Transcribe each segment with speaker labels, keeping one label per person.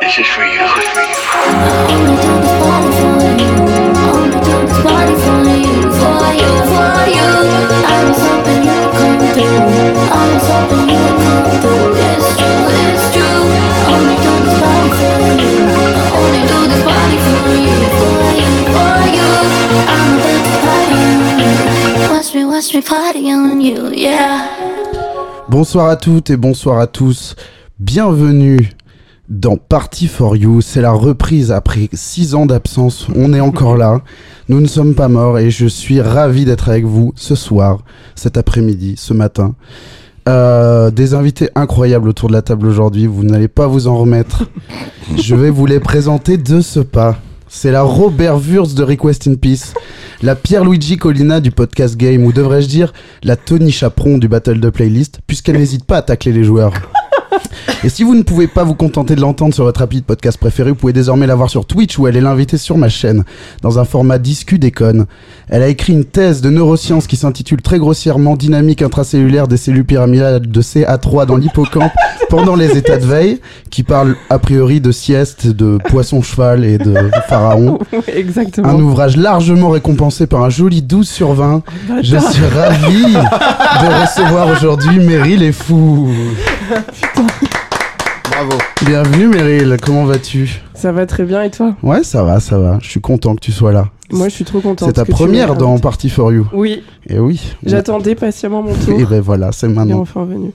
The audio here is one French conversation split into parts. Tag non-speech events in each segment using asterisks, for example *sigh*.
Speaker 1: This is for you. This is for you.
Speaker 2: Watch me party on you, yeah.
Speaker 3: Bonsoir à toutes et bonsoir à tous. Bienvenue dans Party for You. C'est la reprise après 6 ans d'absence. On est encore là. Nous ne sommes pas morts et je suis ravi d'être avec vous ce soir, cet après-midi, ce matin. Euh, des invités incroyables autour de la table aujourd'hui. Vous n'allez pas vous en remettre. *laughs* je vais vous les présenter de ce pas. C'est la Robert Wurz de Request in Peace, la Pierre-Luigi Colina du podcast Game, ou devrais-je dire la Tony Chaperon du Battle de Playlist, puisqu'elle n'hésite pas à tacler les joueurs. Et si vous ne pouvez pas vous contenter de l'entendre sur votre rapide podcast préféré, vous pouvez désormais la voir sur Twitch où elle est l'invitée sur ma chaîne, dans un format discu déconne. Elle a écrit une thèse de neurosciences qui s'intitule très grossièrement Dynamique intracellulaire des cellules pyramidales de CA3 dans l'hippocampe pendant les états de veille, qui parle a priori de sieste, de poisson-cheval et de pharaon.
Speaker 4: Oui, exactement.
Speaker 3: Un ouvrage largement récompensé par un joli 12 sur 20.
Speaker 4: Bah,
Speaker 3: Je suis ravi de recevoir aujourd'hui Meryl et Fou.
Speaker 5: Bravo.
Speaker 3: Bienvenue Meryl, comment vas-tu
Speaker 4: Ça va très bien et toi
Speaker 3: Ouais, ça va, ça va. Je suis content que tu sois là.
Speaker 4: Moi, je suis trop contente.
Speaker 3: C'est ta
Speaker 4: que tu
Speaker 3: première
Speaker 4: m'aies
Speaker 3: dans
Speaker 4: invitée.
Speaker 3: Party for You.
Speaker 4: Oui,
Speaker 3: Et oui.
Speaker 4: j'attendais patiemment mon tour.
Speaker 3: Et ben voilà, c'est
Speaker 4: Il est
Speaker 3: maintenant.
Speaker 4: enfin venu.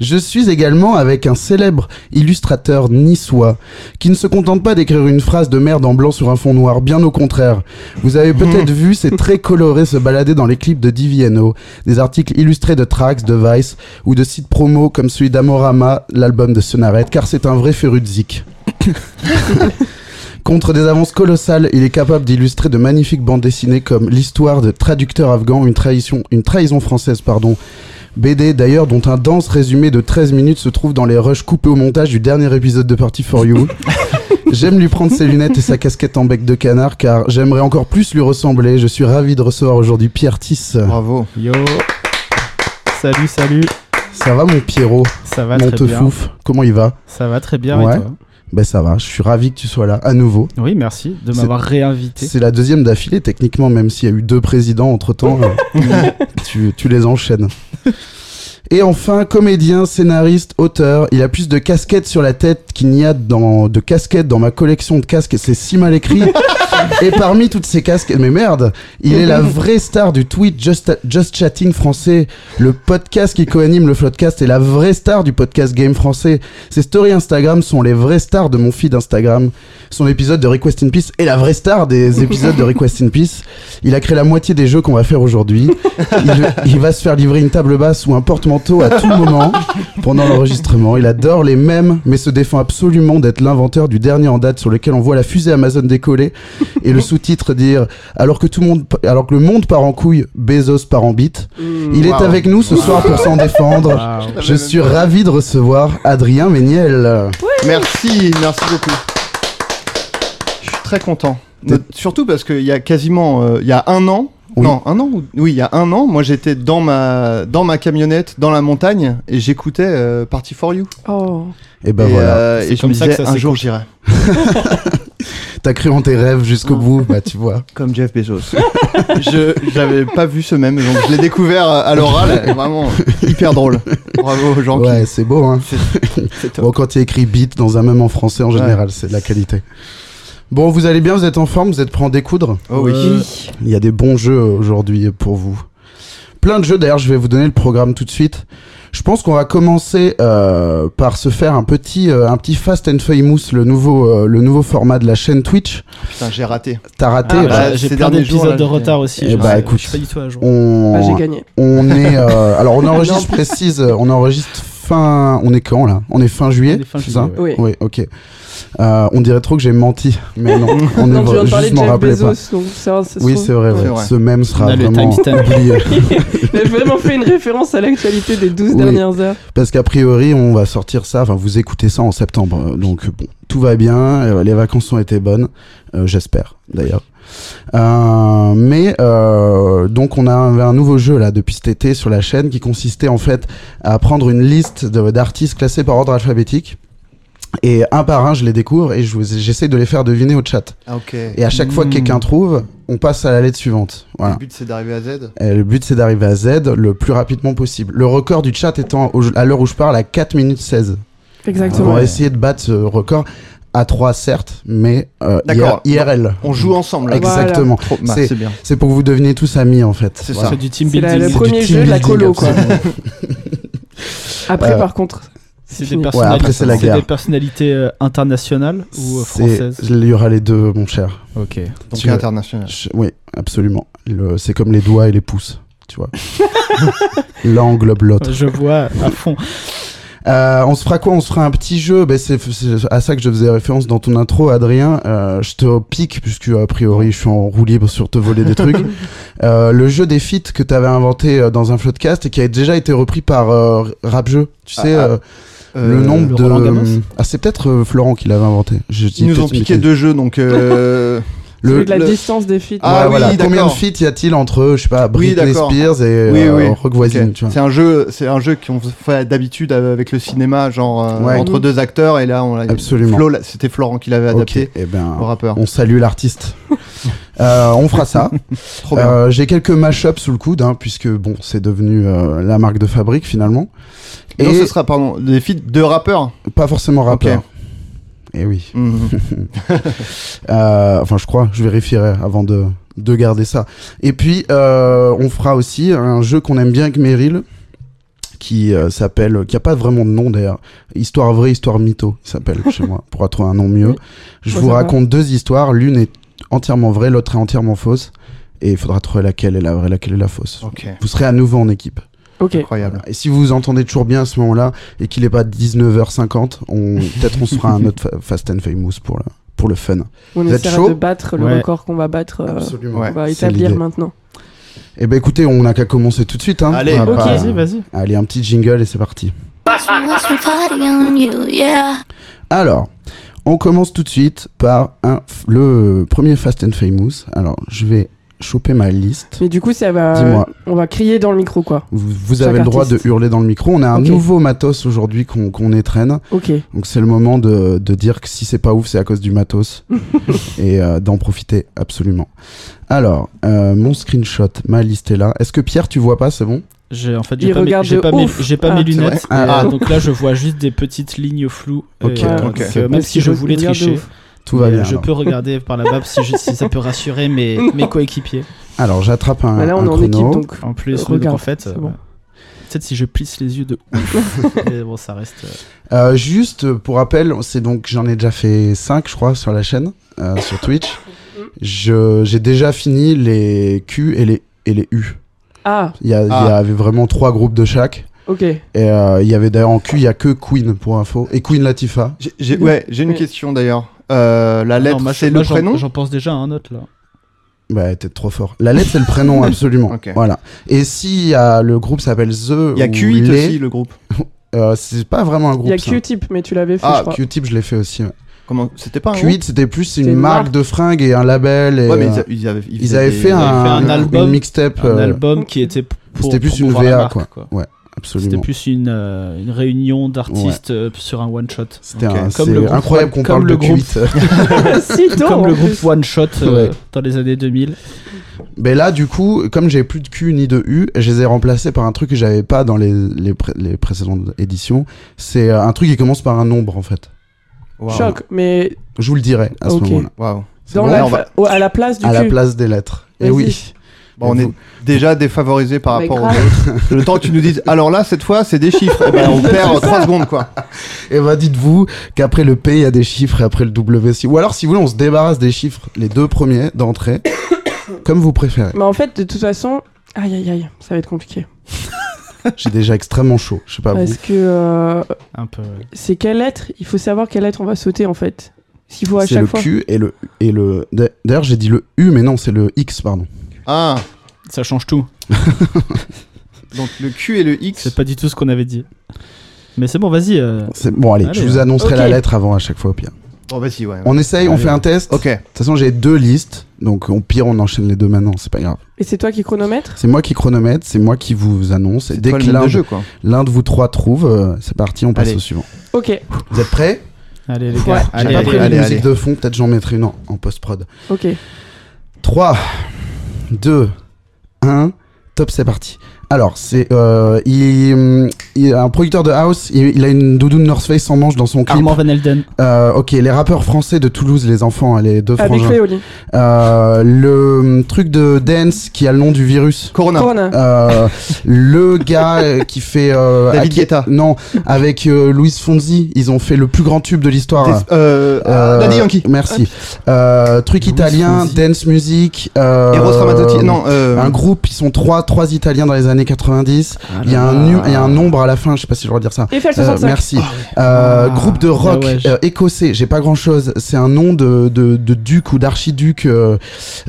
Speaker 3: Je suis également avec un célèbre illustrateur niçois qui ne se contente pas d'écrire une phrase de merde en blanc sur un fond noir, bien au contraire. Vous
Speaker 4: Hmm.
Speaker 3: avez peut-être vu ces traits colorés se balader dans les clips de Diviano, des articles illustrés de Trax, de Vice ou de sites promo comme celui d'Amorama, l'album de Sonaret, car c'est un vrai féru de zik. Contre des avances colossales, il est capable d'illustrer de magnifiques bandes dessinées comme l'histoire de traducteur afghan, une trahison, une trahison française, pardon, BD d'ailleurs dont un dense résumé de 13 minutes se trouve dans les rushs coupés au montage du dernier épisode de Party for You. J'aime lui prendre ses lunettes et sa casquette en bec de canard car j'aimerais encore plus lui ressembler. Je suis ravi de recevoir aujourd'hui Pierre Tiss.
Speaker 5: Bravo.
Speaker 6: Yo Salut, salut
Speaker 3: Ça va mon Pierrot
Speaker 6: Ça va
Speaker 3: Mon
Speaker 6: très bien.
Speaker 3: tefouf Comment il va
Speaker 6: Ça va très bien
Speaker 3: Ouais.
Speaker 6: et toi
Speaker 3: Ben ça va, je suis ravi que tu sois là à nouveau.
Speaker 6: Oui, merci de
Speaker 3: C'est-
Speaker 6: m'avoir réinvité.
Speaker 3: C'est la deuxième d'affilée techniquement même s'il y a eu deux présidents entre-temps. euh, tu, tu les enchaînes. Et enfin, comédien, scénariste, auteur, il a plus de casquettes sur la tête qu'il n'y a dans, de casquettes dans ma collection de casques, c'est si mal écrit. Et parmi toutes ces casquettes, mais merde, il est la vraie star du tweet Just, Just Chatting français, le podcast qui coanime le Floodcast est la vraie star du podcast Game français. Ses stories Instagram sont les vraies stars de mon feed Instagram. Son épisode de Request in Peace est la vraie star des épisodes de Request in Peace. Il a créé la moitié des jeux qu'on va faire aujourd'hui. Il, il va se faire livrer une table basse ou un porte-manteau à tout moment pendant l'enregistrement. Il adore les mêmes, mais se défend absolument d'être l'inventeur du dernier en date sur lequel on voit la fusée Amazon décoller et le sous-titre dire alors que tout le monde, alors que le monde part en couille, Bezos part en bite. Il est
Speaker 5: Wow.
Speaker 3: avec nous ce soir pour s'en défendre.
Speaker 6: *laughs* Waouh.
Speaker 3: Je suis ravi de recevoir Adrien Méniel.
Speaker 5: Merci, merci beaucoup. Je suis très content.
Speaker 3: T'es-
Speaker 5: Euh, Surtout parce qu'il y a quasiment, euh, il y a un an,
Speaker 3: Oui.
Speaker 5: non, un an, ou- oui, il y a un an, moi j'étais dans ma, dans ma camionnette, dans la montagne, et j'écoutais euh, Party for You.
Speaker 4: Oh,
Speaker 3: Et ben
Speaker 5: et
Speaker 3: voilà,
Speaker 5: euh,
Speaker 6: C'est
Speaker 5: et je
Speaker 6: comme
Speaker 5: me
Speaker 6: ça
Speaker 5: disais,
Speaker 6: que ça
Speaker 5: un jour j'irai.
Speaker 3: t'as cru en tes rêves jusqu'au bout, bah tu
Speaker 5: *laughs*
Speaker 3: vois.
Speaker 5: Comme Jeff Bezos. je j'avais pas vu ce même, donc je l'ai découvert euh, à l'oral, et vraiment hyper drôle. Bravo jean
Speaker 3: Ouais, c'est beau hein. *laughs*
Speaker 5: C'est top.
Speaker 3: Bon, quand il y a écrit beat dans un même en français en
Speaker 5: Ouais.
Speaker 3: général, c'est de la qualité. Bon, vous allez bien, vous êtes en forme, vous êtes prêts à en découdre
Speaker 5: Oh oui.
Speaker 6: Euh,
Speaker 3: Il y a des bons jeux euh, aujourd'hui pour vous. Plein de jeux, d'ailleurs, je vais vous donner le programme tout de suite. Je pense qu'on va commencer euh, par se faire un petit, euh, un petit Fast and Famous, le nouveau, euh, le nouveau format de la chaîne Twitch.
Speaker 5: Putain, j'ai raté.
Speaker 3: T'as raté
Speaker 6: Ah,
Speaker 3: bah,
Speaker 6: bah,
Speaker 5: bah,
Speaker 6: J'ai
Speaker 5: ces
Speaker 6: plein
Speaker 5: derniers jours,
Speaker 6: d'épisodes
Speaker 5: là,
Speaker 6: de
Speaker 5: j'ai-
Speaker 6: retard aussi.
Speaker 3: Eh
Speaker 6: je-
Speaker 3: bah, écoute.
Speaker 6: Je suis pas du tout à jour.
Speaker 3: on...
Speaker 5: ah,
Speaker 4: bah, j'ai gagné.
Speaker 3: on
Speaker 4: *laughs*
Speaker 3: est euh, alors on enregistre je précise euh, on enregistre fin on est quand là on est fin juillet
Speaker 6: On est fin
Speaker 3: c'est
Speaker 6: juillet,
Speaker 3: ça
Speaker 4: ouais.
Speaker 3: oui ok Euh, on dirait trop que j'ai menti mais
Speaker 4: *laughs*
Speaker 3: non on
Speaker 4: Non, tu viens
Speaker 3: est
Speaker 4: de parler
Speaker 3: juste
Speaker 4: de
Speaker 3: m'en
Speaker 4: Jeff
Speaker 3: rappelais
Speaker 4: Bezos,
Speaker 3: pas
Speaker 4: donc ça, ça se
Speaker 3: oui
Speaker 4: trouve.
Speaker 3: c'est vrai,
Speaker 5: C'est
Speaker 3: ouais.
Speaker 5: vrai.
Speaker 3: ce même
Speaker 6: On
Speaker 3: sera
Speaker 6: a le
Speaker 3: vraiment
Speaker 6: timestamp.
Speaker 3: oublié
Speaker 4: Il a vraiment fait une référence à l'actualité des 12
Speaker 3: Oui.
Speaker 4: dernières heures.
Speaker 3: parce qu'a priori on va sortir ça enfin vous écoutez ça en septembre euh, donc bon tout va bien euh, les vacances ont été bonnes euh, j'espère d'ailleurs Euh, mais euh, donc on a un, un nouveau jeu là depuis cet été sur la chaîne qui consistait en fait à prendre une liste de- d'artistes classés par ordre alphabétique Et un par un, je les découvre et je vous- j'essaie de les faire deviner au chat.
Speaker 5: Ah, ok.
Speaker 3: Et à chaque fois que
Speaker 6: Mm.
Speaker 3: quelqu'un trouve, on passe à la lettre suivante. Voilà.
Speaker 5: Le but, c'est d'arriver à Z.
Speaker 3: Et Euh, le but, c'est d'arriver à Z le plus rapidement possible. Le record du chat étant, au- à l'heure où je parle, à 4 minutes 16.
Speaker 4: Exactement.
Speaker 3: On va essayer de battre ce record à 3, certes, mais euh,
Speaker 5: D'accord.
Speaker 3: IR- IRL.
Speaker 5: On joue ensemble. là.
Speaker 3: Exactement.
Speaker 5: Trop- bah,
Speaker 3: C'est-
Speaker 5: c'est bien.
Speaker 3: C'est pour que vous deveniez tous amis, en fait.
Speaker 5: C'est
Speaker 3: Voilà.
Speaker 5: ça.
Speaker 6: C'est du team
Speaker 4: C'est la-
Speaker 6: building.
Speaker 4: le
Speaker 3: du
Speaker 4: premier
Speaker 3: team
Speaker 4: jeu de la
Speaker 3: building,
Speaker 4: colo, quoi. *laughs*
Speaker 3: absolument.
Speaker 4: Après,
Speaker 3: Euh,
Speaker 4: par contre, c'est
Speaker 6: C'est des,
Speaker 4: fini.
Speaker 6: personnalités-
Speaker 3: Ouais, après, c'est la
Speaker 6: c'est
Speaker 3: guerre.
Speaker 6: des personnalités euh, internationales ou euh,
Speaker 3: C'est-
Speaker 6: françaises
Speaker 3: Il y aura les deux, mon cher.
Speaker 6: Ok.
Speaker 5: Donc
Speaker 3: Tu-
Speaker 5: international.
Speaker 3: Je- Oui, absolument. Le- C'est comme les doigts et les pouces, tu
Speaker 4: *laughs*
Speaker 3: vois. L'un englobe l'autre.
Speaker 6: Je vois à fond.
Speaker 3: Euh, on se fera quoi On se fera un petit jeu. Ben, c'est c'est à ça que je faisais référence dans ton intro, Adrien. Euh, je te pique, puisque a priori je suis en roue libre sur te voler des
Speaker 5: *laughs*
Speaker 3: trucs. Euh, le jeu des feats que tu avais inventé euh, dans un floodcast et qui a déjà été repris par euh, Rapjeu. Tu sais,
Speaker 5: Ah, ah,
Speaker 3: euh, le nombre
Speaker 6: le Roland
Speaker 3: de.
Speaker 6: Garros
Speaker 3: Ah, c'est peut-être euh, Florent qui l'avait inventé. Je dis
Speaker 5: Ils nous ont
Speaker 3: peut-être une
Speaker 5: piqué
Speaker 3: bêtise.
Speaker 5: deux jeux,
Speaker 3: *laughs*
Speaker 5: donc. euh,
Speaker 4: Celui
Speaker 3: Le-
Speaker 4: de la
Speaker 5: le-
Speaker 4: distance des filles.
Speaker 5: Ah
Speaker 3: Ouais,
Speaker 5: oui,
Speaker 3: voilà.
Speaker 5: d'accord.
Speaker 3: Combien de feats y a-t-il entre, euh, je sais pas,
Speaker 5: Oui,
Speaker 3: Britney
Speaker 5: d'accord.
Speaker 3: Spears et
Speaker 5: Oui,
Speaker 3: euh,
Speaker 5: oui.
Speaker 3: Rock Voisine,
Speaker 5: ok.
Speaker 3: tu vois
Speaker 5: C'est un jeu, c'est un jeu qu'on fait d'habitude avec le cinéma, genre euh,
Speaker 3: Ouais.
Speaker 5: entre
Speaker 4: Mhm.
Speaker 5: deux acteurs, et là on l'a.
Speaker 3: Absolument.
Speaker 5: Flo, là, c'était Florent qui l'avait
Speaker 3: Ok,
Speaker 5: adapté
Speaker 3: eh ben,
Speaker 5: au rappeur.
Speaker 3: on salue l'artiste. Euh, on fera
Speaker 5: *laughs*
Speaker 3: ça.
Speaker 5: Trop bien.
Speaker 3: Euh, J'ai quelques mashups sous le coude, hein, puisque bon, c'est devenu euh, la marque de fabrique finalement. Et
Speaker 5: Non, ce sera pardon des feats de rappeurs.
Speaker 3: pas forcément rappeur. Eh oui.
Speaker 5: Mhm.
Speaker 3: *laughs* Euh, enfin, je crois, je vérifierai avant de, de garder ça. Et puis, euh, on fera aussi un jeu qu'on aime bien avec Meryl, qui euh, s'appelle, qui a pas vraiment de nom d'ailleurs, Histoire vraie, Histoire mytho, il
Speaker 5: *laughs*
Speaker 3: s'appelle chez moi, pour trouver un nom mieux.
Speaker 4: Oui.
Speaker 3: Je
Speaker 4: Ouais,
Speaker 3: vous
Speaker 4: ça va.
Speaker 3: raconte deux histoires, l'une est entièrement vraie, l'autre est entièrement fausse, et il faudra trouver laquelle est la vraie, laquelle est la fausse.
Speaker 5: ok,
Speaker 3: Vous serez à nouveau en équipe.
Speaker 4: Ok.
Speaker 5: incroyable.
Speaker 3: Voilà. Et si vous vous entendez toujours bien à ce moment-là et qu'il n'est pas 19h50,
Speaker 4: *laughs*
Speaker 3: on peut-être on se fera un autre fa- Fast and Famous pour le, pour le fun.
Speaker 4: On
Speaker 3: Vous êtes
Speaker 4: essaiera
Speaker 3: chaud
Speaker 4: de battre le
Speaker 6: Ouais.
Speaker 4: record qu'on va battre. euh,
Speaker 3: Absolument.
Speaker 5: ouais.
Speaker 4: On va
Speaker 3: C'est
Speaker 4: établir
Speaker 3: l'idée.
Speaker 4: maintenant.
Speaker 3: Eh ben écoutez, on n'a qu'à commencer tout de suite. Hein.
Speaker 5: Allez.
Speaker 3: On va
Speaker 4: Ok.
Speaker 3: pas-
Speaker 6: Vas-y, vas-y.
Speaker 3: Allez, un petit jingle et c'est parti.
Speaker 2: Watch me party on you, yeah.
Speaker 3: Alors, on commence tout de suite par un f- le premier Fast and Famous. Alors, je vais choper ma liste.
Speaker 4: Mais du coup, ça va.
Speaker 3: Dis-moi.
Speaker 4: On va crier dans le micro, quoi.
Speaker 3: Vous, vous
Speaker 4: Chaque
Speaker 3: avez le droit de
Speaker 4: artiste.
Speaker 3: hurler dans le micro. On a un
Speaker 4: Ok.
Speaker 3: nouveau matos aujourd'hui qu'on qu'on étraîne.
Speaker 4: Ok.
Speaker 3: Donc c'est le moment de, de dire que si c'est pas ouf, c'est à cause du
Speaker 4: *laughs*
Speaker 3: matos. et euh, d'en profiter absolument. Alors, euh, mon screenshot, ma liste est là. Est-ce que Pierre, tu vois pas C'est bon
Speaker 6: J'ai en fait
Speaker 4: Il
Speaker 6: j'ai pas, mes,
Speaker 4: regarde
Speaker 6: j'ai
Speaker 4: de
Speaker 6: pas mes-
Speaker 4: ouf.
Speaker 6: j'ai pas
Speaker 4: Ah,
Speaker 6: mes
Speaker 4: c'est
Speaker 6: lunettes.
Speaker 5: vrai.
Speaker 6: et,
Speaker 5: Ah.
Speaker 6: euh, donc là je vois juste des petites lignes floues. et,
Speaker 3: Ok,
Speaker 6: euh,
Speaker 5: ok.
Speaker 6: donc, euh, même
Speaker 4: Mais
Speaker 6: si
Speaker 4: si
Speaker 6: je
Speaker 4: je
Speaker 6: voulais
Speaker 4: regarde de
Speaker 6: tricher,
Speaker 4: ouf.
Speaker 3: Tout va
Speaker 6: mais, euh,
Speaker 3: bien.
Speaker 6: je
Speaker 3: alors.
Speaker 6: peux regarder par la bas si, je- si ça peut rassurer mes,
Speaker 4: *laughs*
Speaker 6: mes coéquipiers.
Speaker 3: Alors, j'attrape un,
Speaker 4: Mais Bah là, on
Speaker 3: un
Speaker 4: est en
Speaker 3: chrono.
Speaker 4: équipe, donc.
Speaker 6: En plus,
Speaker 4: Euh,
Speaker 6: oui, donc,
Speaker 4: regarde,
Speaker 6: en fait,
Speaker 4: c'est
Speaker 6: euh,
Speaker 4: bon.
Speaker 6: ouais. peut-être si je plisse les yeux de
Speaker 4: *laughs*
Speaker 6: ouf, mais bon ça reste. euh,
Speaker 3: Euh, juste euh, pour rappel, c'est donc j'en ai déjà fait 5 je crois sur la chaîne, euh, sur Twitch. Je j'ai déjà fini les Q et les et les U.
Speaker 4: Ah,
Speaker 3: Il y, a- il y
Speaker 5: Ah.
Speaker 3: avait vraiment trois groupes de chaque.
Speaker 4: ok.
Speaker 3: Et euh, il y avait d'ailleurs en Q, il y a que Queen pour info et Queen Latifah.
Speaker 5: J'ai- j'ai- ouais, j'ai une
Speaker 4: Mais-
Speaker 5: question d'ailleurs. Euh, la
Speaker 6: Ah non,
Speaker 5: lettre,
Speaker 6: moi,
Speaker 5: c'est
Speaker 6: moi,
Speaker 5: le
Speaker 6: j'en-
Speaker 5: prénom.
Speaker 6: J'en pense déjà à un autre là.
Speaker 3: Bah t'es trop fort. La lettre c'est le
Speaker 5: *laughs*
Speaker 3: prénom absolument.
Speaker 5: Ok.
Speaker 3: Voilà. Et si y a le groupe s'appelle The,
Speaker 5: Il y a
Speaker 3: ou
Speaker 5: Q
Speaker 3: Les,
Speaker 5: aussi le groupe.
Speaker 3: euh, c'est pas vraiment un
Speaker 4: Il y
Speaker 3: groupe.
Speaker 4: a
Speaker 3: ça.
Speaker 4: Q-Tip, mais tu l'avais fait,
Speaker 5: Ah,
Speaker 4: je crois.
Speaker 3: Q-Tip je l'ai fait aussi. ouais.
Speaker 5: Comment Ah C'était pas un groupe
Speaker 3: Q-Tip c'était plus c'est
Speaker 4: C'est
Speaker 3: une
Speaker 4: une
Speaker 3: marque,
Speaker 4: marque.
Speaker 3: de fringues et un label. Et,
Speaker 5: Ouais, mais
Speaker 3: euh,
Speaker 5: ils a- ils avaient ils
Speaker 3: Ils
Speaker 5: faisaient
Speaker 3: avaient
Speaker 5: des-
Speaker 3: fait un,
Speaker 6: un album,
Speaker 3: une mixtape.
Speaker 6: Un
Speaker 3: euh,
Speaker 6: album qui
Speaker 4: ok.
Speaker 6: était p- pour.
Speaker 3: C'était plus
Speaker 6: pour
Speaker 3: une
Speaker 6: promouvoir la
Speaker 3: VA,
Speaker 6: marque,
Speaker 3: quoi. Ouais,
Speaker 6: C'était
Speaker 3: absolument.
Speaker 6: plus une, euh, une réunion d'artistes euh, sur un one shot.
Speaker 3: C'était
Speaker 5: Ok.
Speaker 3: un-
Speaker 6: Comme
Speaker 3: c'est
Speaker 6: le groupe-
Speaker 3: incroyable qu'on
Speaker 6: comme
Speaker 3: parle
Speaker 6: le
Speaker 3: de
Speaker 6: groupe.
Speaker 3: Q8.
Speaker 4: *laughs* si,
Speaker 6: Tout comme le groupe One Shot euh,
Speaker 3: Ouais.
Speaker 6: dans les années 2000.
Speaker 3: Mais là, du coup, comme j'ai plus de Q ni de U, je les ai remplacés par un truc que j'avais pas dans les, les, pré- les précédentes éditions. C'est euh, un truc qui commence par un nombre, en fait.
Speaker 5: Waouh.
Speaker 4: Choc, mais
Speaker 3: Je vous le dirai à ce
Speaker 4: Ok.
Speaker 3: moment-là.
Speaker 5: Waouh. C'est
Speaker 4: dans
Speaker 5: bon,
Speaker 4: la-
Speaker 5: on va-
Speaker 4: au- à la place du
Speaker 3: À la
Speaker 4: Q.
Speaker 3: place des lettres. Et
Speaker 4: Vas-y.
Speaker 3: oui.
Speaker 5: bon, on
Speaker 3: Et
Speaker 5: est
Speaker 3: vous-
Speaker 5: déjà défavorisé par
Speaker 4: Mais
Speaker 5: rapport aux
Speaker 4: grave.
Speaker 5: autres. Le temps que tu nous dises. Alors là, cette fois, c'est des chiffres. Eh ben,
Speaker 6: *laughs*
Speaker 5: on perd 3 secondes quoi.
Speaker 3: Et bah, dites-vous qu'après le P, il y a des chiffres et après le W aussi. Ou alors, si vous voulez, on se débarrasse des chiffres, les deux premiers d'entrée, *coughs* comme vous préférez.
Speaker 4: Mais en fait, de toute façon, aïe aïe aïe, ça va être compliqué.
Speaker 3: J'ai déjà extrêmement chaud. Je sais pas vous.
Speaker 4: Parce que euh,
Speaker 6: Un peu. ouais.
Speaker 4: c'est quelle lettre Il faut savoir quelle lettre on va sauter en fait. S'il faut à
Speaker 3: C'est
Speaker 4: chaque
Speaker 3: le
Speaker 4: fois.
Speaker 3: Q et le et le. D'ailleurs, j'ai dit le U, mais non, c'est le X, pardon.
Speaker 5: Ah,
Speaker 6: Ça change tout.
Speaker 5: donc le Q et le X.
Speaker 6: C'est pas du tout ce qu'on avait dit. Mais c'est bon, vas-y. euh,
Speaker 3: C'est- Bon, allez,
Speaker 6: Allez,
Speaker 3: je vous
Speaker 5: hein.
Speaker 6: ouais.
Speaker 3: annoncerai
Speaker 4: Ok.
Speaker 3: la lettre avant à chaque fois, au pire.
Speaker 5: Bon, vas-y, ouais.
Speaker 3: On essaye, on
Speaker 6: Allez,
Speaker 3: fait un
Speaker 6: ouais.
Speaker 3: test.
Speaker 5: Ok.
Speaker 3: De toute façon, j'ai deux listes, donc au pire, on enchaîne les deux maintenant, c'est pas grave.
Speaker 4: Et c'est toi qui chronomètre
Speaker 3: C'est moi qui chronomètre, c'est moi qui vous annonce. Et
Speaker 5: C'est
Speaker 3: dès
Speaker 5: toi
Speaker 3: que
Speaker 5: le maître
Speaker 3: l'un
Speaker 5: de
Speaker 3: de,
Speaker 5: jeu quoi.
Speaker 3: l'un de vous trois trouve, euh, c'est parti, on passe
Speaker 5: Allez.
Speaker 3: au suivant.
Speaker 4: Ok.
Speaker 3: Vous êtes prêts
Speaker 6: Allez, les
Speaker 4: Ouais.
Speaker 6: gars.
Speaker 4: J'ai
Speaker 3: J'ai
Speaker 6: Allez,
Speaker 3: pas
Speaker 6: allez,
Speaker 3: prévu de
Speaker 6: allez,
Speaker 3: musique
Speaker 5: allez.
Speaker 3: de fond, peut-être j'en mettrai une en, en post-prod.
Speaker 4: Ok.
Speaker 3: 3, 2, 1, top, c'est parti. Alors, c'est. euh, il, il- un producteur de house, il, il a une doudoune North Face sans manche dans son clip.
Speaker 6: Armand Van Elden.
Speaker 3: Euh, ok, les rappeurs français de Toulouse, les enfants, hein, les
Speaker 5: Ah,
Speaker 3: deux
Speaker 4: Avec
Speaker 3: frangins.
Speaker 4: Léonie.
Speaker 3: Euh, le truc de Dance qui a le nom du virus.
Speaker 5: Corona.
Speaker 4: Corona.
Speaker 3: Euh, *laughs* le gars euh, qui fait. euh,
Speaker 5: David
Speaker 3: Aki-
Speaker 5: Guetta.
Speaker 3: Non, avec euh, Louis Fonzi, ils ont fait le plus grand tube de l'histoire.
Speaker 5: Des- euh,
Speaker 3: Euh,
Speaker 5: Daddy Yankee.
Speaker 3: Merci. Euh, truc
Speaker 6: Louis
Speaker 3: italien,
Speaker 6: Fonzi.
Speaker 3: dance music. Euh,
Speaker 5: Eros Ramazzotti. Non, euh,
Speaker 3: Un groupe, ils sont trois, trois italiens dans les années 90.
Speaker 6: Ah
Speaker 3: Il y, a un nu- il y a un nombre à la fin, je sais pas si je dois dire ça. Euh,
Speaker 4: FL65.
Speaker 3: merci. Euh,
Speaker 6: Ah,
Speaker 3: groupe de rock
Speaker 6: ah ouais, je-
Speaker 3: euh, écossais, j'ai pas grand chose. C'est un nom de, de, de duc ou d'archiduc. euh,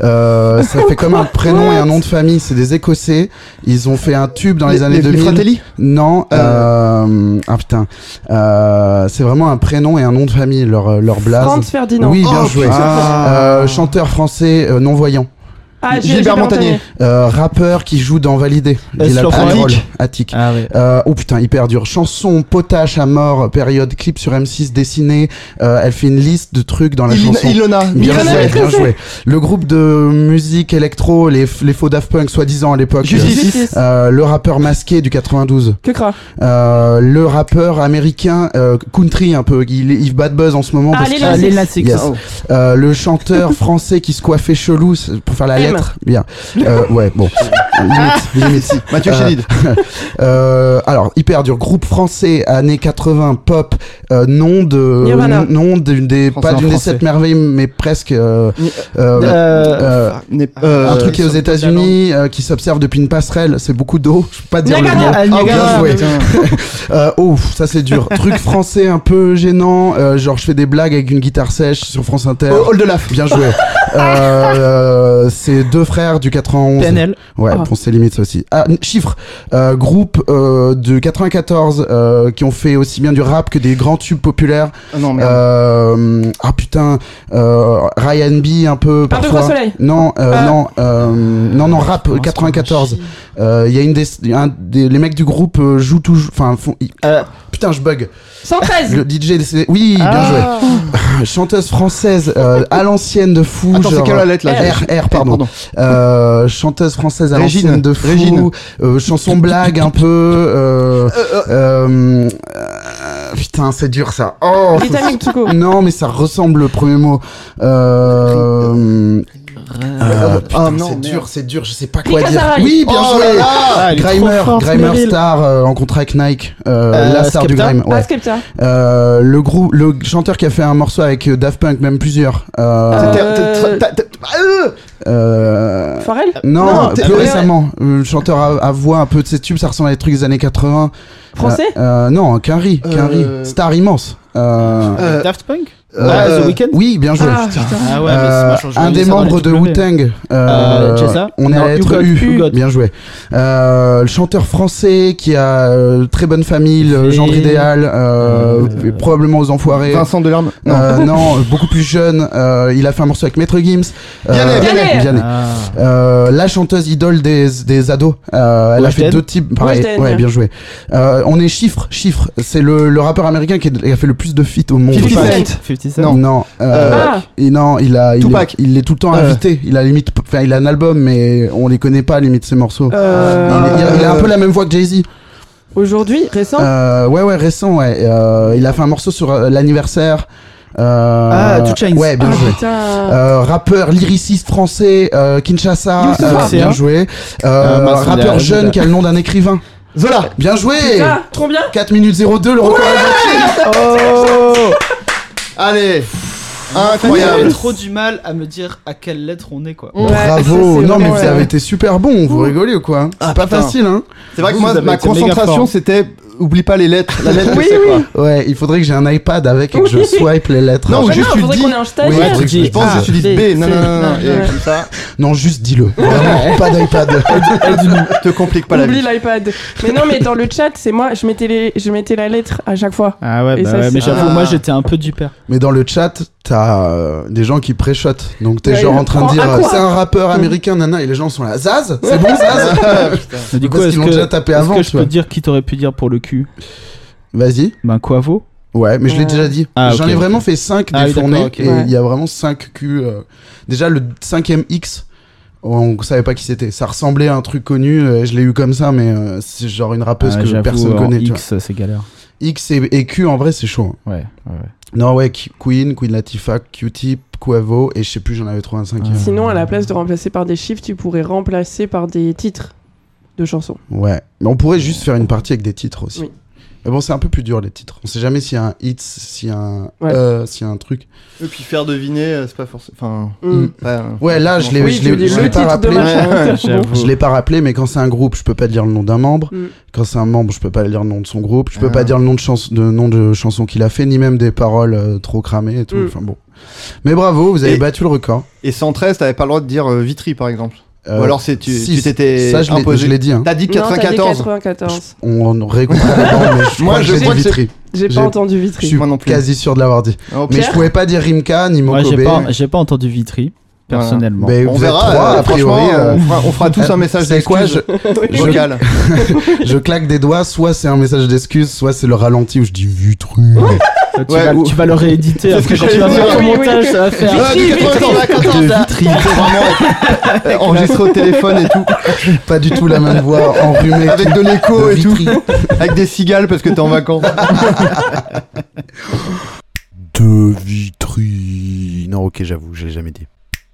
Speaker 3: euh, ça fait comme un prénom et *laughs* un nom de famille. C'est des écossais. Ils ont fait un tube dans les,
Speaker 5: les,
Speaker 3: années
Speaker 5: les
Speaker 3: 2000.
Speaker 5: Fratelli.
Speaker 3: non, euh, ah putain, euh, c'est vraiment un prénom et un nom de famille leur euh, leur blaze.
Speaker 4: Franz Ferdinand.
Speaker 3: Oui, bien
Speaker 5: Oh,
Speaker 3: joué.
Speaker 5: putain.
Speaker 3: Euh, chanteur français euh, non voyant.
Speaker 4: Ah, Gilles-
Speaker 5: Gilbert Montagnier.
Speaker 3: Euh, rappeur qui joue dans Validé. Il
Speaker 6: Euh,
Speaker 3: a le
Speaker 6: Slow
Speaker 3: premier
Speaker 5: Foreign.
Speaker 3: rôle. Attic.
Speaker 6: Ah ouais.
Speaker 3: Euh, oh putain, hyper dur. Chanson, potache à mort, période, clip sur M6 dessiné. Euh, elle fait une liste de trucs dans la
Speaker 5: Il-
Speaker 3: chanson.
Speaker 5: Ilona.
Speaker 3: Bien
Speaker 5: Ilona
Speaker 3: joué,
Speaker 5: Maîtresse.
Speaker 3: bien joué. Le groupe de musique électro, les, f- les faux Daft Punk, soi-disant à l'époque.
Speaker 5: Justice.
Speaker 4: Justice.
Speaker 3: Euh, le rappeur masqué du 92.
Speaker 4: Que
Speaker 3: *laughs*
Speaker 4: cra.
Speaker 3: Euh, le rappeur américain euh, country un peu. Il, il bat de buzz en ce moment.
Speaker 4: Ah,
Speaker 3: parce
Speaker 4: Lil
Speaker 3: que-
Speaker 4: Nas X.
Speaker 6: Allez, là, c'est
Speaker 3: Yes. Euh, le
Speaker 4: *laughs*
Speaker 3: chanteur français qui se coiffait chelou c'est pour faire la
Speaker 4: M.
Speaker 3: lettre. Bien. Euh, ouais,
Speaker 4: *laughs*
Speaker 3: bon. limite, limite.
Speaker 5: Mathieu
Speaker 3: Euh,
Speaker 5: Chédid.
Speaker 3: Euh, alors, hyper dur. Groupe français, années 80, pop, euh, nom de.
Speaker 4: Nirvana.
Speaker 3: n- Nom d'une des.
Speaker 5: Français
Speaker 3: Pas
Speaker 5: en
Speaker 3: d'une des
Speaker 5: français.
Speaker 3: sept merveilles, mais presque. euh,
Speaker 5: Ni-
Speaker 3: euh, euh,
Speaker 5: N'est- euh,
Speaker 3: un truc qui est aux
Speaker 6: sur-
Speaker 3: États-Unis, euh, qui s'observe depuis une passerelle, c'est beaucoup d'eau, je peux pas dire le nom.
Speaker 4: Niagara.
Speaker 6: Ah,
Speaker 5: Ah,
Speaker 6: Niagara.
Speaker 5: bien joué.
Speaker 3: Euh, oh, ça c'est dur. Truc français un peu gênant, euh, genre je fais des blagues avec une guitare sèche sur France Inter.
Speaker 5: Hall de Laf.
Speaker 3: Bien joué. euh, c'est deux frères du 91.
Speaker 6: PNL.
Speaker 3: Ouais,
Speaker 4: Ah.
Speaker 3: bon, c'est limite ça aussi. Ah, n- chiffre. Euh, groupe euh, de 94 euh, qui ont fait aussi bien du rap que des grands tubes populaires.
Speaker 5: Ah, Non, merde.
Speaker 3: Euh, ah putain, euh, Ryan B un peu
Speaker 4: Un degré au
Speaker 3: parfois.
Speaker 4: soleil.
Speaker 3: non, euh,
Speaker 4: Ah.
Speaker 3: non, euh, non, non, rap
Speaker 6: Mince,
Speaker 3: 94.
Speaker 6: comment je
Speaker 3: Euh, Il y a une des, un des- les mecs du groupe euh, jouent toujours, enfin, font- ils-
Speaker 6: Euh.
Speaker 3: putain, je bug.
Speaker 4: 113.
Speaker 3: Le DJ, c'est- oui, bien joué.
Speaker 6: Ah.
Speaker 3: Chanteuse française euh, à l'ancienne de fou.
Speaker 5: Attends, c'est
Speaker 3: genre-
Speaker 5: quelle la lettre là
Speaker 3: R, R, pardon. Euh, chanteuse française à
Speaker 5: Régine,
Speaker 3: l'ancienne de fou.
Speaker 5: Régine.
Speaker 3: Euh, chanson blague un peu. Euh,
Speaker 5: Euh,
Speaker 3: euh, euh, putain, c'est dur ça. Oh,
Speaker 4: Vitamine Tsuko.
Speaker 3: non, mais ça ressemble le premier mot. Euh, euh, putain,
Speaker 5: non,
Speaker 3: c'est
Speaker 5: merde.
Speaker 3: dur, c'est dur. Je sais pas quoi
Speaker 4: Pika
Speaker 3: dire.
Speaker 4: Zarai.
Speaker 3: Oui, bien
Speaker 5: Oh là
Speaker 3: joué.
Speaker 5: là
Speaker 6: Ah, elle est trop
Speaker 3: Grimer,
Speaker 6: forte,
Speaker 3: Grimer
Speaker 6: Meryl.
Speaker 3: Star euh, en contrat avec Nike, euh,
Speaker 6: Euh,
Speaker 3: la star du
Speaker 6: Skepta
Speaker 3: grime. Ouais.
Speaker 4: Ah, Skepta.
Speaker 3: Euh, le groupe, le chanteur qui a fait un morceau avec euh, Daft Punk, même plusieurs. Euh,
Speaker 4: Euh,
Speaker 5: T'as- t'as- t'as- t'as- Ah, euh
Speaker 3: euh,
Speaker 4: Farrell.
Speaker 3: Non,
Speaker 6: Non,
Speaker 3: plus
Speaker 6: t'es- ouais,
Speaker 3: récemment. Euh, Le chanteur à, à voix un peu de ses tubes, ça ressemble à des trucs des années 80.
Speaker 4: Français.
Speaker 3: Euh, euh, Non, qu'un riz, qu'un riz.
Speaker 5: Euh,
Speaker 3: Star immense. Euh,
Speaker 5: Euh,
Speaker 6: Daft Punk Ah,
Speaker 5: euh,
Speaker 6: The Weeknd
Speaker 3: Oui, bien joué.
Speaker 4: Ah, putain.
Speaker 6: Ah ouais, mais
Speaker 3: Euh,
Speaker 6: c'est machin, je
Speaker 3: un
Speaker 6: voyais
Speaker 3: des
Speaker 6: ça dans
Speaker 3: membres
Speaker 6: les
Speaker 3: de
Speaker 6: W.
Speaker 3: Wu-Tang.
Speaker 6: Euh, Jessa
Speaker 3: on est
Speaker 6: Non,
Speaker 3: à la lettre
Speaker 6: Hugot,
Speaker 3: U.
Speaker 6: Hugot.
Speaker 3: Bien joué. Euh, le chanteur français qui a euh, très bonne famille, le
Speaker 6: Et-
Speaker 3: genre idéal, euh,
Speaker 6: Euh,
Speaker 3: probablement aux enfoirés.
Speaker 5: Vincent Delerme. Non.
Speaker 3: Euh, non, beaucoup plus jeune. euh, il a fait un morceau avec Maître Gims. Euh,
Speaker 5: Vianney,
Speaker 4: Vianney.
Speaker 3: Vianney.
Speaker 6: Ah.
Speaker 3: Euh, la chanteuse idole des, des ados. Euh, elle a fait
Speaker 6: Weshden.
Speaker 3: deux types. Pareil.
Speaker 4: Weshden.
Speaker 3: Ouais, bien joué. Euh, on est chiffre, chiffre. C'est le, le rappeur américain qui a fait le plus de feats au monde.
Speaker 5: 50
Speaker 6: Tupac.
Speaker 5: Cent.
Speaker 6: 50 Cent.
Speaker 3: Non, non. euh,
Speaker 4: Ah.
Speaker 3: et non, il a, il est,
Speaker 5: Tupac.
Speaker 3: il est tout le temps
Speaker 5: Euh.
Speaker 3: invité. Il a limite, enfin, il a un album, mais on les connaît pas limite ses morceaux.
Speaker 4: Euh.
Speaker 3: Euh, Il, est- il a, il a un peu la même voix que Jay Z.
Speaker 4: Aujourd'hui, récent.
Speaker 3: Euh, ouais, ouais, récent. Ouais. Euh, il a fait un morceau sur euh, l'anniversaire. Euh,
Speaker 6: Ah, Two Chainz.
Speaker 3: Ouais, bien
Speaker 4: Ah,
Speaker 3: joué.
Speaker 4: putain.
Speaker 3: Euh, rappeur lyriciste français euh, Kinshasa,
Speaker 4: Youssoupha.
Speaker 3: euh, bien
Speaker 6: Hein.
Speaker 3: joué. Euh,
Speaker 6: Euh, mince, on est
Speaker 3: rappeur
Speaker 6: à-
Speaker 3: jeune qui a le nom d'un écrivain.
Speaker 5: Zola.
Speaker 3: Bien joué
Speaker 4: Putain, combien
Speaker 3: 4 minutes 02 le record
Speaker 5: Oh Allez
Speaker 6: J'avais
Speaker 5: Incroyable
Speaker 6: trop du mal à me dire à quelle lettre on est quoi.
Speaker 4: Ouais,
Speaker 3: Bravo
Speaker 4: ça, c'est
Speaker 3: Non mais
Speaker 4: vraiment,
Speaker 3: vous
Speaker 4: ouais.
Speaker 3: avez été super bon, vous rigolez ou quoi C'est
Speaker 5: Ah,
Speaker 3: pas
Speaker 5: putain.
Speaker 3: facile hein
Speaker 5: C'est vrai que
Speaker 6: Vous, vous
Speaker 5: moi,
Speaker 6: avez
Speaker 5: ma
Speaker 6: été méga
Speaker 5: concentration,
Speaker 6: fort.
Speaker 5: c'était... Oublie pas les lettres. La lettre,
Speaker 4: Oui,
Speaker 5: c'est quoi
Speaker 3: Ouais, il faudrait que j'ai un iPad avec et que je
Speaker 4: Oui.
Speaker 3: swipe les lettres.
Speaker 5: Non,
Speaker 4: Ah,
Speaker 5: ou
Speaker 4: mais
Speaker 5: juste
Speaker 4: non,
Speaker 5: tu le
Speaker 4: faudrait
Speaker 5: dis.
Speaker 4: qu'on ait un
Speaker 3: Oui,
Speaker 4: stagiaire.
Speaker 3: faudrait que
Speaker 5: Je pense
Speaker 6: Ah,
Speaker 5: que tu dis
Speaker 4: B,
Speaker 5: B. Non, non,
Speaker 4: *laughs*
Speaker 5: non, non.
Speaker 4: C,
Speaker 5: Et
Speaker 4: ouais.
Speaker 5: comme ça,
Speaker 3: Non, juste dis-le. Vraiment, pas d'iPad.
Speaker 5: te complique pas la
Speaker 4: Oublie
Speaker 5: vie.
Speaker 4: l'iPad. Mais non, mais dans le chat, c'est moi, je mettais, les... je mettais la lettre à chaque fois.
Speaker 6: Ah ouais,
Speaker 4: Et
Speaker 6: bah
Speaker 4: ça,
Speaker 6: ouais,
Speaker 4: c'est-
Speaker 6: mais j'avoue,
Speaker 5: Ah.
Speaker 6: moi j'étais un peu du père.
Speaker 3: Mais dans le chat, t'as euh, des gens qui pré-shotent. Donc t'es
Speaker 4: Ouais,
Speaker 3: genre
Speaker 4: il
Speaker 3: en train de
Speaker 4: prend
Speaker 3: dire euh,
Speaker 4: à quoi
Speaker 3: c'est un rappeur américain, nana, et les gens sont là. Zaz C'est bon *laughs* Zaz
Speaker 6: Mais du coup,
Speaker 3: Parce
Speaker 6: est-ce
Speaker 3: qu'ils l'ont
Speaker 6: que,
Speaker 3: déjà tapé
Speaker 6: est-ce
Speaker 3: avant,
Speaker 6: que
Speaker 3: tu
Speaker 6: je peux
Speaker 3: vois.
Speaker 6: dire qui t'aurais pu dire pour le cul
Speaker 3: Vas-y.
Speaker 6: Ben Quavo
Speaker 3: Ouais, mais je l'ai
Speaker 4: Ouais.
Speaker 3: déjà dit.
Speaker 6: Ah,
Speaker 3: J'en
Speaker 6: ok,
Speaker 3: ai
Speaker 6: ok.
Speaker 3: vraiment fait 5 des
Speaker 6: Ah oui, d'accord,
Speaker 3: fournées
Speaker 6: ok.
Speaker 3: et il
Speaker 4: Ouais.
Speaker 3: y a vraiment 5 Q. euh, Déjà, le cinquième X, on savait pas qui c'était. Ça ressemblait à un truc connu, euh, je l'ai eu comme ça, mais euh, c'est genre une rappeuse
Speaker 6: Ah,
Speaker 3: que
Speaker 6: j'avoue,
Speaker 3: personne
Speaker 6: en
Speaker 3: connaît. tu
Speaker 6: X, c'est galère.
Speaker 3: vois. X et, et Q, en vrai, c'est chaud. hein.
Speaker 6: Ouais, ouais, ouais.
Speaker 3: Non, ouais, Q- Queen, Queen Latifah, Q-Tip, Quavo, et je sais plus, j'en avais trouvé un cinquième.
Speaker 4: Sinon, à la place de remplacer par des chiffres, tu pourrais remplacer par des titres de chansons.
Speaker 3: Ouais. Mais on pourrait juste faire une partie avec des titres aussi.
Speaker 4: Oui.
Speaker 3: Mais bon, c'est un peu plus dur les titres. On sait jamais s'il y a un hit, s'il y a un,
Speaker 4: Ouais.
Speaker 3: euh, s'il y a un truc.
Speaker 5: Et puis faire deviner, euh, c'est pas forcément. Enfin.
Speaker 4: Mm.
Speaker 5: pas-
Speaker 3: Ouais, là, je l'ai
Speaker 4: Oui,
Speaker 3: je
Speaker 4: tu
Speaker 3: l'ai-
Speaker 4: dis
Speaker 3: je
Speaker 4: le
Speaker 3: l'ai pas
Speaker 4: titre de
Speaker 3: rappelé.
Speaker 5: ma-
Speaker 4: machin.
Speaker 5: *laughs* Ouais,
Speaker 4: c'est bon.
Speaker 3: Je l'ai pas rappelé, mais quand c'est un groupe, je peux pas dire le nom d'un membre.
Speaker 4: Mm.
Speaker 3: Quand c'est un membre, je peux pas dire le nom de son groupe. Je peux
Speaker 5: Ah.
Speaker 3: pas dire le nom de, chans- de nom de chanson qu'il a fait, ni même des paroles euh, trop cramées et tout.
Speaker 4: Mm.
Speaker 3: Enfin bon. Mais bravo, vous avez
Speaker 5: Et-
Speaker 3: battu le record.
Speaker 5: Et 113, t'avais pas le droit de dire euh, Vitry par exemple.
Speaker 3: Euh,
Speaker 5: Ou alors c'est tu
Speaker 3: si,
Speaker 5: tu t'étais
Speaker 3: ça, je l'ai- je
Speaker 5: imposé.
Speaker 3: l'ai dit. hein.
Speaker 5: T'as dit
Speaker 4: Non, t'as dit
Speaker 5: 94.
Speaker 4: 94.
Speaker 3: On réécoutera les bandes, mais je
Speaker 5: *laughs* Moi,
Speaker 3: crois
Speaker 5: je
Speaker 3: que j'ai
Speaker 5: crois
Speaker 3: dit
Speaker 5: que c'est-
Speaker 3: Vitry.
Speaker 4: J'ai
Speaker 3: J'ai-
Speaker 4: pas entendu
Speaker 3: Je
Speaker 4: Vitry.
Speaker 3: suis
Speaker 5: Moi non plus.
Speaker 3: quasi sûr de l'avoir dit.
Speaker 5: Oh,
Speaker 3: Mais
Speaker 5: Pierre.
Speaker 3: je pouvais pas dire Rimka ni
Speaker 6: Moi, j'ai
Speaker 3: Mokobé.
Speaker 6: pas, j'ai pas entendu Vitry, personnellement.
Speaker 3: Mais
Speaker 5: on
Speaker 3: vous êtes
Speaker 5: verra.
Speaker 3: trois,
Speaker 5: euh,
Speaker 3: a priori.
Speaker 5: franchement,
Speaker 3: euh,
Speaker 5: on, fera, on fera tous un message
Speaker 3: c'est quoi,
Speaker 5: d'excuse *laughs*
Speaker 4: Oui.
Speaker 5: vocal.
Speaker 3: *laughs* Je claque des doigts, soit c'est un message d'excuse, soit c'est le ralenti où je dis Vitru.
Speaker 5: *laughs*
Speaker 6: Euh, tu,
Speaker 5: Ouais,
Speaker 6: vas,
Speaker 5: ou-
Speaker 6: tu vas le rééditer
Speaker 5: C'est
Speaker 6: après
Speaker 5: ce que
Speaker 6: quand tu vas
Speaker 5: j'allais
Speaker 6: faire
Speaker 5: dire.
Speaker 6: ton
Speaker 4: Oui, oui.
Speaker 6: montage, ça va faire.
Speaker 5: Ah, du 94,
Speaker 6: De
Speaker 5: là.
Speaker 6: Vitry.
Speaker 5: Il faut vraiment être- euh, enregistrer au téléphone et tout,
Speaker 3: Pas du tout la même voix, enrhumée.
Speaker 5: avec de l'écho
Speaker 3: de
Speaker 5: et tout,
Speaker 3: Vitry.
Speaker 5: avec des cigales parce que t'es en vacances.
Speaker 3: De Vitry. Non, ok, j'avoue, je l'ai jamais dit.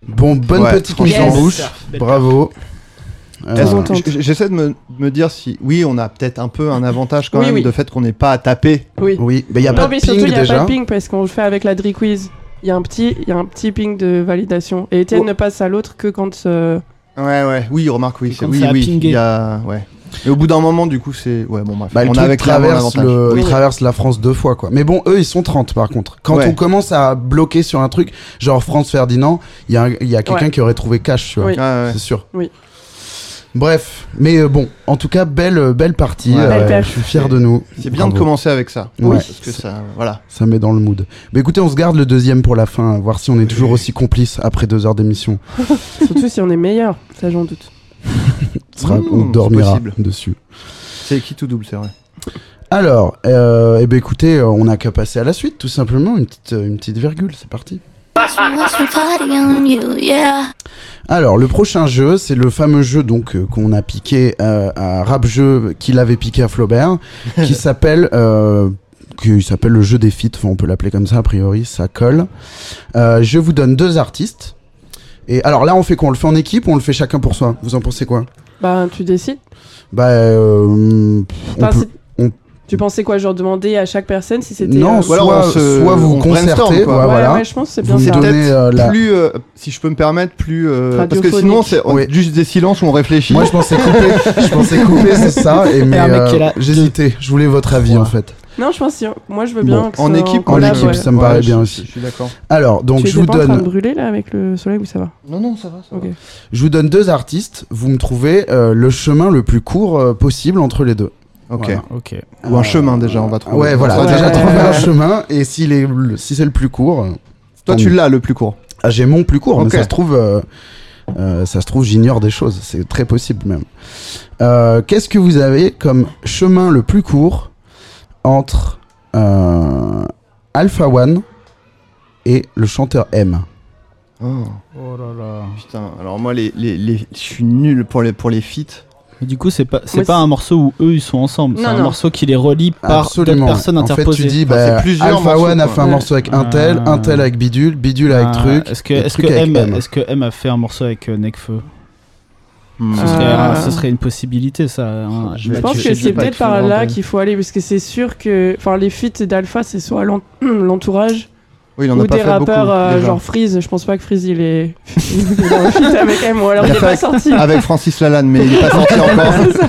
Speaker 3: Bon, bonne
Speaker 5: Ouais,
Speaker 3: petite mise en
Speaker 5: franchement.
Speaker 3: bouche. Bravo. Euh,
Speaker 5: Est-ce-
Speaker 4: contente.
Speaker 5: j- J'essaie de me, me dire si, oui, on a peut-être un peu un avantage quand
Speaker 4: Oui,
Speaker 5: même
Speaker 4: oui.
Speaker 5: de fait qu'on n'est pas à taper.
Speaker 4: Oui.
Speaker 3: oui, mais il n'y a pas
Speaker 4: Non,
Speaker 3: de
Speaker 4: mais surtout,
Speaker 3: ping
Speaker 4: il n'y a pas
Speaker 3: déjà.
Speaker 4: de ping parce qu'on le fait avec la Dri Quiz. Il y a un petit, il y a un petit ping de validation. Et Étienne
Speaker 5: Oh.
Speaker 4: ne passe à l'autre que quand. euh,
Speaker 5: Ouais, ouais, oui, remarque, oui,
Speaker 6: Et
Speaker 5: c'est
Speaker 6: quand
Speaker 5: oui,
Speaker 6: ça a
Speaker 5: oui,
Speaker 6: pingé.
Speaker 5: il y a, ouais. Et au bout d'un moment, du coup, c'est, ouais, bon, bref,
Speaker 3: Bah, le
Speaker 5: on a
Speaker 3: truc
Speaker 5: avec clairement
Speaker 3: traverse,
Speaker 5: l'avantage.
Speaker 3: le-
Speaker 4: Oui.
Speaker 3: il traverse la France deux fois, quoi. Mais bon, eux, ils sont 30 par contre. Quand
Speaker 5: Ouais.
Speaker 3: on commence à bloquer sur un truc, genre France Ferdinand, il y a, un- il y a quelqu'un
Speaker 4: Ouais.
Speaker 3: qui aurait trouvé cash, tu vois.
Speaker 4: Oui.
Speaker 5: Ouais, ouais.
Speaker 3: C'est sûr.
Speaker 4: Oui.
Speaker 3: Bref, mais euh, bon, en tout cas, belle, euh, belle partie.
Speaker 5: Ouais.
Speaker 4: Belle perf.
Speaker 3: je suis fier de nous.
Speaker 5: C'est bien de
Speaker 3: Bravo.
Speaker 5: commencer avec ça.
Speaker 3: Oui.
Speaker 5: Parce que ça, voilà.
Speaker 3: Ça met dans le mood. Mais écoutez, on se garde le deuxième pour la fin, voir si on est toujours aussi complice après deux heures d'émission.
Speaker 4: Surtout si on est meilleur, ça j'en doute.
Speaker 3: Ce sera-
Speaker 5: Mmh,
Speaker 3: on
Speaker 5: c'est
Speaker 3: dormira
Speaker 5: possible.
Speaker 3: dessus.
Speaker 5: C'est qui tout double, c'est vrai.
Speaker 3: Alors, euh, eh ben écoutez, euh, on n'a qu'à passer à la suite, tout simplement. Une petite, euh, une petite virgule, c'est parti.
Speaker 2: Watch me party on you, yeah.
Speaker 3: Alors, le prochain jeu, c'est le fameux jeu donc euh, qu'on a piqué euh, à Rap Jeu, qu'il avait piqué à Flaubert,
Speaker 5: *laughs*
Speaker 3: qui s'appelle euh, qui s'appelle le jeu des feats. Enfin, on peut l'appeler comme ça a priori, ça colle. Euh, je vous donne deux artistes. Et alors là, on fait quoi On le fait en équipe ou on le fait chacun pour soi Vous en pensez quoi
Speaker 4: Bah, tu décides.
Speaker 3: Bah, euh, on
Speaker 4: Enfin,
Speaker 3: peut-
Speaker 4: si-
Speaker 3: on-
Speaker 4: Tu pensais quoi, genre demander à chaque personne si c'était.
Speaker 3: non,
Speaker 4: euh,
Speaker 5: Ou
Speaker 3: soit,
Speaker 5: alors on se-
Speaker 3: soit vous
Speaker 5: on brainstorm,
Speaker 3: concertez,
Speaker 5: quoi.
Speaker 3: ouais,
Speaker 4: ouais,
Speaker 3: voilà.
Speaker 4: ouais, je pense que c'est bien
Speaker 3: vous me
Speaker 4: ça.
Speaker 5: donne-
Speaker 3: donnez euh, la.
Speaker 5: Plus, euh, si je peux me permettre, plus. euh, parce que
Speaker 4: Radiophonique.
Speaker 5: sinon, c'est
Speaker 3: Oui.
Speaker 5: juste des silences où on réfléchit.
Speaker 3: Moi, je pensais couper, je pensais couper, c'est ça.
Speaker 5: *laughs*
Speaker 3: Et mais
Speaker 6: un mec qui est
Speaker 3: euh,
Speaker 6: là.
Speaker 3: j'hésitais. Je voulais votre avis en fait.
Speaker 4: Non, je pense si. Moi, je veux
Speaker 3: Bon,
Speaker 4: bien. que ce
Speaker 5: en
Speaker 4: soit
Speaker 5: équipe,
Speaker 3: en
Speaker 4: collab,
Speaker 3: équipe,
Speaker 4: ouais.
Speaker 3: ça me paraît bien
Speaker 5: je-
Speaker 3: aussi.
Speaker 5: Je suis d'accord.
Speaker 3: Alors, donc
Speaker 4: tu
Speaker 3: je vous
Speaker 4: étais pas en train
Speaker 3: donne,
Speaker 4: de brûler là avec le soleil ou ça va
Speaker 5: Non, non, ça va, ça
Speaker 4: Ok.
Speaker 5: va.
Speaker 3: je vous donne deux artistes. Vous me trouvez euh, le chemin le plus court euh, possible entre les deux.
Speaker 5: Ok.
Speaker 3: Voilà.
Speaker 6: Ok.
Speaker 5: Ou un chemin déjà, on va trouver.
Speaker 3: Ouais, voilà.
Speaker 5: On va
Speaker 3: Déjà
Speaker 4: Ouais.
Speaker 3: trouver un chemin et s'il est, le- si c'est le plus court, euh,
Speaker 5: Toi, tu l'as le plus court.
Speaker 3: ah, j'ai mon plus court,
Speaker 5: Ok.
Speaker 3: mais ça se trouve, euh, euh, ça se trouve, j'ignore des choses. C'est très possible même. Euh, Qu'est-ce que vous avez comme chemin le plus court entre euh, Alpha One et le chanteur M
Speaker 5: Oh,
Speaker 6: Oh là là.
Speaker 5: putain, alors moi, les, les, les- je suis nul pour les, pour les feats.
Speaker 6: Mais du coup, c'est pas, c'est
Speaker 4: Moi,
Speaker 6: pas
Speaker 4: c'est-
Speaker 6: un morceau où eux ils sont ensemble, c'est
Speaker 4: Non,
Speaker 6: un
Speaker 4: non.
Speaker 6: morceau qui les relie par d'autres personnes
Speaker 3: en fait,
Speaker 6: interposées.
Speaker 3: tu dis,
Speaker 5: Enfin,
Speaker 3: bah,
Speaker 5: c'est plusieurs
Speaker 3: Alpha
Speaker 5: morceaux,
Speaker 3: One a
Speaker 5: quoi.
Speaker 3: fait un morceau avec un tel,
Speaker 6: Ah.
Speaker 3: un tel avec Bidule, Bidule avec
Speaker 6: Ah,
Speaker 3: Truc.
Speaker 6: Est-ce que,
Speaker 3: et
Speaker 6: est-ce
Speaker 3: Truc
Speaker 6: que
Speaker 3: avec
Speaker 6: M,
Speaker 3: M.
Speaker 6: est-ce que M a fait un morceau avec euh, Necfeu
Speaker 5: Hmm.
Speaker 6: ce,
Speaker 4: Euh,
Speaker 6: serait,
Speaker 4: Ah.
Speaker 6: ce serait une possibilité, ça. hein. Mathieu,
Speaker 5: Je
Speaker 4: Je
Speaker 5: Bah,
Speaker 4: pense
Speaker 5: tu-
Speaker 4: que
Speaker 5: tu
Speaker 4: c'est
Speaker 5: peux pas
Speaker 4: peut-être
Speaker 5: être
Speaker 4: par
Speaker 5: souvent
Speaker 4: là
Speaker 5: dans-
Speaker 4: qu'il faut aller, parce que c'est sûr que. Enfin, les feats d'Alpha, c'est soit l'en- *clears throat* l'entourage
Speaker 5: Oui, il en
Speaker 4: ou
Speaker 5: a pas
Speaker 4: des
Speaker 5: fait beaucoup.
Speaker 4: rappeurs euh,
Speaker 5: déjà.
Speaker 4: genre Freeze. Je pense pas que Freeze il est, *laughs* il est dans le feat avec M, ou alors
Speaker 5: Il
Speaker 4: il
Speaker 5: a
Speaker 4: est
Speaker 5: fait
Speaker 4: pas sorti.
Speaker 5: *laughs*
Speaker 3: Ah.
Speaker 5: Avec Francis Lalanne, mais
Speaker 4: *laughs*
Speaker 5: il est pas sorti encore.
Speaker 4: C'est ça.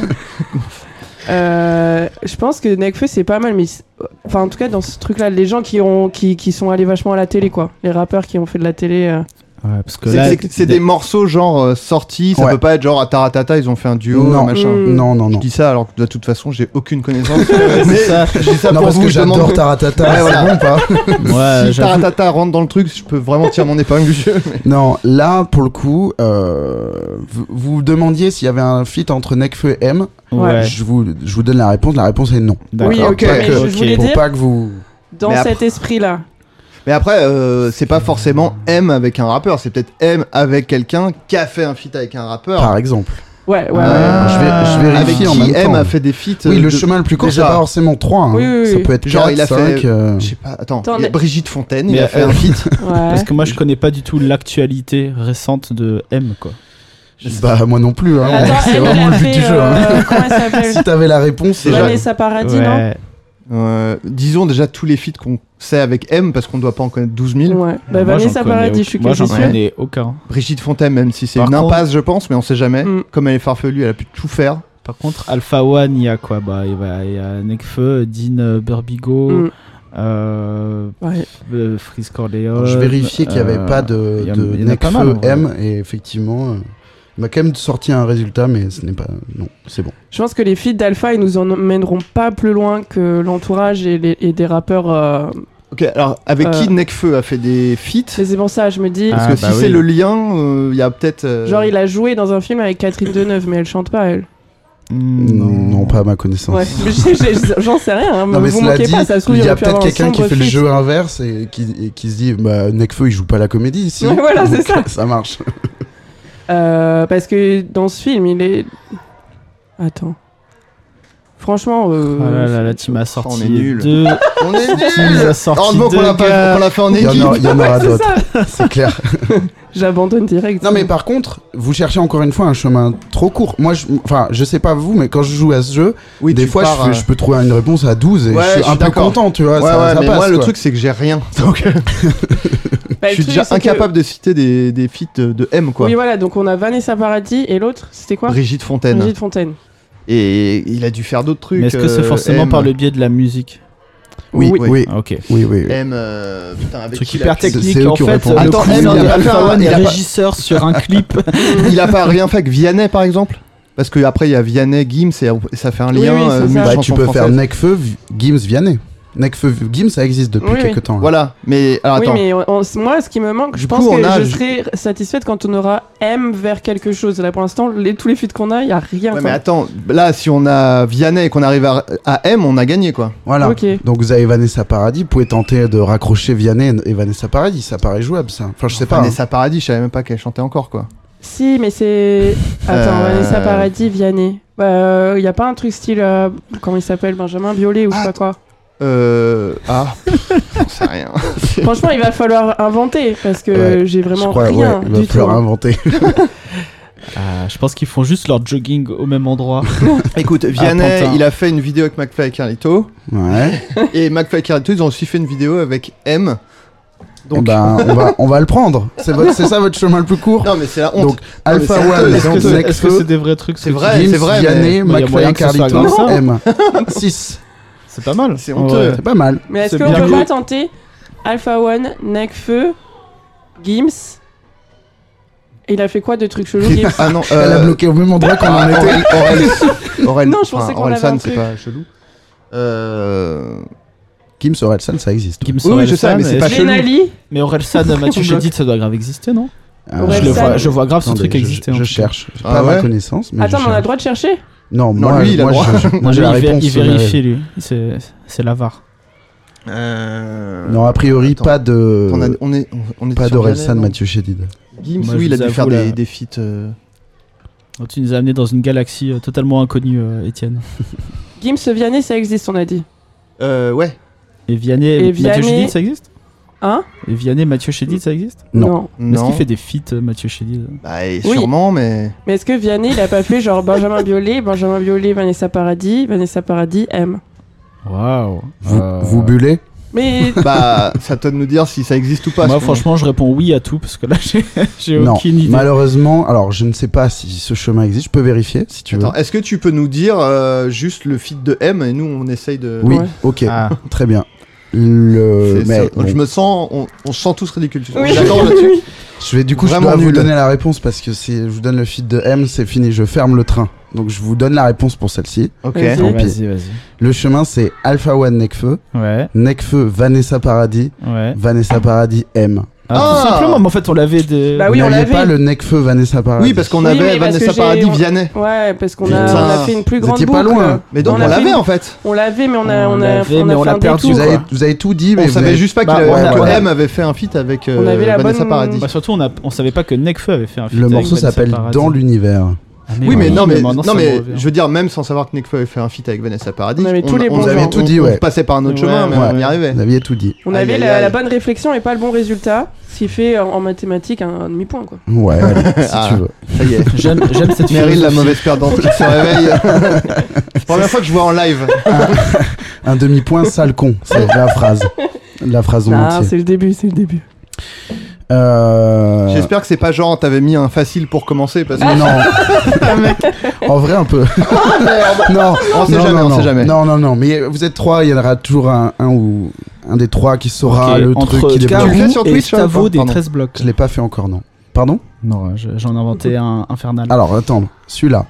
Speaker 4: Euh, je pense que Nekfeu c'est pas mal, mais c'est- enfin en tout cas dans ce truc-là, les gens qui ont qui, qui sont allés vachement à la télé quoi, les rappeurs qui ont fait de la télé. euh.
Speaker 6: Ouais, parce que
Speaker 5: C'est-
Speaker 6: là,
Speaker 5: C'est c'est des morceaux genre euh, sortis, ça
Speaker 3: Ouais.
Speaker 5: peut pas être genre à Taratata, ils ont fait un duo,
Speaker 3: Non.
Speaker 5: un machin.
Speaker 4: Mm.
Speaker 3: Non, non,
Speaker 5: Je
Speaker 3: non.
Speaker 5: dis ça alors que de toute façon, j'ai
Speaker 3: *laughs*
Speaker 5: aucune connaissance.
Speaker 6: C'est
Speaker 5: mais
Speaker 6: ça.
Speaker 5: je dis ça
Speaker 3: Non,
Speaker 5: pour
Speaker 3: parce
Speaker 5: vous,
Speaker 3: que
Speaker 5: je demande-
Speaker 3: j'adore Taratata,
Speaker 5: Ouais, voilà.
Speaker 3: c'est bon ou pas
Speaker 6: Ouais,
Speaker 5: si
Speaker 6: j'avoue.
Speaker 5: Taratata rentre dans le truc, je peux vraiment tirer mon épingle du jeu. *laughs* mais-
Speaker 3: Non, là, pour le coup, euh, vous, vous vous demandiez s'il y avait un feat entre Nekfeu et M.
Speaker 6: Ouais,
Speaker 3: Je, vous, je vous donne la réponse. La réponse est non.
Speaker 6: d'accord.
Speaker 4: Oui, ok.
Speaker 3: Pas
Speaker 4: mais
Speaker 3: que-
Speaker 4: je, je voulais
Speaker 3: Pour
Speaker 4: dire
Speaker 3: pas que vous.
Speaker 4: dans
Speaker 5: Mais après-
Speaker 4: cet esprit-là.
Speaker 5: Mais après, euh, c'est pas forcément M avec un rappeur, c'est peut-être M avec quelqu'un qui a fait un feat avec un rappeur.
Speaker 3: Par exemple.
Speaker 4: Ouais, ouais, ouais.
Speaker 3: Ah, je vais- je
Speaker 5: avec
Speaker 3: vérifie
Speaker 5: qui
Speaker 3: en même
Speaker 5: M
Speaker 3: temps.
Speaker 5: a fait des feats. euh,
Speaker 3: Oui, le
Speaker 5: de-
Speaker 3: chemin le plus court, c'est
Speaker 5: déjà.
Speaker 3: pas forcément 3.
Speaker 4: Oui, oui, oui.
Speaker 3: Ça peut être
Speaker 5: Genre,
Speaker 3: 4,
Speaker 5: il a fait-
Speaker 3: 5. euh,
Speaker 5: Je sais pas, attends,
Speaker 4: Attends,
Speaker 5: il y a
Speaker 4: mais-
Speaker 5: Brigitte Fontaine,
Speaker 6: Mais
Speaker 5: il a
Speaker 6: euh,
Speaker 5: fait un feat.
Speaker 4: Ouais.
Speaker 6: Parce que moi, je connais pas du tout l'actualité récente de M, quoi. Je sais
Speaker 3: Bah, moi non plus. hein.
Speaker 4: Attends,
Speaker 3: C'est
Speaker 4: elle, elle
Speaker 3: vraiment
Speaker 4: a
Speaker 3: le but
Speaker 4: fait,
Speaker 3: du jeu. hein.
Speaker 4: euh, *laughs* comment elle s'appelle
Speaker 3: Si t'avais la réponse,
Speaker 5: Déjà-
Speaker 3: euh,
Speaker 4: Vanessa Paradis, non
Speaker 6: Ouais.
Speaker 5: Euh, disons déjà tous les feats qu'on sait avec M, parce qu'on doit pas en connaître 12 000.
Speaker 4: Ouais, bah,
Speaker 6: Moi,
Speaker 4: Vanessa
Speaker 6: j'en connais
Speaker 4: Paradis,
Speaker 6: aucun-
Speaker 4: je suis
Speaker 6: Moi,
Speaker 4: quasi
Speaker 6: j'en
Speaker 4: sûre.
Speaker 6: connais aucun.
Speaker 5: Brigitte Fontaine, même si c'est
Speaker 6: Par
Speaker 5: une
Speaker 6: contre-
Speaker 5: impasse, je pense, mais on sait jamais.
Speaker 4: Mm.
Speaker 5: Comme elle est farfelue, elle a pu tout faire.
Speaker 6: Par contre, Alpha One, il y a quoi Bah, il y a- il y a Nekfeu, Dean Burbigo,
Speaker 4: Mm.
Speaker 6: euh,
Speaker 4: Ouais.
Speaker 6: euh, Freeze Corleone.
Speaker 3: Alors, je vérifiais qu'il n'y avait
Speaker 6: euh,
Speaker 3: pas de,
Speaker 6: il y a-
Speaker 3: de
Speaker 6: il y en a pas
Speaker 3: Necfeu
Speaker 6: mal, en vrai.
Speaker 3: M et effectivement, euh, il m'a quand même sorti un résultat, mais ce n'est pas. Non, c'est bon.
Speaker 4: Je pense que les feats d'Alpha, ils nous en mèneront pas plus loin que l'entourage et, les- et des rappeurs. euh,
Speaker 5: Ok, alors avec
Speaker 4: Euh.
Speaker 5: qui Nekfeu a fait des feats
Speaker 4: Mais c'est pour ça, je me dis.
Speaker 5: Parce
Speaker 6: Ah,
Speaker 5: que
Speaker 6: bah
Speaker 5: si
Speaker 6: oui.
Speaker 5: c'est le lien, euh, il y a peut-être. euh,
Speaker 4: Genre, il a joué dans un film avec Catherine Deneuve, mais elle chante pas, elle.
Speaker 6: Mm,
Speaker 3: Non, pas à ma connaissance.
Speaker 4: Ouais, *laughs* mais j'ai- j'ai- j'en sais rien. hein,
Speaker 3: Non, mais
Speaker 4: vous
Speaker 3: cela
Speaker 4: manquez
Speaker 3: dit,
Speaker 4: pas, ça se trouve,
Speaker 3: il y a
Speaker 4: aurait pu
Speaker 3: peut-être
Speaker 4: avoir un
Speaker 3: quelqu'un qui
Speaker 4: sombre
Speaker 3: fait le
Speaker 4: feat.
Speaker 3: jeu inverse et qui, et qui se dit bah, Necfeu il joue pas la comédie. Si.
Speaker 4: Ouais, voilà, c'est
Speaker 3: Donc,
Speaker 4: ça.
Speaker 3: *laughs* Ça marche.
Speaker 4: Euh, parce que dans ce film, il est. Attends. Franchement. euh,
Speaker 6: Ah là là,
Speaker 4: *laughs*
Speaker 6: la team a
Speaker 5: on
Speaker 6: sorti
Speaker 5: est nul.
Speaker 6: deux.
Speaker 5: On est
Speaker 6: Il nous
Speaker 5: nuls
Speaker 6: a sorti
Speaker 5: Heureusement qu'on
Speaker 6: deux
Speaker 5: l'a pas-
Speaker 6: gars.
Speaker 5: qu'on l'a fait en
Speaker 3: Il y en
Speaker 5: équipe.
Speaker 3: aura- il y en aura
Speaker 4: *laughs* c'est
Speaker 3: d'autres,
Speaker 4: ça.
Speaker 3: c'est clair.
Speaker 4: J'abandonne direct. Bah,
Speaker 3: Non mais par contre, vous cherchez encore une fois un chemin trop court. Moi, je, enfin, je sais pas vous, mais quand je joue à ce jeu,
Speaker 5: Oui,
Speaker 3: des
Speaker 5: tu
Speaker 3: fois,
Speaker 5: pars,
Speaker 3: je,
Speaker 5: euh,
Speaker 3: je peux trouver une réponse à 12 et
Speaker 5: Ouais,
Speaker 3: je suis
Speaker 5: je suis
Speaker 3: un peu
Speaker 5: d'accord.
Speaker 3: content, tu vois.
Speaker 5: Ouais,
Speaker 3: ça,
Speaker 5: ouais,
Speaker 3: ça
Speaker 5: mais
Speaker 3: passe,
Speaker 5: moi, le
Speaker 3: quoi.
Speaker 5: truc, c'est que j'ai rien. *laughs* Donc, euh,
Speaker 4: Bah,
Speaker 5: je
Speaker 4: le
Speaker 5: suis
Speaker 4: truc,
Speaker 5: déjà
Speaker 4: c'est que-
Speaker 5: incapable de citer des, des feats de, de M, quoi.
Speaker 4: Oui, voilà, donc on a Vanessa Paradis et l'autre, c'était quoi
Speaker 5: Brigitte Fontaine.
Speaker 4: Brigitte Fontaine.
Speaker 5: Et il a dû faire d'autres trucs.
Speaker 6: Mais est-ce que c'est
Speaker 5: euh,
Speaker 6: forcément
Speaker 5: M.
Speaker 6: par le biais de la musique
Speaker 3: Oui,
Speaker 5: Oui.
Speaker 3: oui, oui,
Speaker 6: Ah, Ok.
Speaker 3: oui. oui.
Speaker 5: M, euh, putain, avec
Speaker 6: Truc
Speaker 5: qui il a
Speaker 6: hyper
Speaker 5: pu-
Speaker 6: technique.
Speaker 3: c'est eux
Speaker 6: en
Speaker 3: qui ont
Speaker 6: fait,
Speaker 3: répondu.
Speaker 6: le
Speaker 5: Attends,
Speaker 6: coup
Speaker 5: M,
Speaker 6: de
Speaker 5: il a fait
Speaker 6: Alpha
Speaker 5: un-
Speaker 6: One
Speaker 5: il
Speaker 6: est
Speaker 5: a pas-
Speaker 6: régisseur sur un clip.
Speaker 5: Il a pas rien fait avec Vianney, par exemple Parce que après il y a Vianney, Gims, et ça fait un
Speaker 4: Oui,
Speaker 5: lien.
Speaker 4: oui, c'est
Speaker 5: euh,
Speaker 4: ça.
Speaker 5: mille
Speaker 3: Bah, tu
Speaker 5: chansons
Speaker 3: peux faire
Speaker 5: françaises.
Speaker 3: Necfeu, Vi- Gims, Vianney. Necfeu, Vi- Gims, ça existe depuis
Speaker 4: Oui, oui.
Speaker 3: quelques temps. là.
Speaker 5: Voilà, mais alors
Speaker 4: Oui,
Speaker 5: attends.
Speaker 4: mais on- on- moi, ce qui me manque,
Speaker 5: Du
Speaker 4: je
Speaker 5: coup,
Speaker 4: pense
Speaker 5: on
Speaker 4: que
Speaker 5: a-
Speaker 4: je serai satisfaite quand on aura M vers quelque chose. Là, pour l'instant, les- tous les feats qu'on a, il n'y a rien. quoi.
Speaker 5: Ouais, mais attends, là si on a Vianney et qu'on arrive à, à M, on a gagné quoi.
Speaker 3: Voilà.
Speaker 4: Ok.
Speaker 3: Donc vous avez Vanessa Paradis, vous pouvez tenter de raccrocher Vianney et Vanessa Paradis, ça paraît jouable ça. Enfin, je sais pas. hein.
Speaker 5: Vanessa Paradis, je savais même pas qu'elle chantait encore quoi.
Speaker 4: Si, mais c'est. Attends,
Speaker 5: Euh.
Speaker 4: Vanessa Paradis, Vianney. Il n'y a pas un truc style. euh, comment il s'appelle Benjamin Biolay ou je sais pas quoi.
Speaker 5: Euh. Ah, *laughs* j'en
Speaker 6: *laughs*
Speaker 5: sais rien.
Speaker 4: Franchement, il va falloir inventer parce que
Speaker 3: Ouais,
Speaker 4: j'ai
Speaker 3: Je
Speaker 4: vraiment
Speaker 3: crois,
Speaker 4: rien
Speaker 3: ouais, il va
Speaker 4: du tout.
Speaker 3: falloir inventer.
Speaker 6: Ah, je pense qu'ils font juste leur jogging au même endroit.
Speaker 5: *laughs* Écoute, Vianney,
Speaker 6: Pantin.
Speaker 5: il a fait une vidéo avec McFly et Carlito.
Speaker 3: Ouais.
Speaker 5: et McFly et Carlito, ils ont aussi fait une vidéo avec M.
Speaker 3: Donc
Speaker 5: Donc.
Speaker 3: ben, on va, on va le prendre. C'est votre- c'est ça votre chemin le plus court.
Speaker 5: Non, mais c'est la honte.
Speaker 3: Donc Alpha
Speaker 5: mais c'est-
Speaker 3: One,
Speaker 5: est-ce que
Speaker 6: Est-ce que c'est- est-ce que c'est
Speaker 3: Necfeu,
Speaker 6: des vrais trucs
Speaker 5: C'est
Speaker 6: ce
Speaker 5: vrai,
Speaker 6: truc
Speaker 5: c'est
Speaker 3: Gims,
Speaker 5: vrai,
Speaker 3: Vianney,
Speaker 6: mais- mais y
Speaker 3: McFly,
Speaker 6: a moyen que ce soit
Speaker 3: Carlito,
Speaker 6: grave, ça.
Speaker 3: M. 6
Speaker 6: C'est pas mal.
Speaker 5: C'est
Speaker 6: En
Speaker 5: honteux.
Speaker 6: vrai.
Speaker 3: C'est pas mal.
Speaker 4: Mais est-ce
Speaker 6: C'est
Speaker 4: qu'on
Speaker 6: bien
Speaker 4: peut
Speaker 6: mieux.
Speaker 4: pas tenter Alpha One, Necfeu, Gims Il a fait quoi de
Speaker 3: *laughs*
Speaker 4: trucs chelous, Gims
Speaker 5: Ah non,
Speaker 3: Elle a
Speaker 5: euh,
Speaker 3: bloqué au même endroit qu'on *laughs* en était.
Speaker 5: Aurel, Aurel,
Speaker 4: *laughs*
Speaker 5: Aurel-
Speaker 4: Non, je pensais
Speaker 5: enfin,
Speaker 4: qu'on
Speaker 5: Aurel
Speaker 4: avait
Speaker 5: San,
Speaker 4: un
Speaker 5: c'est
Speaker 4: truc.
Speaker 5: pas chelou. Euh...
Speaker 3: Kim Sorelsan, ça existe.
Speaker 6: Gims
Speaker 5: Oui, oui, je
Speaker 6: Orelsan,
Speaker 5: sais, mais c'est
Speaker 3: Ah,
Speaker 5: pas
Speaker 6: est-ce-
Speaker 5: chelou.
Speaker 4: Benali
Speaker 6: Mais
Speaker 5: *laughs*
Speaker 6: Orelsan, Mathieu, j'ai dit, ça doit grave exister, non
Speaker 3: Ah,
Speaker 4: Aurel
Speaker 6: je, le
Speaker 4: San.
Speaker 6: vois, je vois grave ce
Speaker 3: Attendez,
Speaker 6: truc
Speaker 3: je-
Speaker 6: exister. hein. en
Speaker 3: Je,
Speaker 6: tout cas.
Speaker 3: cherche.
Speaker 5: Ah
Speaker 3: pas à ma
Speaker 5: ouais
Speaker 3: connaissance, mais
Speaker 4: Attends,
Speaker 3: je
Speaker 4: mais on a
Speaker 3: cherche.
Speaker 4: le droit de chercher
Speaker 3: Non,
Speaker 5: Non,
Speaker 3: moi,
Speaker 5: lui, il a
Speaker 3: moi,
Speaker 5: le droit. *laughs*
Speaker 3: je- moi, j'ai la
Speaker 6: il, ver-
Speaker 3: réponse. euh,
Speaker 6: il
Speaker 3: mais-
Speaker 6: vérifie, lui. C'est c'est l'avare.
Speaker 5: Euh...
Speaker 3: Non, a priori,
Speaker 5: Attends.
Speaker 3: pas de.
Speaker 5: On, a- on est, on, on est
Speaker 3: Pas
Speaker 5: sur
Speaker 3: d'Orelsan,
Speaker 5: Vianney, non
Speaker 3: Mathieu Chédid.
Speaker 5: Gims,
Speaker 6: Moi,
Speaker 5: oui,
Speaker 6: je
Speaker 5: il a
Speaker 6: vous
Speaker 5: dû
Speaker 6: avoue,
Speaker 5: faire
Speaker 6: là-
Speaker 5: des, des feats. euh,
Speaker 6: Donc, Oh, tu nous as amené dans une galaxie euh, totalement inconnue, euh, Étienne.
Speaker 4: Gims, Vianney, ça existe, on a dit.
Speaker 5: Euh, ouais.
Speaker 6: Et Vianney,
Speaker 4: Et
Speaker 6: Mathieu
Speaker 4: Vianney-
Speaker 6: Chédid, ça existe
Speaker 4: Hein
Speaker 6: Et Vianney, Mathieu Chédid, ça existe
Speaker 3: Non.
Speaker 6: Mais Est-ce
Speaker 5: Non.
Speaker 6: qu'il fait des feats, euh, Mathieu Chédid
Speaker 5: Bah, et
Speaker 4: Oui.
Speaker 6: *laughs*
Speaker 5: sûrement, mais.
Speaker 4: Mais est-ce que Vianney, il a pas fait genre Benjamin Biolay, Benjamin Biolay, Vanessa Paradis, Vanessa Paradis, M
Speaker 6: Waouh
Speaker 3: Vous,
Speaker 6: Euh,
Speaker 3: vous bullez *laughs*
Speaker 4: Mais
Speaker 5: Bah, ça peut nous dire si ça existe ou pas.
Speaker 6: Moi,
Speaker 5: ce moment.
Speaker 6: franchement, je réponds oui à tout parce que là, *laughs* j'ai- j'ai
Speaker 3: Non.
Speaker 6: aucune idée.
Speaker 3: Malheureusement, alors je ne sais pas si ce chemin existe. Je peux vérifier si tu veux.
Speaker 5: Attends, est-ce que tu peux nous dire euh, juste le feat de M et nous, on essaye de.
Speaker 3: oui,
Speaker 4: Ouais.
Speaker 3: ok,
Speaker 6: Ah.
Speaker 3: très bien.
Speaker 5: C'est-
Speaker 3: Le... Mais
Speaker 5: euh, c'est-
Speaker 3: bon,
Speaker 5: Je me sens. On, on se sent tous ridicules.
Speaker 4: oui,
Speaker 5: J'adore le-
Speaker 4: oui.
Speaker 3: je vais du coup, je
Speaker 5: Vraiment
Speaker 3: dois vous
Speaker 5: nul.
Speaker 3: donner la réponse parce que si je vous donne le feed de M, c'est fini. Je ferme le train. Donc je vous donne la réponse pour celle-ci.
Speaker 5: Ok.
Speaker 4: Vas-y.
Speaker 3: Tant pis.
Speaker 6: Vas-y, vas-y.
Speaker 3: Le chemin, c'est Alpha One Necfeu,
Speaker 6: Ouais,
Speaker 3: Necfeu Vanessa Paradis,
Speaker 6: ouais.
Speaker 3: Vanessa Paradis M.
Speaker 5: Ah.
Speaker 6: Tout simplement, mais en fait, on l'avait des.
Speaker 4: Bah oui,
Speaker 3: Vous
Speaker 4: on
Speaker 3: n'aviez pas
Speaker 4: l'avait.
Speaker 3: le Necfeu Vanessa Paradis.
Speaker 5: Oui, parce qu'on
Speaker 4: Oui,
Speaker 5: avait
Speaker 4: mais parce
Speaker 5: Vanessa
Speaker 4: que j'ai-
Speaker 5: Paradis
Speaker 4: on-
Speaker 5: Viannet.
Speaker 4: Ouais, parce qu'on a,
Speaker 5: Putain.
Speaker 4: on a fait une plus
Speaker 3: Vous
Speaker 4: grande
Speaker 3: étiez pas
Speaker 4: boucle.
Speaker 3: loin.
Speaker 5: Mais donc
Speaker 4: On
Speaker 5: on,
Speaker 4: l'a fait
Speaker 5: l'avait
Speaker 4: une-
Speaker 5: en fait.
Speaker 4: On l'avait, mais on a,
Speaker 6: On
Speaker 4: on a,
Speaker 6: l'avait,
Speaker 4: on a
Speaker 6: mais
Speaker 4: fait
Speaker 6: on l'a
Speaker 4: un
Speaker 6: perdu,
Speaker 3: vous
Speaker 4: détour,
Speaker 6: quoi.
Speaker 3: avez, vous avez tout dit, mais
Speaker 5: on
Speaker 3: vous
Speaker 5: savait
Speaker 3: avez-
Speaker 5: juste pas
Speaker 6: Bah,
Speaker 5: qu'il avait-
Speaker 3: ouais,
Speaker 5: que
Speaker 3: ouais.
Speaker 5: M avait fait un feat avec euh,
Speaker 4: On avait la
Speaker 5: Vanessa
Speaker 4: bonne-
Speaker 5: Paradis.
Speaker 6: Bah, surtout, on, a, on savait pas que Nekfeu avait fait un feat
Speaker 3: Le
Speaker 6: avec
Speaker 3: morceau
Speaker 6: Vanessa
Speaker 3: s'appelle
Speaker 6: Paradis.
Speaker 3: Dans l'univers.
Speaker 6: Ah,
Speaker 5: Oui, mais non, mais,
Speaker 6: maintenant, hein.
Speaker 5: non,
Speaker 6: ça me
Speaker 5: mais
Speaker 6: revient.
Speaker 5: je veux dire, même sans savoir que Nekfeu avait fait un feat avec Vanessa Paradis,
Speaker 4: On avait tous les bons
Speaker 5: on,
Speaker 4: gens.
Speaker 5: on-
Speaker 3: tout dit,
Speaker 5: on
Speaker 3: ouais.
Speaker 5: passait par notre
Speaker 6: Ouais,
Speaker 5: chemin, mais
Speaker 6: ouais.
Speaker 5: on y arrivait.
Speaker 3: Vous aviez tout dit.
Speaker 4: On
Speaker 5: Aïe,
Speaker 4: avait
Speaker 5: aïe,
Speaker 4: la,
Speaker 5: aïe.
Speaker 4: la bonne réflexion et pas le bon résultat, ce qui fait euh, en, en mathématiques un, un demi-point quoi.
Speaker 5: *laughs*
Speaker 3: Ouais, allez, si
Speaker 5: Ah.
Speaker 3: tu veux.
Speaker 5: Ça y est.
Speaker 6: *laughs* J'aime j'aime cette
Speaker 5: *laughs* Meryl, la
Speaker 6: philosophie.
Speaker 5: mauvaise perdante, qui se réveille. C'est la première fois que je vois en live.
Speaker 3: Un demi-point sale con, c'est la phrase. La phrase en
Speaker 4: Ah,
Speaker 3: entier.
Speaker 4: c'est le début, c'est le début.
Speaker 3: Euh,
Speaker 5: J'espère que c'est pas genre t'avais mis un facile pour commencer parce
Speaker 3: *laughs*
Speaker 5: que
Speaker 3: Non,
Speaker 5: Ah, mec,
Speaker 3: en vrai un peu.
Speaker 5: Ah, merde.
Speaker 3: Non,
Speaker 5: On sait
Speaker 3: non,
Speaker 5: jamais,
Speaker 3: non,
Speaker 5: on
Speaker 3: non.
Speaker 5: sait jamais.
Speaker 3: Non, non, non, mais vous êtes trois, il y en aura toujours un, un ou un des trois qui saura
Speaker 6: Ok,
Speaker 3: le
Speaker 6: entre
Speaker 3: truc qui
Speaker 5: Tu Ah, le
Speaker 6: Garou
Speaker 5: fais sur
Speaker 6: et
Speaker 5: Twitch, hein, ou
Speaker 6: Stavo
Speaker 5: pas
Speaker 6: des
Speaker 5: Pardon.
Speaker 6: 13 blocs.
Speaker 3: Je l'ai pas fait encore, non. Pardon
Speaker 6: Non, je- j'en ai
Speaker 5: *laughs*
Speaker 6: inventé un infernal.
Speaker 3: Alors, attends, celui-là.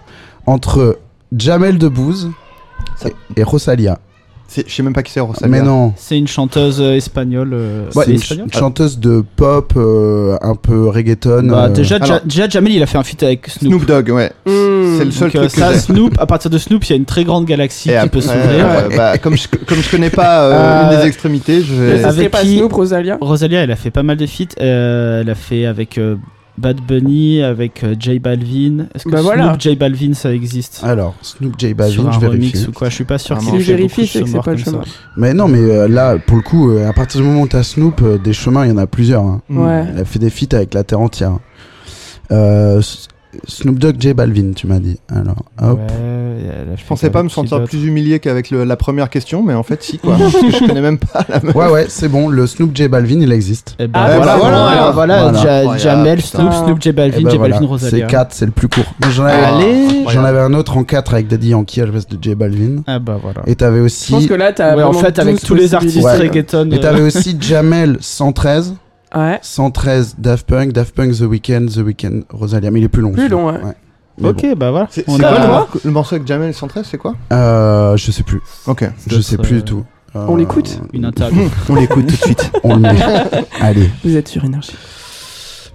Speaker 3: Entre Jamel Debbouze
Speaker 5: Ça-
Speaker 3: et, et Rosalia.
Speaker 5: C'est- Je sais même pas qui c'est Rosalia.
Speaker 3: mais non.
Speaker 6: C'est une chanteuse euh, espagnole. euh,
Speaker 3: Ouais,
Speaker 6: c'est
Speaker 3: une
Speaker 6: espagnol
Speaker 3: ch- chanteuse de pop, euh, un peu reggaeton.
Speaker 6: Bah,
Speaker 3: euh,
Speaker 6: déjà, Ja-
Speaker 5: alors-
Speaker 6: déjà, Jamel, il a fait un feat avec Snoop.
Speaker 5: Snoop Dogg, ouais.
Speaker 4: Mmh.
Speaker 5: C'est le seul
Speaker 6: Donc, euh,
Speaker 5: truc que
Speaker 6: ça,
Speaker 5: j'ai.
Speaker 6: Snoop, à partir de Snoop, il y a une très grande galaxie
Speaker 5: Et
Speaker 6: qui
Speaker 5: après,
Speaker 6: peut s'ouvrir.
Speaker 5: euh, bah, comme, je, comme je connais pas euh,
Speaker 6: Euh,
Speaker 5: une des extrémités, je
Speaker 4: Mais
Speaker 5: vais.
Speaker 4: ce serait
Speaker 6: Avec
Speaker 4: pas
Speaker 6: qui-
Speaker 4: Snoop, Rosalia
Speaker 6: Rosalia, elle a fait pas mal de feats. euh, elle a fait avec euh, Bad Bunny, avec euh, J Balvin. Est-ce que
Speaker 4: Bah
Speaker 6: Snoop,
Speaker 4: voilà.
Speaker 6: J Balvin, ça existe
Speaker 3: Alors, Snoop J
Speaker 6: Sur
Speaker 3: Ah, Balvin,
Speaker 6: un
Speaker 3: je
Speaker 6: remix
Speaker 3: vérifie.
Speaker 6: ou quoi Je suis pas sûr
Speaker 5: Ah,
Speaker 6: qu'il
Speaker 5: non.
Speaker 6: ait
Speaker 4: Si je
Speaker 6: fait beaucoup
Speaker 4: vérifie,
Speaker 6: de
Speaker 4: c'est que c'est
Speaker 6: chômeurs
Speaker 4: pas le
Speaker 6: comme ça.
Speaker 4: chemin.
Speaker 3: Mais non, mais euh, là, pour le coup, euh, à partir du moment où t'as Snoop, euh, des chemins, il y en a plusieurs. hein.
Speaker 5: Mm.
Speaker 4: Ouais.
Speaker 3: Elle a fait des feats avec la terre entière. Euh, S- Snoop Dogg, J Balvin, tu m'as dit. Alors, hop.
Speaker 6: Ouais, elle a
Speaker 5: Je
Speaker 6: fait
Speaker 5: pensais pas me
Speaker 6: avec qui
Speaker 5: sentir
Speaker 6: d'autre
Speaker 5: plus humilié qu'avec le- la première question, mais en fait, si, quoi. parce que je connais même pas la meuf.
Speaker 3: Ouais, ouais, c'est bon, le Snoop J Balvin, il existe.
Speaker 6: Eh ben,
Speaker 4: Ah,
Speaker 6: voilà,
Speaker 5: bah,
Speaker 6: voilà,
Speaker 5: voilà.
Speaker 6: voilà,
Speaker 3: Voilà.
Speaker 6: Ja-
Speaker 5: Incroyable,
Speaker 6: Jamel,
Speaker 5: putain.
Speaker 6: Snoop, Snoop, J Balvin,
Speaker 3: Eh ben
Speaker 6: J
Speaker 3: voilà,
Speaker 6: Balvin,
Speaker 3: c'est
Speaker 6: Rosalia. Ah,
Speaker 3: 4, c'est le plus court. Mais J'en
Speaker 5: Ah.
Speaker 3: avais,
Speaker 6: Allez
Speaker 3: j'en avais un autre en 4 avec Daddy Yankee à la place de J Balvin.
Speaker 6: Ah bah voilà.
Speaker 3: Et t'avais
Speaker 4: Je pense
Speaker 3: aussi,
Speaker 4: que là t'as
Speaker 6: Ouais, en
Speaker 4: vraiment
Speaker 6: fait, avec
Speaker 4: 12
Speaker 6: tous les artistes
Speaker 4: possibilités.
Speaker 6: reggaeton,
Speaker 3: et t'avais aussi Jamel 113,
Speaker 4: Ouais.
Speaker 3: 113 Daft Punk, Daft Punk The Weeknd, The Weeknd Rosalia. Mais il est plus long.
Speaker 4: Plus
Speaker 3: celui-là.
Speaker 4: long, ouais.
Speaker 3: Mais
Speaker 6: Ok, bah voilà.
Speaker 5: C'est
Speaker 6: On
Speaker 5: c'est
Speaker 6: a-
Speaker 5: quoi le,
Speaker 4: Ah.
Speaker 5: mor- le morceau avec Jamel 113 C'est quoi
Speaker 3: bon. Euh, je sais plus.
Speaker 5: *laughs* Ok.
Speaker 3: Je sais
Speaker 6: D'autres,
Speaker 3: plus
Speaker 6: euh,
Speaker 3: du tout.
Speaker 4: On l'écoute
Speaker 6: Une
Speaker 5: *laughs*
Speaker 6: interview.
Speaker 5: On l'écoute tout de suite.
Speaker 3: On le
Speaker 4: *laughs*
Speaker 3: met. Allez.
Speaker 4: Vous êtes sur énergie.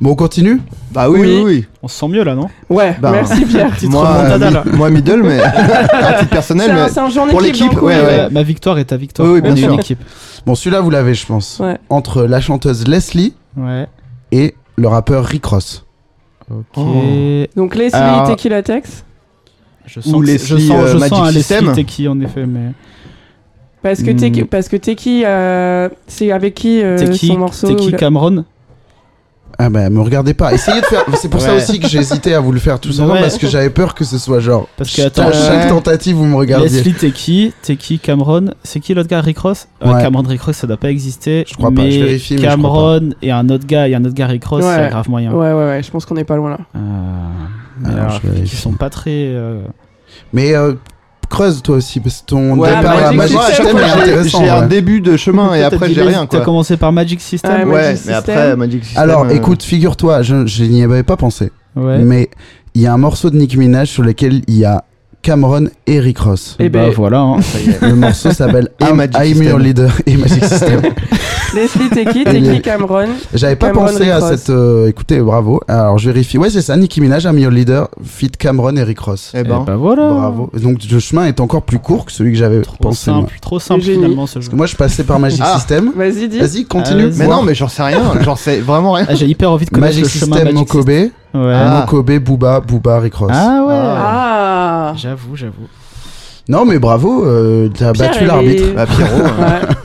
Speaker 3: Bon, on continue
Speaker 5: Bah oui, oui,
Speaker 4: Oui.
Speaker 5: oui.
Speaker 6: On se sent mieux là, non
Speaker 4: Ouais,
Speaker 5: Bah,
Speaker 4: merci Pierre.
Speaker 6: Petite
Speaker 5: Moi,
Speaker 6: remontada,
Speaker 5: euh, mi-
Speaker 6: là.
Speaker 5: moi, middle, mais à titre personnel,
Speaker 4: C'est un,
Speaker 5: mais
Speaker 4: c'est un genre
Speaker 5: pour
Speaker 4: d'équipe, hein.
Speaker 5: l'équipe,
Speaker 4: donc,
Speaker 5: ouais,
Speaker 4: oui.
Speaker 5: ouais.
Speaker 6: Euh, Ma victoire est ta victoire.
Speaker 5: Oui, oui, bien
Speaker 6: On est
Speaker 5: sûr.
Speaker 6: une équipe.
Speaker 3: Bon, celui-là, vous l'avez, je pense.
Speaker 4: Ouais.
Speaker 3: Entre la chanteuse Leslie
Speaker 6: Ouais.
Speaker 3: et le rappeur Rick Ross.
Speaker 6: Ok.
Speaker 5: Oh.
Speaker 4: Donc Leslie,
Speaker 5: Alors-
Speaker 4: Tequila Tex.
Speaker 6: Je
Speaker 5: Ou
Speaker 6: que c'est-
Speaker 5: Leslie,
Speaker 6: je sens,
Speaker 5: euh,
Speaker 6: je
Speaker 5: Magic
Speaker 6: sens un
Speaker 5: System.
Speaker 6: Leslie Teki en effet, mais
Speaker 4: Parce
Speaker 5: hmm.
Speaker 4: que Teki, parce que Teki, euh, c'est avec qui euh,
Speaker 6: Teki,
Speaker 4: son morceau ou
Speaker 6: Teki
Speaker 4: la-
Speaker 6: Cameron.
Speaker 3: Ah bah, me regardez pas. Essayez de
Speaker 4: *laughs*
Speaker 3: faire. C'est pour ça
Speaker 5: Ouais.
Speaker 3: aussi que j'ai hésité à vous le faire tout simplement
Speaker 6: Ouais.
Speaker 3: parce que j'avais peur que ce soit genre.
Speaker 6: Parce que,
Speaker 3: Ch-
Speaker 6: attends,
Speaker 3: à chaque
Speaker 5: ouais.
Speaker 3: tentative, vous me regardiez.
Speaker 6: Leslie Teki, Teki Cameron. C'est qui l'autre gars, Rick Ross Euh,
Speaker 3: Ouais.
Speaker 6: Cameron Rick Ross, ça doit pas exister.
Speaker 3: Je crois pas,
Speaker 6: mais
Speaker 3: je vérifie, mais je crois
Speaker 6: Cameron et un autre gars, et un autre gars Rick Ross,
Speaker 4: Ouais.
Speaker 6: c'est grave moyen.
Speaker 4: Ouais, ouais, ouais. Je pense qu'on n'est pas loin là.
Speaker 6: Euh, mais
Speaker 3: Alors,
Speaker 6: alors,
Speaker 3: je vais
Speaker 6: qui
Speaker 3: vérifier.
Speaker 6: sont pas très. euh,
Speaker 3: Mais euh, creuse toi aussi parce que ton
Speaker 5: Ouais, bah,
Speaker 3: départ à
Speaker 4: Magic
Speaker 3: Magic
Speaker 5: moi, à chaque
Speaker 3: System est
Speaker 5: fois, j'ai-
Speaker 3: intéressant.
Speaker 5: J'ai un
Speaker 3: ouais.
Speaker 5: début de chemin et
Speaker 6: Toi, t'as
Speaker 5: après
Speaker 6: dit
Speaker 5: j'ai
Speaker 6: Magic-
Speaker 5: rien
Speaker 6: T'as
Speaker 5: quoi.
Speaker 6: commencé par Magic System.
Speaker 4: Ouais,
Speaker 5: Ouais,
Speaker 4: Magic
Speaker 5: mais après
Speaker 4: System.
Speaker 5: Magic System.
Speaker 3: Alors,
Speaker 5: euh,
Speaker 3: écoute, figure-toi, je, je n'y avais pas pensé,
Speaker 6: Ouais.
Speaker 3: mais il y a un morceau de Nicki Minaj sur lequel il y a Cameron et Rick
Speaker 6: *laughs*
Speaker 3: Ross.
Speaker 4: Eh
Speaker 6: bah
Speaker 4: ben-
Speaker 6: voilà. hein.
Speaker 5: ça y est.
Speaker 3: Le morceau s'appelle
Speaker 5: Et
Speaker 3: I'm,
Speaker 5: Magic
Speaker 3: I'm Your
Speaker 5: System.
Speaker 3: Leader et Magic System.
Speaker 4: Leslie
Speaker 5: *laughs*
Speaker 4: Teki,
Speaker 3: les-
Speaker 4: Teki Cameron.
Speaker 3: J'avais pas
Speaker 4: Cameron,
Speaker 3: pensé
Speaker 4: Rick
Speaker 3: à
Speaker 4: Ross.
Speaker 3: cette. euh, écoutez, bravo. Alors je vérifie. Ouais, c'est ça. Nicki Minaj, I'm Your Leader, fit Cameron et Rick Ross.
Speaker 5: *laughs* Eh
Speaker 6: Eh
Speaker 5: ben,
Speaker 6: bah voilà.
Speaker 3: Bravo. Donc le chemin est encore plus court que celui que j'avais
Speaker 6: Trop
Speaker 3: pensé. Moi.
Speaker 6: simple, trop simple
Speaker 4: Génie.
Speaker 6: finalement ce jeu.
Speaker 3: Parce que moi, je passais par Magic
Speaker 5: Ah.
Speaker 3: System.
Speaker 4: Vas-y, dis.
Speaker 3: Vas-y, continue.
Speaker 6: Ah, vas-y.
Speaker 5: mais
Speaker 3: Voir.
Speaker 5: non, mais j'en sais rien. J'en sais vraiment rien.
Speaker 6: Ah, J'ai hyper envie de connaître
Speaker 3: Magic
Speaker 6: le chemin
Speaker 3: System,
Speaker 6: Magic
Speaker 3: Mokobe,
Speaker 6: System. Ouais.
Speaker 5: Ah.
Speaker 3: Mokobe, Booba, Booba, Rick Ross.
Speaker 6: Ah ouais.
Speaker 4: Ah.
Speaker 6: J'avoue, j'avoue.
Speaker 3: Non, mais bravo, euh, t'as
Speaker 4: Pierre,
Speaker 3: battu
Speaker 4: elle
Speaker 3: l'arbitre.
Speaker 4: est-
Speaker 5: Bah Pierrot, euh,
Speaker 4: Ouais.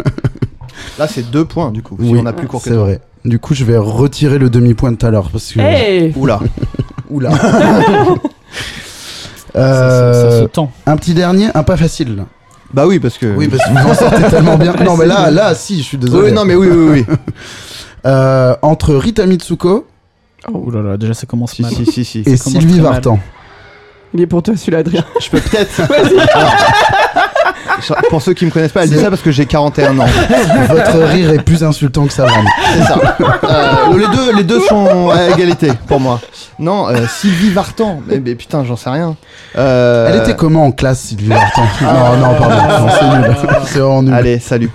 Speaker 5: là c'est deux points du coup. Si
Speaker 3: Oui,
Speaker 5: on a plus court que
Speaker 3: C'est
Speaker 5: toi.
Speaker 3: vrai. Du coup, je vais retirer le demi-point de tout à l'heure parce que.
Speaker 4: Hey
Speaker 5: Oula.
Speaker 3: *laughs*
Speaker 5: *laughs*
Speaker 3: Oula.
Speaker 6: Ça,
Speaker 3: Euh,
Speaker 6: ça- ça Euh, se tend.
Speaker 3: un petit dernier, un pas facile. là.
Speaker 5: Bah oui parce que.
Speaker 3: Oui, parce que vous en
Speaker 6: *laughs*
Speaker 3: sortez tellement bien. Non, mais là, là, si, je suis désolé.
Speaker 5: Oui, non mais oui oui oui.
Speaker 3: Euh, entre Rita Mitsuko
Speaker 6: Ouh là là, déjà ça commence
Speaker 5: *laughs* si
Speaker 6: mal.
Speaker 5: si si si.
Speaker 3: et
Speaker 6: commence
Speaker 3: Sylvie
Speaker 6: très mal. *laughs*
Speaker 3: Vartan.
Speaker 4: Il est pour toi celui-là, Adrien.
Speaker 5: Je
Speaker 3: *laughs*
Speaker 5: peux peut-être. *laughs* Alors, Pour ceux qui me connaissent pas, elle dit ça parce que j'ai 41 ans.
Speaker 3: Votre rire est plus insultant que ça, vraiment.
Speaker 5: C'est ça. Euh, les, deux, les deux sont à égalité pour moi. Non, euh, Sylvie Vartan. Mais, mais putain, j'en sais rien. Euh,
Speaker 3: Elle était comment en classe, Sylvie Vartan
Speaker 6: *laughs*
Speaker 3: Non, non, pardon. Non, c'est nul. C'est vraiment nul.
Speaker 5: Allez, salut.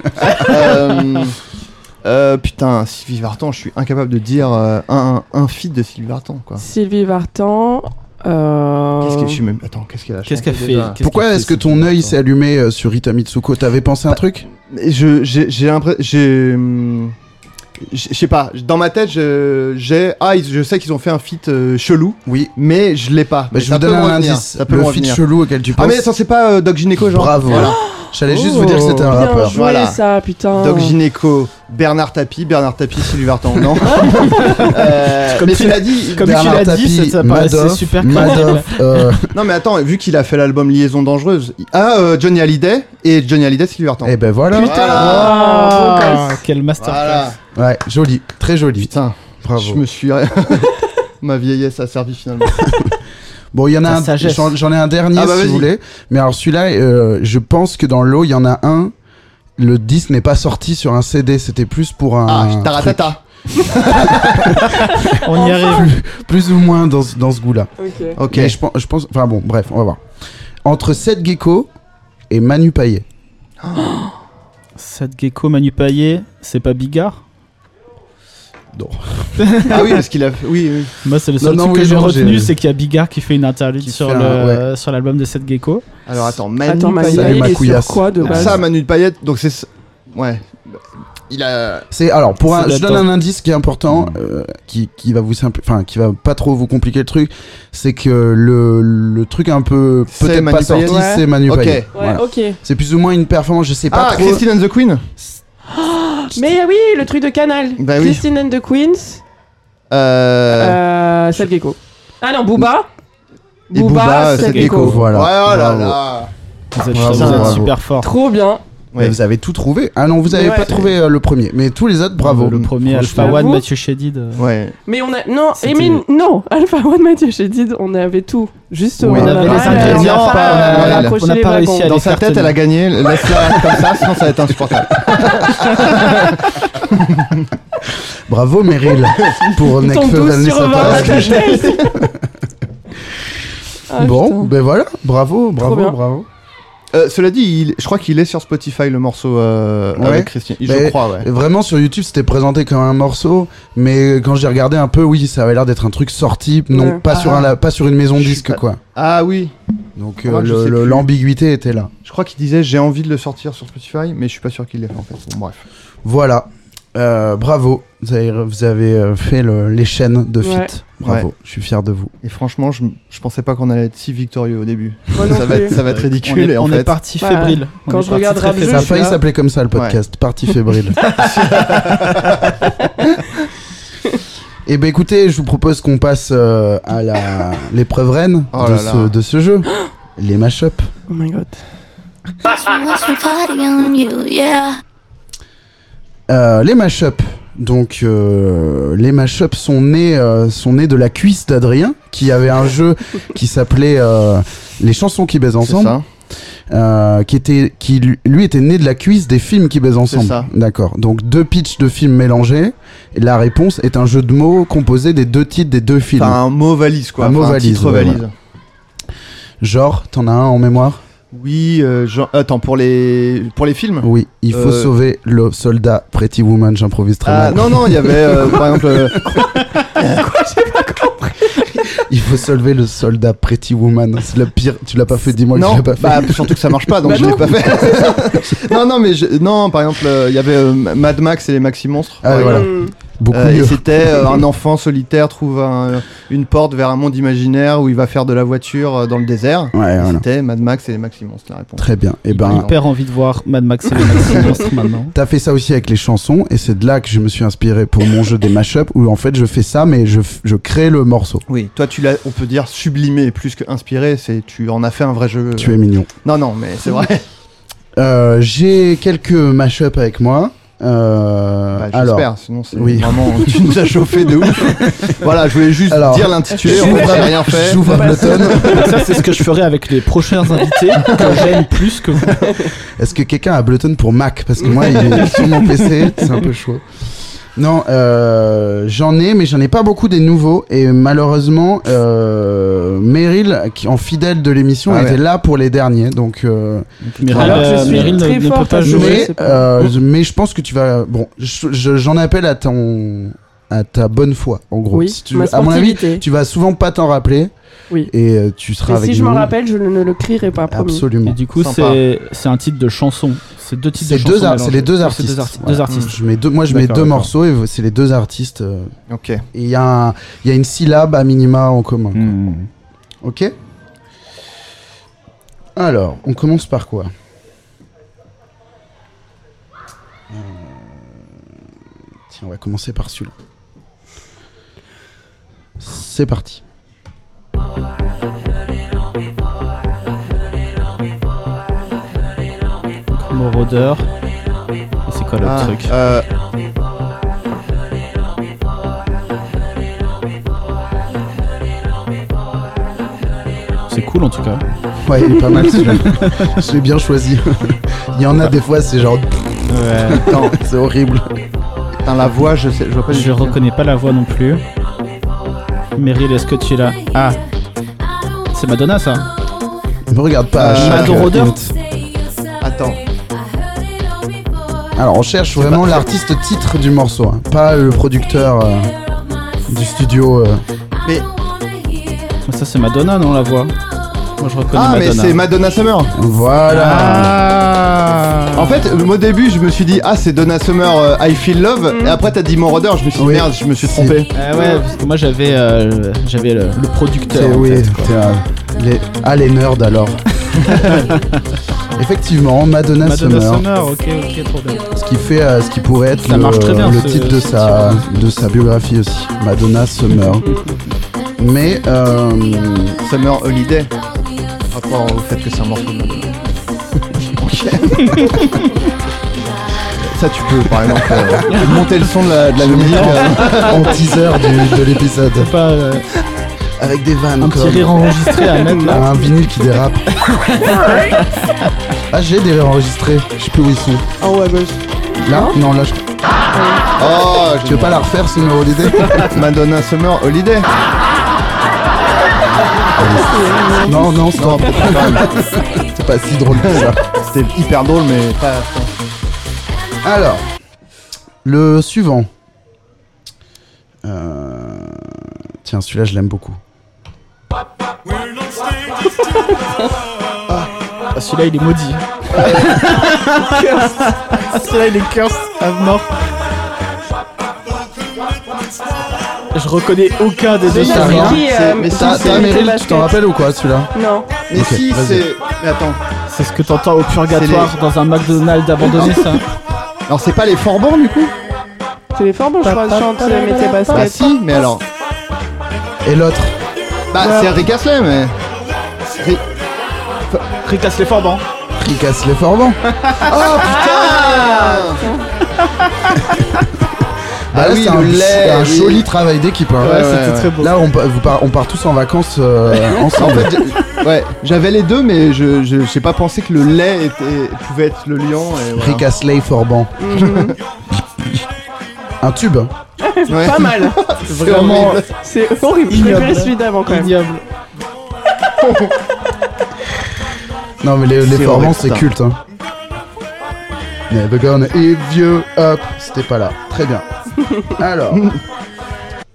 Speaker 5: Euh, Euh, putain, Sylvie Vartan, je suis incapable de dire euh, un, un, un feat de Sylvie Vartan, quoi.
Speaker 4: Sylvie Vartan. euh,
Speaker 5: Qu'est-ce qu'elle, je suis même... Attends, qu'est-ce qu'elle a
Speaker 6: Qu'est-ce
Speaker 5: chanté
Speaker 6: qu'elle fait
Speaker 5: déjà
Speaker 6: Qu'est-ce qu'elle
Speaker 3: Pourquoi
Speaker 6: fait,
Speaker 3: est-ce que
Speaker 6: cette
Speaker 3: ton
Speaker 6: fille
Speaker 3: œil
Speaker 6: Attends.
Speaker 3: s'est allumé euh, sur Rita Mitsuko T'avais pensé
Speaker 5: Bah,
Speaker 3: un truc Bah,
Speaker 5: Mais je, j'ai, j'ai l'impression, j'ai, hum, je je sais pas, dans ma tête, je, j'ai, ah, ils- je sais qu'ils ont fait un feat euh, chelou,
Speaker 3: Oui.
Speaker 5: mais je l'ai pas.
Speaker 3: Bah,
Speaker 5: Mais
Speaker 3: je
Speaker 5: ça
Speaker 3: vous donne
Speaker 5: peut me
Speaker 3: un
Speaker 5: revenir,
Speaker 3: indice.
Speaker 5: Ça peut
Speaker 3: Le
Speaker 5: me
Speaker 3: feat
Speaker 5: revenir.
Speaker 3: chelou auquel tu
Speaker 5: Ah
Speaker 3: penses.
Speaker 5: mais attends, c'est pas euh, Doc Gynéco, genre. Oh,
Speaker 3: Bravo.
Speaker 5: Voilà.
Speaker 3: J'allais
Speaker 4: Oh.
Speaker 3: juste vous dire que c'était un
Speaker 4: bien
Speaker 3: rappeur.
Speaker 4: joué,
Speaker 5: Voilà.
Speaker 4: ça, putain.
Speaker 5: Doc Gynéco, Ah. Bernard Tapie, Bernard Tapie, Sylvie
Speaker 3: *laughs*
Speaker 5: Vartan, non Euh,
Speaker 6: Comme
Speaker 5: Mais
Speaker 6: tu
Speaker 5: cela
Speaker 6: l'as-
Speaker 5: dit,
Speaker 6: Comme tu
Speaker 3: Bernard
Speaker 6: l'as dit,
Speaker 3: Tapie,
Speaker 6: ça, ça paraissait
Speaker 3: Madoff,
Speaker 6: super
Speaker 3: Madoff, euh,
Speaker 5: non mais attends, vu qu'il a fait l'album Liaison dangereuse, il- ah euh, Johnny Hallyday et Johnny Hallyday, Sylvie Vartan.
Speaker 3: Eh ben voilà.
Speaker 6: Ah, quel masterclass.
Speaker 5: Voilà.
Speaker 3: Ouais, joli, très joli.
Speaker 5: Putain, je
Speaker 3: Bravo.
Speaker 5: me suis, *laughs* ma vieillesse a servi finalement.
Speaker 3: Bon, il y en a
Speaker 6: Ta
Speaker 3: un,
Speaker 6: sagesse.
Speaker 3: j'en j'en ai un dernier
Speaker 5: Ah bah
Speaker 3: si
Speaker 5: vas-y.
Speaker 3: vous voulez. Mais alors celui-là, euh, je pense que dans l'eau, il y en a un. Le disque n'est pas sorti sur un CD, c'était plus pour un.
Speaker 5: Ah, taratata.
Speaker 6: On y arrive.
Speaker 3: Plus ou moins dans, ce- dans ce goût-là.
Speaker 4: Ok.
Speaker 5: Ok.
Speaker 3: Mais je pense, je pense. Enfin bon, bref, on va voir. Entre Seth Gecko et Manu Payet.
Speaker 6: Sad Gecko, Manu Payet, c'est pas Bigard
Speaker 5: Ah oui, parce qu'il a. Oui, oui.
Speaker 6: Moi, c'est le
Speaker 3: Non,
Speaker 6: seul
Speaker 3: non,
Speaker 6: truc
Speaker 3: oui,
Speaker 6: que j'ai
Speaker 3: non,
Speaker 6: retenu,
Speaker 3: j'ai-
Speaker 6: c'est qu'il y a Bigard qui fait une interlude
Speaker 3: Qui
Speaker 6: sur
Speaker 3: fait
Speaker 6: le
Speaker 3: un-
Speaker 6: sur l'album de Seth Gecko.
Speaker 5: Alors attends, Manu
Speaker 4: Attends, Manu
Speaker 5: Payet.
Speaker 3: Salut,
Speaker 4: Payet, il est
Speaker 3: Macouillasse.
Speaker 4: sur quoi de base
Speaker 5: Ça, Manu Payet, donc c'est. Ouais. Il a.
Speaker 3: C'est alors pour un,
Speaker 6: C'est
Speaker 3: je donne
Speaker 6: d'accord.
Speaker 3: un indice qui est important,
Speaker 5: Hmm.
Speaker 3: euh, qui, qui va vous simpli- enfin qui va pas trop vous compliquer le truc, c'est que le, le truc un peu
Speaker 5: C'est
Speaker 3: peut-être
Speaker 5: Manu
Speaker 3: pas sorti,
Speaker 4: Payet.
Speaker 3: c'est Manu
Speaker 5: Ok.
Speaker 3: Payet.
Speaker 5: Ouais,
Speaker 4: Ouais,
Speaker 3: Voilà.
Speaker 4: ok.
Speaker 3: C'est plus ou moins une performance, je sais pas
Speaker 5: ah,
Speaker 3: trop.
Speaker 5: Christine and the Queen
Speaker 4: Mais oui, le truc de Canal.
Speaker 5: Bah oui.
Speaker 4: Christine and the Queens.
Speaker 5: Euh.
Speaker 4: Euh, Seth Gecko. Ah non, Booba.
Speaker 5: et Booba,
Speaker 4: Seth
Speaker 5: Seth
Speaker 3: Gecko.
Speaker 5: Gecko.
Speaker 3: Voilà.
Speaker 5: Ouais, oh là
Speaker 3: Bravo.
Speaker 5: là.
Speaker 6: Vous êtes,
Speaker 3: Ah, Bravo,
Speaker 6: vous êtes
Speaker 3: bravo.
Speaker 6: super fort.
Speaker 4: Trop bien.
Speaker 3: Mais
Speaker 5: Ouais.
Speaker 3: vous avez tout trouvé. Ah non, vous avez
Speaker 4: Ouais.
Speaker 3: pas trouvé euh, le premier, mais tous les autres, bravo.
Speaker 6: Le premier
Speaker 3: Franchement.
Speaker 6: Alpha One,
Speaker 4: J'avoue.
Speaker 6: Mathieu Chédid. euh,
Speaker 5: Ouais.
Speaker 4: Mais on a. Non,
Speaker 6: C'était-
Speaker 4: et mais non, *laughs* Alpha One Mathieu, j'ai dit, on avait tout. Juste,
Speaker 3: Oui, on
Speaker 4: a-
Speaker 3: avait les
Speaker 4: Ah,
Speaker 5: ingrédients,
Speaker 4: on a
Speaker 5: pas-
Speaker 4: pas-
Speaker 5: on a-
Speaker 4: on a accroché
Speaker 6: on a
Speaker 4: les
Speaker 6: pas
Speaker 4: wagons.
Speaker 6: réussi à-
Speaker 5: Dans
Speaker 6: est
Speaker 5: sa tête,
Speaker 6: cartonnée.
Speaker 5: elle a gagné. Laisse-la comme ça, sinon ça va être insupportable.
Speaker 3: Bravo
Speaker 4: *laughs*
Speaker 3: Meryl pour
Speaker 4: Ils
Speaker 3: Nekfeu
Speaker 4: tombent tous sur
Speaker 3: Vanessa Paradis.
Speaker 4: Vincent Cassel. Ah,
Speaker 3: Bon,
Speaker 4: putain.
Speaker 3: ben voilà, bravo, bravo,
Speaker 4: bien.
Speaker 3: bravo.
Speaker 5: Euh, cela dit, il- je crois qu'il est sur Spotify le morceau euh,
Speaker 3: Ouais.
Speaker 5: avec Christine. Je
Speaker 3: Mais-
Speaker 5: crois, ouais.
Speaker 3: Et vraiment sur YouTube, c'était présenté comme un morceau, mais quand j'ai regardé un peu, oui, ça avait l'air d'être un truc sorti, non
Speaker 4: Ouais.
Speaker 3: pas sur
Speaker 5: Ah.
Speaker 3: un, la- pas sur une maison
Speaker 5: Je suis
Speaker 3: disque
Speaker 5: pas-
Speaker 3: quoi.
Speaker 5: Ah oui,
Speaker 3: Donc
Speaker 5: Ah,
Speaker 3: euh,
Speaker 5: je
Speaker 3: le-
Speaker 5: sais
Speaker 3: le-
Speaker 5: plus.
Speaker 3: l'ambiguïté était là.
Speaker 5: je crois qu'il disait j'ai envie de le sortir sur Spotify, mais je suis pas sûr qu'il l'ait fait en fait. Bon, bref.
Speaker 3: Voilà. Euh, bravo, vous avez, vous avez euh, fait le- les chaînes de fit.
Speaker 4: Ouais.
Speaker 3: Bravo, je suis fier de vous.
Speaker 5: Et franchement, je, je pensais pas qu'on allait être si victorieux au début.
Speaker 4: Moi non
Speaker 5: ça, va
Speaker 4: plus.
Speaker 5: être, ça va être
Speaker 6: On est,
Speaker 5: ridicule et en
Speaker 6: on est
Speaker 5: fait.
Speaker 6: parti
Speaker 4: Bah,
Speaker 6: fébrile. On
Speaker 4: quand
Speaker 6: est
Speaker 4: je
Speaker 6: parti
Speaker 4: regarde
Speaker 6: très
Speaker 4: Rap
Speaker 6: fébrile.
Speaker 4: Jeu,
Speaker 3: ça a
Speaker 4: je
Speaker 3: failli
Speaker 4: suis là.
Speaker 3: s'appeler comme ça le podcast,
Speaker 5: *laughs*
Speaker 3: Partie fébrile. Eh ben écoutez, je vous propose qu'on passe euh, à la l'épreuve reine
Speaker 5: Oh
Speaker 3: de,
Speaker 5: là là.
Speaker 3: ce, de ce jeu, les mashups.
Speaker 4: Oh my god.
Speaker 2: Watch me party on you, yeah.
Speaker 3: Euh, les mashups. Donc euh, les mashups sont nés euh, sont nés de la cuisse d'Adrien qui avait un jeu qui s'appelait euh, les chansons qui baisent
Speaker 5: C'est
Speaker 3: ensemble.
Speaker 5: ça.
Speaker 3: euh, qui était qui lui- lui était né de la cuisse des films qui baisent ensemble.
Speaker 5: ça.
Speaker 3: D'accord. Donc deux pitchs de films mélangés. Et la réponse est un jeu de mots composé des deux titres des deux films.
Speaker 5: Enfin, un mot valise quoi.
Speaker 3: Un mot
Speaker 5: Enfin,
Speaker 3: valise,
Speaker 5: titre
Speaker 3: ouais,
Speaker 5: valise.
Speaker 3: Genre, t'en as un en mémoire
Speaker 5: Oui, euh, genre- attends pour les pour les films.
Speaker 3: Oui, il faut
Speaker 5: Euh,
Speaker 3: sauver le soldat Pretty Woman, j'improvise très
Speaker 5: Ah,
Speaker 3: mal.
Speaker 5: non non, il y avait euh, par exemple.
Speaker 3: *laughs*
Speaker 5: euh,
Speaker 3: Il faut sauver le soldat Pretty Woman. C'est la pire. Tu l'as pas fait, dis-moi que tu
Speaker 5: non,
Speaker 3: l'as pas fait.
Speaker 5: bah, surtout que ça marche pas, donc
Speaker 4: Bah
Speaker 5: je l'ai
Speaker 4: non.
Speaker 5: pas
Speaker 3: *laughs*
Speaker 5: fait. non non, mais je- non, par exemple, euh, il y avait euh, Mad Max et les Maxi Monstres.
Speaker 3: Ah,
Speaker 5: par
Speaker 3: voilà.
Speaker 4: Hmm.
Speaker 3: Beaucoup
Speaker 5: Euh, et
Speaker 3: mieux. *laughs*
Speaker 5: c'était euh, un enfant solitaire trouve un- euh, une porte vers un monde imaginaire où il va faire de la voiture euh, dans le désert.
Speaker 3: Ouais,
Speaker 5: Et
Speaker 3: Ah, voilà.
Speaker 5: C'était Mad Max et les Maxi Monstres, la réponse.
Speaker 3: Très bien. Et
Speaker 6: J'ai
Speaker 3: ben,
Speaker 6: hyper envie de voir Mad Max et les Maxi
Speaker 3: *laughs*
Speaker 6: Monstres maintenant.
Speaker 3: T'as fait ça aussi avec les chansons, et c'est de là que je me suis inspiré pour mon jeu des mashups, où en fait je fais ça, mais je, f- je crée le morceau.
Speaker 5: Oui, toi tu l'as, on peut dire sublimé plus que inspiré, c'est tu en as fait un vrai jeu.
Speaker 3: Tu es mignon.
Speaker 5: Non non, mais c'est vrai.
Speaker 3: Euh, J'ai quelques mashups avec moi. Euh,
Speaker 5: Bah,
Speaker 3: alors,
Speaker 5: J'espère, sinon c'est
Speaker 3: oui.
Speaker 5: vraiment tu nous as chauffé de
Speaker 3: *laughs*
Speaker 5: ouf. voilà, je voulais juste
Speaker 3: Alors,
Speaker 5: dire l'intitulé, on
Speaker 3: j'ouvre
Speaker 5: n'a
Speaker 3: un-
Speaker 5: rien fait.
Speaker 3: j'ouvre Ableton.
Speaker 6: Donc ça, c'est ce que je ferai avec les prochains invités que j'aime plus que vous.
Speaker 3: Est-ce que quelqu'un a Ableton pour Mac Parce que moi, il est sur mon PC, c'est un peu chaud. Non, euh, j'en ai, mais j'en ai pas beaucoup des nouveaux. Et malheureusement, euh, Meryl, qui en fidèle de l'émission,
Speaker 5: Ah ouais.
Speaker 3: était là pour les derniers. Donc, euh,
Speaker 6: Meryl,
Speaker 3: Alors que je
Speaker 6: euh,
Speaker 3: suis
Speaker 6: Meryl ne-
Speaker 4: très
Speaker 6: ne peut
Speaker 4: forte
Speaker 6: pas
Speaker 4: à
Speaker 6: jouer.
Speaker 4: jouer.
Speaker 3: mais,
Speaker 4: c'est Ah, pas- Oh.
Speaker 3: euh, mais je pense que tu vas. Bon, je- je- j'en appelle à ton à ta bonne foi, en gros.
Speaker 4: Oui,
Speaker 3: Si tu-
Speaker 4: ma
Speaker 3: à mon avis,
Speaker 4: sportivité.
Speaker 3: tu vas souvent pas t'en rappeler.
Speaker 4: Oui.
Speaker 3: Et euh, tu seras
Speaker 4: Et
Speaker 3: avec
Speaker 4: si je m'en
Speaker 3: nous.
Speaker 4: rappelle, je ne ne le crierai pas, promis.
Speaker 6: Et
Speaker 3: Absolument.
Speaker 6: du coup,
Speaker 5: Sympa.
Speaker 6: c'est c'est un titre de chanson. C'est deux titres de
Speaker 3: C'est
Speaker 6: chansons.
Speaker 3: deux, ar-
Speaker 6: mélangés.
Speaker 3: c'est les deux
Speaker 6: C'est
Speaker 3: artistes.
Speaker 6: Deux artistes.
Speaker 3: Voilà.
Speaker 6: Deux artistes.
Speaker 3: Je mets deux, moi, je mets
Speaker 6: D'accord,
Speaker 3: deux
Speaker 6: d'accord.
Speaker 3: morceaux et v- c'est les deux artistes. euh,
Speaker 5: Ok.
Speaker 3: et il y, a un- il y a une syllabe à minima en commun.
Speaker 6: Hmm.
Speaker 3: Ok Alors, on commence par quoi Euh, Tiens, on va commencer par celui-là. C'est parti.
Speaker 6: Moroder. Et C'est quoi le
Speaker 5: Ah,
Speaker 6: truc
Speaker 5: euh,
Speaker 6: C'est cool en tout cas.
Speaker 3: Ouais, il est pas mal
Speaker 6: *laughs*
Speaker 3: celui-là. Je l'ai bien choisi. *laughs* il y en a des fois, c'est genre,
Speaker 6: Ouais.
Speaker 5: attends,
Speaker 3: c'est horrible.
Speaker 5: putain, la voix, je, sais, je vois pas du
Speaker 6: Je
Speaker 5: tout.
Speaker 6: reconnais pas la voix non plus. Meryl, est-ce que tu es là Ah, c'est Madonna ça
Speaker 3: Ne me regarde pas. à
Speaker 5: Euh,
Speaker 3: chaque
Speaker 6: Mado Rodeur
Speaker 3: minute.
Speaker 5: Attends.
Speaker 3: Alors, on cherche vraiment l'artiste titre du morceau, hein, pas le producteur euh, du studio. euh.
Speaker 5: Mais,
Speaker 6: Ça c'est Madonna non la voix Moi je reconnais
Speaker 5: ah, mais
Speaker 6: Madonna.
Speaker 5: c'est Madonna Summer.
Speaker 3: Voilà.
Speaker 6: Ah
Speaker 5: En fait, euh, au début, je me suis dit, ah, c'est Donna Summer, euh, I Feel Love. Et après, t'as dit Moroder. Je me suis dit,
Speaker 3: Oui.
Speaker 5: merde, je me suis
Speaker 3: C'est-
Speaker 5: trompé.
Speaker 6: Ah ouais, parce que moi j'avais euh, j'avais le, le producteur.
Speaker 3: C'est- euh,
Speaker 6: en
Speaker 3: oui,
Speaker 6: fait, quoi.
Speaker 3: t'es un- les... Ah, les nerds
Speaker 6: *laughs*
Speaker 3: alors. Effectivement, Madonna,
Speaker 6: Madonna
Speaker 3: Summer,
Speaker 6: Summer, ok, ok, trop bien.
Speaker 3: ce qui fait euh, ce qui pourrait être
Speaker 6: Ça
Speaker 3: le,
Speaker 6: marche très bien,
Speaker 3: le
Speaker 6: ce-
Speaker 3: titre de
Speaker 6: ce
Speaker 3: sa, de sa biographie aussi. Madonna Summer. Mais euh,
Speaker 5: Summer Holiday. Par rapport au fait que c'est un morceau de Madonna. Ça, tu peux, par exemple, euh, monter le son de la, de la musique. euh,
Speaker 3: en teaser du- de l'épisode,
Speaker 6: C'est pas euh,
Speaker 3: avec des vannes.
Speaker 6: un
Speaker 3: comme-
Speaker 6: petit rire enregistré à mettre là.
Speaker 3: Un vinyle qui
Speaker 5: *laughs*
Speaker 3: dérape. ah, j'ai des rires enregistrés. Je sais plus où ils sont.
Speaker 4: En haut à gauche.
Speaker 3: Là Non, là, je...
Speaker 5: Oh,
Speaker 3: tu veux pas la refaire, ce numéro
Speaker 5: *laughs*
Speaker 3: d'idée
Speaker 5: Madonna Summer Holiday.
Speaker 3: Non, non,
Speaker 5: Non,
Speaker 3: stop.
Speaker 5: quand même. *laughs*
Speaker 3: C'est pas si drôle que ça.
Speaker 5: C'était hyper drôle, mais pas.
Speaker 3: Alors, le suivant. Euh, Tiens, celui-là, je l'aime beaucoup.
Speaker 6: Ah, celui-là il est maudit. Ah, *laughs* celui-là il est cursed à mort. Je reconnais aucun des deux.
Speaker 5: Si,
Speaker 3: t'as
Speaker 6: sons.
Speaker 3: rien.
Speaker 4: qui,
Speaker 5: C'est-
Speaker 4: euh,
Speaker 5: mais
Speaker 4: qui
Speaker 5: ça,
Speaker 3: Ça,
Speaker 4: fait
Speaker 5: ça,
Speaker 3: ça,
Speaker 4: les
Speaker 3: Meryl, tu
Speaker 4: baskets
Speaker 3: t'en rappelles ou quoi, celui-là
Speaker 4: Non.
Speaker 5: Mais
Speaker 3: Ok,
Speaker 5: si,
Speaker 3: vas-y.
Speaker 5: c'est. Mais attends.
Speaker 6: C'est ce que t'entends au purgatoire
Speaker 5: C'est
Speaker 6: dans un McDonald's abandonné, *laughs* ça.
Speaker 5: Alors, c'est pas les Forbans, du coup
Speaker 4: C'est les Forbans, je crois, chantent euh, Mettez
Speaker 5: Bah,
Speaker 4: Basket.
Speaker 5: si, mais alors.
Speaker 3: Et l'autre
Speaker 5: Bah, c'est Rick Astley, mais. Ri-
Speaker 6: Ricasse les forbans.
Speaker 3: Fricasse les forbans.
Speaker 5: Ah
Speaker 3: Bah là,
Speaker 5: oui,
Speaker 3: c'est un,
Speaker 5: le lait,
Speaker 3: c'est un
Speaker 5: oui.
Speaker 3: joli travail d'équipe. hein.
Speaker 5: Ouais, ouais,
Speaker 6: c'était
Speaker 5: ouais.
Speaker 6: très beau.
Speaker 3: Là, on, pa- vous par- on part tous en vacances
Speaker 5: *laughs*
Speaker 3: euh,
Speaker 5: En
Speaker 3: ensemble.
Speaker 5: fait, j'ai- ouais, j'avais les deux, mais je je- j'ai pas pensé que le lait était, pouvait être le lion. Et voilà.
Speaker 3: Ricasse les forbans.
Speaker 4: Mhm.
Speaker 3: Un tube. hein.
Speaker 5: Ouais.
Speaker 3: *laughs*
Speaker 4: Pas mal.
Speaker 5: C'est
Speaker 6: Vraiment-
Speaker 5: horrible.
Speaker 4: C'est horrible. Je
Speaker 6: Ignoble.
Speaker 4: préfère celui d'avant quand même.
Speaker 6: Ignoble.
Speaker 3: Non, mais les, les
Speaker 5: C'est
Speaker 3: forbans,
Speaker 5: horrible,
Speaker 3: c'est
Speaker 5: putain.
Speaker 3: culte. Hein. Never gonna give you up. C'était pas là. Très bien. Alors.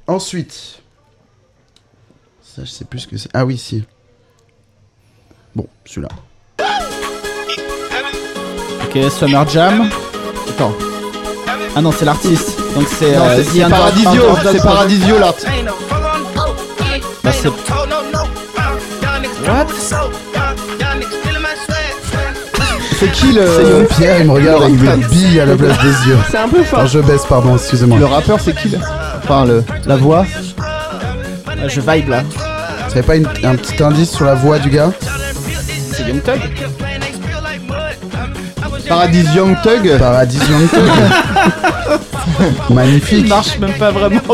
Speaker 3: ensuite. Ça, je sais plus ce que c'est. Ah oui, si. Bon, celui-là.
Speaker 6: Ok, Summer Jam.
Speaker 5: Attends.
Speaker 6: Ah non, c'est l'artiste. Donc c'est.
Speaker 5: Non,
Speaker 6: euh,
Speaker 5: c'est-
Speaker 6: The
Speaker 5: c'est
Speaker 6: Under-
Speaker 5: Paradisio,
Speaker 6: Under- Under-
Speaker 5: c'est Paradisio l'art.
Speaker 6: Bah, c'est-
Speaker 7: Uh,
Speaker 5: C'est qui le,
Speaker 3: Euh, Pierre, il me regarde avec des billes à la place des yeux.
Speaker 4: C'est un peu fort.
Speaker 3: Enfin, je baisse, pardon, excusez-moi.
Speaker 5: le rappeur C'est qui le- Enfin, le, la voix
Speaker 6: Ah, Je vibe là.
Speaker 3: T'avais pas une- un petit indice sur la voix du gars
Speaker 6: C'est Young Thug.
Speaker 7: Uh,
Speaker 5: *laughs* Paradis Young Thug
Speaker 3: Paradis Young Thug. Magnifique.
Speaker 6: Il marche même pas
Speaker 5: *laughs*
Speaker 6: vraiment.
Speaker 4: Ah,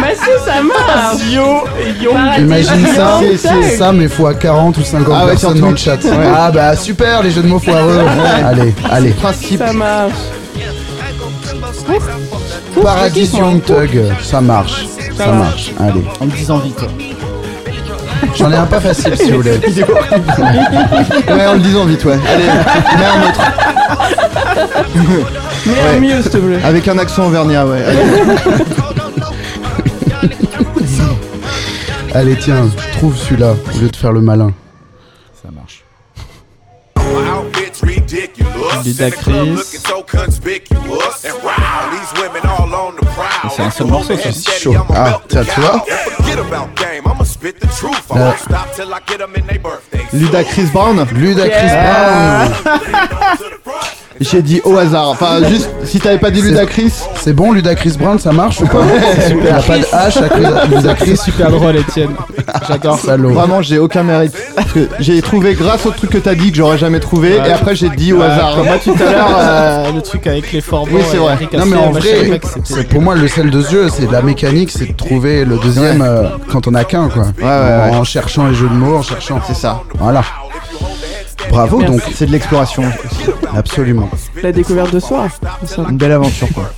Speaker 4: Mais si, ça marche.
Speaker 6: Yo et Young.
Speaker 3: Imagine ça,
Speaker 5: Young
Speaker 3: c'est
Speaker 5: Thug.
Speaker 3: ça, mais fois 40 ou 50
Speaker 5: Ah ouais, sur
Speaker 3: personnes dans le
Speaker 5: Twitch.
Speaker 3: chat.
Speaker 5: Ouais.
Speaker 3: Ah bah
Speaker 5: *laughs*
Speaker 3: super, les jeux de mots foireux. Allez, allez.
Speaker 5: Principe.
Speaker 4: Ça marche.
Speaker 3: Paradis Young Thug, ça marche. Ça
Speaker 4: va.
Speaker 3: marche, allez.
Speaker 6: En me disant vite.
Speaker 3: J'en ai un pas facile si vous voulez.
Speaker 5: Ouais, en le disant vite, ouais. Allez, mets un autre.
Speaker 4: Mais
Speaker 5: Ouais.
Speaker 4: mieux, s'il te plaît.
Speaker 5: Avec un accent auvergnat, ouais. Allez.
Speaker 3: Allez, tiens, trouve celui-là au lieu de faire le malin.
Speaker 6: Ça marche.
Speaker 1: Lead actrice. C'est un seul morceau, ça.
Speaker 3: C'est chaud. Ah, tiens, tu vois
Speaker 1: Euh.
Speaker 5: Ludacris Brown
Speaker 3: Ludacris Brown.
Speaker 5: J'ai dit au hasard. Enfin, juste, si t'avais pas dit Ludacris,
Speaker 3: C'est bon, Ludacris Brown, ça marche ou pas Il a pas de H à Chris-
Speaker 6: C'est
Speaker 3: Ludacris.
Speaker 6: super drôle, *laughs* Étienne. J'adore.
Speaker 3: Salaud.
Speaker 5: vraiment, j'ai aucun mérite. Parce que j'ai trouvé grâce au truc que t'as dit que j'aurais jamais trouvé, et après j'ai dit au
Speaker 6: Ouais,
Speaker 5: hasard.
Speaker 6: comme moi tout à l'heure,
Speaker 5: euh,
Speaker 6: euh, le truc avec les formats.
Speaker 5: Oui, c'est vrai.
Speaker 3: Non mais en vrai, c'est pour moi le sel de yeux, c'est de la mécanique, c'est de trouver le deuxième euh, quand on a qu'un quoi.
Speaker 5: ouais, ouais.
Speaker 3: En cherchant les jeux de mots, en cherchant.
Speaker 5: C'est ça.
Speaker 3: Voilà. Bravo donc,
Speaker 5: *laughs* C'est de l'exploration.
Speaker 3: absolument.
Speaker 4: La découverte de soi. Ça.
Speaker 5: Une belle aventure, quoi.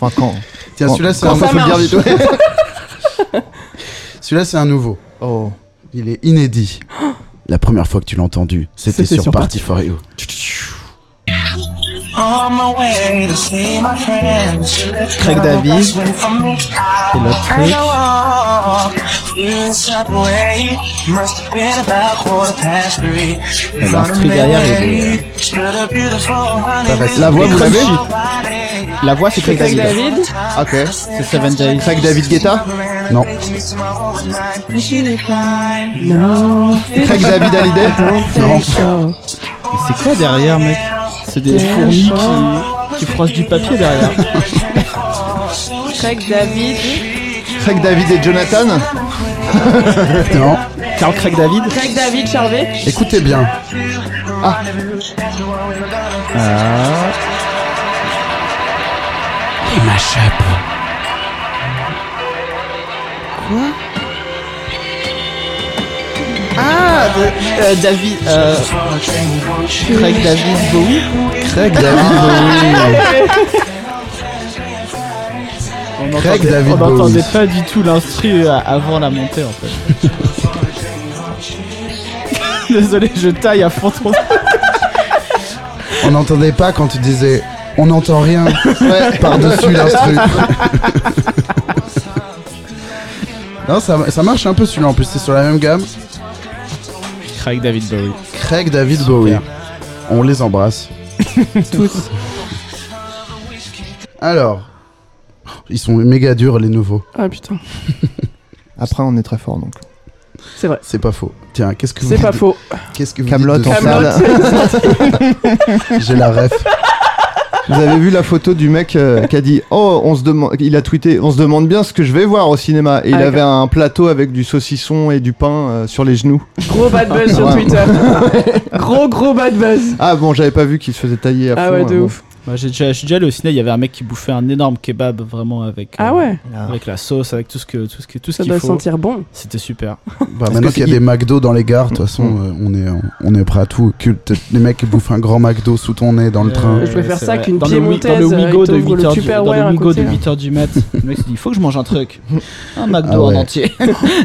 Speaker 5: Enfin, quand.
Speaker 3: Tiens,
Speaker 5: Bon,
Speaker 3: Ah, celui-là c'est
Speaker 5: quand
Speaker 3: un,
Speaker 5: ça faut le dire vite, ouais. *laughs*
Speaker 3: *laughs* celui-là c'est un nouveau.
Speaker 5: Oh.
Speaker 3: Il est inédit. La première fois que tu l'as entendu, c'était
Speaker 4: C'était
Speaker 3: sur,
Speaker 4: sur
Speaker 3: Party for You.
Speaker 7: On my way to see my friends.
Speaker 6: Craig Davis.
Speaker 7: Wait for me.
Speaker 6: Et l'autre truc.
Speaker 7: Oh, you subway. Must have been about quarter past three.
Speaker 6: Alors, ce truc derrière, il est-
Speaker 7: Stood a beautiful honey
Speaker 3: Ça va,
Speaker 7: with
Speaker 5: La voix, vous l'avez
Speaker 7: nobody.
Speaker 6: La voix, c'est Craig
Speaker 4: Avec
Speaker 6: David.
Speaker 4: David,
Speaker 5: Ok.
Speaker 6: C'est Seven Days.
Speaker 5: Craig David Guetta
Speaker 3: Non.
Speaker 5: Craig David Hallyday
Speaker 6: Mais C'est quoi derrière, mec C'est des fourmis qui, qui froissent du papier derrière.
Speaker 4: Craig David,
Speaker 5: Craig David et Jonathan
Speaker 3: Non.
Speaker 6: Carl Craig David
Speaker 4: Craig David Charvet.
Speaker 3: Écoutez bien.
Speaker 6: Ah de- euh, David. euh, Craig David Bowie
Speaker 3: Craig David Bowie.
Speaker 6: On
Speaker 3: Craig
Speaker 6: entendait-
Speaker 3: David
Speaker 6: On n'entendait
Speaker 3: Bowie.
Speaker 6: bah, pas du tout l'instru euh, avant la montée en fait. *laughs* Désolé, je taille à fond ton.
Speaker 3: On n'entendait pas quand tu disais on n'entend rien
Speaker 5: Ouais.
Speaker 3: par-dessus
Speaker 4: *laughs*
Speaker 3: l'instru. non, ça, ça marche un peu celui-là en plus, c'est sur la même gamme.
Speaker 6: Craig David Bowie.
Speaker 3: Craig David
Speaker 5: Bah
Speaker 3: Bowie. On les embrasse.
Speaker 4: *laughs* Tous.
Speaker 3: Alors, ils sont méga durs les nouveaux.
Speaker 4: Ah putain.
Speaker 5: Après, on est très fort donc.
Speaker 4: C'est vrai.
Speaker 3: C'est pas faux. Tiens, qu'est-ce que vous
Speaker 4: C'est pas
Speaker 3: dites-
Speaker 4: faux.
Speaker 3: Qu'est-ce que vous
Speaker 5: Kaamelott,
Speaker 3: dites de ça
Speaker 5: en salle. *laughs*
Speaker 3: J'ai la ref.
Speaker 5: Vous avez vu la photo du mec euh, qui a dit Oh, on se demande. Il a tweeté On se demande bien ce que je vais voir au cinéma. Et il
Speaker 4: Ah,
Speaker 5: avait un plateau avec du saucisson et du pain euh, sur les genoux.
Speaker 4: Gros bad buzz sur
Speaker 5: Ah, Ouais.
Speaker 4: Twitter.
Speaker 5: *laughs*
Speaker 4: Gros gros bad buzz.
Speaker 5: Ah bon, j'avais pas vu qu'il se faisait tailler à fond.
Speaker 4: Ah ouais, de
Speaker 5: euh, bon.
Speaker 4: ouf.
Speaker 6: Moi, j'ai déjà, je suis déjà allé au ciné. Il y avait un mec qui bouffait un énorme kebab vraiment avec. euh,
Speaker 4: Ah ouais.
Speaker 6: Avec la sauce, avec tout ce que tout ce que tout ce
Speaker 4: Ça
Speaker 6: qu'il
Speaker 4: doit
Speaker 6: faut.
Speaker 4: sentir bon.
Speaker 6: C'était super.
Speaker 3: Bah, maintenant
Speaker 5: que
Speaker 3: qu'il y a
Speaker 5: c'est- Mm.
Speaker 3: des McDo dans les gares, de toute façon, euh, on est on est prêt à tout. Que t- les mecs qui bouffent un grand McDo sous ton nez dans le train.
Speaker 6: Euh,
Speaker 4: Je préfère
Speaker 6: c'est
Speaker 4: ça
Speaker 6: vrai.
Speaker 4: qu'une
Speaker 6: Dans le Wi-
Speaker 4: piémontaise,
Speaker 6: Dans le
Speaker 4: euh,
Speaker 6: Wigo
Speaker 4: qui
Speaker 6: de
Speaker 4: t'ouvre
Speaker 6: 8
Speaker 4: le
Speaker 6: heures du, dans
Speaker 4: Tupperware
Speaker 6: le
Speaker 4: à
Speaker 6: Wigo
Speaker 4: côté,
Speaker 6: de
Speaker 4: là.
Speaker 6: 8 heures
Speaker 4: *laughs*
Speaker 6: du mat. Le mec s'est dit, il faut que je mange un truc. Un McDo
Speaker 3: Ah ouais.
Speaker 6: en entier.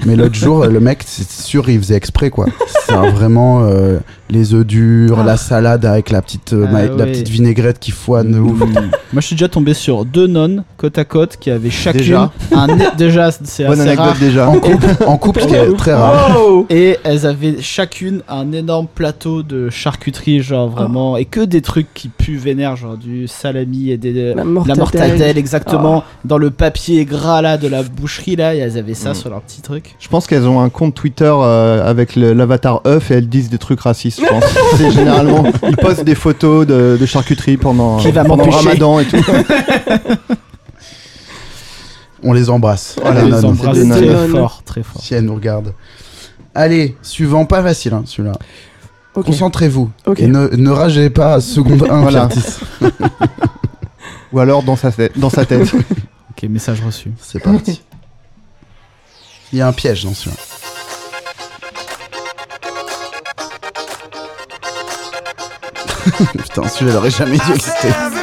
Speaker 3: Mais l'autre jour, le mec, c'est sûr, il faisait exprès quoi. C'est un vraiment euh, les œufs durs, la salade avec la petite euh,
Speaker 6: Ah
Speaker 3: ma- la
Speaker 6: ouais.
Speaker 3: petite vinaigrette qui foine. de ouf.
Speaker 6: *laughs* Moi, je suis déjà tombé sur deux nonnes côte à côte qui avaient chacune
Speaker 5: Déjà.
Speaker 6: un nez- *laughs* déjà c'est
Speaker 5: Bonne
Speaker 6: assez
Speaker 5: anecdote
Speaker 6: rare.
Speaker 5: déjà.
Speaker 3: En couple, en couple, ce qui est très rare.
Speaker 5: Ah.
Speaker 4: Wow.
Speaker 6: Et elles avaient chacune un énorme plateau de charcuterie,
Speaker 4: Oh.
Speaker 6: genre vraiment, et que des trucs qui puent vénère, genre du salami et des,
Speaker 4: La
Speaker 6: la
Speaker 4: mortadelle. Oh.
Speaker 6: mortadelle, exactement, dans le papier gras là de la boucherie là, et elles avaient ça
Speaker 5: Mm.
Speaker 6: sur leur petit truc.
Speaker 5: Je pense qu'elles ont un compte Twitter euh, avec le- l'avatar œuf et elles disent des trucs racistes,
Speaker 4: *laughs*
Speaker 5: je pense. C'est généralement. Ils postent des photos de, de charcuterie pendant,
Speaker 6: Qui va
Speaker 5: pendant le
Speaker 6: m'empêcher
Speaker 5: ramadan et tout.
Speaker 3: On les embrasse.
Speaker 5: Voilà,
Speaker 3: Les
Speaker 6: Elles
Speaker 5: non,
Speaker 6: les
Speaker 3: nonnes.
Speaker 6: embrassent
Speaker 5: c'est des
Speaker 6: très
Speaker 4: nonnes.
Speaker 6: fort, très fort.
Speaker 3: Si elle nous regarde. Allez, suivant, pas facile hein, celui-là.
Speaker 4: Ok.
Speaker 3: Concentrez-vous.
Speaker 4: Ok.
Speaker 3: Et ne, ne ragez pas à
Speaker 4: *laughs*
Speaker 3: seconde 1.
Speaker 5: Voilà. Ou alors dans sa, dans sa tête.
Speaker 6: Ok, message reçu.
Speaker 3: C'est parti. *laughs* Il y a un piège dans celui-là. *laughs* Putain, celui-là, il aurait jamais dû exister.
Speaker 7: Everybody,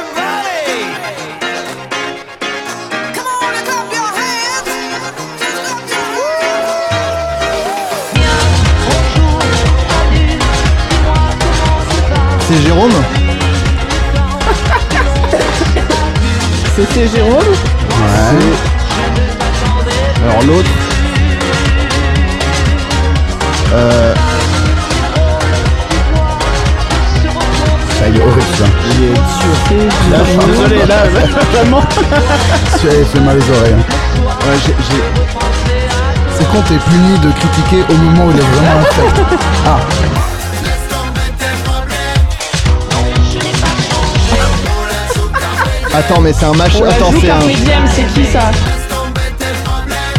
Speaker 5: Jérôme
Speaker 4: C'était Jérôme
Speaker 5: C'est- Alors l'autre. Euh,
Speaker 3: Ah, il est horrible, ça.
Speaker 4: C'est
Speaker 5: je suis désolé, là, vraiment.
Speaker 3: Celui-là, il fait mal aux oreilles. hein.
Speaker 5: Ouais, j'ai- j'ai-
Speaker 3: C'est con, t'es puni de critiquer au moment où il est vraiment affect.
Speaker 5: Attends, mais c'est un match.
Speaker 4: On la
Speaker 5: Attends,
Speaker 4: joue
Speaker 5: c'est un.
Speaker 4: Carpe Diem, c'est qui ça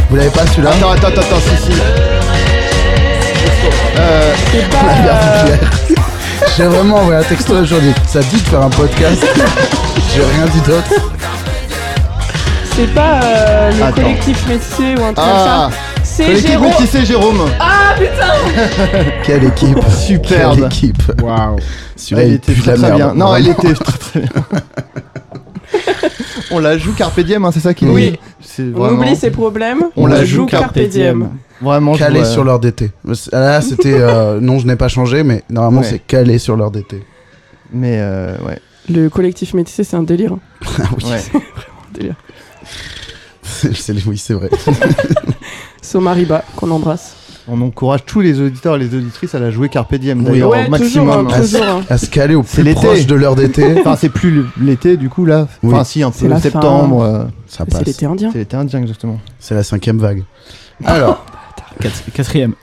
Speaker 3: Vous l'avez pas celui-là
Speaker 5: Attends, attends, attends, attends, si, si. Euh,
Speaker 4: C'est
Speaker 5: *laughs*
Speaker 4: pas. euh,
Speaker 3: *laughs* J'ai vraiment envoyé un texto aujourd'hui. Ça dit de faire un podcast. J'ai rien dit d'autre.
Speaker 4: C'est pas euh, le
Speaker 5: Attends.
Speaker 4: collectif métier ou un truc
Speaker 5: ah,
Speaker 4: comme ça. C'est
Speaker 5: collectif
Speaker 4: Jérôme. Ah.
Speaker 5: métissé Jérôme.
Speaker 3: Quelle équipe
Speaker 5: Superbe.
Speaker 3: Quelle équipe
Speaker 6: Waouh.
Speaker 3: Celui-là, Ah,
Speaker 5: elle
Speaker 3: il
Speaker 5: était
Speaker 3: pue de la
Speaker 5: très, très
Speaker 3: merde. hein.
Speaker 5: bien. Non,
Speaker 3: Vraiment. *laughs*
Speaker 5: elle était très très bien. On la joue Carpe Diem, hein, c'est ça qu'il
Speaker 4: Oui.
Speaker 5: dit. C'est
Speaker 4: On
Speaker 5: vraiment-
Speaker 4: oublie ses problèmes.
Speaker 5: On la joue
Speaker 4: Carpe Diem.
Speaker 5: Vraiment, je
Speaker 3: Calé
Speaker 5: vois- euh,
Speaker 3: sur l'heure d'été. Là, c'était.
Speaker 5: *laughs*
Speaker 3: euh, non, je n'ai pas changé, mais normalement,
Speaker 5: Ouais.
Speaker 3: c'est calé sur l'heure d'été. *laughs*
Speaker 5: Mais euh, ouais.
Speaker 4: Le collectif métissé, c'est un délire. hein.
Speaker 5: Ouais.
Speaker 3: C'est- oui, c'est vrai.
Speaker 4: Somariba, qu'on embrasse.
Speaker 5: On encourage tous les auditeurs et les auditrices à la jouer Carpe Diem d'ailleurs
Speaker 4: ouais,
Speaker 5: au
Speaker 4: toujours, hein,
Speaker 5: maximum. hein.
Speaker 4: toujours. hein.
Speaker 3: À se caler au
Speaker 5: C'est
Speaker 3: plus
Speaker 5: l'été.
Speaker 3: proche de l'heure d'été,
Speaker 5: Enfin, c'est plus le- l'été du coup là.
Speaker 3: Oui.
Speaker 5: Enfin, si, un
Speaker 4: C'est
Speaker 5: peu
Speaker 4: la
Speaker 5: septembre. euh,
Speaker 3: ça
Speaker 4: C'est
Speaker 3: passe.
Speaker 4: l'été indien.
Speaker 5: C'est l'été Ah. indien exactement.
Speaker 3: C'est la cinquième vague. Alors,
Speaker 5: *laughs*
Speaker 6: Quatri- Quatrième.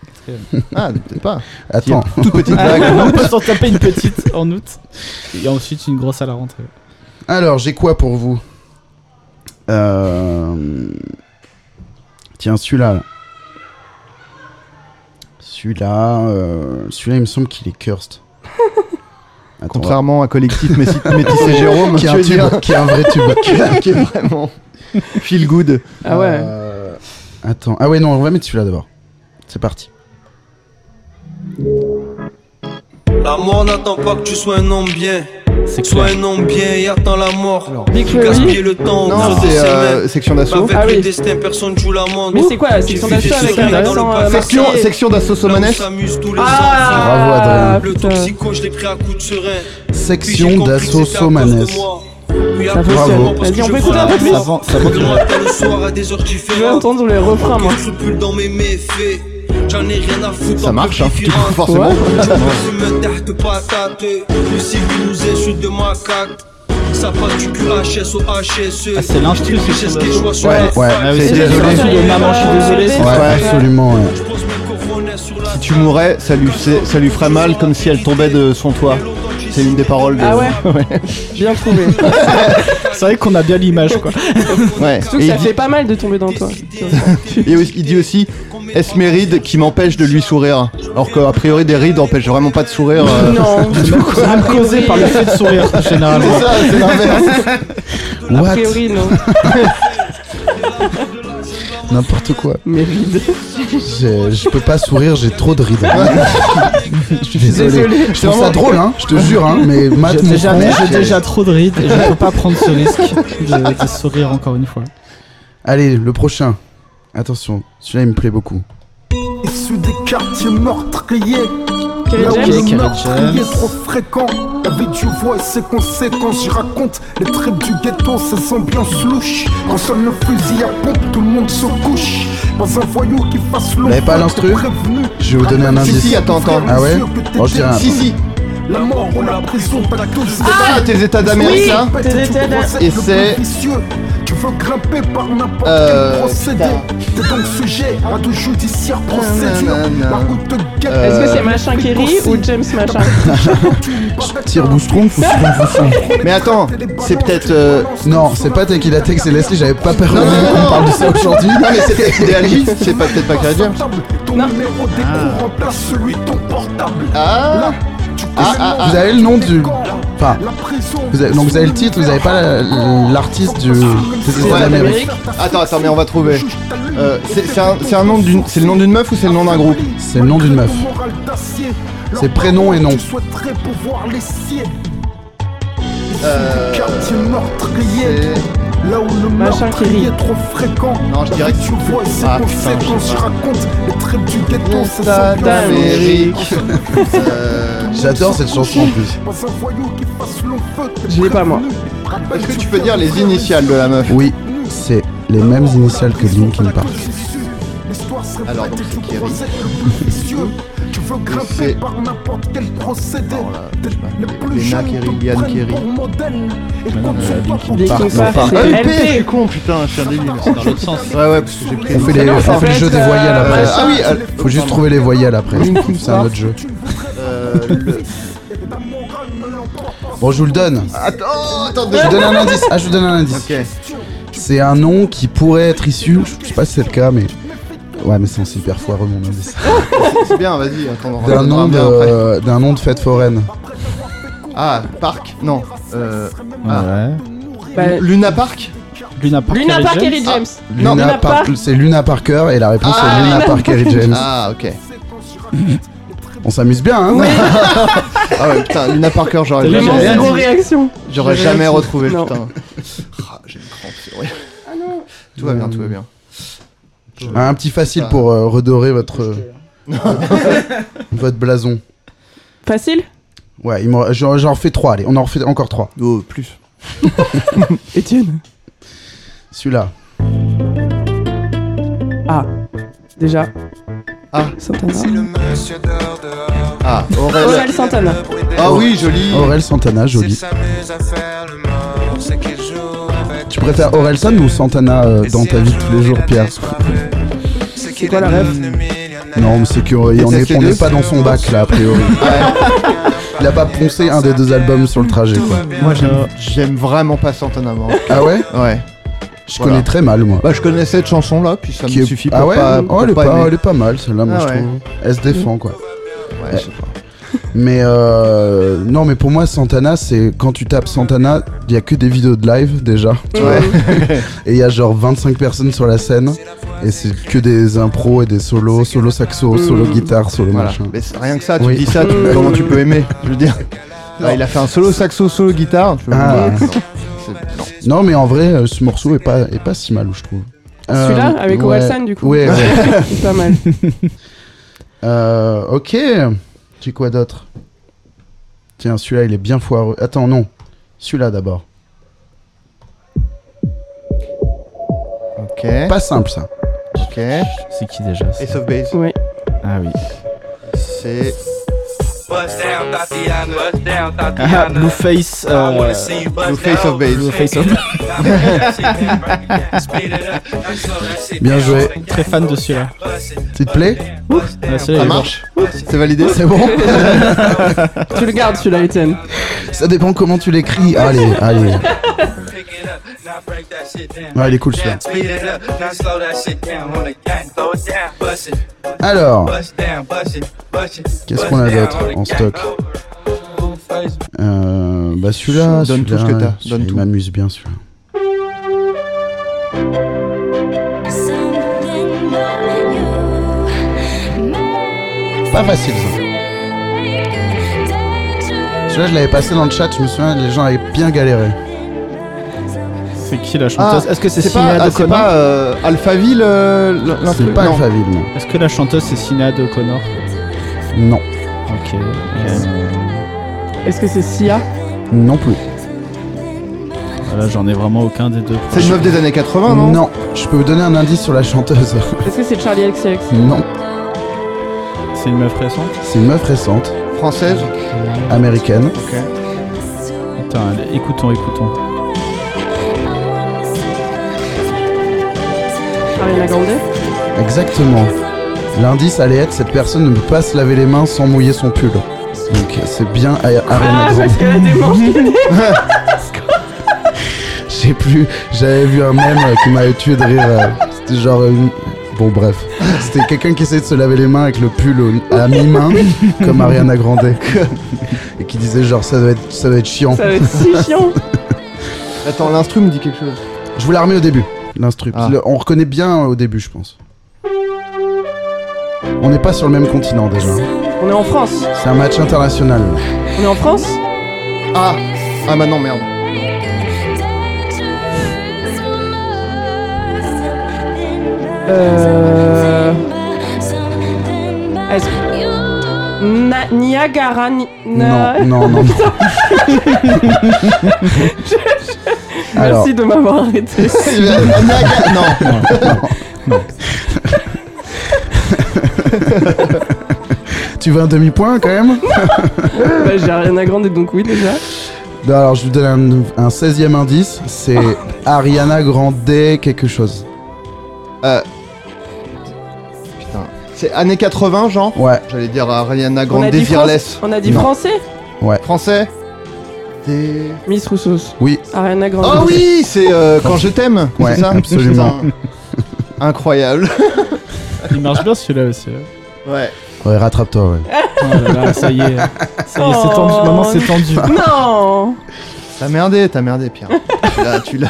Speaker 5: Ah, peut-être pas.
Speaker 3: attends.
Speaker 5: Toute petite blague.
Speaker 6: Ah, on peut s'en taper une petite en août. Et ensuite une grosse à la rentrée.
Speaker 3: *laughs* Alors, j'ai quoi pour vous Euh, Tiens, celui-là. là. Celui-là, euh, celui-là, il me semble qu'il est
Speaker 5: *laughs*
Speaker 3: cursed. Attends,
Speaker 5: Contrairement à Collectif Messi- *laughs* Métissé Jérôme,
Speaker 3: qui est,
Speaker 5: tu
Speaker 3: un
Speaker 5: veux
Speaker 3: tube,
Speaker 5: dire
Speaker 3: qui est un vrai tube.
Speaker 5: *laughs* qui est vraiment feel good.
Speaker 4: Ah ouais.
Speaker 3: Euh, Attends. Ah ouais, non, on va mettre celui-là d'abord. C'est parti.
Speaker 8: La mort n'attend pas que tu sois un homme bien.
Speaker 6: C'est
Speaker 8: Sois
Speaker 6: clair.
Speaker 8: un homme bien et attends la mort.
Speaker 4: Big
Speaker 8: Gaspiller
Speaker 4: Freddy.
Speaker 8: le temps au
Speaker 5: Non,
Speaker 8: creux de
Speaker 5: c'est
Speaker 8: ses
Speaker 5: euh,
Speaker 8: mains.
Speaker 5: section d'assaut.
Speaker 8: Avec
Speaker 4: Ah oui.
Speaker 8: le destin, personne joue la montre.
Speaker 4: Mais c'est quoi la section
Speaker 8: J'ai vu
Speaker 4: d'achat
Speaker 8: des
Speaker 4: avec un
Speaker 8: sourires
Speaker 4: accent
Speaker 8: dans le
Speaker 4: euh,
Speaker 8: passé.
Speaker 5: Section,
Speaker 4: marseillais
Speaker 5: section d'assaut
Speaker 8: Là où
Speaker 5: Somanes.
Speaker 8: s'amusent tous les enfants.
Speaker 4: Ah,
Speaker 3: Bravo,
Speaker 8: Le
Speaker 4: putain.
Speaker 8: toxico, je l'ai pris à coup de serein. Puis j'ai
Speaker 3: Section
Speaker 8: compris que
Speaker 3: d'assaut
Speaker 8: c'était à cause de
Speaker 3: Somanes.
Speaker 8: moi. Oui,
Speaker 4: Ça
Speaker 8: après,
Speaker 4: fonctionne.
Speaker 8: c'est bon, parce
Speaker 4: Vas-y,
Speaker 8: que
Speaker 4: on
Speaker 8: je
Speaker 4: peut
Speaker 8: vois
Speaker 4: écouter un peu
Speaker 8: la
Speaker 4: plus.
Speaker 8: mort.
Speaker 6: Avant, ça va
Speaker 8: Je
Speaker 6: durer.
Speaker 8: me rappelle le soir à des heures
Speaker 4: Je *laughs* veux
Speaker 8: différentes.
Speaker 4: entendre le refrain, moi.
Speaker 8: Quelques scrupules dans mes méfaits. J'en ai rien à foutre.
Speaker 5: Ça
Speaker 8: en
Speaker 5: marche, hein.
Speaker 8: préférant.
Speaker 5: forcément.
Speaker 8: Tu veux me taire que pas tâter. Le civil nous insulte de macaque. Ça passe du QHS au HSE.
Speaker 6: Ah, c'est l'instru,
Speaker 8: E. Je sais
Speaker 6: c'est
Speaker 8: ce que je vois sur
Speaker 3: Ouais,
Speaker 8: la-
Speaker 3: ouais.
Speaker 6: Ah oui,
Speaker 5: C'est
Speaker 6: c'est
Speaker 5: désolé.
Speaker 6: le truc de maman, je suis désolé.
Speaker 4: Ouais.
Speaker 3: Ouais, absolument. ouais.
Speaker 8: Je pose mes coronets sur la
Speaker 5: Si tu mourais, ça lui, fait- ça lui ferait mal comme si elle tombait de son toit. hein, C'est une des paroles de.
Speaker 4: Ah ouais Bien trouvé.
Speaker 6: C'est vrai qu'on a bien l'image quoi.
Speaker 5: *laughs* Ouais.
Speaker 4: Surtout que
Speaker 5: Et
Speaker 4: ça
Speaker 5: il, dit,
Speaker 4: fait pas mal de tomber dans toi.
Speaker 5: et aussi- il dit aussi Esméride qui m'empêche de lui sourire. Alors qu'a priori, des rides empêchent vraiment pas de sourire.
Speaker 4: *laughs*
Speaker 5: euh.
Speaker 4: Non,
Speaker 6: Même causé par le fait de sourire généralement.
Speaker 5: C'est ça, c'est l'inverse.
Speaker 4: a
Speaker 3: What
Speaker 4: priori non.
Speaker 3: N'importe quoi.
Speaker 4: Mais rides.
Speaker 3: J'ai- Je peux pas sourire, j'ai trop de
Speaker 4: *laughs*
Speaker 3: rides. je suis désolé.
Speaker 4: Désolé.
Speaker 3: Je trouve ça drôle, hein, je te jure, hein, mais Matt,
Speaker 6: J'ai
Speaker 3: mon
Speaker 6: déjà,
Speaker 3: frère,
Speaker 6: j'ai
Speaker 3: j'ai-
Speaker 6: déjà trop de rides et je peux pas prendre ce risque de, de sourire encore une fois.
Speaker 3: Allez, le prochain. Attention, celui-là il me plaît beaucoup.
Speaker 9: Issu des quartiers meurtriers,
Speaker 4: Quel
Speaker 9: là où
Speaker 4: est James
Speaker 9: le
Speaker 6: James.
Speaker 9: meurtrier est trop fréquent. La vie du voix et ses conséquences, je raconte les traits du ghetto, ses ambiances louches. Quand sonne le fusil à pompe, tout le monde se couche. Pas un voyou qui fasse l'eau.
Speaker 3: l'avez pas, l'instru Je vais vous donner un
Speaker 5: Si,
Speaker 3: indice.
Speaker 5: si, attends, attends.
Speaker 3: Ah ouais Oh, je dirais un.
Speaker 5: Si, si.
Speaker 9: La mort ou la prison, pas tous.
Speaker 5: Ah, tes états d'Amérique
Speaker 4: Hein
Speaker 5: là Et c'est-
Speaker 9: Tu veux grimper par n'importe
Speaker 5: Euh,
Speaker 9: quel procédé.
Speaker 3: bah.
Speaker 9: T'es donc sujet à de judiciaires procédures.
Speaker 5: Nanana.
Speaker 9: La route de guêpe.
Speaker 5: Euh,
Speaker 4: Est-ce que c'est Machin Kerry ou James Machin
Speaker 3: Tire Boustron ou Boustron Boustron
Speaker 5: Mais attends, c'est peut-être. euh,
Speaker 3: Non, c'est pas Tequila Tex et Leslie, j'avais pas peur
Speaker 5: Non, non, non,
Speaker 3: qu'on
Speaker 5: non.
Speaker 3: parle de ça aujourd'hui.
Speaker 5: Non, mais c'est peut-être idéaliste, c'est pas- peut-être pas Carpe Diem.
Speaker 9: Ton numéro
Speaker 3: Ah.
Speaker 9: d'écran remplace celui de ton portable.
Speaker 5: Ah
Speaker 9: Là, tu
Speaker 5: Ah,
Speaker 9: connais
Speaker 5: ah, ah.
Speaker 3: Vous avez le nom du. Enfin,
Speaker 9: la prison.
Speaker 3: vous avez- donc vous avez le titre, vous avez pas la- l'artiste du. des États
Speaker 5: Ouais,
Speaker 3: d'Amérique.
Speaker 5: Attends, attends, mais on va trouver. Euh, c'est c'est un, c'est un nom d'une, c'est le nom d'une meuf ou c'est le nom d'un groupe
Speaker 3: C'est le nom d'une meuf. C'est prénom et nom.
Speaker 9: Tu souhaiterais pouvoir les scier.
Speaker 5: Euh,
Speaker 9: Quartier meurtrier.
Speaker 5: C'est-
Speaker 9: Là où le
Speaker 4: Machin qui
Speaker 9: meurtrier
Speaker 4: rit.
Speaker 9: est trop fréquent.
Speaker 5: Non, je
Speaker 9: La
Speaker 5: dirais
Speaker 9: vie
Speaker 5: que-
Speaker 9: tu vois et ses
Speaker 5: Ah, putain,
Speaker 9: conséquences.
Speaker 5: je sais
Speaker 9: Je
Speaker 5: pas.
Speaker 9: raconte les traits du ghetto, c'est
Speaker 5: État
Speaker 9: sans
Speaker 5: *laughs* d'Amérique. euh,
Speaker 3: J'adore cette chanson en plus.
Speaker 9: Pas un voyou qui fasse long feu, t'es
Speaker 4: Je l'ai pas, moi.
Speaker 9: prévenu.
Speaker 5: Est-ce que tu peux dire les initiales de la meuf
Speaker 3: Oui, c'est les mêmes initiales que Linkin Park.
Speaker 5: Alors, donc, c'est Kerry. *laughs*
Speaker 9: Tu veux grimper
Speaker 5: c'est-
Speaker 9: par n'importe quel procédé.
Speaker 5: Alors là, je sais pas,
Speaker 9: Les plus
Speaker 5: Lena
Speaker 9: jeunes
Speaker 5: Kerry,
Speaker 9: te
Speaker 5: Liane
Speaker 9: prennent
Speaker 5: Kerry.
Speaker 9: pour modèle et comptent sur toi pour
Speaker 4: Linkin
Speaker 9: tout.
Speaker 4: Park,
Speaker 5: Ah,
Speaker 4: c'est
Speaker 5: LP, je suis
Speaker 4: LP.
Speaker 5: con, putain, je suis un débile.
Speaker 6: C'est dans l'autre sens.
Speaker 5: Ouais, ouais, parce que j'ai pris.
Speaker 3: On fait, les, on fait le jeu des voyelles
Speaker 5: Euh,
Speaker 3: après.
Speaker 5: ah oui, euh,
Speaker 3: Faut juste trouver les voyelles après. C'est un autre jeu.
Speaker 5: euh, le-
Speaker 3: Bon, je vous le donne.
Speaker 5: *laughs* Attends, attends,
Speaker 3: Je vous
Speaker 5: deux
Speaker 3: donne un indice. Ah, je vous donne un indice.
Speaker 5: secondes.
Speaker 3: C'est un nom qui pourrait être issu. Je sais pas si c'est le cas, mais. Ouais, mais c'est aussi hyper foireux mon indice.
Speaker 5: Ok, c'est bien, vas-y, attends, on en
Speaker 3: D'un
Speaker 5: reparlera
Speaker 3: nom
Speaker 5: bien après.
Speaker 3: de, d'un nom de fête foraine.
Speaker 5: Ah, Park, non. Euh, ah.
Speaker 4: Bah,
Speaker 5: Luna Park
Speaker 6: Luna Park.
Speaker 4: Luna
Speaker 6: Eric
Speaker 4: Park,
Speaker 6: James.
Speaker 4: Ellie James. Ah.
Speaker 5: Non,
Speaker 3: Luna
Speaker 4: Luna
Speaker 3: Par-
Speaker 4: Park.
Speaker 3: c'est Luna Parker et la réponse
Speaker 5: Ah.
Speaker 3: est Luna Parker et James.
Speaker 5: Ah, ok.
Speaker 3: On s'amuse bien, hein
Speaker 5: Ah ouais, putain, Luna Parker, j'aurais
Speaker 6: T'as
Speaker 4: J'ai
Speaker 6: vu,
Speaker 4: mon
Speaker 6: j'ai rien
Speaker 5: jamais,
Speaker 4: zéro
Speaker 6: dit.
Speaker 4: réaction.
Speaker 5: j'aurais
Speaker 4: j'ai
Speaker 5: jamais
Speaker 4: rien
Speaker 5: retrouvé,
Speaker 4: Non.
Speaker 5: *laughs* putain. Ah, j'ai une crampe, c'est horrible. Tout va bien, tout va bien.
Speaker 3: Ah, Un petit facile pour euh, redorer votre euh, *laughs* votre blason.
Speaker 4: Facile
Speaker 3: Ouais, il m'en- j'en j'en refais trois. Allez, on en refait encore trois.
Speaker 5: Oh, plus.
Speaker 4: Étienne.
Speaker 3: Celui-là.
Speaker 4: Ah, déjà.
Speaker 5: Ah.
Speaker 4: Santana.
Speaker 5: Ah,
Speaker 4: Aurel
Speaker 5: Aurel.
Speaker 4: Santana.
Speaker 5: Ah oui, joli.
Speaker 3: Aurel Santana, joli. Tu préfères Orelsan ou Santana euh, dans ta vie de tous les jours, Pierre
Speaker 4: C'est quoi la rêve
Speaker 3: Non, mais c'est qu'on
Speaker 5: Peut-être les
Speaker 3: n'est
Speaker 5: deux.
Speaker 3: pas dans son bac là, a priori. Il a pas poncé un des deux albums sur le trajet, quoi.
Speaker 5: Moi, j'aime- j'aime vraiment pas Santana. moi.
Speaker 3: Ah ouais
Speaker 5: Ouais.
Speaker 3: Je
Speaker 5: Voilà.
Speaker 3: connais très mal, moi.
Speaker 5: Bah, je connais cette chanson là, puis ça
Speaker 3: Qui
Speaker 5: me
Speaker 3: est-
Speaker 5: suffit pour
Speaker 3: ah ouais,
Speaker 5: pas.
Speaker 3: Oh,
Speaker 5: pour
Speaker 3: elle, est pas,
Speaker 5: aimer.
Speaker 3: elle est pas mal celle-là, moi
Speaker 5: Ah
Speaker 3: je
Speaker 5: ouais.
Speaker 3: trouve. Elle se défend quoi.
Speaker 5: Ouais, je sais pas.
Speaker 3: Mais euh, non, mais pour moi, Santana, c'est quand tu tapes Santana, il y a que des vidéos de live déjà. tu vois.
Speaker 5: *laughs*
Speaker 3: et il y a genre 25 personnes sur la scène. Et c'est que des impros et des solos, solo
Speaker 4: Mm.
Speaker 3: saxo, solo guitare, solo
Speaker 5: Voilà.
Speaker 3: machin.
Speaker 5: Mais c'est- rien que ça, tu
Speaker 3: Oui.
Speaker 5: dis ça, tu- *laughs* comment tu peux aimer Je veux dire. Là, il a fait un solo saxo, solo guitare. tu vois.
Speaker 3: Ah.
Speaker 5: *laughs* Non, c'est- non.
Speaker 3: Non, mais en vrai, euh, ce morceau est pas, est pas si mal, je trouve. Euh,
Speaker 4: Celui-là, avec
Speaker 3: ouais.
Speaker 4: Orelsan, du coup.
Speaker 3: Ouais,
Speaker 4: *laughs*
Speaker 3: ouais.
Speaker 4: C'est pas mal.
Speaker 3: Euh, ok. J'ai quoi d'autre Tiens, celui-là, il est bien foireux. Attends, non. Celui-là d'abord.
Speaker 5: Ok.
Speaker 3: Pas simple ça.
Speaker 5: Ok.
Speaker 6: C'est qui déjà ça
Speaker 5: Ace of Base.
Speaker 4: Ouais.
Speaker 6: Ah oui.
Speaker 5: C'est.
Speaker 6: Ah, Blueface. Euh...
Speaker 5: Blueface of Base.
Speaker 6: Blueface of
Speaker 3: Bien joué.
Speaker 6: Très fan de celui-là.
Speaker 3: Tu te plaît
Speaker 6: Ah, celui-là,
Speaker 5: Ça
Speaker 6: il est
Speaker 5: marche C'est validé
Speaker 3: C'est bon
Speaker 4: Tu le gardes, celui-là, Étienne.
Speaker 3: *laughs* Ça dépend comment tu l'écris. Allez, allez. Ouais, il est cool celui-là. Alors,
Speaker 7: Qu'est-ce qu'on a d'autre en stock
Speaker 3: euh, bah celui-là,
Speaker 5: Donne tout ce que
Speaker 3: celui-là,
Speaker 5: t'as, donne
Speaker 3: celui-là, il
Speaker 5: tout.
Speaker 3: m'amuse bien celui-là. Pas facile ça. Celui-là, je l'avais passé dans le chat, je me souviens, les gens avaient bien galéré.
Speaker 6: bon. C'est qui la
Speaker 5: Ah,
Speaker 6: chanteuse Est-ce que c'est
Speaker 5: C'est pas,
Speaker 6: Sinéad
Speaker 5: ah, c'est
Speaker 6: O'Connor
Speaker 5: pas euh, Alphaville euh, l- l'instru-
Speaker 3: C'est pas
Speaker 5: non.
Speaker 3: Alphaville, non.
Speaker 6: Est-ce que la chanteuse c'est Sinéad O'Connor
Speaker 3: Non,
Speaker 6: Ok. euh,
Speaker 4: Est-ce que c'est Sia
Speaker 3: non plus.
Speaker 6: voilà, j'en ai vraiment aucun des deux.
Speaker 5: C'est une meuf des années 80, Ah non
Speaker 3: Non, je peux vous donner un indice sur la chanteuse. *laughs*
Speaker 4: Est-ce que c'est Charlie XCX
Speaker 3: Non,
Speaker 6: C'est une meuf récente
Speaker 3: c'est une meuf récente,
Speaker 5: Française
Speaker 3: américaine.
Speaker 5: Ok.
Speaker 6: Attends, allez, écoutons, écoutons.
Speaker 4: Ariana Grande
Speaker 3: Exactement. L'indice allait être cette personne ne peut pas se laver les mains sans mouiller son pull. Donc c'est bien Ari- Ariana
Speaker 4: Ah,
Speaker 3: Grande.
Speaker 4: parce qu'elle a des manches qui dépassent.
Speaker 3: J'ai plus, j'avais vu un mème euh, qui m'avait tué de rire. euh, C'était genre une- bon bref, c'était quelqu'un qui essayait de se laver les mains avec le pull au- à mi-main comme Ariana Grande et qui disait genre ça doit être ça doit être chiant.
Speaker 4: Ça va être si chiant.
Speaker 5: Attends, l'instru me dit quelque chose.
Speaker 3: Je vous la remets au début, l'instru.
Speaker 5: Ah.
Speaker 3: Le- On reconnaît bien au début, je pense. On n'est pas sur le même continent déjà.
Speaker 4: On est en France.
Speaker 3: C'est un match international.
Speaker 4: On est en France
Speaker 5: *laughs* Ah Ah bah non, merde.
Speaker 4: Euh... Est-ce- Na- Niagara. Ni- Na-
Speaker 3: Non, non, non. non. Alors,
Speaker 4: Merci de m'avoir
Speaker 5: *laughs*
Speaker 4: arrêté.
Speaker 5: non,
Speaker 3: tu veux un demi-point quand même
Speaker 4: Bah, J'ai rien à grande et donc oui déjà.
Speaker 3: Non, Bah, Alors, je vous donne un, un 16e indice. *laughs* C'est Ariana Grande quelque chose.
Speaker 5: c'est années 80, genre
Speaker 3: Ouais,
Speaker 5: J'allais dire Ariana
Speaker 4: On
Speaker 5: Grande,
Speaker 4: a dit Fran-
Speaker 5: Désirless.
Speaker 4: On a dit
Speaker 3: Non.
Speaker 4: français
Speaker 5: Français Des-
Speaker 4: Miss Roussos.
Speaker 3: oui.
Speaker 4: Ariana Grande.
Speaker 5: Oh oui, c'est euh, Quand je t'aime,
Speaker 3: Ouais,
Speaker 5: c'est ça
Speaker 3: absolument.
Speaker 5: Putain.
Speaker 3: *laughs*
Speaker 5: Incroyable.
Speaker 6: Il marche bien celui-là aussi. hein.
Speaker 5: Ouais.
Speaker 3: Ouais, rattrape-toi, ouais.
Speaker 6: Oh là là, ça y est. Ça y est, c'est tendu.
Speaker 4: Oh.
Speaker 6: Maman, c'est tendu.
Speaker 4: Non
Speaker 5: T'as merdé, t'as merdé, Pierre. tu l'as, tu l'as.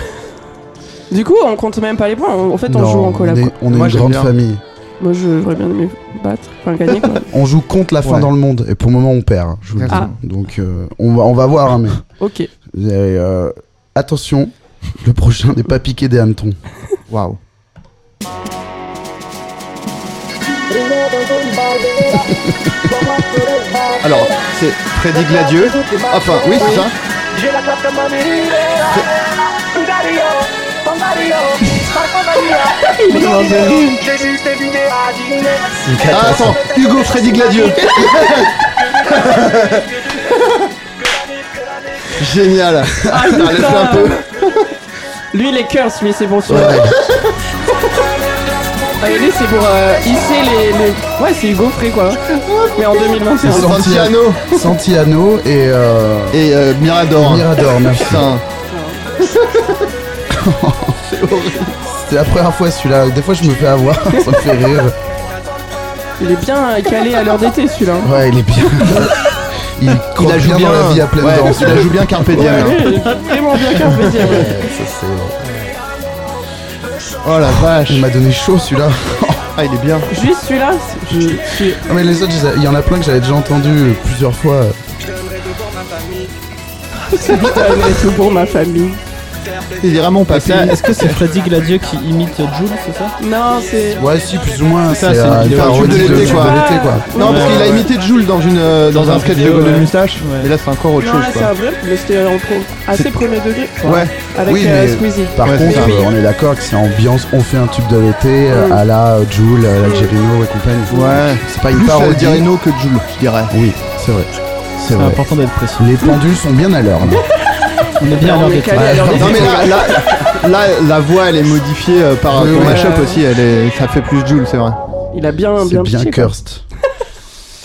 Speaker 4: Du coup, on compte même pas les points. En fait, on
Speaker 3: Non,
Speaker 4: joue en collab.
Speaker 3: est-
Speaker 4: quoi.
Speaker 3: on est
Speaker 5: Moi,
Speaker 3: une
Speaker 5: j'aime
Speaker 3: grande
Speaker 5: bien.
Speaker 3: famille.
Speaker 4: Moi, je- j'aurais bien aimé battre, enfin gagner quoi.
Speaker 3: On joue contre la fin
Speaker 5: Ouais.
Speaker 3: dans le monde. Et pour le moment, on perd. hein, Je vous le dis.
Speaker 4: Ah.
Speaker 3: Donc, euh, on, va, on va voir, hein, mais.
Speaker 4: ok.
Speaker 3: Et, euh, attention, le prochain n'est pas piqué des hannetons.
Speaker 5: Waouh. Alors, c'est Freddy Gladieux. Enfin, oui, c'est ça. Ah, attends, Hugo Freddy Gladieux. Génial. Ah, laisse-le un peu.
Speaker 4: Lui, il est curse, mais c'est bon sur Ah, et lui, c'est pour euh, hisser les, les- Ouais, c'est Hugo Frey quoi. Mais en 2021.
Speaker 3: C'est ça.
Speaker 5: Santiano
Speaker 3: Santiano et euh,
Speaker 5: et euh, Mirador.
Speaker 3: Mirador, merci.
Speaker 5: Putain.
Speaker 3: C'est la première fois celui-là. Des fois, je me fais avoir, *laughs* ça me fait rire.
Speaker 4: Il est bien calé à l'heure d'été celui-là.
Speaker 3: Ouais, il est bien. Il, croque
Speaker 5: a
Speaker 3: bien,
Speaker 5: joué
Speaker 3: dans la vie à pleine
Speaker 5: ouais,
Speaker 3: danse.
Speaker 5: Il la joue bien Carpe Diem. hein.
Speaker 4: Il est Vraiment bien carpé diem.
Speaker 3: Ouais, ça, c'est-
Speaker 5: Oh la vache.
Speaker 3: Il m'a donné chaud celui-là.
Speaker 5: Ah, il est bien.
Speaker 4: Juste celui-là, c'est- je suis.
Speaker 3: Ah, mais les autres, je les ai- il y en a plein que j'avais déjà entendu plusieurs fois.
Speaker 4: C'est tout pour ma famille.
Speaker 5: Il est vraiment pas
Speaker 6: Ça, Est-ce que c'est Freddy Gladieux qui imite Jules, c'est ça
Speaker 4: Non, c'est.
Speaker 3: Ouais, si, plus ou moins.
Speaker 6: Ça,
Speaker 3: C'est
Speaker 6: c'est une
Speaker 3: euh, une
Speaker 6: vidéo
Speaker 3: parodie
Speaker 5: de
Speaker 3: de
Speaker 5: l'été,
Speaker 3: l'été,
Speaker 5: quoi.
Speaker 3: quoi.
Speaker 5: Non,
Speaker 6: Ouais,
Speaker 5: parce qu'il a
Speaker 6: ouais.
Speaker 5: imité Jules dans une euh, dans,
Speaker 6: Dans
Speaker 5: un
Speaker 6: un
Speaker 5: sketch de
Speaker 6: vidéo,
Speaker 5: Golden
Speaker 6: ouais.
Speaker 5: Moustache.
Speaker 6: Ouais.
Speaker 5: Mais là, c'est encore autre
Speaker 4: Non,
Speaker 5: chose.
Speaker 4: là c'est
Speaker 5: quoi.
Speaker 4: un vrai, mais c'était en pro- assez premier degré. quoi.
Speaker 5: Ouais.
Speaker 4: Avec
Speaker 3: Oui,
Speaker 4: euh,
Speaker 3: mais-
Speaker 4: Squeezie.
Speaker 3: Par
Speaker 5: Ouais,
Speaker 3: contre,
Speaker 5: c'est ça.
Speaker 3: euh, on est d'accord que c'est ambiance, on fait un tube de l'été euh,
Speaker 4: Mm.
Speaker 3: à la euh, Jules, euh, l'Algerino et compagnie.
Speaker 5: Ouais.
Speaker 3: C'est pas une
Speaker 5: Plus ça
Speaker 3: parodie.
Speaker 5: dirait no que Jules, je dirais.
Speaker 3: Oui, c'est vrai. C'est
Speaker 6: C'est
Speaker 3: vrai.
Speaker 6: important d'être précis.
Speaker 3: Les pendules sont bien à l'heure. là.
Speaker 6: On est bien à
Speaker 4: On
Speaker 6: l'heure
Speaker 4: est
Speaker 6: des
Speaker 4: calé à l'heure
Speaker 5: Non mais
Speaker 4: d'été.
Speaker 5: là, là, là, la voix elle est modifiée euh, par
Speaker 3: Oui,
Speaker 5: euh,
Speaker 3: oui.
Speaker 5: ton mashup aussi, elle est, ça fait plus Jules, c'est vrai.
Speaker 4: Il a bien
Speaker 3: C'est
Speaker 4: bien
Speaker 3: bien
Speaker 4: piqué, quoi.
Speaker 3: cursed.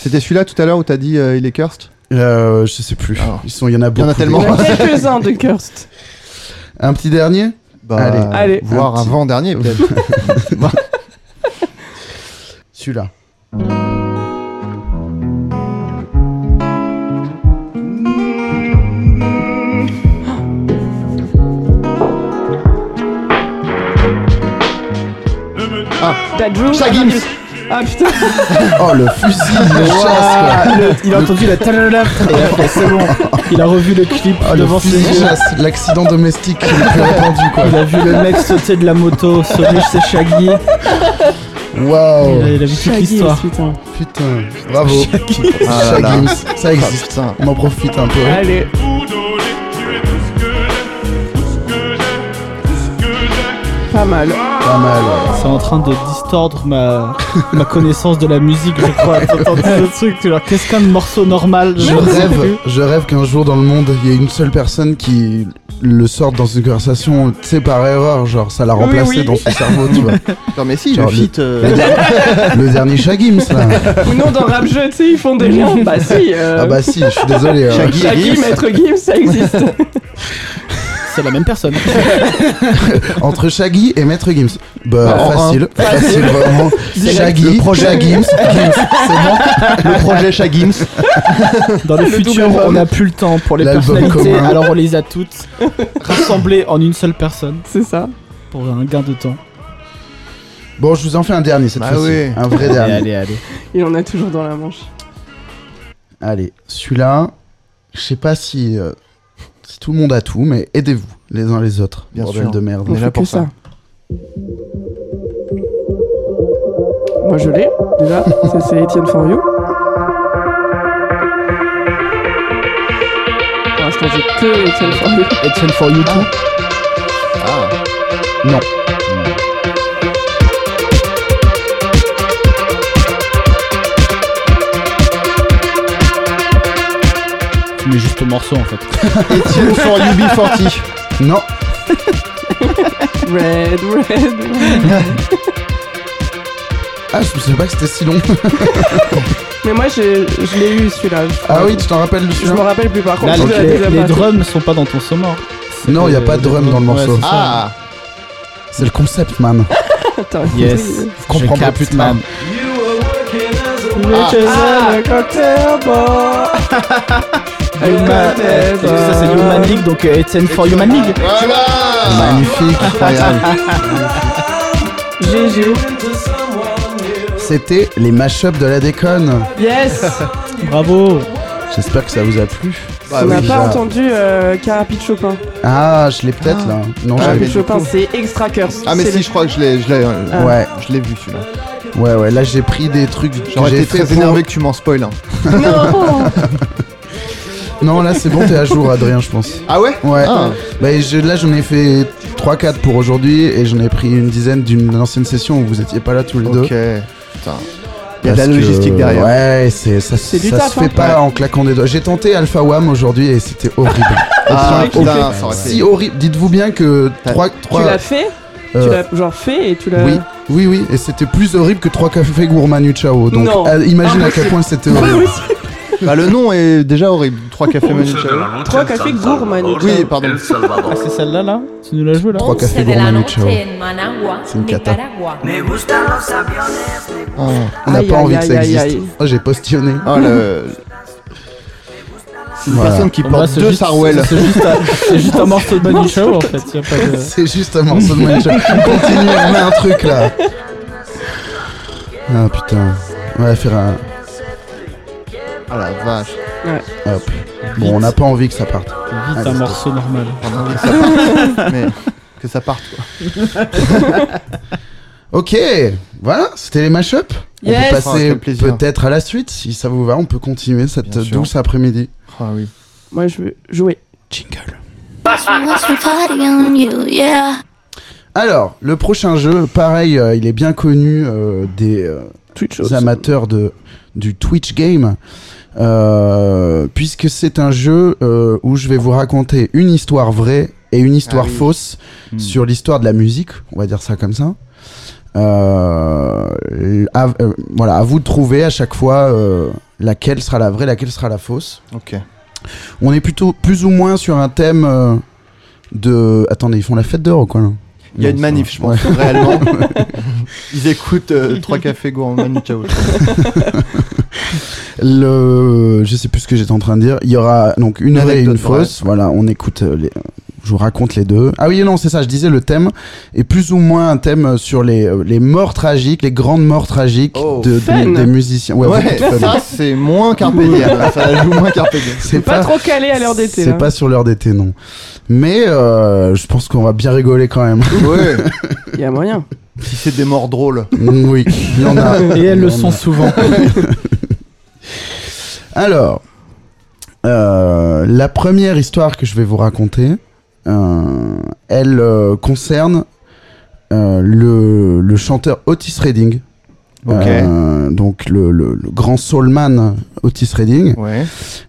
Speaker 5: C'était celui-là tout à l'heure où t'as dit euh, il est cursed
Speaker 3: Euh, je sais plus.
Speaker 5: Alors.
Speaker 3: Ils sont, il y en a
Speaker 5: Il y
Speaker 3: beaucoup.
Speaker 5: en a tellement.
Speaker 4: Il y en a quelques-uns de Kirst.
Speaker 3: *laughs* Un petit dernier
Speaker 5: Bah,
Speaker 3: Allez.
Speaker 4: Allez.
Speaker 5: Voire
Speaker 3: Un petit-
Speaker 5: avant-dernier peut-être.
Speaker 3: *laughs* Celui-là.
Speaker 4: T'as Drew
Speaker 5: Ça Gims.
Speaker 4: Ah putain
Speaker 3: Oh, le fusil de chasse, quoi.
Speaker 6: Il a entendu la talalap et après c'est bon. Il a revu le clip
Speaker 3: Oh, le
Speaker 6: devant ses
Speaker 3: fusil de
Speaker 6: yeux.
Speaker 3: chasse, l'accident domestique le plus répandu, quoi.
Speaker 6: Il a vu le mec sauter de la moto, sonner chez Shaggy. Il a,
Speaker 3: Waouh,
Speaker 6: il a vu toute l'histoire.
Speaker 4: putain.
Speaker 3: putain, bravo.
Speaker 5: Ah là là.
Speaker 3: Chagims, ça
Speaker 5: Ah,
Speaker 3: existe.
Speaker 5: putain.
Speaker 3: On en profite un peu.
Speaker 4: Allez, pas mal.
Speaker 3: Pas mal. ouais.
Speaker 6: C'est en train de distordre ma, ma connaissance de la musique, je crois. T'entends ce truc, tu leur qu'est-ce qu'un morceau normal
Speaker 3: Je rêve, je rêve qu'un jour dans le monde, il y ait une seule personne qui le sorte dans une conversation, tu sais, par erreur, genre ça l'a remplacé
Speaker 4: oui.
Speaker 3: dans son cerveau, tu vois.
Speaker 5: Non mais si,
Speaker 3: Genre
Speaker 5: le
Speaker 3: le-
Speaker 5: feat. euh,
Speaker 3: Le dernier, le dernier Shagims, là.
Speaker 4: Ou non, dans Rap Jeu, tu sais, ils font des liens. Bah si, euh,
Speaker 3: Ah bah si, je suis désolé. euh.
Speaker 5: Shaggy et
Speaker 4: Shaggy,
Speaker 5: Gims.
Speaker 4: Maître Gims, ça existe.
Speaker 6: C'est la même personne.
Speaker 3: Entre Shaggy et Maître Gims. Bah,
Speaker 5: Bah, en
Speaker 3: facile, facile vraiment.
Speaker 4: Direct,
Speaker 3: Shaggy,
Speaker 5: le projet.
Speaker 3: Shagims, Gims, c'est bon.
Speaker 5: Le projet Shagims.
Speaker 6: *laughs* Dans le, futur,
Speaker 4: double
Speaker 6: on
Speaker 4: album.
Speaker 6: n'a plus le temps pour les
Speaker 3: L'album
Speaker 6: personnalités,
Speaker 3: commun.
Speaker 6: alors on les a toutes rassemblées en une seule personne
Speaker 4: C'est ça.
Speaker 6: pour un gain de temps.
Speaker 3: Bon, je vous en fais un dernier cette
Speaker 5: Bah
Speaker 3: fois-ci.
Speaker 5: oui.
Speaker 3: Un vrai dernier. Allez,
Speaker 6: allez, allez.
Speaker 4: Il en a toujours dans la manche.
Speaker 3: celui-là, je sais pas si, euh, si tout le monde a tout, mais aidez-vous les uns les autres.
Speaker 5: Bien
Speaker 3: bordel
Speaker 5: sûr.
Speaker 3: de merde.
Speaker 5: On est là
Speaker 4: fait
Speaker 5: pour
Speaker 4: que
Speaker 5: ça.
Speaker 4: Moi je l'ai, déjà. Ça, c'est Etienne For You. Pour l'instant, j'ai que Etienne For You.
Speaker 6: Etienne for You too.
Speaker 3: Non.
Speaker 6: Tu mets juste au morceau en fait.
Speaker 5: Etienne for UB40.
Speaker 3: Ah. Non.
Speaker 4: Red, red.
Speaker 3: Ah, je ne savais pas que c'était si long.
Speaker 4: Mais moi, je, je l'ai eu celui-là. Je-
Speaker 3: Ah oui, tu t'en rappelles du
Speaker 4: Je me rappelle plus par contre.
Speaker 6: Là,
Speaker 4: je
Speaker 6: les,
Speaker 4: l'ai déjà
Speaker 6: les
Speaker 4: passé.
Speaker 6: drums sont pas dans ton sommaire.
Speaker 3: Non, il n'y a pas de drum dans le morceau.
Speaker 5: Ah
Speaker 3: C'est le concept, man.
Speaker 4: Attends,
Speaker 3: hein.
Speaker 6: Yes.
Speaker 3: Je comprends
Speaker 6: Je
Speaker 3: pas
Speaker 6: capte,
Speaker 3: plus tard.
Speaker 6: man.
Speaker 5: Ah.
Speaker 4: Ah, le cocktail bar. Avec ma tête.
Speaker 6: Ça c'est Human League, donc euh, Etienne for Human League.
Speaker 5: Voilà
Speaker 3: Magnifique, incroyable.
Speaker 5: Ah.
Speaker 7: Ah,
Speaker 4: GG.
Speaker 3: C'était les mashups de la déconne.
Speaker 4: Yes.
Speaker 6: Bravo.
Speaker 3: J'espère que ça vous a plu.
Speaker 5: Bah
Speaker 4: On n'a
Speaker 5: oui,
Speaker 4: pas
Speaker 3: ça.
Speaker 4: entendu euh, Carapi de Chopin.
Speaker 3: Ah, je l'ai peut-être là. Non, j'avais
Speaker 5: Ah,
Speaker 4: Carapi
Speaker 5: mais
Speaker 4: de
Speaker 5: du
Speaker 4: Chopin, c'est extra curse.
Speaker 5: Ah mais
Speaker 4: C'est
Speaker 5: si,
Speaker 4: le-
Speaker 5: je crois que je l'ai, je l'ai, euh,
Speaker 4: Ah.
Speaker 3: Ouais,
Speaker 5: je l'ai vu celui-là.
Speaker 3: ouais, ouais. Là, j'ai pris des trucs. que
Speaker 5: J'aurais
Speaker 3: j'ai
Speaker 5: été très
Speaker 3: fait pour-
Speaker 5: énervé que tu m'en spoil. hein.
Speaker 4: Non.
Speaker 3: Non, là, c'est bon, t'es à jour, Adrien, je pense.
Speaker 5: Ah ouais
Speaker 3: Ouais.
Speaker 5: Ah.
Speaker 3: Bah, je- là, j'en ai fait 3-4 pour aujourd'hui et j'en ai pris une dizaine d'une ancienne session où vous étiez pas là tous les deux.
Speaker 5: Ok. Putain. Il y a de la
Speaker 3: Parce que,
Speaker 5: logistique derrière.
Speaker 3: Ouais, c'est ça, ça
Speaker 4: C'est du taf,
Speaker 3: se fait
Speaker 4: hein.
Speaker 3: pas en claquant des doigts. J'ai tenté Alpha Wham aujourd'hui et c'était horrible.
Speaker 4: *laughs*
Speaker 5: Ah oh,
Speaker 3: Enfin, horrible.
Speaker 5: putain, ça aurait
Speaker 3: si
Speaker 5: été...
Speaker 3: horrible. Dites-vous bien que
Speaker 5: T'as-
Speaker 3: 3
Speaker 4: Tu l'as fait Tu l'as genre fait euh, et tu l'as.
Speaker 3: Euh. oui, oui, oui, et c'était plus horrible que 3 cafés gourmands Chao. Donc
Speaker 4: Non.
Speaker 3: euh, imagine à
Speaker 4: Impossible.
Speaker 3: quel point c'était
Speaker 4: Ah
Speaker 3: horrible.
Speaker 4: *laughs* oui,
Speaker 5: Bah le nom est déjà horrible. Trois cafés Manu Chao.
Speaker 4: Trois cafés gourmands.
Speaker 5: Oui, pardon.
Speaker 6: Ah, c'est celle-là là Tu nous la joues là
Speaker 3: 3 cafés gourmands Chao. C'est une cata.
Speaker 5: Oh,
Speaker 3: On n'a
Speaker 4: Aïe,
Speaker 3: pas
Speaker 4: aïe,
Speaker 3: envie que ça
Speaker 4: aïe, aïe,
Speaker 3: existe.
Speaker 4: aïe.
Speaker 3: Oh, j'ai postillonné.
Speaker 5: oh le... C'est une
Speaker 3: Voilà.
Speaker 5: personne qui
Speaker 6: Bon, bah,
Speaker 5: porte
Speaker 6: c'est
Speaker 5: deux
Speaker 6: juste-
Speaker 5: Sarwell.
Speaker 6: C'est *laughs* juste, un- c'est juste un morceau de hein. Bunny Show en fait. Y a pas de...
Speaker 3: C'est juste un morceau de Manu Chao. Continue, on a un truc là. Ah putain. On va faire un.
Speaker 5: Ah la vache.
Speaker 3: Hop. Bon, on n'a pas envie que ça parte.
Speaker 6: Vite
Speaker 3: Ah,
Speaker 6: un morceau normal.
Speaker 5: On a envie que ça parte. Mais que ça parte quoi.
Speaker 3: Ok, voilà, c'était les mashups.
Speaker 4: Yes.
Speaker 3: On peut
Speaker 5: Ah,
Speaker 3: passer
Speaker 5: quel plaisir.
Speaker 3: peut-être à la suite, si ça vous va, on peut continuer cette
Speaker 5: Bien sûr.
Speaker 3: douce après-midi.
Speaker 5: Ah oui.
Speaker 4: Moi je veux jouer.
Speaker 2: Watch me party on you, yeah.
Speaker 3: Alors, le prochain jeu, pareil, euh, il est bien connu euh, des, euh,
Speaker 4: Twitch.
Speaker 3: des amateurs de, du Twitch Game, euh, puisque c'est un jeu euh, où je vais vous raconter une histoire vraie et une histoire
Speaker 5: Ah oui.
Speaker 3: fausse
Speaker 6: Hmm.
Speaker 3: sur l'histoire de la musique, on va dire ça comme ça. Euh, à- euh, voilà, à vous de trouver à chaque fois euh, laquelle sera la vraie, laquelle sera la fausse.
Speaker 5: Ok.
Speaker 3: On est plutôt plus ou moins sur un thème euh, de. Attendez, ils font la fête dehors ou quoi là
Speaker 5: Il y a
Speaker 3: Non, ça
Speaker 5: une manif,
Speaker 3: va.
Speaker 5: je
Speaker 3: *laughs*
Speaker 5: pense, réellement. Ils écoutent euh, trois cafés gourmands Manu Chao.
Speaker 3: Le, je sais plus ce que j'étais en train de dire. Il y aura donc une
Speaker 5: Une
Speaker 3: vraie et une
Speaker 5: anecdote vraie.
Speaker 3: fausse. Voilà, on écoute. euh, Les... Je vous raconte les deux. Ah oui, non, c'est ça. Je disais le thème est plus ou moins un thème euh, sur les, euh, les morts tragiques, les grandes morts tragiques
Speaker 5: Oh,
Speaker 3: de, de-
Speaker 4: fun.
Speaker 3: des musiciens. Ouais,
Speaker 5: Ouais,
Speaker 3: beaucoup de
Speaker 4: *laughs*
Speaker 3: fun.
Speaker 5: ça c'est moins Carpe Diem. Ça la joue moins Carpe Diem.
Speaker 3: c'est
Speaker 4: Pas trop calé à l'heure d'été.
Speaker 3: C'est
Speaker 4: là.
Speaker 3: pas sur l'heure d'été, non. Mais euh, je pense qu'on va bien rigoler quand même. *laughs*
Speaker 5: Ouais.
Speaker 4: Il y a moyen.
Speaker 5: Si c'est des morts drôles.
Speaker 3: oui, il y en a.
Speaker 6: Ah, Et elles le
Speaker 3: Il y en
Speaker 6: sont
Speaker 3: a.
Speaker 6: *laughs* souvent.
Speaker 3: Alors, euh, la première histoire que je vais vous raconter, euh, elle euh, concerne euh, le, le chanteur Otis Redding.
Speaker 5: Ok.
Speaker 3: Euh, donc le, le- le grand soulman Otis Redding,
Speaker 5: Ouais.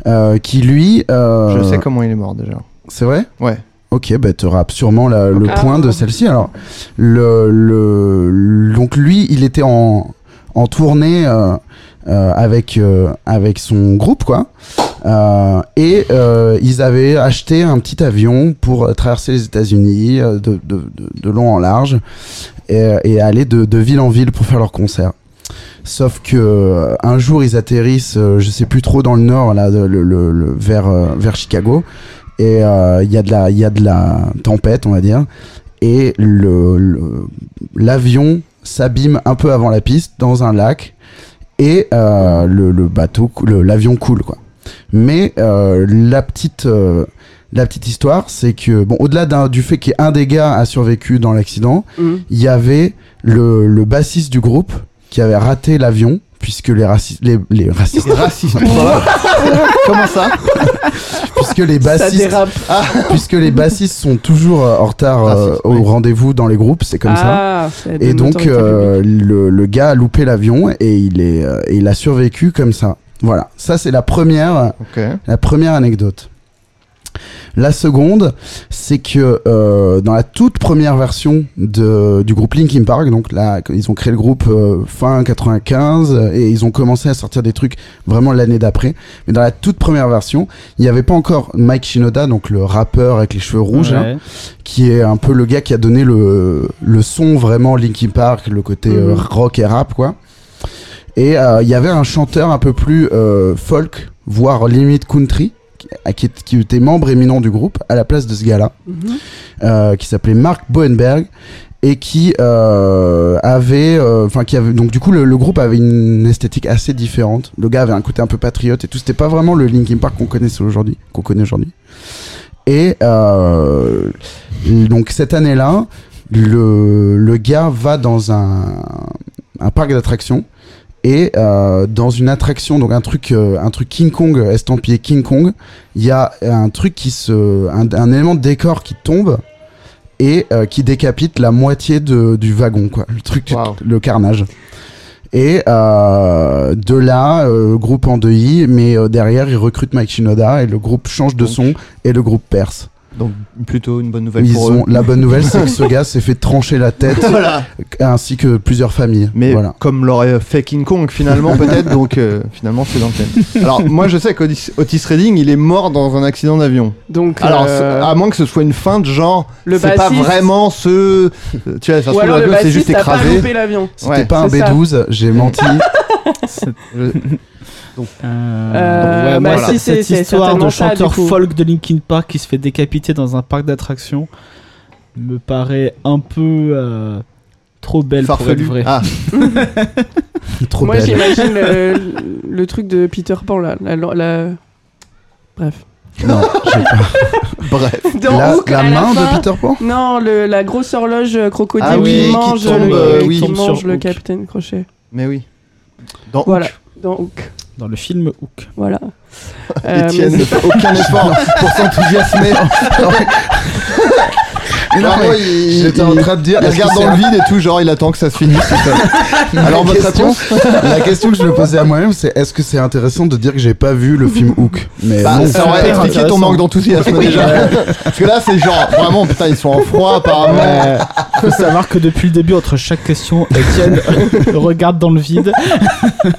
Speaker 3: euh, qui lui... euh,
Speaker 5: Je sais comment il est
Speaker 4: *laughs*
Speaker 5: mort déjà.
Speaker 3: C'est vrai
Speaker 5: Ouais.
Speaker 3: Ok, bah t'auras sûrement la- le
Speaker 4: Ok.
Speaker 3: point de celle-ci. Alors, le, le- donc lui, il était en, en tournée euh, euh, avec, euh, avec son groupe, quoi. Euh, et euh, ils avaient acheté un petit avion pour euh, traverser les États-Unis euh, de, de, de- de long en large et, et aller de, de ville en ville pour faire leur concert. Sauf que euh, un jour ils atterrissent, euh, je sais plus trop dans le nord là, de- le, le- le- vers euh, vers Chicago, et euh, il y a de la il y a de la tempête on va dire, et le le- l'avion s'abîme un peu avant la piste dans un lac, et euh, le, le bateau cou- le- l'avion coule quoi. Mais euh, la petite euh, la petite histoire, c'est que bon au-delà d'un- du fait qu'un des gars a survécu dans l'accident,
Speaker 4: Mm.
Speaker 3: il y avait le, le bassiste du groupe qui avait raté l'avion puisque les racistes les, les racistes
Speaker 5: Racisme. Comment ça
Speaker 3: puisque les
Speaker 4: Ça
Speaker 3: bassistes
Speaker 4: dérape.
Speaker 3: puisque les bassistes sont toujours euh, en retard euh,
Speaker 5: Racistes,
Speaker 3: au
Speaker 5: oui.
Speaker 3: rendez-vous dans les groupes c'est comme ça
Speaker 4: ah, ça aide
Speaker 3: Et
Speaker 4: une
Speaker 3: donc
Speaker 4: autorité
Speaker 3: euh,
Speaker 4: publique.
Speaker 3: le, le gars a loupé l'avion et il est euh, et il a survécu comme ça. Voilà, ça c'est la première
Speaker 5: Ok.
Speaker 3: la première anecdote. La seconde, c'est que euh, dans la toute première version de, du groupe Linkin Park, donc là ils ont créé le groupe euh, fin 95 et ils ont commencé à sortir des trucs vraiment l'année d'après. Mais dans la toute première version, il n'y avait pas encore Mike Shinoda, donc le rappeur avec les cheveux rouges, hein. là,
Speaker 6: Ouais.
Speaker 3: qui est un peu le gars qui a donné le, le son vraiment Linkin Park, le côté euh,
Speaker 4: Mhm.
Speaker 3: rock et rap, quoi. Et euh, il y avait un chanteur un peu plus euh, folk, voire limite country, qui, à- qui, est- qui était membre éminent du groupe, à la place de ce gars-là,
Speaker 4: Mhm.
Speaker 3: euh, qui s'appelait Mark Boenberg, et qui euh, avait, euh, enfin, qui avait, donc du coup, le, le groupe avait une esthétique assez différente. Le gars avait un côté un peu patriote et tout. C'était pas vraiment le Linkin Park qu'on connaissait aujourd'hui, qu'on connaît aujourd'hui. Et euh, donc cette année-là, le, le gars va dans un, un parc d'attractions et euh, dans une attraction, donc un truc, euh, un truc King Kong estampillé King Kong, il y a un truc qui se, un, un élément de décor qui tombe et euh, qui décapite la moitié de, du wagon, quoi. Le truc, du-
Speaker 5: Wow.
Speaker 3: le carnage. Et euh, de là, euh, groupe en deuil, mais euh, derrière, ils recrutent Mike Shinoda et le groupe change de
Speaker 5: Donc.
Speaker 3: son et le groupe perce.
Speaker 5: Donc plutôt une bonne nouvelle
Speaker 3: Ils
Speaker 5: pour eux.
Speaker 3: ont- La bonne nouvelle, c'est que ce gars s'est fait trancher la tête,
Speaker 5: Voilà.
Speaker 3: ainsi que plusieurs familles.
Speaker 5: Mais
Speaker 3: voilà.
Speaker 5: comme l'aurait fait King
Speaker 4: *laughs*
Speaker 5: Kong finalement peut-être, donc euh, finalement c'est dans le thème. Alors moi je sais qu'Otis Otis Redding il est mort dans un accident d'avion.
Speaker 4: Donc,
Speaker 5: Alors
Speaker 4: euh,
Speaker 5: c'est- ah, à moins que ce soit une feinte genre,
Speaker 4: le
Speaker 5: c'est pas
Speaker 4: bassiste-
Speaker 5: vraiment ce, euh, tu vois, ça se
Speaker 4: ou
Speaker 5: trouve
Speaker 4: alors le
Speaker 5: l'avion c'est juste
Speaker 4: bassiste a pas
Speaker 5: écrasé.
Speaker 4: loupé l'avion.
Speaker 3: C'était
Speaker 5: ouais.
Speaker 3: pas un
Speaker 4: c'est ça.
Speaker 3: B12, j'ai menti.
Speaker 6: *laughs*
Speaker 5: Je-
Speaker 4: Euh,
Speaker 6: Donc,
Speaker 4: bah,
Speaker 6: euh, voilà.
Speaker 4: si, c'est-
Speaker 6: cette
Speaker 4: c'est
Speaker 6: histoire de
Speaker 4: certainement ça,
Speaker 6: chanteur
Speaker 4: du coup.
Speaker 6: folk de Linkin Park qui se fait décapiter dans un parc d'attractions me paraît un peu euh, trop belle pour être
Speaker 5: Farfelu.
Speaker 6: vraie.
Speaker 5: Ah,
Speaker 3: Trop
Speaker 4: Moi,
Speaker 3: belle.
Speaker 4: j'imagine le,
Speaker 3: *laughs*
Speaker 4: le truc de Peter Pan là. la- la- la- Bref.
Speaker 3: Non, j'ai pas.
Speaker 5: bref.
Speaker 4: Dans
Speaker 3: la
Speaker 4: Hook,
Speaker 3: la
Speaker 4: à
Speaker 3: main
Speaker 4: fin-
Speaker 3: de Peter Pan
Speaker 4: Non, le, la grosse horloge euh, crocodile
Speaker 5: Ah oui,
Speaker 4: qui
Speaker 5: qui
Speaker 4: mange,
Speaker 5: tombe,
Speaker 4: le,
Speaker 5: euh,
Speaker 4: qui
Speaker 5: oui,
Speaker 6: tombe
Speaker 4: mange
Speaker 6: sur
Speaker 4: le
Speaker 6: Hook.
Speaker 4: capitaine Crochet.
Speaker 5: Mais oui. Dans
Speaker 4: Voilà.
Speaker 5: Hook,
Speaker 4: Dans Hook.
Speaker 6: Dans le film Hook.
Speaker 3: *laughs*
Speaker 4: Voilà. Euh, *laughs*
Speaker 5: Étienne ne
Speaker 4: mais-
Speaker 5: fait aucun effort pour s'enthousiasmer.
Speaker 3: Mais non,
Speaker 5: Vraiment,
Speaker 3: mais
Speaker 5: il-
Speaker 3: J'étais en
Speaker 5: il-
Speaker 3: train de dire.
Speaker 5: Il
Speaker 3: est-ce que
Speaker 5: regarde
Speaker 3: c'est
Speaker 5: dans le
Speaker 3: un-
Speaker 5: vide et tout, genre il attend que ça se finisse. tout *laughs* seul. Alors
Speaker 3: La
Speaker 5: votre
Speaker 3: question-
Speaker 5: réponse
Speaker 3: La question que je me posais à moi-même, c'est est-ce que c'est intéressant de dire que j'ai pas vu le film Hook Mais
Speaker 5: bah,
Speaker 3: non.
Speaker 5: Ça aurait
Speaker 6: super
Speaker 5: expliqué ton
Speaker 6: intéressant.
Speaker 5: manque d'enthousiasme déjà. Parce que là c'est genre vraiment putain ils sont en froid apparemment.
Speaker 6: faut savoir que depuis le début, entre chaque question, *laughs* Étienne regarde dans le vide.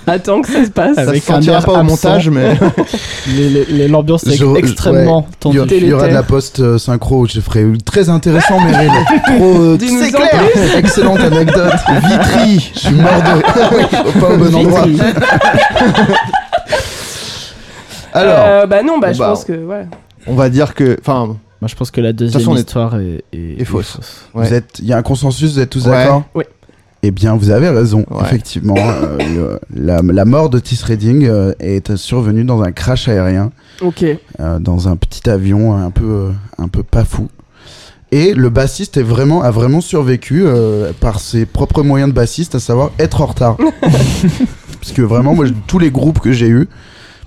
Speaker 4: Attends que ça se passe.
Speaker 5: Ça se
Speaker 6: Avec un
Speaker 5: sentira
Speaker 6: air
Speaker 5: pas au
Speaker 6: absent.
Speaker 5: montage mais *laughs*
Speaker 6: Les- les- les- L'ambiance est
Speaker 3: Je-
Speaker 6: extrêmement
Speaker 3: Il y, aura-
Speaker 6: tendue.
Speaker 3: il y aura de la post euh, synchro, je ferai très intéressant, mais
Speaker 4: *laughs*
Speaker 3: trop, euh,
Speaker 4: Dis-nous en
Speaker 3: excellente
Speaker 4: *laughs*
Speaker 3: anecdote.
Speaker 5: Vitry.
Speaker 3: Je suis mort de. Oui, pas au
Speaker 5: *laughs*
Speaker 3: bon endroit.
Speaker 5: Euh,
Speaker 3: *laughs*
Speaker 5: Alors
Speaker 4: Euh, bah non, bah je
Speaker 5: Bah,
Speaker 4: pense que ouais.
Speaker 5: on va dire que enfin
Speaker 6: Moi, je pense que la deuxième
Speaker 5: façon, on est-
Speaker 6: histoire est, est-
Speaker 5: est fausse. Ouais.
Speaker 3: Vous êtes, il y a un consensus, vous êtes tous
Speaker 5: Ouais.
Speaker 3: d'accord
Speaker 4: Oui.
Speaker 3: Eh bien, vous avez raison,
Speaker 5: Ouais.
Speaker 3: effectivement. euh, le- la, la mort de Tis Redding euh, est survenue dans un crash aérien,
Speaker 4: Ok.
Speaker 3: euh, dans un petit avion un peu, euh, un peu pas fou. Et le bassiste est vraiment, a vraiment survécu euh, par ses propres moyens de bassiste, à savoir être en retard. Parce que vraiment, moi, je- tous les groupes que j'ai eus,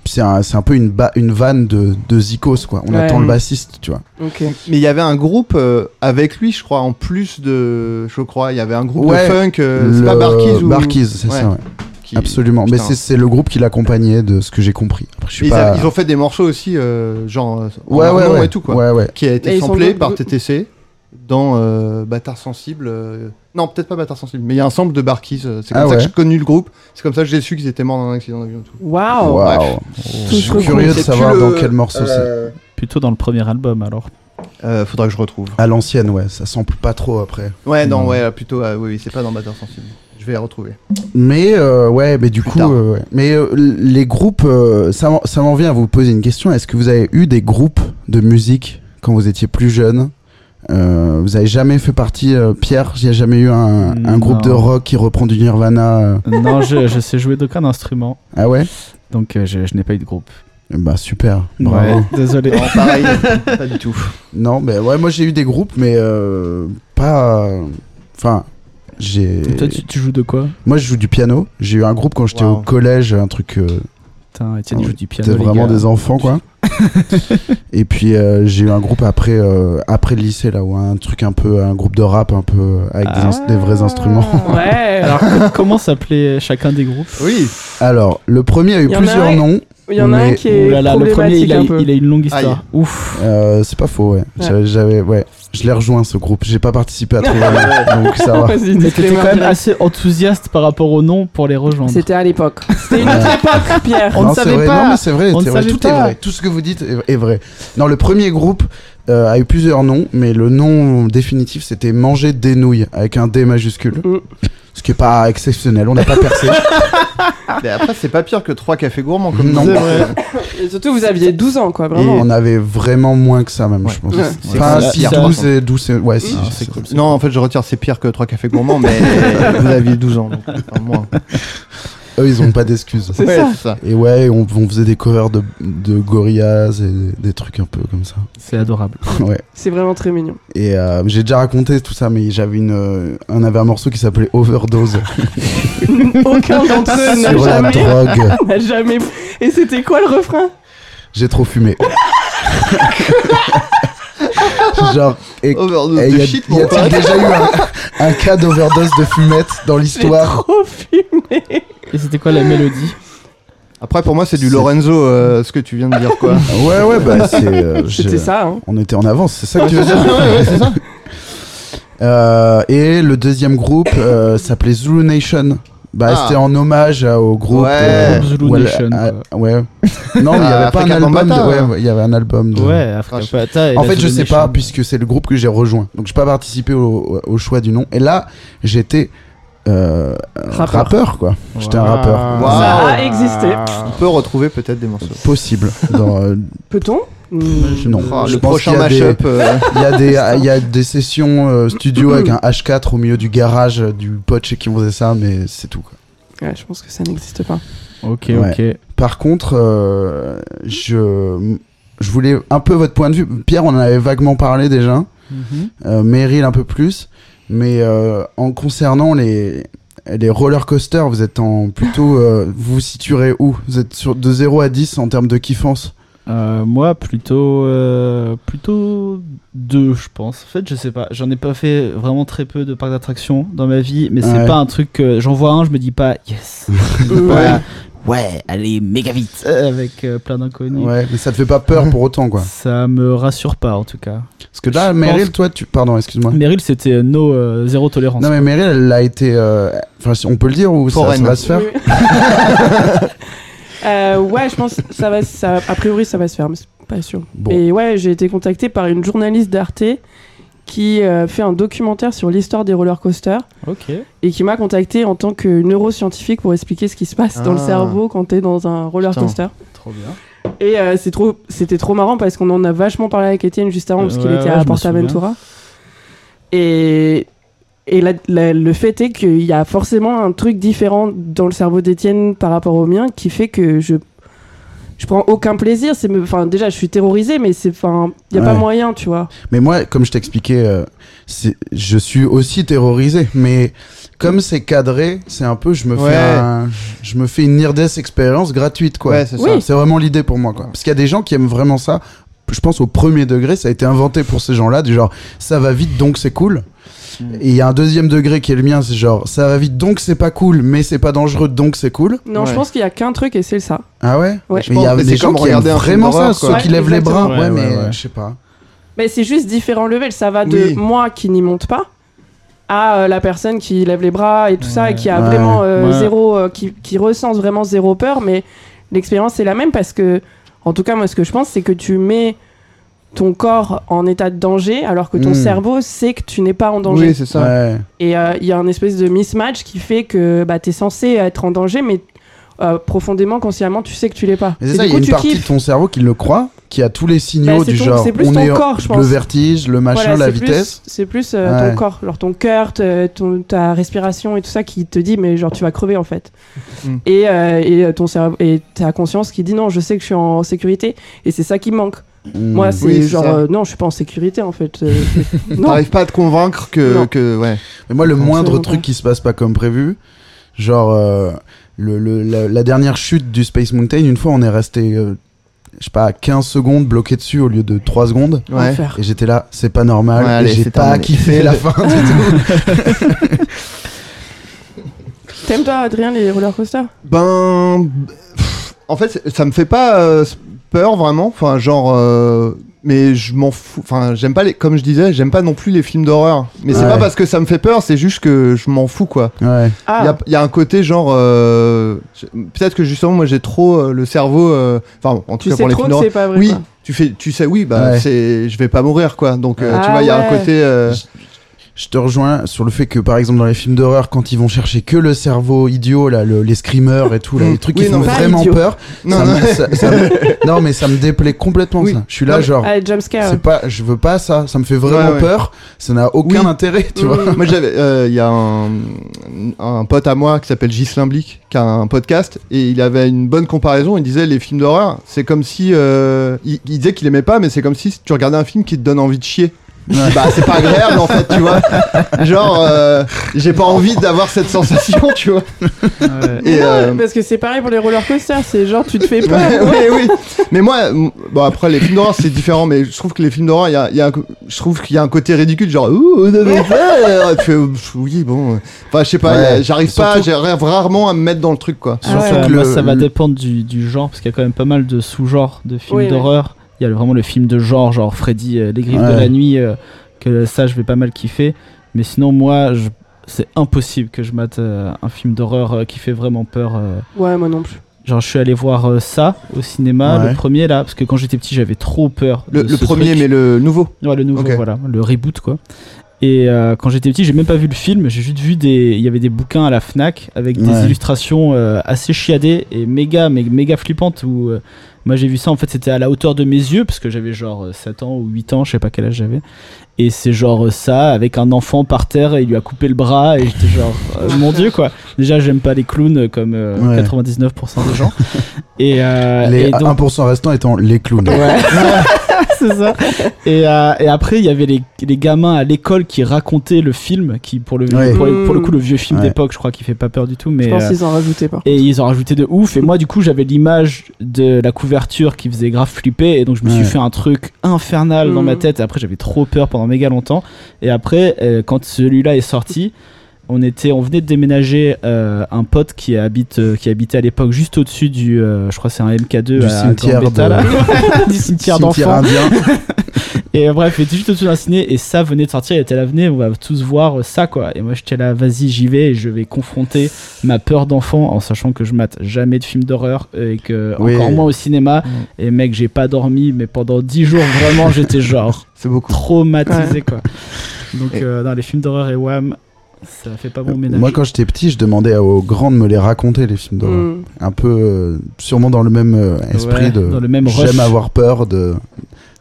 Speaker 3: c'est un, c'est un peu une, ba- une vanne de, de Zikos, quoi. On
Speaker 4: Ouais.
Speaker 3: attend le bassiste, tu vois.
Speaker 4: Ok.
Speaker 5: mais il y avait un groupe euh, avec lui je crois en plus de je crois il y avait un groupe
Speaker 3: Ouais.
Speaker 5: de funk euh, c'est pas
Speaker 3: Le-
Speaker 5: Barkiz ou
Speaker 3: Barkiz, c'est
Speaker 5: Ouais.
Speaker 3: ça, ouais.
Speaker 5: qui-
Speaker 3: Absolument, mais
Speaker 5: Putain.
Speaker 3: c'est- c'est le groupe qui l'accompagnait de ce que j'ai compris. Après, je suis
Speaker 5: Ils,
Speaker 3: pas...
Speaker 5: a- ils ont fait des morceaux aussi euh, genre euh, en
Speaker 3: ouais,
Speaker 5: leur
Speaker 3: ouais,
Speaker 5: nom
Speaker 3: ouais.
Speaker 5: et tout quoi.
Speaker 3: Ouais, ouais.
Speaker 5: qui a
Speaker 4: Et
Speaker 5: été
Speaker 4: ils sont
Speaker 5: samplé
Speaker 4: deux-
Speaker 5: par
Speaker 4: deux-
Speaker 5: TTC dans euh, Bâtard Sensible. euh, Non, peut-être pas Bâtard Sensible, mais il y a un sample de Barkiz. euh, C'est
Speaker 3: Ah
Speaker 5: comme ça
Speaker 3: ouais.
Speaker 5: que j'ai connu le groupe. C'est comme ça que j'ai su qu'ils étaient morts dans un accident d'avion. et tout.
Speaker 4: Waouh.
Speaker 3: Waouh.
Speaker 5: bref.
Speaker 3: Je suis
Speaker 4: Tout se
Speaker 3: curieux de
Speaker 5: C'est
Speaker 3: savoir
Speaker 5: plus
Speaker 3: dans
Speaker 5: le-
Speaker 3: quel morceau
Speaker 5: Euh,
Speaker 6: Plutôt dans le premier album, alors.
Speaker 5: euh, faudra que je retrouve.
Speaker 3: c'est. À l'ancienne, ouais, ça sample pas trop après.
Speaker 5: Ouais, non,
Speaker 6: Non.
Speaker 5: ouais, plutôt. euh, oui, oui, c'est pas dans Bâtard Sensible. Je vais la *laughs* retrouver.
Speaker 3: Mais euh, ouais, mais du
Speaker 5: Plus
Speaker 3: coup,
Speaker 5: tard.
Speaker 3: euh, ouais. mais euh, les groupes, euh, ça m'en- ça m'en vient à vous poser une question. Est-ce que vous avez eu des groupes de musique quand vous étiez plus jeune Euh, Vous avez jamais fait partie, euh, Pierre Il n'y a jamais eu un, un
Speaker 6: Non.
Speaker 3: groupe de rock qui reprend du Nirvana euh
Speaker 6: non, je, je sais jouer d'aucun instrument,
Speaker 3: Ah ouais
Speaker 6: donc euh, je, je n'ai pas eu de groupe.
Speaker 3: Bah super, bravo.
Speaker 6: Ouais, désolé.
Speaker 5: Non, pareil, pas du tout.
Speaker 3: Non, mais ouais, moi j'ai eu des groupes, mais euh, pas. euh, Enfin, J'ai.
Speaker 6: Et Toi, tu, tu joues de quoi
Speaker 3: Moi, je joue du piano. J'ai eu un groupe quand j'étais
Speaker 5: Wow.
Speaker 3: au collège, un truc. euh,
Speaker 6: Putain, Etienne, il
Speaker 3: Ouais,
Speaker 6: joue du piano.
Speaker 3: C'était
Speaker 6: les
Speaker 3: vraiment
Speaker 6: gars.
Speaker 3: des enfants, quoi. et puis euh, j'ai eu un groupe après, euh, après le lycée, là, où un truc un peu, un groupe de rap un peu euh, avec
Speaker 6: Ah.
Speaker 3: des, ins- des vrais
Speaker 6: *laughs*
Speaker 3: instruments.
Speaker 4: *laughs* Ouais.
Speaker 6: Alors, co- comment s'appelait euh, chacun des groupes
Speaker 5: Oui.
Speaker 3: Alors, le premier a eu
Speaker 4: Il y en a
Speaker 3: plusieurs
Speaker 4: un-
Speaker 3: noms.
Speaker 4: Il y en a un
Speaker 3: Mais-
Speaker 4: qui
Speaker 6: Oh
Speaker 4: est
Speaker 6: là là, le premier,
Speaker 4: problématique
Speaker 6: il a,
Speaker 4: un peu.
Speaker 6: il a une longue histoire. Ouf.
Speaker 3: Euh, c'est pas faux, ouais. J'avais, j'avais- ouais. Je l'ai rejoint ce groupe. J'ai pas participé à trouver le
Speaker 6: *laughs*
Speaker 3: nom, donc ça va.
Speaker 4: Vas-y,
Speaker 6: Mais t'étais
Speaker 4: disclaimer
Speaker 6: quand même
Speaker 4: direct.
Speaker 6: assez enthousiast par rapport au nom pour les rejoindre.
Speaker 4: C'était à l'époque. C'était une autre époque, Pierre.
Speaker 3: *laughs*
Speaker 6: On ne
Speaker 3: Non, c'est
Speaker 6: savait
Speaker 3: vrai.
Speaker 6: pas.
Speaker 3: Non, mais c'est vrai.
Speaker 6: On
Speaker 3: c'est
Speaker 6: ne
Speaker 3: vrai.
Speaker 6: savait
Speaker 3: Tout
Speaker 6: pas.
Speaker 3: est vrai. Tout ce que vous dites est- est vrai. Non, le premier groupe euh, a eu plusieurs noms, mais le nom définitif c'était Manger des nouilles avec un D majuscule.
Speaker 6: Euh.
Speaker 4: Mm.
Speaker 3: Ce qui est pas exceptionnel. On n'a pas percé.
Speaker 5: Mais après, c'est pas pire que trois cafés gourmands comme
Speaker 3: Non.
Speaker 5: nom.
Speaker 3: C'est
Speaker 4: Et surtout, vous aviez 12 ans, quoi,
Speaker 3: Et
Speaker 4: vraiment. hein.
Speaker 3: on avait vraiment moins que ça même,
Speaker 5: Ouais.
Speaker 3: je pense.
Speaker 4: Ouais.
Speaker 5: C'est
Speaker 3: Enfin,
Speaker 5: cool.
Speaker 3: si
Speaker 5: Pire,
Speaker 3: 12
Speaker 5: par
Speaker 3: et 12, c'est- ouais, si,
Speaker 6: Ah,
Speaker 3: si,
Speaker 6: c'est
Speaker 3: si.
Speaker 6: cool. c'est
Speaker 5: Non, en fait, je retire, c'est pire que trois cafés gourmands, *laughs* mais vous aviez 12 ans. Donc, enfin, moins.
Speaker 3: Eux, ils ont pas d'excuses.
Speaker 5: Ouais, c'est ça.
Speaker 3: Et ouais, on, on faisait des covers de, de Gorillaz et des, des trucs un peu comme ça.
Speaker 6: cool. C'est adorable.
Speaker 3: ouais.
Speaker 4: C'est vraiment très mignon.
Speaker 3: Et euh, j'ai déjà raconté tout ça, mais j'avais une, euh, on avait un morceau qui s'appelait Overdose *laughs*
Speaker 4: Aucun d'entre eux n'a
Speaker 3: sur la
Speaker 4: Ah, jamais,
Speaker 3: drogue.
Speaker 4: n'a jamais. Et c'était quoi le refrain
Speaker 3: J'ai trop fumé. Genre, et,
Speaker 5: Overdose
Speaker 3: et
Speaker 5: de
Speaker 3: y a-
Speaker 5: shit,
Speaker 3: y
Speaker 5: mon
Speaker 3: a-t-il
Speaker 5: pote.
Speaker 3: déjà eu un, un cas d'overdose de fumette dans
Speaker 4: J'ai
Speaker 3: l'histoire
Speaker 4: trop fumé.
Speaker 6: Et c'était quoi la mélodie
Speaker 5: Après, pour moi, c'est du
Speaker 3: C'est-
Speaker 5: Lorenzo, euh, ce que tu viens de dire,
Speaker 3: *laughs*
Speaker 5: quoi.
Speaker 3: Ouais, ouais, bah c'est. euh, je-
Speaker 4: C'était ça, hein.
Speaker 3: On était en avance, c'est ça que tu veux dire Euh, et le deuxième groupe euh, s'appelait Zulu Nation. Bah,
Speaker 5: Ah.
Speaker 3: c'était en hommage à- au groupe
Speaker 5: Ouais.
Speaker 6: Zulu
Speaker 3: Wall-
Speaker 6: Nation,
Speaker 3: à-
Speaker 6: quoi.
Speaker 3: ouais. Non, mais il y
Speaker 5: Ah,
Speaker 3: avait pas un
Speaker 5: Africa
Speaker 3: album.
Speaker 5: Bambaataa.
Speaker 3: de- ouais, ouais, il y avait un album. de-
Speaker 6: Ouais, Africa
Speaker 5: Ah, je-
Speaker 6: Bambaataa et
Speaker 3: En
Speaker 6: la
Speaker 3: fait, je
Speaker 6: Zulu
Speaker 3: sais
Speaker 6: Nation.
Speaker 3: pas puisque c'est le groupe que j'ai rejoint. Donc, j'ai pas participé au, au choix du nom. Et là, j'étais euh, rappeur.
Speaker 4: Rappeur.
Speaker 3: quoi. J'étais un
Speaker 5: Ah.
Speaker 3: rappeur.
Speaker 5: Wow.
Speaker 3: Ah.
Speaker 4: Ça
Speaker 6: Ah,
Speaker 4: a existé.
Speaker 5: On peut retrouver peut-être des morceaux.
Speaker 3: Possible. Dans, euh,
Speaker 4: Peut-on
Speaker 6: Imagine.
Speaker 3: non.
Speaker 5: Oh,
Speaker 3: Je
Speaker 5: le
Speaker 3: pense
Speaker 5: prochain
Speaker 3: qu'il y a des- *laughs*
Speaker 5: mashup. euh,
Speaker 3: Il y a des, il y a des sessions euh, studio avec un H4 au milieu du garage euh, du pote chez qui on faisait ça, mais c'est tout. quoi.
Speaker 4: Ouais, je pense que ça n'existe pas.
Speaker 6: Ok,
Speaker 3: Ouais.
Speaker 6: ok.
Speaker 3: Par contre, euh, je, je voulais un peu votre point de vue. Pierre, on en avait vaguement parlé déjà.
Speaker 6: Mhm.
Speaker 3: Euh, Meryl un peu plus. Mais euh, en concernant les, les roller coasters, vous êtes en plutôt. euh, vous vous situerez où Vous êtes sur, de 0 à 10 en termes de kiffance
Speaker 6: Euh, moi, plutôt, euh, plutôt deux, je pense. En fait, je sais pas. J'en ai pas fait vraiment très peu de parcs d'attractions dans ma vie, mais c'est
Speaker 3: Ouais.
Speaker 6: pas un truc. que J'en vois un, je me dis pas
Speaker 3: *laughs*
Speaker 6: yes.
Speaker 5: ouais.
Speaker 6: ouais, allez méga vite euh, avec euh, plein d'inconnus.
Speaker 3: Ouais, mais ça te fait pas peur pour autant, quoi.
Speaker 6: Ça me rassure pas en tout cas.
Speaker 3: Parce que là,
Speaker 6: Je
Speaker 3: Meryl,
Speaker 6: pense-
Speaker 3: toi, tu. Pardon, excuse-moi.
Speaker 6: Meryl, c'était euh, no euh, zéro tolérance.
Speaker 3: Non mais Meryl elle a été, euh, enfin si on peut le dire ou ça, ça
Speaker 5: Foraine.
Speaker 3: va se faire.
Speaker 4: Oui. Euh, ouais, je pense que ça va, ça, a priori ça va se faire, mais c'est pas sûr.
Speaker 3: Bon.
Speaker 4: Et ouais, j'ai été contacté par une journaliste d'Arte qui euh, fait un documentaire sur l'histoire des roller coasters
Speaker 6: Ok.
Speaker 4: et qui m'a contacté en tant que neuroscientifique pour expliquer ce qui se passe dans le
Speaker 5: Ah.
Speaker 4: cerveau quand t'es dans un roller
Speaker 5: Putain.
Speaker 4: coaster.
Speaker 6: Trop bien.
Speaker 4: Et euh, c'est trop, c'était trop marrant parce qu'on en a vachement parlé avec Étienne juste avant
Speaker 6: Euh,
Speaker 4: parce qu'il
Speaker 6: ouais,
Speaker 4: était
Speaker 6: ouais, je
Speaker 4: à
Speaker 6: me
Speaker 4: Porta
Speaker 6: souviens.
Speaker 4: Ventura. Et et la- la- le fait est qu'il y a forcément un truc différent dans le cerveau d'Étienne par rapport au mien qui fait que je je prends aucun plaisir. C'est me- enfin déjà je suis terrorisée mais c'est enfin il y a pas
Speaker 3: Ouais.
Speaker 4: moyen tu vois.
Speaker 3: Mais moi, comme je t'expliquais, euh, c'est- je suis aussi terrorisé. Mais comme c'est cadré, c'est un peu, je me
Speaker 5: Ouais.
Speaker 3: fais, un- je me fais une near death expérience gratuite, quoi.
Speaker 5: Ouais, c'est
Speaker 4: Oui.
Speaker 3: c'est vraiment l'idée pour moi, quoi. Parce qu'il y a des gens qui aiment vraiment ça. Je pense au premier degré, ça a été inventé pour ces gens-là, du genre ça va vite donc c'est cool.
Speaker 5: Mm.
Speaker 3: Et il y a un deuxième degré qui est le mien, c'est genre ça va vite donc c'est pas cool, mais c'est pas dangereux donc c'est cool.
Speaker 4: Non je
Speaker 5: Ouais.
Speaker 4: pense qu'il y a qu'un truc et c'est ça.
Speaker 3: Ah ouais,
Speaker 4: Ouais.
Speaker 3: Mais il y a
Speaker 5: Mais
Speaker 3: des
Speaker 5: c'est
Speaker 3: gens
Speaker 5: comme
Speaker 3: qui aiment
Speaker 5: regarder un film
Speaker 3: vraiment ça,
Speaker 5: d'horreur,
Speaker 3: ceux
Speaker 5: quoi.
Speaker 3: qui lèvent les bras.
Speaker 6: Ouais,
Speaker 3: Ouais,
Speaker 6: ouais,
Speaker 3: mais
Speaker 6: ouais.
Speaker 3: je sais pas.
Speaker 4: Mais c'est juste différents levels. Ça va de
Speaker 5: Oui.
Speaker 4: moi qui n'y monte pas à euh, la personne qui lève les bras et tout ça
Speaker 6: Ouais.
Speaker 4: et qui a
Speaker 3: Ouais.
Speaker 4: vraiment euh,
Speaker 6: Ouais.
Speaker 4: zéro, euh, qui, qui ressent vraiment zéro peur. Mais l'expérience est la même parce que, en tout cas, moi, ce que je pense, c'est que tu mets ton corps en état de danger alors que ton
Speaker 3: Mm.
Speaker 4: cerveau sait que tu n'es pas en danger.
Speaker 5: Oui, c'est ça.
Speaker 3: Ouais.
Speaker 4: Et euh, il y a un espèce de mismatch qui fait que bah, tu es censé être en danger, mais euh, profondément, consciemment, tu sais que tu l'es pas.
Speaker 3: Mais
Speaker 4: Et
Speaker 3: c'est ça,
Speaker 4: du
Speaker 3: il y a
Speaker 4: coup,
Speaker 3: une
Speaker 4: tu
Speaker 3: partie de
Speaker 4: kiffes.
Speaker 3: ton cerveau qui le croit, qui a tous les signaux
Speaker 4: Bah, c'est
Speaker 3: du
Speaker 4: ton-
Speaker 3: genre
Speaker 4: c'est plus
Speaker 3: on
Speaker 4: ton
Speaker 3: est
Speaker 4: corps, je
Speaker 3: le
Speaker 4: pense.
Speaker 3: vertige, le machin,
Speaker 4: Voilà,
Speaker 3: la
Speaker 4: c'est plus-
Speaker 3: vitesse.
Speaker 4: C'est plus euh,
Speaker 3: Ouais.
Speaker 4: ton corps, genre ton cœur, te- ton- ta respiration et tout ça qui te dit mais genre tu vas crever en fait.
Speaker 5: Mm.
Speaker 4: Et, euh, et, euh, ton cerveau et ta conscience qui dit non, je sais que je suis en sécurité et c'est ça qui me manque.
Speaker 3: Hmm.
Speaker 4: Moi, c'est
Speaker 5: Mm. Oui, c'est
Speaker 4: genre,
Speaker 5: ça.
Speaker 4: euh, non, je suis pas en sécurité en fait.
Speaker 5: *laughs*
Speaker 4: euh, c'est- non,
Speaker 5: T'arrives pas à te convaincre que,
Speaker 4: Non.
Speaker 5: que ouais.
Speaker 3: Mais moi, le moindre
Speaker 4: Absolument
Speaker 3: truc
Speaker 4: pas.
Speaker 3: qui se passe pas comme prévu, genre euh, le, le- la, la dernière chute du Space Mountain, une fois, on est resté, euh, je sais pas, 15 secondes bloqué dessus au lieu de 3 secondes.
Speaker 5: ouais.
Speaker 4: enfer.
Speaker 3: Et j'étais là, c'est pas normal,
Speaker 5: Ouais,
Speaker 3: et
Speaker 5: allez,
Speaker 3: j'ai
Speaker 5: c'est
Speaker 3: pas
Speaker 5: terminé.
Speaker 3: kiffé
Speaker 5: *laughs*
Speaker 3: la fin du tout.
Speaker 4: T'aimes toi, Adrien, les roller coasters
Speaker 5: Ben, pff, en fait, c'est- ça me fait pas euh, peur vraiment. Enfin, genre, euh, mais je m'en fous. Enfin, j'aime pas les, comme je disais, j'aime pas non plus les films d'horreur. Mais c'est
Speaker 3: Ouais.
Speaker 5: pas parce que ça me fait peur, c'est juste que je m'en fous quoi.
Speaker 3: Ouais.
Speaker 5: Il y
Speaker 4: Ah,
Speaker 5: a- il y, a un côté genre, euh, je- peut-être que justement, moi, j'ai trop euh, le cerveau. euh, Enfin, en tout
Speaker 4: tu
Speaker 5: cas
Speaker 4: sais
Speaker 5: pour les
Speaker 4: trop
Speaker 5: films
Speaker 4: que
Speaker 5: d'horreur.
Speaker 4: c'est pas vrai.
Speaker 5: Oui,
Speaker 4: quoi.
Speaker 5: tu fais, tu sais, oui, bah,
Speaker 3: Ouais.
Speaker 5: c'est, je vais pas mourir quoi. Donc, euh, tu
Speaker 4: Ah
Speaker 5: vois, il y a un
Speaker 4: ouais.
Speaker 5: côté. euh,
Speaker 3: Je te rejoins sur le fait que, par exemple, dans les films d'horreur, quand ils vont chercher que le cerveau idiot, là, le- les screamers et tout, là,
Speaker 5: Mm.
Speaker 3: les trucs
Speaker 5: Oui,
Speaker 3: qui
Speaker 5: non,
Speaker 3: font
Speaker 5: pas
Speaker 3: vraiment
Speaker 4: idiot.
Speaker 3: peur,
Speaker 5: non,
Speaker 3: ça
Speaker 5: non.
Speaker 3: me- ça- ça me- non, mais ça me déplaît complètement
Speaker 5: Oui.
Speaker 3: ça. Je suis là,
Speaker 5: Non, mais-
Speaker 3: genre,
Speaker 4: Ah, les jumpscares.
Speaker 3: c'est pas, je veux pas ça, ça me fait vraiment
Speaker 5: Ouais, ouais.
Speaker 3: peur, ça n'a aucun
Speaker 5: Oui.
Speaker 3: intérêt, tu vois.
Speaker 5: *laughs* Moi, j'avais, euh, il y a un, un pote à moi qui s'appelle Ghislain Blic, qui a un podcast, et il avait une bonne comparaison. Il disait les films d'horreur, c'est comme si, euh, il, il disait qu'il aimait pas, mais c'est comme si tu regardais un film qui te donne envie de chier. Je dis, Bah, c'est pas agréable en fait,
Speaker 3: *laughs*
Speaker 5: tu vois. Genre, euh, j'ai pas envie d'avoir cette sensation, tu vois.
Speaker 6: Ouais.
Speaker 5: Et,
Speaker 4: Non,
Speaker 5: euh,
Speaker 4: Parce que c'est pareil pour les roller coasters, c'est genre tu te
Speaker 5: *laughs*
Speaker 4: fais peur.
Speaker 5: Ouais, oui, oui. Mais moi, m- bon après les films d'horreur c'est différent, mais je trouve que les films d'horreur, il y a, il y a un co- je trouve qu'il y a un côté ridicule, genre ouh, vous avez peur. Et puis, euh, pff, oui, bon, enfin je sais pas,
Speaker 3: Ouais.
Speaker 5: euh, j'arrive pas,
Speaker 3: Surtout-
Speaker 5: j'arrive rarement à me mettre dans le truc quoi.
Speaker 4: Ah
Speaker 6: Surtout
Speaker 4: ouais.
Speaker 6: que
Speaker 3: Le-
Speaker 6: moi, ça va
Speaker 3: le-
Speaker 6: dépendre du, du genre, parce qu'il y a quand même pas mal de sous-genres de films
Speaker 4: Oui, oui.
Speaker 6: d'horreur. Il y a le- vraiment le film de genre, genre Freddy, euh, les griffes
Speaker 3: Ouais.
Speaker 6: de la nuit, euh, que ça, je vais pas mal kiffer. Mais sinon, moi, je- c'est impossible que je mate euh, un film d'horreur euh, qui fait vraiment peur. euh.
Speaker 4: Ouais, moi non plus.
Speaker 6: Genre, je suis allé voir euh, ça au cinéma,
Speaker 3: Ouais.
Speaker 6: le premier là, parce que quand j'étais petit, j'avais trop peur.
Speaker 5: Le,
Speaker 6: de
Speaker 5: le
Speaker 6: ce
Speaker 5: premier,
Speaker 6: truc.
Speaker 5: mais le nouveau.
Speaker 6: Ouais, le nouveau,
Speaker 5: Ok.
Speaker 6: voilà, le reboot quoi. Et euh, quand j'étais petit, j'ai même pas vu le film, j'ai juste vu des. Il y avait des bouquins à la Fnac avec des
Speaker 3: Ouais.
Speaker 6: illustrations euh, assez chiadées et méga, mé- méga flippantes où. euh, moi j'ai vu ça en fait c'était à la hauteur de mes yeux parce que j'avais genre euh, 7 ans ou 8 ans je sais pas quel âge j'avais et c'est genre euh, ça avec un enfant par terre et il lui a coupé le bras et j'étais genre
Speaker 3: *laughs*
Speaker 6: euh, mon dieu quoi déjà j'aime pas les clowns euh, comme euh,
Speaker 3: Ouais.
Speaker 6: 99% des gens et, euh,
Speaker 3: Les
Speaker 6: et donc-
Speaker 3: 1% restants étant les clowns.
Speaker 6: Ouais, *laughs* c'est ça. Et, euh, et après, il y avait les, les gamins à l'école qui racontaient le film, qui pour le,
Speaker 3: Ouais.
Speaker 6: pour, pour le coup, le vieux film
Speaker 3: Ouais.
Speaker 6: d'époque, je crois, qui fait pas peur du tout.
Speaker 4: Je
Speaker 6: Mais,
Speaker 4: pense
Speaker 6: euh,
Speaker 4: qu'ils en rajoutaient pas.
Speaker 6: et ils ont rajouté de ouf. Et moi, du coup, j'avais l'image de la couverture qui faisait grave flipper. Et donc, je me suis
Speaker 3: Ouais.
Speaker 6: fait un truc infernal dans
Speaker 4: Mm.
Speaker 6: ma tête. Et après, j'avais trop peur pendant méga longtemps. Et après, euh, quand celui-là est sorti, on, était, on venait de déménager euh, un pote qui, habite, euh, qui habitait à l'époque juste au-dessus du. euh, je crois que c'est un MK2
Speaker 3: Du
Speaker 6: à
Speaker 3: cimetière
Speaker 6: Gambetta,
Speaker 3: de-
Speaker 6: là. *laughs* du cimetière d'enfants.
Speaker 3: indien.
Speaker 6: *laughs* Et euh, bref, il était juste au-dessus d'un ciné et ça venait de sortir, il était là, venez, on va tous voir euh, ça quoi. Et moi j'étais là, vas-y, j'y vais et je vais confronter ma peur d'enfant en sachant que je mate jamais de films d'horreur euh, et que
Speaker 3: Oui. Mm.
Speaker 6: encore moins au cinéma. Et mec, j'ai pas dormi, mais pendant 10 jours vraiment
Speaker 3: *laughs*
Speaker 6: j'étais genre
Speaker 5: C'est beaucoup.
Speaker 6: traumatisé quoi. Donc
Speaker 5: Et-
Speaker 6: euh, non, les films d'horreur et wham, ça fait pas bon ménage.
Speaker 3: Euh, Moi, quand j'étais petit, je demandais aux grands de me les raconter, les films d'horreur.
Speaker 4: Mm.
Speaker 3: Un peu, euh, sûrement dans le même euh, esprit
Speaker 6: Ouais,
Speaker 3: de.
Speaker 6: dans le même rush.
Speaker 3: J'aime avoir peur de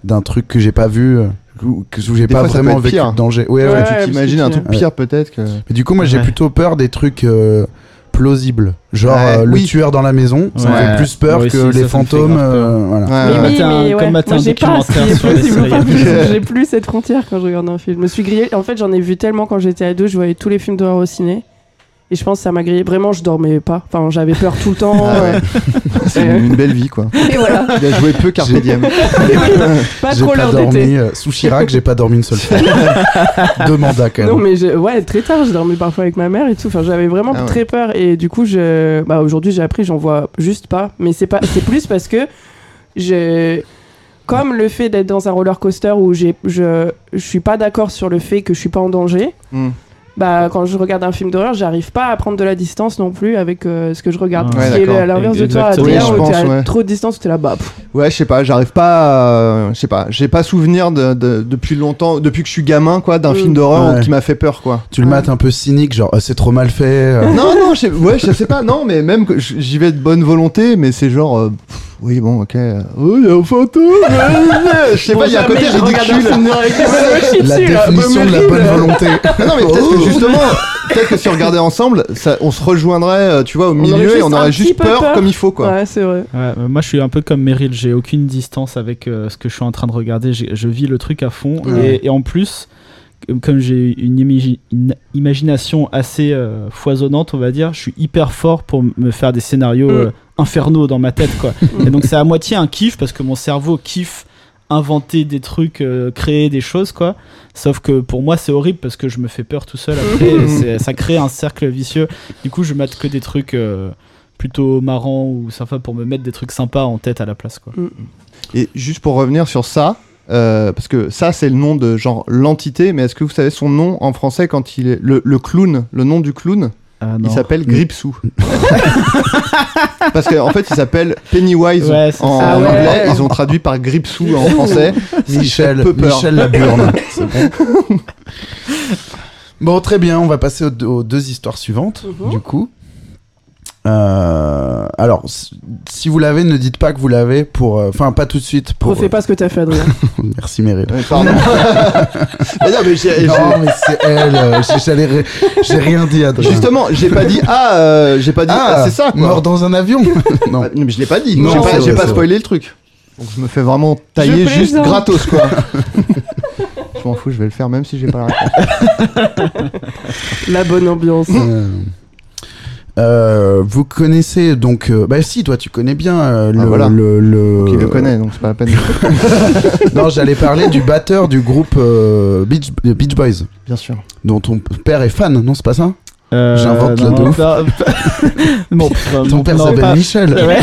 Speaker 3: d'un truc que j'ai pas vu, euh, ou que où j'ai
Speaker 5: Des
Speaker 3: pas
Speaker 5: fois, ça
Speaker 3: vraiment
Speaker 5: peut être
Speaker 3: vécu
Speaker 5: pire.
Speaker 3: de danger. Ouais,
Speaker 4: Ouais,
Speaker 3: ouais.
Speaker 5: tu
Speaker 4: parce
Speaker 5: t'imagines
Speaker 4: que
Speaker 5: un
Speaker 4: tu-
Speaker 5: truc pire peut-être que.
Speaker 3: Mais du coup, moi, j'ai
Speaker 6: Ouais.
Speaker 3: plutôt peur des trucs. euh, plausibles genre
Speaker 5: Ouais,
Speaker 3: euh, le
Speaker 5: oui.
Speaker 3: tueur dans la maison ça me
Speaker 6: Ouais.
Speaker 3: fait plus peur
Speaker 6: Moi
Speaker 3: que
Speaker 6: aussi, ça,
Speaker 3: les
Speaker 6: ça me fait
Speaker 3: fantômes
Speaker 6: grave peur.
Speaker 3: euh, voilà
Speaker 5: Ouais,
Speaker 4: Mais
Speaker 5: ouais.
Speaker 4: oui,
Speaker 6: Matin-
Speaker 4: mais ouais.
Speaker 6: comme matin,
Speaker 4: moi j'ai
Speaker 6: un
Speaker 4: pas ce qui est
Speaker 6: documentaire sur les
Speaker 4: possible ou pas
Speaker 6: séries. *laughs*
Speaker 4: possible. j'ai plus cette frontière quand je regarde un film. Je me suis grillé. En fait, j'en ai vu tellement quand j'étais ado, je voyais tous les films d'horreur au ciné. Et je pense que ça m'a grillé. Vraiment, je dormais pas. Enfin, j'avais peur tout le temps.
Speaker 5: Ah
Speaker 4: *laughs*
Speaker 5: ouais.
Speaker 4: euh,
Speaker 5: C'est une belle vie quoi.
Speaker 4: Et voilà.
Speaker 5: Il a joué peu Carpe
Speaker 3: J'ai-
Speaker 5: Diem.
Speaker 4: Pas
Speaker 3: j'ai
Speaker 4: trop
Speaker 3: pas
Speaker 4: l'heure d'été.
Speaker 3: dormi euh, sous Chirac j'ai pas dormi une seule
Speaker 4: *laughs*
Speaker 3: fois demanda quand même
Speaker 4: Non, mais je- ouais, très tard, je dormais parfois avec ma mère et tout. Enfin, j'avais vraiment
Speaker 5: Ah ouais.
Speaker 4: très peur. Et du coup, je... bah, aujourd'hui, j'ai appris, j'en vois juste pas. Mais c'est pas... c'est plus parce que je. Comme le fait d'être dans un roller coaster où j'ai- je... je suis pas d'accord sur le fait que je suis pas en danger,
Speaker 5: Hmm.
Speaker 4: bah, quand je regarde un film d'horreur, j'arrive pas à prendre de la distance non plus avec euh, ce que je regarde.
Speaker 6: Ouais,
Speaker 4: ce qui est
Speaker 5: d'accord.
Speaker 4: à l'inverse de toi,
Speaker 6: Exactement.
Speaker 4: Adrien,
Speaker 5: Oui, je
Speaker 4: où
Speaker 5: pense,
Speaker 4: t'as
Speaker 5: ouais.
Speaker 4: trop de distance, où t'es là,
Speaker 5: *laughs*
Speaker 4: bah, pff,
Speaker 5: Ouais, je sais pas, j'arrive pas, euh, je sais pas, j'ai pas souvenir de, de- depuis longtemps, depuis que je suis gamin, quoi, d'un
Speaker 4: Mm.
Speaker 5: film d'horreur
Speaker 3: Ouais.
Speaker 5: qui m'a fait peur, quoi.
Speaker 3: tu le mates un peu cynique genre Ah, c'est trop mal fait euh,
Speaker 4: *laughs*
Speaker 5: non, non, je sais, ouais, je sais pas, non, mais même que j- j'y vais de bonne volonté, mais c'est genre, euh, pff, oui, bon, ok, euh, oh, il y a un fantôme, euh, je sais pas, il y a un
Speaker 4: jamais
Speaker 5: côté
Speaker 4: je regarde un
Speaker 5: ridicule.
Speaker 4: film d'horreur avec des- je me chie
Speaker 3: la
Speaker 4: dessus, là,
Speaker 3: définition de la bonne
Speaker 4: horrible.
Speaker 3: volonté
Speaker 4: Oh.
Speaker 5: Ah non, mais peut-être que justement, peut-être que si on regardait ensemble, ça- on se rejoindrait, euh, tu vois, au milieu
Speaker 4: aurait
Speaker 5: et on
Speaker 4: juste un
Speaker 5: aurait
Speaker 4: petit
Speaker 5: juste
Speaker 4: peu
Speaker 5: peur,
Speaker 4: peur.
Speaker 5: comme il faut, quoi.
Speaker 4: Ouais, c'est vrai.
Speaker 6: Ouais, euh, moi, je suis un peu comme Meryl, j'ai aucune distance avec euh, ce que je suis en train de regarder. J'ai- Je vis le truc à fond.
Speaker 3: Ouais.
Speaker 6: Et, et en plus, comme- comme j'ai une, imagi- une imagination assez euh, foisonnante, on va dire, je suis hyper fort pour m- me faire des scénarios euh, infernaux dans ma tête. Quoi. et donc, c'est à moitié un kiff parce que mon cerveau kiffe inventer des trucs, euh, créer des choses, quoi. Sauf que pour moi, c'est horrible parce que je me fais peur tout seul après. et c'est- ça crée un cercle vicieux. Du coup, je mate que des trucs. euh, plutôt marrant ou sympa pour me mettre des trucs sympas en tête à la place quoi.
Speaker 5: Et juste pour revenir sur ça, euh, parce que ça, c'est le nom de genre l'entité, mais est-ce que vous savez son nom en français quand il est. Le, le clown, le nom du clown,
Speaker 6: Ah,
Speaker 5: il s'appelle *laughs* Gripsou. parce qu'en fait, il s'appelle Pennywise
Speaker 6: Ouais, c'est
Speaker 5: en
Speaker 6: ça.
Speaker 4: Ah ouais.
Speaker 5: *laughs* anglais. Ils ont traduit par Gripsou en français.
Speaker 3: Michel,
Speaker 5: peu peur.
Speaker 3: Michel
Speaker 5: *laughs*
Speaker 3: Laburne. C'est bon. Bon, très bien, on va passer aux deux, aux deux histoires suivantes,
Speaker 4: Mhm.
Speaker 3: du coup. Euh, alors, si- si vous l'avez, ne dites pas que vous l'avez pour. euh, Enfin, pas tout de suite. Pour, euh,
Speaker 4: Refais pas ce que t'as fait, Adrien.
Speaker 3: Merci,
Speaker 5: *laughs*
Speaker 3: Meryl.
Speaker 5: Ouais, pardon. *laughs* Mais non, mais j'ai- j'ai-
Speaker 3: Non, mais c'est elle. euh, j'ai- j'allais ré- J'ai rien dit, Adrien.
Speaker 5: Justement, j'ai pas dit ah, euh, j'ai pas dit
Speaker 3: ah,
Speaker 5: ah, c'est ça quoi.
Speaker 3: Mort dans un
Speaker 5: *laughs*
Speaker 3: avion *laughs*
Speaker 5: Ah,
Speaker 3: Non.
Speaker 5: non, mais je l'ai pas dit.
Speaker 3: Non,
Speaker 5: J'ai
Speaker 3: c'est
Speaker 5: pas, j'ai
Speaker 3: vrai,
Speaker 5: pas
Speaker 3: c'est
Speaker 5: spoilé le truc. Donc je me fais vraiment tailler
Speaker 4: Je
Speaker 5: juste
Speaker 4: plaisante.
Speaker 5: gratos quoi. je m'en fous, je vais le faire même si j'ai pas la réponse.
Speaker 4: La bonne
Speaker 5: *laughs*
Speaker 4: ambiance.
Speaker 3: Euh, euh, vous connaissez donc. euh, bah, si, toi, tu connais bien euh, le,
Speaker 5: Ah, voilà.
Speaker 3: le, le-
Speaker 5: Qui le connaît donc c'est pas la peine.
Speaker 3: Non, j'allais parler du batteur du groupe euh, Beach, Beach Boys,
Speaker 5: Bien sûr.
Speaker 3: dont ton père est fan, non, c'est pas ça
Speaker 6: Euh,
Speaker 3: J'invente la
Speaker 6: non,
Speaker 3: de
Speaker 6: non, *laughs*
Speaker 3: ouf. *laughs*
Speaker 6: non, mon- enfin,
Speaker 3: Ton
Speaker 6: mon-
Speaker 3: père
Speaker 6: non,
Speaker 3: s'appelle
Speaker 6: pas-
Speaker 3: Michel.
Speaker 6: Ouais.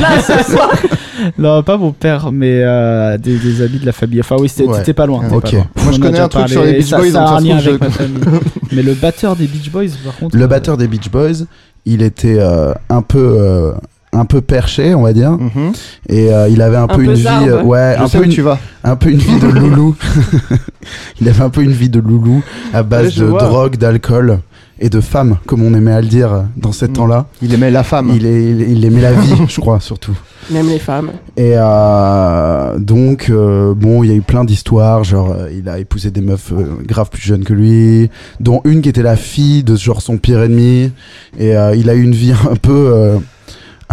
Speaker 6: *laughs* non, pas mon père, mais euh, des, des amis de la famille. Enfin, oui, c'était
Speaker 3: Ouais.
Speaker 6: t'étais pas loin. t'étais
Speaker 3: Ok.
Speaker 6: pas loin.
Speaker 5: Moi,
Speaker 6: On en
Speaker 5: je
Speaker 6: a
Speaker 5: connais
Speaker 6: déjà
Speaker 5: un truc
Speaker 6: parlé,
Speaker 5: sur les Beach
Speaker 6: ça-
Speaker 5: Boys,
Speaker 6: ça a
Speaker 5: donc
Speaker 6: un
Speaker 5: ça se
Speaker 6: lien
Speaker 5: trouve,
Speaker 6: avec
Speaker 5: je-
Speaker 6: ma famille. mais le batteur des Beach Boys, par contre.
Speaker 3: Le
Speaker 6: euh,
Speaker 3: batteur des Beach Boys, il était euh, un peu. euh, un peu perché, on va dire,
Speaker 5: Mhm.
Speaker 3: et euh, il avait un,
Speaker 4: Un
Speaker 3: peu
Speaker 4: peu
Speaker 3: une vie,
Speaker 4: zarbe.
Speaker 3: euh, ouais,
Speaker 5: Je
Speaker 3: un
Speaker 5: sais
Speaker 3: peu
Speaker 5: où
Speaker 3: une,
Speaker 5: tu vas.
Speaker 3: un peu une vie de loulou. *laughs* il avait un peu une vie de loulou à base
Speaker 5: Ouais, je
Speaker 3: de
Speaker 5: vois.
Speaker 3: drogue, d'alcool et de femmes, comme on aimait à le dire dans ces
Speaker 5: Mm.
Speaker 3: temps-là.
Speaker 5: Il aimait la femme.
Speaker 3: Il, est- il- il aimait la vie, je crois surtout.
Speaker 4: Même les femmes.
Speaker 3: Et euh, donc, euh, bon, il y a eu plein d'histoires. Genre, euh, il a épousé des meufs euh, graves plus jeunes que lui, dont une qui était la fille de genre son pire ennemi. Et euh, il a eu une vie un peu, euh,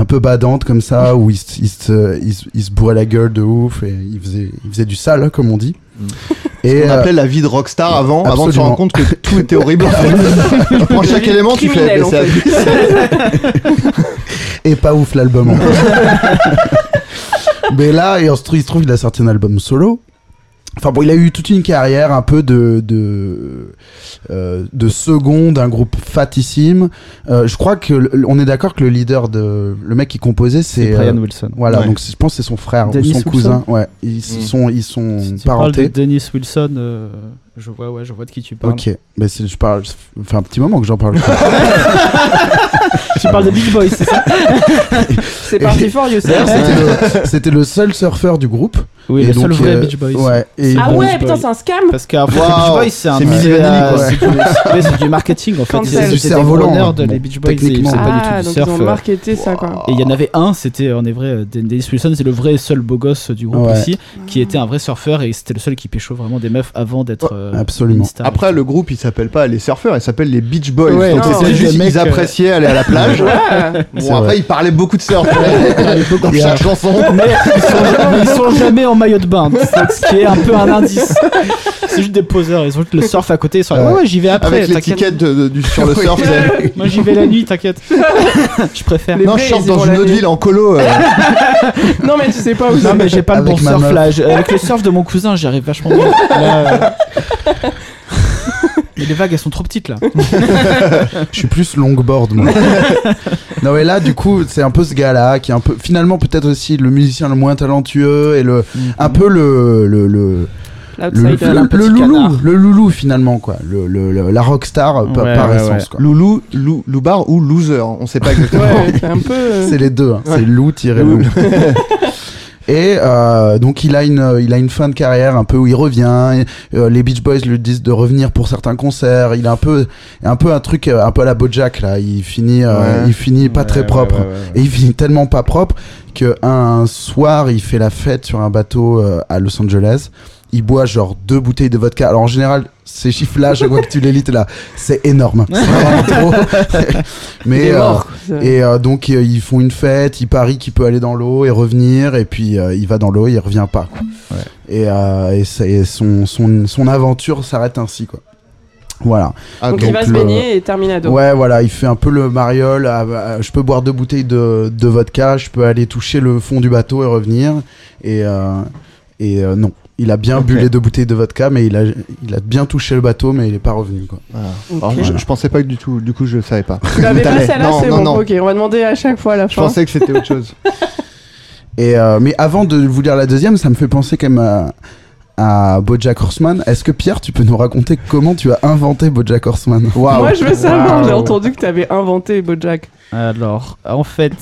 Speaker 3: un peu badante comme ça, où il, se- il se, il, se- il se bourrait la gueule de ouf et il faisait, il faisait du sale, comme on dit. Et
Speaker 5: On
Speaker 3: euh,
Speaker 5: appelait la vie de rockstar avant, avant de se
Speaker 3: absolument.
Speaker 5: rendre compte que tout était horrible en fait. Tu prends chaque élément, tu fais.
Speaker 4: Criminel,
Speaker 5: mais c'est
Speaker 4: en fait.
Speaker 5: la vie.
Speaker 3: et pas ouf l'album. en plus. *laughs* Mais là, et on se trouve, il se trouve, il a sorti un album solo. Enfin bon, il a eu toute une carrière un peu de de, euh, de second d'un groupe fatissime. Euh, je crois que le- on est d'accord que le leader de le mec qui composait c'est
Speaker 6: Brian
Speaker 3: euh,
Speaker 6: Wilson.
Speaker 3: voilà
Speaker 5: Ouais.
Speaker 3: donc c'est- je pense que c'est son frère
Speaker 6: Dennis
Speaker 3: ou son
Speaker 6: Wilson Mm.
Speaker 3: cousin. Ouais, ils, sont ils sont
Speaker 6: Si tu parles de
Speaker 3: parentés.
Speaker 6: Dennis Wilson, euh, je vois, ouais, je vois de qui tu parles.
Speaker 3: Ok, mais c'est- je parle, ça fait un petit moment que j'en parle.
Speaker 6: *laughs* Tu parles des Beach Boys, c'est
Speaker 5: *laughs*
Speaker 6: ça
Speaker 4: C'est parti fort, Youssef.
Speaker 3: D'ailleurs, c'était le- c'était le, seul surfeur du groupe.
Speaker 6: Oui,
Speaker 3: Et
Speaker 6: le seul
Speaker 3: donc,
Speaker 6: vrai
Speaker 3: euh,
Speaker 6: Beach Boys.
Speaker 3: Ouais. Et
Speaker 4: Ah
Speaker 3: bon,
Speaker 6: Bon,
Speaker 4: ouais,
Speaker 6: c'est
Speaker 4: putain,
Speaker 6: pas-
Speaker 4: c'est un scam.
Speaker 6: Parce qu'avant
Speaker 5: Waouh,
Speaker 6: Beach Boys, c'est un
Speaker 5: c'est
Speaker 6: peu-
Speaker 5: Milli Vanilli, quoi.
Speaker 6: c'est du- ouais, c'est du marketing en fait.
Speaker 4: Cancel.
Speaker 6: C'était
Speaker 4: Du
Speaker 6: des
Speaker 3: cerf-volant,
Speaker 6: runners de
Speaker 3: bon,
Speaker 6: les Beach Boys, et ils
Speaker 3: techniquement.
Speaker 6: faisaient pas
Speaker 4: Ah,
Speaker 6: du tout
Speaker 4: donc
Speaker 6: du
Speaker 4: ils ont
Speaker 6: surf. euh.
Speaker 4: marketé ça, quoi.
Speaker 6: Et il y en avait un, c'était en est vrai euh, Den- Dennis Wilson, c'est le vrai seul beau gosse du groupe
Speaker 3: Ouais.
Speaker 6: aussi, qui était un vrai surfeur et c'était le seul qui pécho vraiment des meufs avant d'être euh,
Speaker 3: absolument.
Speaker 6: une star.
Speaker 5: Après, le groupe il s'appelle pas les surfeurs, il s'appelle les Beach Boys.
Speaker 6: Ouais,
Speaker 5: donc
Speaker 4: non,
Speaker 5: c'était
Speaker 6: c'est
Speaker 5: juste
Speaker 6: des mecs,
Speaker 5: ils
Speaker 6: euh,
Speaker 5: appréciaient aller à la plage.
Speaker 3: C'est
Speaker 5: Bon, après,
Speaker 3: vrai.
Speaker 5: ils parlaient beaucoup de surf dans
Speaker 3: de
Speaker 5: chaque chanson.
Speaker 6: Mais ils sont, jamais, ils sont jamais en maillot de bain, donc ce qui est un peu un indice. C'est juste des poseurs, ils ont juste le surf à côté, ils sont là,
Speaker 3: Ouais.
Speaker 6: ouais, ouais, j'y vais après,
Speaker 5: Avec
Speaker 6: t'inquiète.
Speaker 5: l'étiquette de- de- du- sur le surf. c'est-
Speaker 6: Moi j'y vais la nuit,
Speaker 5: *laughs*
Speaker 6: t'inquiète. Je préfère.
Speaker 4: Les
Speaker 5: Non,
Speaker 4: vrais,
Speaker 5: je
Speaker 4: ils
Speaker 5: chante
Speaker 4: y
Speaker 5: dans
Speaker 4: vont
Speaker 5: une
Speaker 4: la
Speaker 5: autre
Speaker 4: nuit.
Speaker 5: ville en colo. euh,
Speaker 4: Non, mais tu sais pas où
Speaker 6: Non mais j'ai pas le
Speaker 3: Avec
Speaker 6: bon
Speaker 3: ma
Speaker 6: surf
Speaker 3: meuf.
Speaker 6: là. Je- Avec le surf de mon cousin, j'y arrive
Speaker 3: *laughs*
Speaker 6: vachement bien. Là, euh, Mais les vagues elles sont trop petites là.
Speaker 3: Je suis plus longboard, moi. non, mais là, du coup, c'est un peu ce gars-là qui est un peu, finalement, peut-être aussi le musicien le moins talentueux et le, un peu le, le, le, le,
Speaker 4: L'outsider.
Speaker 3: le-
Speaker 6: un petit
Speaker 3: le
Speaker 6: canard.
Speaker 3: loulou, le loulou, finalement, quoi. Le, le- le- la rockstar euh, pa-
Speaker 6: Ouais,
Speaker 3: par
Speaker 6: ouais,
Speaker 3: essence,
Speaker 6: ouais.
Speaker 3: quoi.
Speaker 5: Loulou, Lou, Loubar ou Loser, on sait pas exactement.
Speaker 4: Ouais, c'est un peu. euh,
Speaker 3: C'est les deux, hein. c'est loup tiré loup. Et euh, donc il a une il a une fin de carrière un peu où il revient. euh, les Beach Boys lui disent de revenir pour certains concerts. Il a un peu un peu un truc euh, un peu à la BoJack là. Il finit euh,
Speaker 5: Ouais.
Speaker 3: il finit pas
Speaker 6: Ouais,
Speaker 3: très
Speaker 6: ouais,
Speaker 3: propre.
Speaker 6: ouais, ouais, ouais.
Speaker 3: Et il finit tellement pas propre qu'un soir, il fait la fête sur un bateau euh, à Los Angeles. Il boit genre deux bouteilles de vodka. Alors en général, ces chiffres-là, je vois que tu les lis, t'es là, c'est énorme. C'est vraiment trop.
Speaker 6: *laughs*
Speaker 4: Il
Speaker 3: Mais
Speaker 4: est
Speaker 3: euh,
Speaker 4: mort, quoi, ça.
Speaker 3: et euh, donc euh, ils font une fête, il parie qu'il peut aller dans l'eau et revenir, et puis euh, il va dans l'eau, il revient pas. quoi. Et, euh, et ça- et son, son, son aventure s'arrête ainsi. quoi. Voilà.
Speaker 5: Ah,
Speaker 4: Donc,
Speaker 5: donc,
Speaker 4: il va se
Speaker 3: le-
Speaker 4: baigner et terminado.
Speaker 3: Ouais, voilà, il fait un peu le mariole. à- à- je peux boire deux bouteilles de, de vodka, je peux aller toucher le fond du bateau et revenir. Et, euh, et euh, non, il a bien bu
Speaker 5: Ok.
Speaker 3: les deux bouteilles de vodka, mais il a, il a bien touché le bateau, mais il est pas revenu. Quoi.
Speaker 5: voilà.
Speaker 4: Ok.
Speaker 5: Alors, je, je pensais pas que du tout, du coup je le savais pas.
Speaker 4: Tu l'avais pas
Speaker 5: T'allais.
Speaker 4: celle-là,
Speaker 5: Non,
Speaker 4: c'est
Speaker 5: non,
Speaker 4: bon.
Speaker 5: non.
Speaker 4: Ok, on va demander à chaque fois à la
Speaker 5: Je
Speaker 4: fin.
Speaker 5: pensais que c'était autre chose.
Speaker 3: Et euh, mais avant de vous lire la deuxième, ça me fait penser quand même à, à BoJack Horseman. Est-ce que Pierre, tu peux nous raconter comment tu as inventé BoJack Horseman Waouh
Speaker 4: Moi, je veux savoir.
Speaker 6: Waouh.
Speaker 4: J'ai entendu que t'avais inventé Bojack.
Speaker 6: Alors, en fait,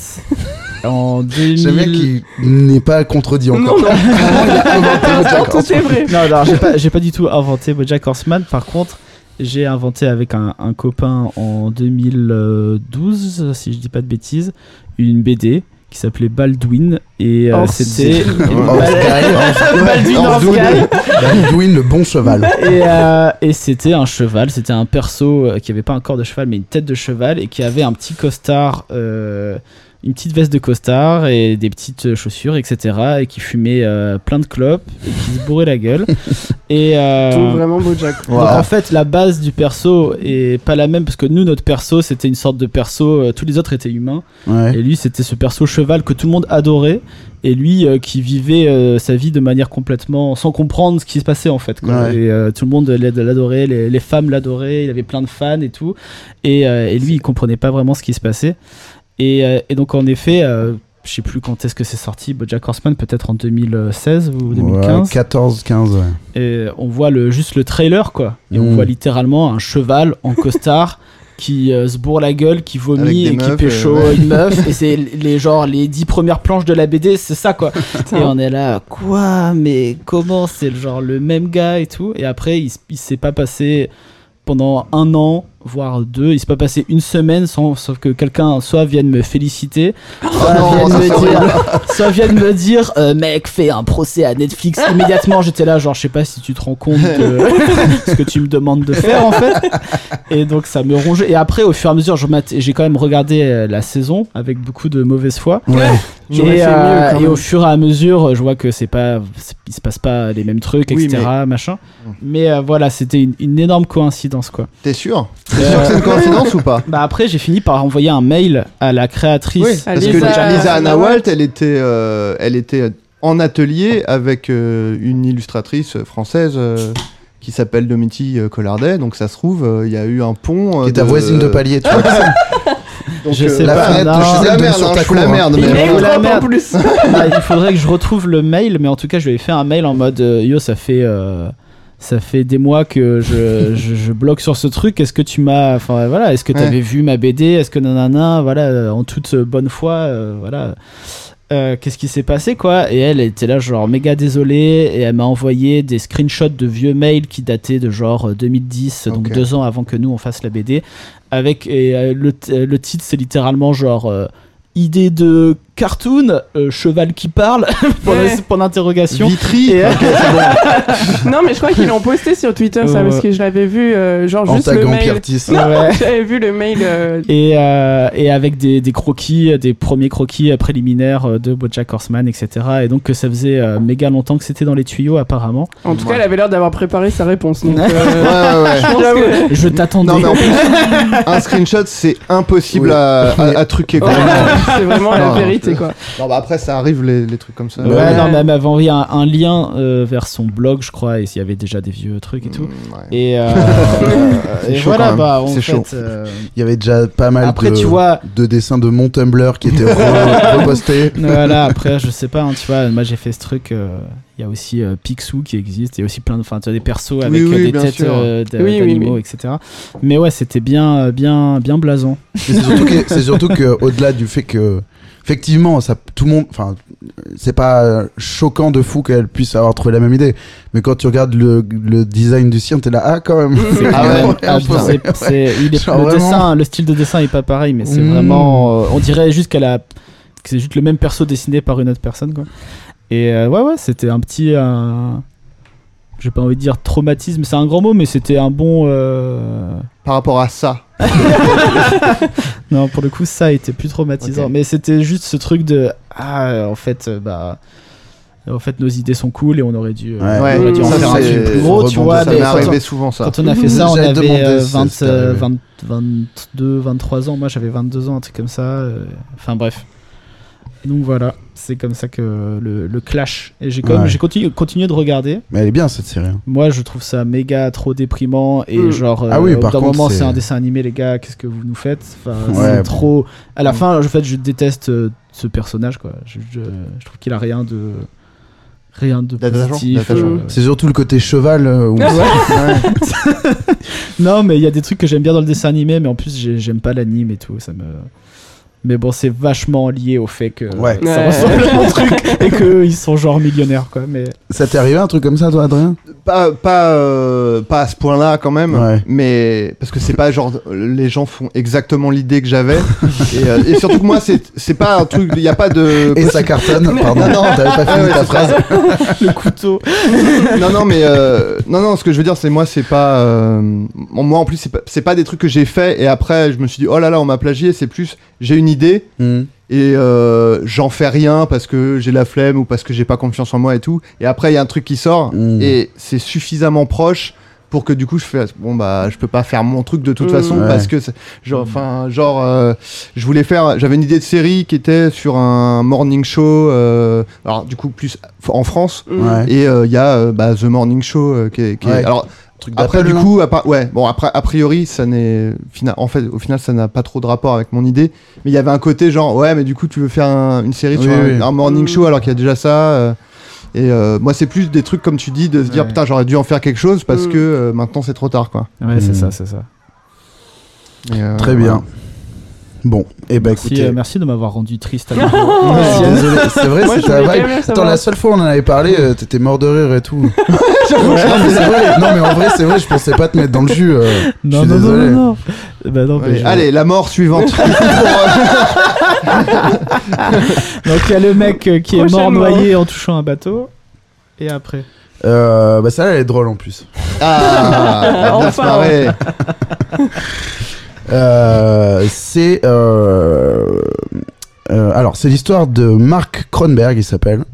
Speaker 6: en
Speaker 3: J'aime bien
Speaker 6: 2000...
Speaker 3: qu'il n'est pas contredit
Speaker 4: Non,
Speaker 3: encore.
Speaker 4: non,
Speaker 3: Il a inventé BoJack
Speaker 4: tout est
Speaker 3: Horseman.
Speaker 4: vrai.
Speaker 6: Non, alors j'ai pas, j'ai pas du tout inventé Bojack Horseman. Par contre, j'ai inventé avec un, un copain en 2012, si je dis pas de bêtises, une BD qui s'appelait Baldwin et euh,
Speaker 4: Oh,
Speaker 6: c'était
Speaker 3: *laughs* Oh,
Speaker 4: *laughs*
Speaker 3: Sky,
Speaker 6: Baldwin
Speaker 3: oh,
Speaker 6: en
Speaker 3: Baldwin, Baldwin, le bon cheval.
Speaker 6: et, euh, et c'était un cheval, c'était un perso euh, qui avait pas un corps de cheval mais une tête de cheval et qui avait un petit costard, euh, une petite veste de costard et des petites chaussures, etc. Et qui fumait euh, plein de clopes et qui se bourrait la gueule. et euh,
Speaker 4: Tout vraiment Bojack.
Speaker 6: donc en fait, la base du perso est pas la même parce que nous, notre perso, c'était une sorte de perso, euh, tous les autres étaient humains.
Speaker 3: Ouais.
Speaker 6: Et lui, c'était ce perso cheval que tout le monde adorait. Et lui, euh, qui vivait euh, sa vie de manière complètement sans comprendre ce qui se passait en fait. quoi.
Speaker 3: Ouais.
Speaker 6: Et euh, tout le monde l'a- l'adorait, les, les femmes l'adoraient, il avait plein de fans et tout. Et, euh, et lui, il comprenait pas vraiment ce qui se passait. Et, euh, et donc, en effet, euh, je sais plus quand est-ce que c'est sorti, Bojack Horseman, peut-être en 2016 ou 2015.
Speaker 3: Ouais, 14, 15. ouais.
Speaker 6: Et on voit le, juste le trailer, quoi. Et on
Speaker 5: Hmm.
Speaker 3: Mm.
Speaker 6: voit littéralement un cheval en costard *laughs* qui euh, se bourre la gueule, qui
Speaker 5: Avec des
Speaker 6: vomit et qui
Speaker 5: meufs,
Speaker 6: pécho
Speaker 5: euh, ouais.
Speaker 6: une
Speaker 5: *laughs*
Speaker 6: meuf. Et c'est les genre les dix premières planches de la BD, c'est ça, quoi. et on est là, quoi Mais comment C'est le genre le même gars et tout. Et après, il, s- il s'est pas passé pendant un an voire deux, il s'est pas passé une semaine sans sauf que quelqu'un soit vienne me féliciter, soit,
Speaker 5: Oh non, ça,
Speaker 6: vienne, me
Speaker 5: c'est
Speaker 6: dire, soit vienne me dire euh, mec fais un procès à Netflix immédiatement j'étais là genre je sais pas si tu te rends compte de ce que tu me demandes de faire en fait et donc ça me rongeait et après au fur et à mesure je mate- j'ai quand même regardé euh, la saison avec beaucoup de mauvaise foi et,
Speaker 4: J'aurais fait
Speaker 6: euh,
Speaker 4: mieux, quand
Speaker 6: et
Speaker 4: même.
Speaker 6: au fur et à mesure, je vois que c'est pas, c'est- il se passe pas les mêmes trucs,
Speaker 5: Oui,
Speaker 6: etc., machin.
Speaker 4: Mm.
Speaker 6: Mais euh, voilà, c'était une, une énorme
Speaker 4: *laughs*
Speaker 6: coïncidence, quoi.
Speaker 5: T'es sûr T'es
Speaker 6: Euh,
Speaker 5: sûr que c'est une coïncidence ou pas
Speaker 6: Bah après, j'ai fini par envoyer un mail à la créatrice.
Speaker 5: parce
Speaker 4: Lisa-
Speaker 5: que Lisa,
Speaker 4: Lisa
Speaker 5: Anawalt,
Speaker 4: Anawalt,
Speaker 5: elle était, euh, elle était en atelier avec euh, une illustratrice française euh, qui s'appelle Domiti euh, Collardet. Donc ça se trouve, euh, il y a eu un pont. euh,
Speaker 3: Qui est ta voisine de palier, toi.
Speaker 4: Ah,
Speaker 5: Donc, euh,
Speaker 6: Je sais
Speaker 5: la
Speaker 6: pas,
Speaker 5: fenêtre
Speaker 6: non.
Speaker 5: de chez
Speaker 3: Je
Speaker 5: elle
Speaker 3: suis
Speaker 5: donne
Speaker 3: sur
Speaker 5: sur
Speaker 3: ta
Speaker 5: ta la
Speaker 3: cour, hein.
Speaker 5: merde.
Speaker 4: Il
Speaker 5: mais
Speaker 4: est
Speaker 5: voilà.
Speaker 4: trop en
Speaker 6: merde.
Speaker 4: plus.
Speaker 6: Bah, il faudrait que je retrouve le mail, mais en tout cas, je lui ai fait un mail en mode euh, Yo, ça fait. euh, ça fait des mois que je, je, je bloque sur ce truc. Est-ce que tu m'as, enfin voilà, est-ce que tu avais vu ma BD Est-ce que nanana, voilà, euh, en toute euh, bonne foi, euh, voilà. Euh, Qu'est-ce qui s'est passé quoi Et elle était là genre méga désolée et elle m'a envoyé des screenshots de vieux mails qui dataient de genre euh, 2010, donc
Speaker 5: Ok.
Speaker 6: deux ans avant que nous on fasse la BD. Avec et, euh, le, t- euh, le titre c'est littéralement genre euh, idée de cartoon, euh, cheval qui parle, *laughs* pour
Speaker 4: Ouais.
Speaker 6: pour l'interrogation.
Speaker 5: Vitry.
Speaker 6: Et-
Speaker 5: *laughs*
Speaker 4: Non, mais je crois qu'ils l'ont posté sur Twitter, ça,
Speaker 6: Euh,
Speaker 4: parce que je l'avais vu, euh, genre
Speaker 3: En
Speaker 4: juste le
Speaker 3: tagant
Speaker 4: mail.
Speaker 3: Piertis.
Speaker 6: Ouais.
Speaker 4: *laughs* J'avais vu le mail. euh,
Speaker 6: Et, euh, et avec des, des croquis, des premiers croquis euh, préliminaires euh, de Bojack Horseman, etc. Et donc que ça faisait euh, méga longtemps que c'était dans les tuyaux apparemment.
Speaker 4: En tout cas, elle avait l'air d'avoir préparé sa réponse. *laughs* donc, euh,
Speaker 5: *laughs* Ouais, ouais, ouais.
Speaker 4: je pense que-
Speaker 6: Je t'attendais.
Speaker 5: Non, mais en plus, un screenshot, c'est impossible
Speaker 3: Oui.
Speaker 5: à, à- à truquer. quoi.
Speaker 4: c'est vraiment la
Speaker 5: Non,
Speaker 4: vérité quoi.
Speaker 5: Non, bah après, ça arrive les, les trucs comme ça.
Speaker 6: Ouais,
Speaker 4: Ouais.
Speaker 6: non, mais elle m'avait envoyé un, un lien euh, vers son blog, je crois, et s'il y avait déjà des vieux trucs et tout.
Speaker 5: Ouais.
Speaker 6: Et, euh,
Speaker 5: Mm. *laughs* C'est
Speaker 6: et
Speaker 5: chaud quand
Speaker 6: voilà,
Speaker 5: même.
Speaker 6: bah, en
Speaker 5: C'est
Speaker 6: fait,
Speaker 5: chaud. Ah,
Speaker 6: euh,
Speaker 3: Il y avait déjà pas mal
Speaker 6: après,
Speaker 3: de,
Speaker 6: tu vois,
Speaker 3: de dessins de mon Tumblr qui étaient
Speaker 4: *laughs*
Speaker 3: re- repostés.
Speaker 6: voilà, après, je sais pas, hein, tu vois, moi j'ai fait ce truc. euh, Il y a aussi euh, Picsou qui existe, il y a aussi plein de, enfin, tu as des persos avec
Speaker 5: oui,
Speaker 6: euh, des
Speaker 5: bien
Speaker 6: têtes
Speaker 5: sûr.
Speaker 6: euh, d'a-
Speaker 4: Oui, oui,
Speaker 6: d'animaux,
Speaker 4: oui.
Speaker 6: etc. Mais ouais, c'était bien, euh, bien, bien blasant.
Speaker 3: Mais C'est surtout que, c'est surtout que, au-delà du fait que, effectivement, ça, tout le monde, enfin, c'est pas choquant de fou qu'elle puisse avoir trouvé la même idée. Mais quand tu regardes le, le design du sien, t'es là, ah, quand même.
Speaker 6: C'est
Speaker 5: Ah
Speaker 6: quand
Speaker 5: ouais,
Speaker 6: même-
Speaker 5: ouais,
Speaker 6: ah, je
Speaker 5: putain.
Speaker 6: sais, c'est- il est-
Speaker 3: Genre
Speaker 6: le
Speaker 3: vraiment.
Speaker 5: Mm.
Speaker 6: dessin, le style de dessin est pas pareil, mais c'est
Speaker 3: Mmh.
Speaker 6: vraiment, euh, on dirait juste qu'elle a que c'est juste le même perso dessiné par une autre personne, quoi. Et euh, ouais, ouais, c'était un petit. euh, J'ai pas envie de dire traumatisme, c'est un grand mot, mais c'était un bon. euh,
Speaker 5: Par rapport à ça.
Speaker 6: Non, pour le coup, ça a été plus traumatisant.
Speaker 5: Ok.
Speaker 6: Mais c'était juste ce truc de. Ah, euh, en fait, euh, bah. En fait, nos idées sont cool et on aurait dû. euh,
Speaker 3: Ouais.
Speaker 6: on aurait dû en
Speaker 5: ça,
Speaker 6: faire un
Speaker 5: c'est-
Speaker 6: film plus gros, tu
Speaker 3: rebondir,
Speaker 6: vois.
Speaker 5: ça
Speaker 6: mais
Speaker 5: m'est
Speaker 6: quand on-
Speaker 5: arrivé souvent ça.
Speaker 6: Quand on a fait ça, on
Speaker 3: J'allais
Speaker 6: avait
Speaker 3: te demander
Speaker 6: euh,
Speaker 3: si
Speaker 6: 20,
Speaker 3: c'était arrivé.
Speaker 6: euh, 20, 22, 23 ans. Moi, j'avais 22 ans, un truc comme ça. euh, Enfin, bref. Et donc voilà, c'est comme ça que le, le clash. Et j'ai comme
Speaker 3: Ouais.
Speaker 6: j'ai continu- continué de regarder.
Speaker 3: Mais elle est bien cette série. hein.
Speaker 6: Moi, je trouve ça méga trop déprimant et
Speaker 4: Mm.
Speaker 6: genre euh,
Speaker 3: Ah oui,
Speaker 6: au bout
Speaker 3: par
Speaker 6: d'un
Speaker 3: contre,
Speaker 6: moment,
Speaker 3: c'est-
Speaker 6: c'est un dessin animé, les gars. Qu'est-ce que vous nous faites Enfin,
Speaker 3: Ouais. Hmm.
Speaker 6: c'est trop. À la fin, en fait, je déteste euh, ce personnage, quoi. Je, je- je trouve qu'il a rien de rien de
Speaker 5: D'attache-
Speaker 6: positif.
Speaker 5: d'attache-
Speaker 6: euh,
Speaker 3: C'est surtout le côté cheval euh, où- Ouais.
Speaker 6: Non, mais il y a des trucs que j'aime bien dans le dessin animé, mais en plus j'ai- j'aime pas l'anime et tout, ça me. Mais bon, c'est vachement lié au fait que
Speaker 3: Ouais.
Speaker 6: ça
Speaker 4: Ouais.
Speaker 6: ressemble à mon truc et
Speaker 3: *laughs*
Speaker 6: qu'ils sont genre millionnaires quoi. Mais
Speaker 3: Ça t'est arrivé un truc comme ça, toi, Adrien
Speaker 5: Pas, pas, euh, pas à ce point-là quand même,
Speaker 3: Ouais.
Speaker 5: mais parce que c'est pas genre les gens font exactement l'idée que j'avais. et, euh, et surtout que moi, c'est c'est pas un truc, il n'y a pas de.
Speaker 3: Et *laughs* ça cartonne, pardon, non, t'avais
Speaker 5: Ah
Speaker 3: pas fini ta phrase.
Speaker 6: le couteau.
Speaker 5: *laughs* non, non, mais euh, non, non, ce que je veux dire, c'est moi, c'est pas. euh, moi en plus, c'est pas, c'est pas des trucs que j'ai fait et après, je me suis dit, oh là là, on m'a plagié, c'est plus, j'ai une idée
Speaker 3: Hmm.
Speaker 5: et euh, j'en fais rien parce que j'ai la flemme ou parce que j'ai pas confiance en moi et tout. Et après, il y a un truc qui sort
Speaker 3: Mm.
Speaker 5: et c'est suffisamment proche pour que du coup je fasse bon bah je peux pas faire mon truc de toute
Speaker 4: Mm.
Speaker 5: façon
Speaker 3: Ouais.
Speaker 5: parce que c'est- genre enfin genre euh, je voulais faire j'avais une idée de série qui était sur un morning show euh, alors du coup plus en France
Speaker 3: Ouais.
Speaker 5: et euh, il y a euh, bah, The Morning Show euh, qui est, qui est-
Speaker 3: Ouais.
Speaker 5: alors
Speaker 3: Truc
Speaker 5: après
Speaker 3: d'appel,
Speaker 5: du
Speaker 3: là.
Speaker 5: coup à part- ouais bon après a priori ça n'est fina- en fait au final ça n'a pas trop de rapport avec mon idée mais il y avait un côté genre ouais mais du coup tu veux faire un- une série
Speaker 3: Oui,
Speaker 5: sur un,
Speaker 3: oui.
Speaker 5: un morning
Speaker 4: Mm.
Speaker 5: show alors qu'il y a déjà ça euh, et euh, moi c'est plus des trucs comme tu dis de se dire
Speaker 6: Ouais.
Speaker 5: putain j'aurais dû en faire quelque chose parce
Speaker 4: Mm.
Speaker 5: que euh, maintenant c'est trop tard quoi
Speaker 6: Ouais,
Speaker 3: c'est
Speaker 6: c'est
Speaker 3: ça,
Speaker 6: ça, c'est ça.
Speaker 5: Et, euh,
Speaker 3: Très bien. Bon, et bah
Speaker 6: Merci,
Speaker 3: écoutez.
Speaker 6: euh, merci de m'avoir rendu triste.
Speaker 3: *laughs*
Speaker 6: à nouveau.
Speaker 3: Ouais,
Speaker 4: Ouais.
Speaker 3: désolé, c'est vrai,
Speaker 4: Moi, je
Speaker 3: c'était la
Speaker 4: voulais quand
Speaker 3: vibe.
Speaker 4: même
Speaker 3: Attends,
Speaker 4: savoir.
Speaker 3: la seule fois où on en avait parlé, euh, t'étais mort de rire et tout.
Speaker 4: *laughs*
Speaker 3: Ouais, non, mais c'est vrai. non, mais en vrai, c'est vrai, je pensais pas te mettre dans le jus. euh, je
Speaker 6: non,
Speaker 3: suis
Speaker 6: non, non,
Speaker 3: désolé.
Speaker 6: non, non. Bah non,
Speaker 5: Ouais.
Speaker 6: mais je-
Speaker 5: allez la
Speaker 4: *laughs*
Speaker 5: mort suivante
Speaker 6: Donc il y a le mec euh, qui est mort
Speaker 4: Prochainement.
Speaker 6: noyé en touchant un bateau. Et après.
Speaker 3: Euh, bah, celle-là, elle est drôle en plus.
Speaker 5: ah bien se
Speaker 4: Enfin.
Speaker 5: marrer.
Speaker 3: Euh, c'est. euh, euh, alors, c'est l'histoire de Mark Kronberg, il s'appelle.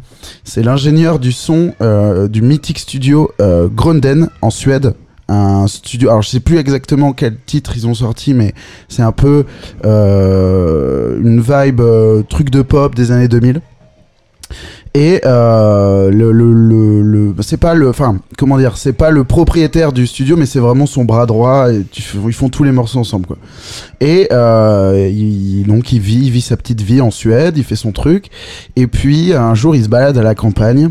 Speaker 3: C'est l'ingénieur du son euh, du mythique studio euh, Gronden en Suède. Un studio, alors je sais plus exactement quel titre ils ont sorti, mais c'est un peu euh, une vibe euh, truc de pop des années 2000. Et euh, le, le, le, le- c'est pas le, enfin comment dire, c'est pas le propriétaire du studio, mais c'est vraiment son bras droit. Et tu- ils font tous les morceaux ensemble, quoi. Et euh, il, donc il vit, il vit sa petite vie en Suède, il fait son truc. Et puis un jour, il se balade à la campagne.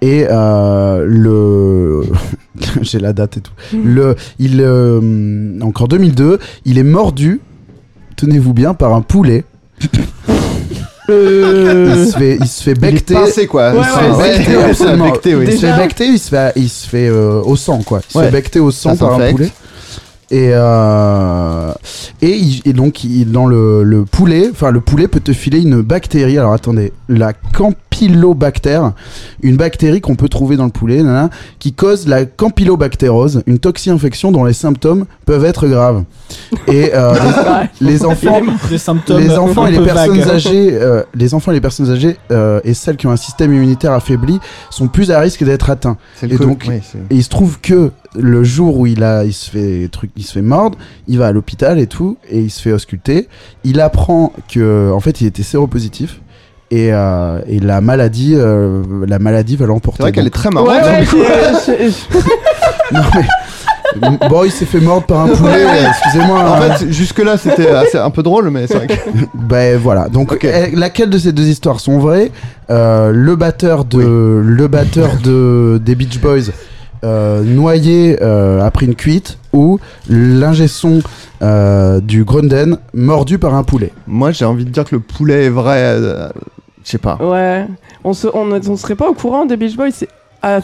Speaker 3: Et euh, le, *laughs* j'ai la date et tout. Le, il, euh, encore 2002, il est mordu. Tenez-vous bien par un
Speaker 5: *laughs*
Speaker 3: poulet. Il se fait, il se fait
Speaker 5: il est
Speaker 3: becter.
Speaker 5: pincé quoi
Speaker 4: Ouais,
Speaker 5: Il se fait
Speaker 4: ouais,
Speaker 5: becter,
Speaker 3: ouais.
Speaker 5: absolument.
Speaker 3: Becter,
Speaker 5: oui.
Speaker 3: Il se fait
Speaker 4: Déjà-
Speaker 3: becter, il se fait, il se fait euh, au sang, quoi. Il se
Speaker 5: Ouais.
Speaker 3: fait becter au sang
Speaker 5: Ça
Speaker 3: par un
Speaker 5: s'infecte.
Speaker 3: poulet. Et, euh, et, il- et donc, il- dans le, le poulet, enfin, le poulet peut te filer une bactérie. Alors, attendez, la campylobactère, une bactérie qu'on peut trouver dans le poulet, nanana, qui cause la campylobactérose, une toxi-infection dont les symptômes peuvent être graves. Et euh, les, les enfants
Speaker 6: Des symptômes.
Speaker 3: les enfants
Speaker 6: un
Speaker 3: et les
Speaker 6: peu
Speaker 3: personnes
Speaker 6: vagues.
Speaker 3: âgées, euh, les enfants et les personnes âgées euh, et celles qui ont un système immunitaire affaibli sont plus à risque d'être atteints.
Speaker 5: C'est le
Speaker 3: Et
Speaker 5: co-
Speaker 3: donc-
Speaker 5: oui, c'est-
Speaker 3: Et il se trouve que le jour où il a, il se fait truc, il se fait mordre, il va à l'hôpital et tout et il se fait ausculter. Il apprend que en fait il était séropositif. Et, euh, et la maladie, euh, la maladie va l'emporter.
Speaker 5: c'est vrai qu'elle est
Speaker 3: Donc-
Speaker 5: très
Speaker 4: Ouais,
Speaker 5: marrante
Speaker 4: ouais, c'est-
Speaker 3: *laughs* Non, mais- bon, il s'est fait mordre par un poulet. Excusez-moi.
Speaker 5: En
Speaker 3: hein.
Speaker 5: fait, jusque-là, c'était assez- un peu drôle, mais c'est vrai que.
Speaker 3: Ben voilà. Donc
Speaker 5: Ok.
Speaker 3: eh, laquelle de ces deux histoires sont vraies Euh, Le batteur de *laughs* le batteur de des Beach Boys euh, noyé euh, après une cuite ou l'ingé son euh, du Gronden mordu par un poulet.
Speaker 5: Moi, j'ai envie de dire que le poulet est vrai. euh, Je sais pas.
Speaker 4: Ouais. On, se, on, on serait pas au courant des Beach Boys. c'est- Ah,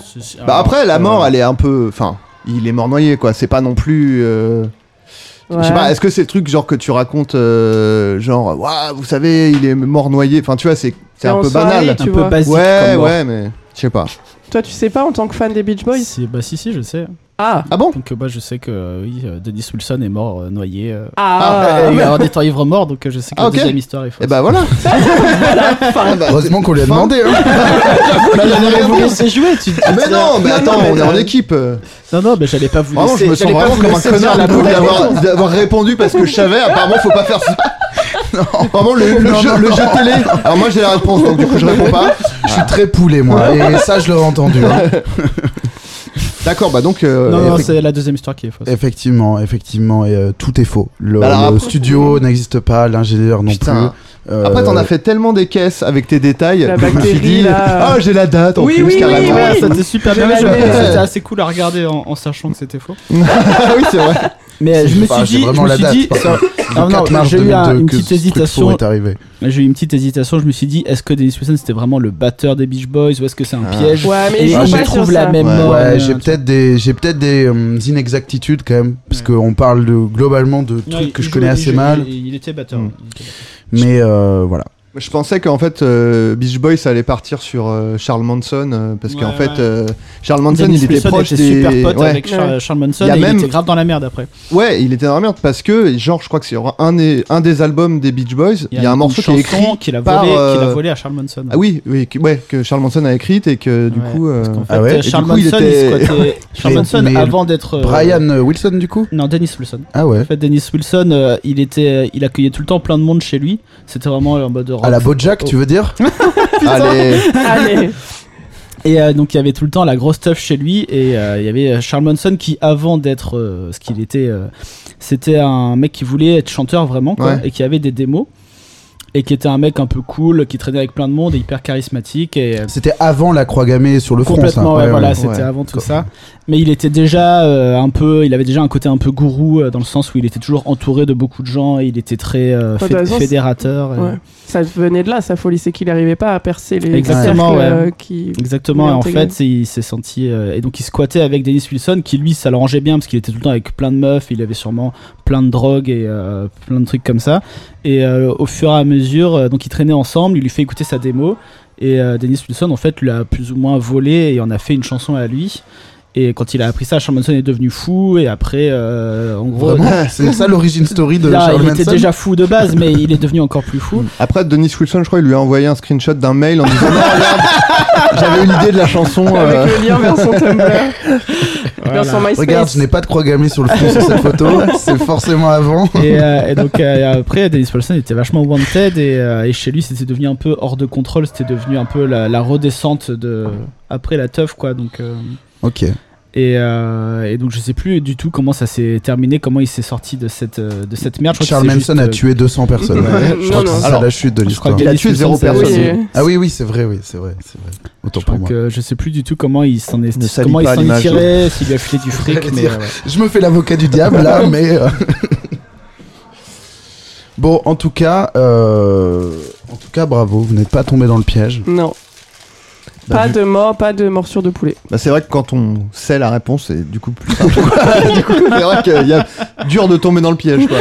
Speaker 5: Bah, après, la mort, elle est un peu. Enfin, il est mort noyé, quoi. C'est pas non plus. euh, Je sais
Speaker 4: Ouais.
Speaker 5: pas, est-ce que c'est le truc genre que tu racontes, euh, genre, Ouah, vous savez, il est mort noyé. Enfin, tu vois, c'est c'est
Speaker 4: Et
Speaker 5: un
Speaker 4: en
Speaker 5: peu
Speaker 4: soirée,
Speaker 5: banal.
Speaker 4: tu
Speaker 6: un peu
Speaker 4: vois.
Speaker 6: basique.
Speaker 5: Ouais,
Speaker 6: comme mort.
Speaker 5: ouais, mais je sais pas.
Speaker 4: Toi, tu sais pas en tant que fan des Beach Boys
Speaker 6: Si- bah si si je sais.
Speaker 4: Ah
Speaker 5: Ah bon
Speaker 6: Donc euh, bah je sais que euh, oui, euh, Dennis Wilson est mort euh, noyé. euh,
Speaker 4: Ah,
Speaker 6: et en étant ivre mort, donc euh, je sais que
Speaker 5: Ah,
Speaker 6: la
Speaker 5: ok.
Speaker 6: deuxième histoire est fausse.
Speaker 5: Et bah voilà. Ah bah,
Speaker 3: Heureusement qu'on lui a
Speaker 5: Fin.
Speaker 3: demandé.
Speaker 5: *laughs*
Speaker 3: hein.
Speaker 5: bah, j'en ai rien
Speaker 6: Mais
Speaker 5: dit.
Speaker 6: on s'est joué, tu
Speaker 5: Ah, Mais non, mais attends,
Speaker 6: mais
Speaker 5: on est en
Speaker 6: t'as-
Speaker 5: équipe.
Speaker 6: Non, non, mais j'allais pas vous
Speaker 5: Vraiment,
Speaker 6: laisser.
Speaker 5: je me sens
Speaker 6: j'allais pas
Speaker 5: vraiment
Speaker 6: vous
Speaker 5: comme un
Speaker 6: laisser dire
Speaker 5: connard Euh,
Speaker 6: la
Speaker 5: du coup,
Speaker 6: bonne
Speaker 5: d'avoir, d'avoir répondu parce que je savais, apparemment, faut pas faire
Speaker 6: *laughs*
Speaker 5: ça. Vraiment, le, le jeu, le jeu télé. Alors, moi, j'ai la réponse, donc du coup, je réponds pas.
Speaker 3: Je suis très poulet, moi. Et ça, je l'aurais entendu. *laughs* hein.
Speaker 5: D'accord, bah donc. euh,
Speaker 6: Non, non,
Speaker 5: effectivement.
Speaker 6: c'est la deuxième histoire qui est fausse.
Speaker 3: Effectivement, effectivement. Et euh, tout est faux. Le,
Speaker 5: Bah, alors,
Speaker 3: le
Speaker 5: après-
Speaker 3: studio n'existe pas, l'ingénieur non
Speaker 5: Putain.
Speaker 3: plus. Euh,
Speaker 5: Après, t'en as fait tellement des caisses avec tes détails.
Speaker 4: La
Speaker 5: que je me suis
Speaker 4: bactérie,
Speaker 5: dit,
Speaker 4: là.
Speaker 5: ah, j'ai la date en
Speaker 4: Oui,
Speaker 5: plus,
Speaker 4: oui,
Speaker 5: carrément.
Speaker 4: oui, oui.
Speaker 6: c'était super
Speaker 4: bien joué.
Speaker 6: C'était assez cool à regarder en, en sachant que c'était faux.
Speaker 5: Ah oui, c'est vrai.
Speaker 6: Mais euh, je me
Speaker 3: Enfin,
Speaker 6: suis
Speaker 3: j'ai
Speaker 6: dit, je
Speaker 3: vraiment
Speaker 6: me
Speaker 3: la
Speaker 6: suis
Speaker 3: date,
Speaker 6: dit,
Speaker 3: par contre. Le
Speaker 6: non,
Speaker 3: 4
Speaker 6: mais
Speaker 3: mars
Speaker 6: j'ai eu un-
Speaker 3: 2002
Speaker 6: une
Speaker 3: que
Speaker 6: petite
Speaker 3: ce truc
Speaker 6: hésitation.
Speaker 3: faux est arrivé.
Speaker 6: j'ai eu une petite hésitation. Je me suis dit, est-ce que Dennis Wilson c'était vraiment le batteur des Beach Boys ou est-ce que c'est un
Speaker 5: Ah.
Speaker 6: piège
Speaker 4: Ouais, mais
Speaker 6: Et
Speaker 4: ils
Speaker 3: Ah,
Speaker 4: jouent
Speaker 3: je
Speaker 6: je
Speaker 4: pas sur
Speaker 6: trouve
Speaker 4: ça.
Speaker 6: la même.
Speaker 5: Ouais.
Speaker 6: euh,
Speaker 3: Ouais, j'ai peut-être des, j'ai peut-être des hum, inexactitudes quand même, parce
Speaker 6: Ouais.
Speaker 3: qu'on parle de, globalement de
Speaker 6: Ouais,
Speaker 3: trucs que
Speaker 6: il
Speaker 3: je
Speaker 6: jouait-
Speaker 3: connais
Speaker 6: il
Speaker 3: assez
Speaker 6: jouait-
Speaker 3: mal,
Speaker 6: Il, il était batteur.
Speaker 5: Hmm.
Speaker 6: il était batteur.
Speaker 3: mais euh, voilà.
Speaker 5: Je pensais qu'en fait, euh, Beach Boy, ça allait partir sur euh, Charles Manson, euh, parce qu'en
Speaker 6: Ouais,
Speaker 5: fait,
Speaker 6: ouais.
Speaker 5: euh, Charles Manson,
Speaker 6: Dennis
Speaker 5: il était
Speaker 6: Wilson
Speaker 5: proche des.
Speaker 6: super pote
Speaker 5: ouais.
Speaker 6: avec Char-
Speaker 4: Ouais.
Speaker 6: Charles Manson
Speaker 5: Il y a
Speaker 6: et il
Speaker 5: même-
Speaker 6: était grave dans la merde après.
Speaker 5: Ouais, il était dans la merde, parce que, genre, je crois que c'est un, des- un des albums des Beach Boys, il y a, un
Speaker 6: une
Speaker 5: morceau qui
Speaker 6: chanson
Speaker 5: est écrit.
Speaker 6: qu'il a volé,
Speaker 5: par, euh,
Speaker 6: qu'il a volé à Charles Manson.
Speaker 5: Ah oui, oui, que, ouais, que Charles Manson a écrite et que du
Speaker 6: Ouais,
Speaker 5: coup. euh,
Speaker 6: En fait,
Speaker 3: Ah ouais
Speaker 6: euh, Charles
Speaker 5: Et du coup, il
Speaker 6: Manson, il
Speaker 5: était- *laughs*
Speaker 6: squattait- Charles
Speaker 3: Mais-
Speaker 6: Manson,
Speaker 3: mais-
Speaker 6: avant d'être. euh,
Speaker 3: Brian euh, Wilson du coup
Speaker 6: Non, Dennis Wilson.
Speaker 3: Ah ouais.
Speaker 6: En fait, Dennis Wilson, euh, il était, il accueillait tout le temps plein de monde chez lui. C'était vraiment en mode rock.
Speaker 3: À la Bojack, tu veux dire
Speaker 5: allez.
Speaker 4: Allez.
Speaker 6: Et euh, donc il y avait tout le temps la grosse stuff chez lui et euh, il y avait euh, Charles Manson qui avant d'être euh, ce qu'il était, euh, c'était un mec qui voulait être chanteur vraiment quoi,
Speaker 5: Ouais.
Speaker 6: et qui avait des démos et qui était un mec un peu cool qui traînait avec plein de monde et hyper charismatique et euh,
Speaker 3: C'était avant la croix gammée sur le front.
Speaker 6: complètement
Speaker 3: ça.
Speaker 6: ouais,
Speaker 3: Ouais,
Speaker 6: voilà
Speaker 3: ouais.
Speaker 6: c'était
Speaker 5: ouais.
Speaker 6: avant tout ça mais il était déjà euh, un peu il avait déjà un côté un peu gourou euh, dans le sens où il était toujours entouré de beaucoup de gens et il était très euh,
Speaker 4: Pas de
Speaker 6: fé-
Speaker 4: raison, c'est-
Speaker 6: fédérateur et-
Speaker 4: Ouais. Ça venait de là, sa folie, c'est qu'il n'arrivait pas à percer les
Speaker 6: Exactement,
Speaker 4: cercles,
Speaker 6: ouais.
Speaker 4: euh, qui.
Speaker 6: Exactement,
Speaker 4: Il
Speaker 6: et
Speaker 4: est
Speaker 6: en
Speaker 4: intégré.
Speaker 6: fait, c'est- il s'est senti. euh, et donc, il squattait avec Dennis Wilson, qui lui, ça l'arrangeait bien, parce qu'il était tout le temps avec plein de meufs, il avait sûrement plein de drogues et euh, plein de trucs comme ça. Et euh, au fur et à mesure, euh, donc, ils traînaient ensemble, il lui fait écouter sa démo, et euh, Dennis Wilson, en fait, lui a plus ou moins volé et en a fait une chanson à lui. Et quand il a appris ça, Charles Manson est devenu fou, et après, euh, en gros. *laughs*
Speaker 3: Vraiment, c'est ça l'origine story de
Speaker 6: Là,
Speaker 3: Charles
Speaker 6: il était
Speaker 3: Manson.
Speaker 6: déjà fou de base, mais il est devenu encore plus fou.
Speaker 5: Après, Dennis Wilson, je crois, il lui a envoyé un screenshot d'un mail en disant bah, Non, regarde, j'avais eu l'idée de la chanson.
Speaker 6: *laughs*
Speaker 4: Avec
Speaker 5: euh,
Speaker 4: le lien vers son Tumblr, vers son MySpace.
Speaker 3: Regarde, je n'ai pas de croix gammée sur le front sur cette
Speaker 6: *laughs*
Speaker 3: photo. C'est forcément avant.
Speaker 6: et, euh, et donc euh, après Dennis Wilson était vachement wanted et, euh, et chez lui c'était devenu un peu hors de contrôle c'était devenu un peu la, la redescente de après la teuf quoi donc euh,
Speaker 3: Ok.
Speaker 6: et, euh, et donc je sais plus du tout comment ça s'est terminé comment il s'est sorti de cette euh, de cette merde Je crois que
Speaker 3: Charles Manson
Speaker 6: c'est juste,
Speaker 3: a
Speaker 6: euh,
Speaker 3: tué 200 personnes.
Speaker 4: Ouais.
Speaker 3: Je crois
Speaker 4: Non,
Speaker 3: que
Speaker 4: non.
Speaker 3: c'est ça
Speaker 5: Alors,
Speaker 3: la chute de
Speaker 6: je crois
Speaker 3: l'histoire.
Speaker 6: qu'il
Speaker 5: Il a tué zéro
Speaker 6: c'est-
Speaker 5: personne.
Speaker 6: c'est-
Speaker 4: Oui.
Speaker 3: Ah oui, oui, c'est vrai, oui, c'est vrai, c'est vrai. Autant
Speaker 6: je crois
Speaker 3: pour moi.
Speaker 6: que je sais plus du tout comment il s'en est
Speaker 5: Ne salis
Speaker 6: comment il
Speaker 5: pas
Speaker 6: s'en est
Speaker 5: l'image.
Speaker 6: tiré s'il lui a filé du
Speaker 5: *laughs*
Speaker 3: J'allais
Speaker 6: fric mais
Speaker 3: dire.
Speaker 6: euh, ouais.
Speaker 3: Je me fais l'avocat du diable là, mais. euh, bon, en tout cas, euh, en tout cas, bravo, vous n'êtes pas tombé dans le piège.
Speaker 4: Non.
Speaker 5: Bah,
Speaker 4: pas
Speaker 5: du-
Speaker 4: de mort, pas de morsure de poulet.
Speaker 5: Bah, c'est vrai que quand on sait la réponse, c'est du coup plus simple. *laughs* du coup, c'est vrai qu'il y a dur de tomber dans le piège. Quoi.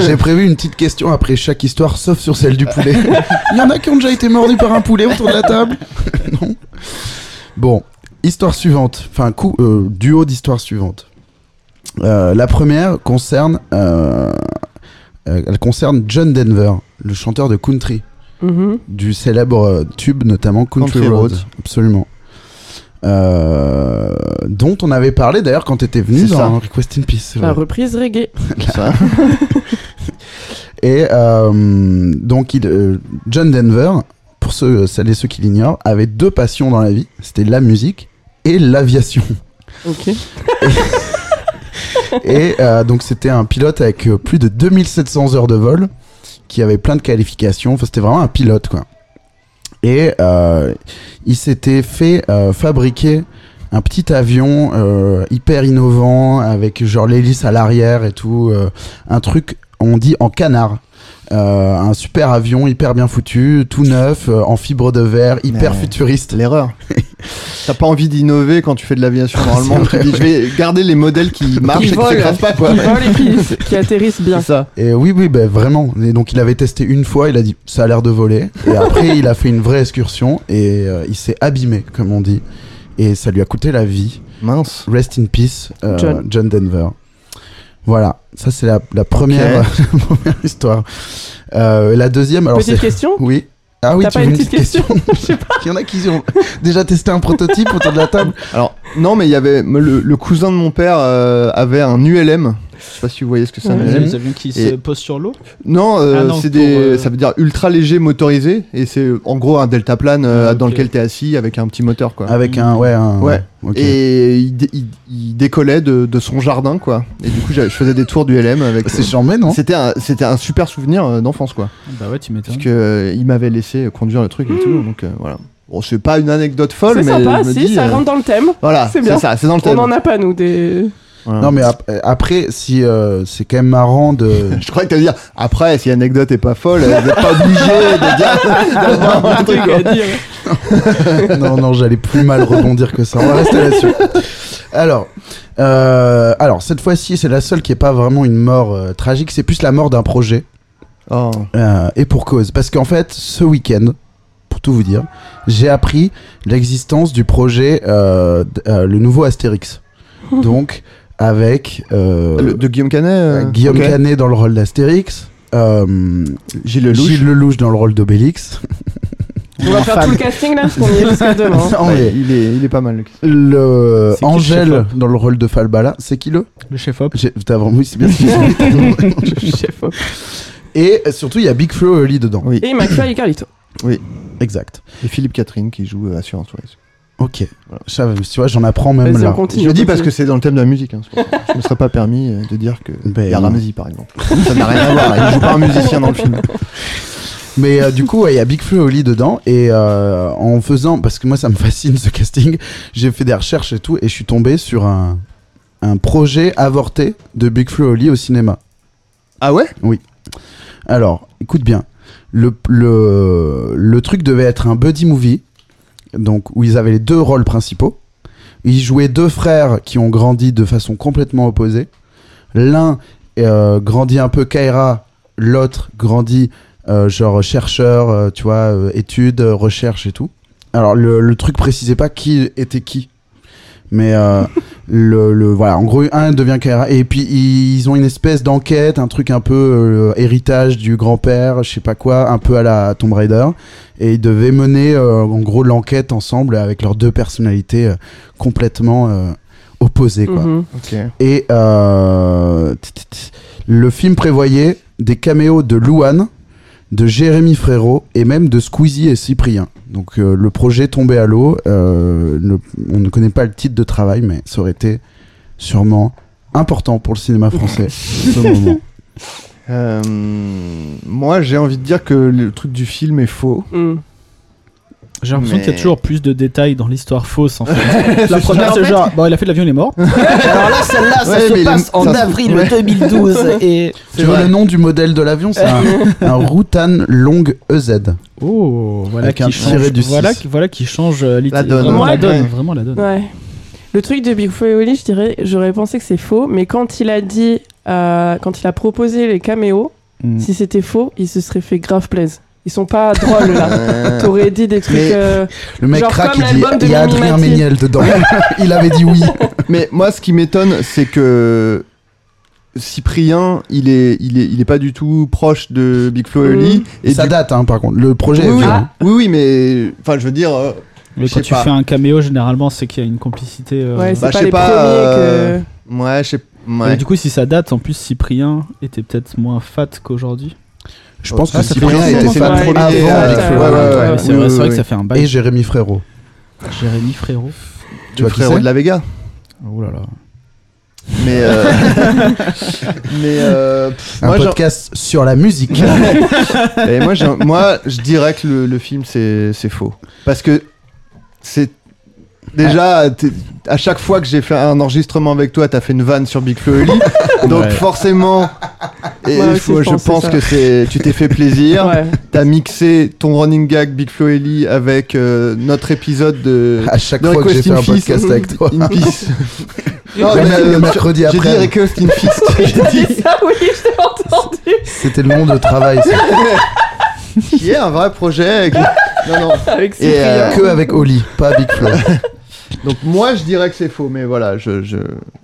Speaker 3: J'ai prévu une petite question après chaque histoire, sauf sur celle du poulet. Il y en a qui ont déjà été mordus par un poulet autour de la table *laughs* Non. Bon, histoire suivante, enfin coup, euh, duo d'histoires suivantes. Euh, la première concerne, euh, euh, elle concerne John Denver, le chanteur de country.
Speaker 4: Mhm.
Speaker 3: du célèbre euh, tube, notamment Country,
Speaker 5: Country
Speaker 3: Road.
Speaker 5: Road.
Speaker 3: Absolument. Euh, dont on avait parlé d'ailleurs quand t'étais venu
Speaker 5: C'est
Speaker 3: dans Request in Peace. c'est
Speaker 4: La
Speaker 3: vrai.
Speaker 4: reprise reggae.
Speaker 5: Ça.
Speaker 3: *laughs* Et euh, donc il, euh, John Denver, pour ceux, celles et ceux qui l'ignorent, avait deux passions dans la vie. C'était la musique et l'aviation.
Speaker 4: Ok.
Speaker 3: *laughs* Et euh, donc c'était un pilote avec euh, plus de 2700 heures de vol, qui avait plein de qualifications, enfin c'était vraiment un pilote quoi. Et euh, il s'était fait euh, fabriquer un petit avion euh, hyper innovant, avec genre l'hélice à l'arrière et tout, euh, un truc on dit en canard. euh, un super avion hyper bien foutu, tout neuf, euh, en fibre de verre, hyper
Speaker 5: Mais-
Speaker 3: futuriste.
Speaker 5: L'erreur. T'as pas envie d'innover quand tu fais de l'aviation normalement.
Speaker 3: C'est
Speaker 5: Tu dis, je vais garder les modèles qui marchent et qui
Speaker 4: volent.
Speaker 5: s'écrasent pas, quoi.
Speaker 4: Qui volent et
Speaker 5: *laughs*
Speaker 4: qui, qui atterrissent bien.
Speaker 5: C'est ça.
Speaker 3: Et oui, oui, ben vraiment. Et donc il avait testé une fois, il a dit ça a l'air de voler. Et après, il a fait une vraie excursion et euh, il s'est abîmé, comme on dit. Et ça lui a coûté la vie.
Speaker 5: Mince.
Speaker 3: Rest in peace, euh, John.
Speaker 4: John.
Speaker 3: Denver. Voilà, ça c'est la, la première, *laughs* la première histoire. Euh, la deuxième, alors c'est.
Speaker 4: Petite question
Speaker 3: Oui. Ah oui,
Speaker 4: T'as
Speaker 3: tu
Speaker 4: pas
Speaker 3: veux
Speaker 4: une petite question
Speaker 3: Je sais pas. *laughs* Il y en a qui ont déjà testé un prototype autour de la
Speaker 5: *laughs*
Speaker 3: table.
Speaker 5: Alors, non, mais il y avait. Le, le cousin de mon père euh, avait un ULM. Je sais pas si vous voyez ce que c'est un
Speaker 4: Ouais.
Speaker 5: ULM.
Speaker 6: Les avions qui
Speaker 5: Mhm. Et-
Speaker 6: se posent sur l'eau.
Speaker 5: Non, euh,
Speaker 6: Ah non,
Speaker 5: c'est
Speaker 6: pour,
Speaker 5: des,
Speaker 6: euh,
Speaker 5: ça veut dire ultra léger motorisé et c'est euh, en gros un deltaplane euh,
Speaker 6: Ah,
Speaker 5: dans
Speaker 6: ok.
Speaker 5: lequel t'es assis avec un petit moteur quoi.
Speaker 3: Avec un. Ouais, un.
Speaker 5: Ouais.
Speaker 3: Ah, ok.
Speaker 5: Et il, dé- il- il décollait de, de son jardin quoi. Et du coup, j'avais- je faisais des tours du LM avec.
Speaker 3: C'est hein.
Speaker 5: euh,
Speaker 3: charmé, non
Speaker 5: C'était un, c'était un super souvenir euh, d'enfance quoi.
Speaker 6: Bah ouais, tu m'étonnes.
Speaker 5: Parce que euh, il m'avait laissé conduire le truc et tout, donc euh, voilà. Bon, c'est pas une anecdote folle,
Speaker 4: Mmh. C'est
Speaker 5: mais
Speaker 4: sympa,
Speaker 5: je me
Speaker 4: si,
Speaker 5: dis,
Speaker 4: ça
Speaker 5: euh,
Speaker 4: rentre dans le thème.
Speaker 5: Voilà,
Speaker 4: C'est
Speaker 5: c'est
Speaker 4: bien.
Speaker 5: ça, c'est dans le
Speaker 4: On
Speaker 5: thème.
Speaker 4: n'en a pas, nous, des.
Speaker 5: Voilà.
Speaker 3: Non, mais ap- après, si euh, c'est quand même marrant de.
Speaker 5: Je croyais que t'allais dire, après, si l'anecdote est pas folle, vous êtes pas obligé de dire d'avoir un truc. quoi.
Speaker 3: non, non, j'allais plus mal rebondir que ça. On va rester là-dessus. Alors, euh, alors cette fois-ci, c'est la seule qui est pas vraiment une mort euh, tragique. C'est plus la mort d'un projet.
Speaker 5: Oh.
Speaker 3: Euh, et pour cause. Parce qu'en fait, ce week-end, pour tout vous dire, j'ai appris l'existence du projet, euh, d- euh, le nouveau Astérix. Donc, avec euh,
Speaker 5: Le- de Guillaume Canet euh,
Speaker 3: Guillaume
Speaker 5: ok.
Speaker 3: Canet dans le rôle d'Astérix, euh,
Speaker 5: Gilles Lelouch.
Speaker 3: Gilles Lelouch dans le rôle d'Obélix.
Speaker 4: On va faire tout le casting là, parce qu'on y
Speaker 5: *laughs*
Speaker 4: est jusqu'à demain.
Speaker 3: *laughs* Non,
Speaker 5: Ouais,
Speaker 3: mais
Speaker 5: il, est, il est pas mal, le
Speaker 3: le
Speaker 6: C'est qui le
Speaker 5: hein
Speaker 3: Angèle
Speaker 6: chef-op
Speaker 3: dans le rôle de Falbala, c'est qui le
Speaker 6: Le chef-op.
Speaker 3: J'ai- T'as vraiment oui, c'est bien.
Speaker 4: *laughs*
Speaker 3: Et euh, surtout, il y a Big Flo Oli dedans.
Speaker 5: Oui.
Speaker 4: Et McFly et Carlito.
Speaker 5: Ah,
Speaker 3: Exact.
Speaker 5: Et Philippe Catherine qui joue euh, Assurance Wise.
Speaker 3: Ok.
Speaker 5: Voilà.
Speaker 3: Ça, tu vois, j'en apprends même
Speaker 4: Vas-y, on
Speaker 3: là.
Speaker 4: continue.
Speaker 5: Je le dis
Speaker 4: on
Speaker 5: parce que
Speaker 4: continue.
Speaker 5: c'est dans le thème de la musique. hein, c'est pour ça. je me serais pas permis euh, de dire que.
Speaker 3: Ben,
Speaker 5: Pierre
Speaker 3: non.
Speaker 5: Ramsey, par exemple. Ça n'a rien à voir. Il joue pas un musicien dans le film.
Speaker 3: Mais euh, du coup, ouais, il y a Big Flo Oli dedans. Et euh, en faisant, parce que moi, ça me fascine ce casting, j'ai fait des recherches et tout, et je suis tombé sur un, un projet avorté de Big Flo Oli au cinéma.
Speaker 5: Ah ouais
Speaker 3: Alors, écoute bien. Le, le, le truc devait être un buddy movie, donc où ils avaient les deux rôles principaux. Ils jouaient deux frères qui ont grandi de façon complètement opposée. L'un euh, grandit un peu Kaira, l'autre grandit euh, genre chercheur, euh, tu vois, euh, études, euh, recherche et tout. Alors le, le truc précisait pas qui était qui. Mais euh, le, le- voilà, en gros, un devient Kaira. Et puis, ils ont une espèce d'enquête, un truc un peu euh, héritage du grand-père, je sais pas quoi, un peu à la Tomb Raider. Et ils devaient mener, euh, en gros, l'enquête ensemble avec leurs deux personnalités euh, complètement euh, opposées, quoi.
Speaker 4: Mhm.
Speaker 5: Ok.
Speaker 3: Et euh, t- t- t- le film prévoyait des caméos de Louane, de Jérémy Frérot et même de Squeezie et Cyprien. Donc euh, le projet tombait à l'eau. euh, ne- on ne connaît pas le titre de travail, mais ça aurait été sûrement important pour le cinéma
Speaker 5: *laughs*
Speaker 3: français ce moment.
Speaker 5: Euh, moi, j'ai envie de dire que le truc du film est faux.
Speaker 4: Mhm.
Speaker 6: J'ai l'impression
Speaker 5: Mais-
Speaker 6: qu'il y a toujours plus de détails dans l'histoire fausse en fait. la
Speaker 5: C'est
Speaker 6: première,
Speaker 5: ça, en
Speaker 6: c'est
Speaker 5: fait.
Speaker 6: genre, bon, il a fait de l'avion, il est mort.
Speaker 10: Alors là, celle-là, ça
Speaker 5: Ouais, mais
Speaker 10: se
Speaker 5: les-
Speaker 10: passe en
Speaker 5: ça se-
Speaker 10: avril
Speaker 5: Ouais. *laughs*
Speaker 10: 2012 et
Speaker 3: Tu vois le nom du modèle de l'avion C'est un, un Rutan Long E EZ.
Speaker 6: Oh, voilà
Speaker 3: Avec
Speaker 6: qui
Speaker 3: un tiré
Speaker 6: change,
Speaker 3: du
Speaker 6: voilà,
Speaker 3: six.
Speaker 6: qui- voilà qui change euh, littér-
Speaker 5: La donne.
Speaker 6: Vraiment, la
Speaker 4: Ouais.
Speaker 6: donne, vraiment la donne.
Speaker 4: Ouais. Le truc de Big Flo et Oli, je dirais, j'aurais pensé que c'est faux, mais quand il a dit, euh, quand il a proposé les caméos,
Speaker 6: Mm.
Speaker 4: si c'était faux, il se serait fait grave plaise. Ils sont pas drôles
Speaker 5: *laughs*
Speaker 4: là.
Speaker 5: Euh,
Speaker 4: T'aurais dit des trucs.
Speaker 5: Mais-
Speaker 4: euh,
Speaker 3: Le mec
Speaker 4: Genre
Speaker 3: craque,
Speaker 4: comme
Speaker 3: il dit
Speaker 4: l'album de
Speaker 3: il y a
Speaker 4: Mimi
Speaker 3: Adrien
Speaker 4: Mathieu.
Speaker 3: Méniel
Speaker 4: *laughs*
Speaker 3: dedans. il avait dit oui.
Speaker 5: mais moi, ce qui m'étonne, c'est que Cyprien, il est, il est, il est pas du tout proche de Big Flo et Oli.
Speaker 4: Mhm.
Speaker 5: Et
Speaker 3: ça
Speaker 5: du-
Speaker 3: date, hein, par contre. Le projet
Speaker 5: Oui,
Speaker 3: est
Speaker 5: oui, Ah.
Speaker 3: vieux. hein.
Speaker 5: oui, oui, mais enfin, je veux dire, euh,
Speaker 6: Mais
Speaker 5: Je
Speaker 6: quand
Speaker 5: sais
Speaker 6: tu
Speaker 5: pas.
Speaker 6: fais un caméo, généralement, c'est qu'il y a une complicité. euh,
Speaker 4: ouais, c'est
Speaker 5: bah, je
Speaker 4: pas
Speaker 5: sais
Speaker 4: les
Speaker 5: pas,
Speaker 4: premiers
Speaker 5: euh,
Speaker 4: que.
Speaker 5: ouais, je sais,
Speaker 6: Mais
Speaker 5: ouais.
Speaker 6: du coup, si ça date, en plus, Cyprien était peut-être moins fat qu'aujourd'hui.
Speaker 3: Je pense
Speaker 5: Ah,
Speaker 3: que
Speaker 5: ça
Speaker 3: Cyprien
Speaker 5: fait
Speaker 3: était fan
Speaker 5: longtemps,
Speaker 4: c'est
Speaker 3: avant
Speaker 4: vrai.
Speaker 3: Big Flo.
Speaker 4: Ouais, ouais, ouais, ouais,
Speaker 6: Ouais,
Speaker 4: ouais,
Speaker 6: c'est vrai, c'est vrai que ça fait un
Speaker 3: Et
Speaker 6: bail.
Speaker 3: Jérémy Frérot.
Speaker 6: Jérémy Frérot.
Speaker 3: Tu
Speaker 5: Le
Speaker 3: vois qui
Speaker 5: frérot
Speaker 3: c'est
Speaker 5: de la Vega.
Speaker 6: Oh là là.
Speaker 5: Mais, euh, *laughs* mais euh, pff,
Speaker 3: Un
Speaker 5: moi, j'ai-
Speaker 3: podcast sur la
Speaker 5: *laughs*
Speaker 3: musique.
Speaker 5: Et moi, j'ai- moi, je dirais que le, le film, c'est c'est faux. Parce que c'est. Déjà, t'es- à
Speaker 3: *laughs*
Speaker 5: chaque fois que j'ai fait un enregistrement avec toi, t'as fait une vanne sur Big Flo et Oli. Donc,
Speaker 6: Ouais.
Speaker 5: forcément, Et
Speaker 4: Ouais,
Speaker 5: il faut-
Speaker 4: aussi,
Speaker 5: je
Speaker 4: je
Speaker 5: pense,
Speaker 4: pense, c'est ça.
Speaker 5: que c'est, tu t'es fait
Speaker 4: *laughs*
Speaker 5: plaisir.
Speaker 4: Ouais.
Speaker 5: T'as mixé ton running gag Big Flo Ellie avec euh, notre épisode de.
Speaker 3: À chaque
Speaker 5: de
Speaker 3: fois que j'ai
Speaker 5: Request
Speaker 3: fait
Speaker 5: in
Speaker 3: un
Speaker 5: Fist,
Speaker 3: podcast avec toi.
Speaker 5: In
Speaker 3: *laughs*
Speaker 5: Peace.
Speaker 3: Le
Speaker 5: mais,
Speaker 3: ma- le
Speaker 5: euh,
Speaker 3: mercredi
Speaker 5: J'ai
Speaker 3: après.
Speaker 5: dit Request in
Speaker 3: *laughs*
Speaker 5: Peace. J'ai dit
Speaker 4: ça, oui, je t'ai entendu.
Speaker 3: C'était le nom de travail. ça.
Speaker 5: *laughs* qui est un vrai projet. avec- Non, non.
Speaker 4: Avec
Speaker 5: Et, euh,
Speaker 3: Que avec Oli, pas Big
Speaker 5: *laughs*
Speaker 3: Flo.
Speaker 5: donc moi je dirais que c'est faux, mais voilà, je, je...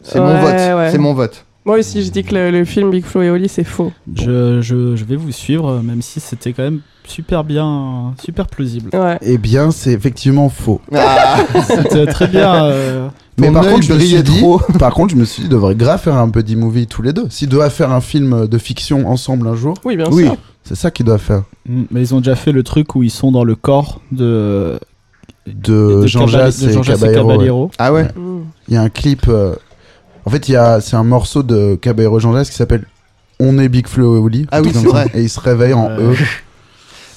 Speaker 5: c'est mon
Speaker 4: Ouais,
Speaker 5: vote.
Speaker 4: ouais.
Speaker 5: C'est mon vote.
Speaker 4: Moi aussi, je dis que le, le film Big Flo et Oli, c'est faux.
Speaker 6: Je, je, je vais vous suivre, même si c'était quand même super bien, super plausible.
Speaker 4: Ouais.
Speaker 3: Eh bien, c'est effectivement faux.
Speaker 5: Ah,
Speaker 6: C'était très bien. euh,
Speaker 3: Mais
Speaker 5: Ton
Speaker 3: par
Speaker 5: œil
Speaker 3: contre, je me suis
Speaker 5: brillait
Speaker 3: dit,
Speaker 5: trop.
Speaker 3: *laughs* par contre, je me suis dit, ils devraient grave faire un buddy movie tous les deux. S'ils doivent faire un film de fiction ensemble un jour,
Speaker 4: Oui, bien
Speaker 5: Oui.
Speaker 4: sûr.
Speaker 3: c'est ça qu'ils doivent faire.
Speaker 6: mm, mais ils ont déjà fait le truc où ils sont dans le corps de,
Speaker 3: De,
Speaker 6: de
Speaker 3: Euh, Jean
Speaker 6: Cabal-
Speaker 3: Jass
Speaker 6: de
Speaker 3: et
Speaker 6: Jean Jass et
Speaker 3: Caballero. ouais.
Speaker 6: Caballero.
Speaker 5: ah ouais.
Speaker 4: Mm.
Speaker 3: Il y a un clip. euh, En fait, il y a, c'est un morceau de Caballero Jean Jass qui s'appelle On est Big Flo et Oli.
Speaker 5: Ah oui,
Speaker 3: Tout
Speaker 5: c'est
Speaker 3: comme
Speaker 5: vrai.
Speaker 3: ça. Et ils se réveillent en
Speaker 6: Euh,
Speaker 3: E.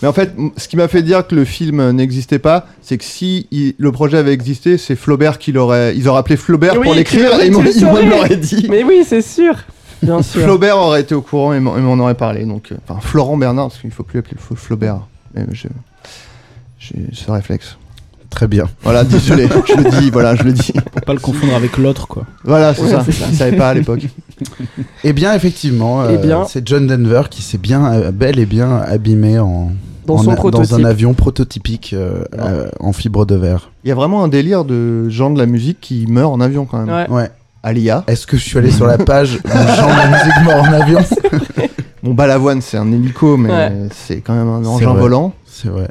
Speaker 5: Mais en fait, m- ce qui m'a fait dire que le film euh, n'existait pas, c'est que si il- le projet avait existé, c'est Flaubert qui l'aurait. Ils auraient appelé Flaubert
Speaker 4: Oui,
Speaker 5: pour
Speaker 4: tu
Speaker 5: l'écrire
Speaker 4: l'aurais-
Speaker 5: et ils m'ont-
Speaker 4: tu le
Speaker 5: ils m'ont-
Speaker 4: saurais.
Speaker 5: me l'auraient dit.
Speaker 4: Mais oui, c'est sûr. Bien sûr.
Speaker 5: Flaubert aurait été au courant et m'en et m'en aurait parlé. Donc, euh, enfin, Florent Bernard, parce qu'il ne faut plus appeler Fla- Flaubert. Mais j'ai- J'ai ce réflexe.
Speaker 3: Très bien.
Speaker 5: Voilà, *laughs* désolé, je le dis, voilà, je le dis.
Speaker 6: Pour pas le confondre avec l'autre, quoi.
Speaker 5: Voilà, c'est
Speaker 4: Ouais,
Speaker 5: ça.
Speaker 4: c'est ça.
Speaker 5: Je ne savais pas à l'époque.
Speaker 3: Eh bien, effectivement,
Speaker 4: Eh
Speaker 3: euh,
Speaker 4: bien.
Speaker 3: c'est John Denver qui s'est bien, euh, bel et bien abîmé en,
Speaker 4: Dans
Speaker 3: en
Speaker 4: son
Speaker 3: a-
Speaker 4: prototype.
Speaker 3: dans un avion prototypique euh, euh, en fibre de verre.
Speaker 5: Il y a vraiment un délire de gens de la musique qui meurent en avion quand même.
Speaker 4: Ouais.
Speaker 3: Ouais.
Speaker 5: Alia,
Speaker 3: Est-ce que je suis allé sur la page
Speaker 4: *laughs*
Speaker 3: de gens de la musique mort en avion
Speaker 5: bon, Balavoine, c'est un hélico, mais
Speaker 4: Ouais.
Speaker 5: c'est quand même un
Speaker 3: C'est
Speaker 5: engin
Speaker 3: vrai.
Speaker 5: volant.
Speaker 3: C'est vrai.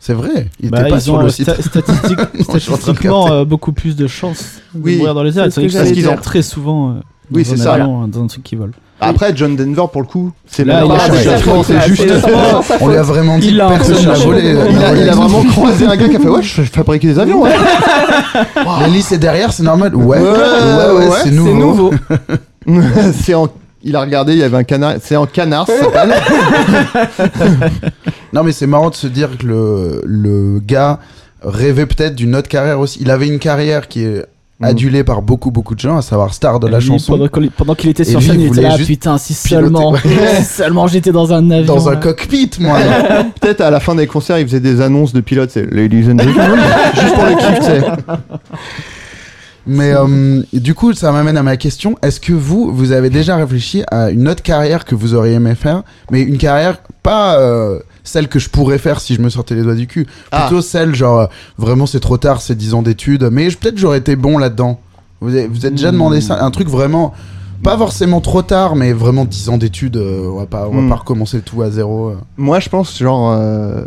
Speaker 3: C'est vrai. Il
Speaker 6: Bah,
Speaker 3: était pas
Speaker 6: ils
Speaker 3: sur
Speaker 6: ont
Speaker 3: le
Speaker 6: euh,
Speaker 3: site.
Speaker 6: sta-
Speaker 3: *laughs*
Speaker 6: statistique-
Speaker 3: je suis en train de
Speaker 6: statistiquement
Speaker 3: capter.
Speaker 6: euh, beaucoup plus de chances de
Speaker 5: Oui,
Speaker 6: mourir dans les airs.
Speaker 4: c'est ce que
Speaker 6: étant donné que
Speaker 5: j'allais
Speaker 6: qu'ils
Speaker 5: dire.
Speaker 6: ont très souvent euh,
Speaker 5: Oui,
Speaker 6: dans
Speaker 5: c'est
Speaker 6: un
Speaker 5: ça.
Speaker 6: avion, dans un truc qui vole.
Speaker 5: Après, John Denver, pour le coup, c'est
Speaker 6: Là,
Speaker 5: même
Speaker 6: il
Speaker 5: pas
Speaker 6: a
Speaker 5: un
Speaker 6: changé.
Speaker 5: déclassement, c'est
Speaker 4: Ah,
Speaker 5: juste.
Speaker 4: c'est vraiment sa
Speaker 3: On
Speaker 4: faute.
Speaker 3: lui a vraiment dit
Speaker 6: Il
Speaker 3: que
Speaker 6: a un
Speaker 3: personne
Speaker 6: peu
Speaker 3: n'a
Speaker 6: de
Speaker 3: volé.
Speaker 6: chance.
Speaker 3: euh,
Speaker 5: *laughs* Il a, il a
Speaker 3: volé.
Speaker 5: vraiment croisé un gars qui a fait Ouais, je, je fabriquais des avions. Ouais. *laughs*
Speaker 3: L'hélice est derrière, c'est normal. Ouais, ouais,
Speaker 5: Ouais,
Speaker 3: ouais,
Speaker 5: ouais,
Speaker 3: c'est
Speaker 5: c'est
Speaker 3: nouveau.
Speaker 4: nouveau.
Speaker 5: c'est en. Il a regardé, il y avait un canard. C'est en canard, ça s'appelle.
Speaker 3: Non, mais c'est marrant de se dire que le, le gars rêvait peut-être d'une autre carrière aussi. Il avait une carrière qui est
Speaker 5: Mm.
Speaker 3: adulée par beaucoup, beaucoup de gens, à savoir star de la
Speaker 6: Lui,
Speaker 3: chanson.
Speaker 6: Pendant qu'il pendant qu'il était
Speaker 3: Et
Speaker 6: sur
Speaker 3: lui, il
Speaker 6: scène, il était
Speaker 3: voulait
Speaker 6: là,
Speaker 3: juste
Speaker 6: putain, si
Speaker 3: piloter,
Speaker 6: seulement,
Speaker 3: ouais.
Speaker 6: *laughs* si seulement j'étais dans un avion.
Speaker 3: Dans un
Speaker 6: là.
Speaker 3: cockpit, moi.
Speaker 5: Peut-être à la fin des concerts, il faisait des annonces de pilotes. C'est Ladies and Gentlemen. *laughs* juste pour le kiff, tu sais.
Speaker 3: Mais euh, du coup, ça m'amène à ma question. Est-ce que vous, vous avez déjà réfléchi à une autre carrière que vous auriez aimé faire, mais une carrière pas euh, celle que je pourrais faire si je me sortais les doigts du cul,
Speaker 5: Ah.
Speaker 3: plutôt celle genre euh, vraiment c'est trop tard, c'est 10 ans d'études, mais je- peut-être j'aurais été bon là-dedans. Vous avez, vous êtes
Speaker 5: Hmm.
Speaker 3: déjà demandé ça, un truc vraiment pas forcément trop tard, mais vraiment 10 ans d'études, euh, on va pas, on va
Speaker 5: Hmm.
Speaker 3: pas recommencer tout à zéro. euh.
Speaker 5: Moi, je pense, genre. euh,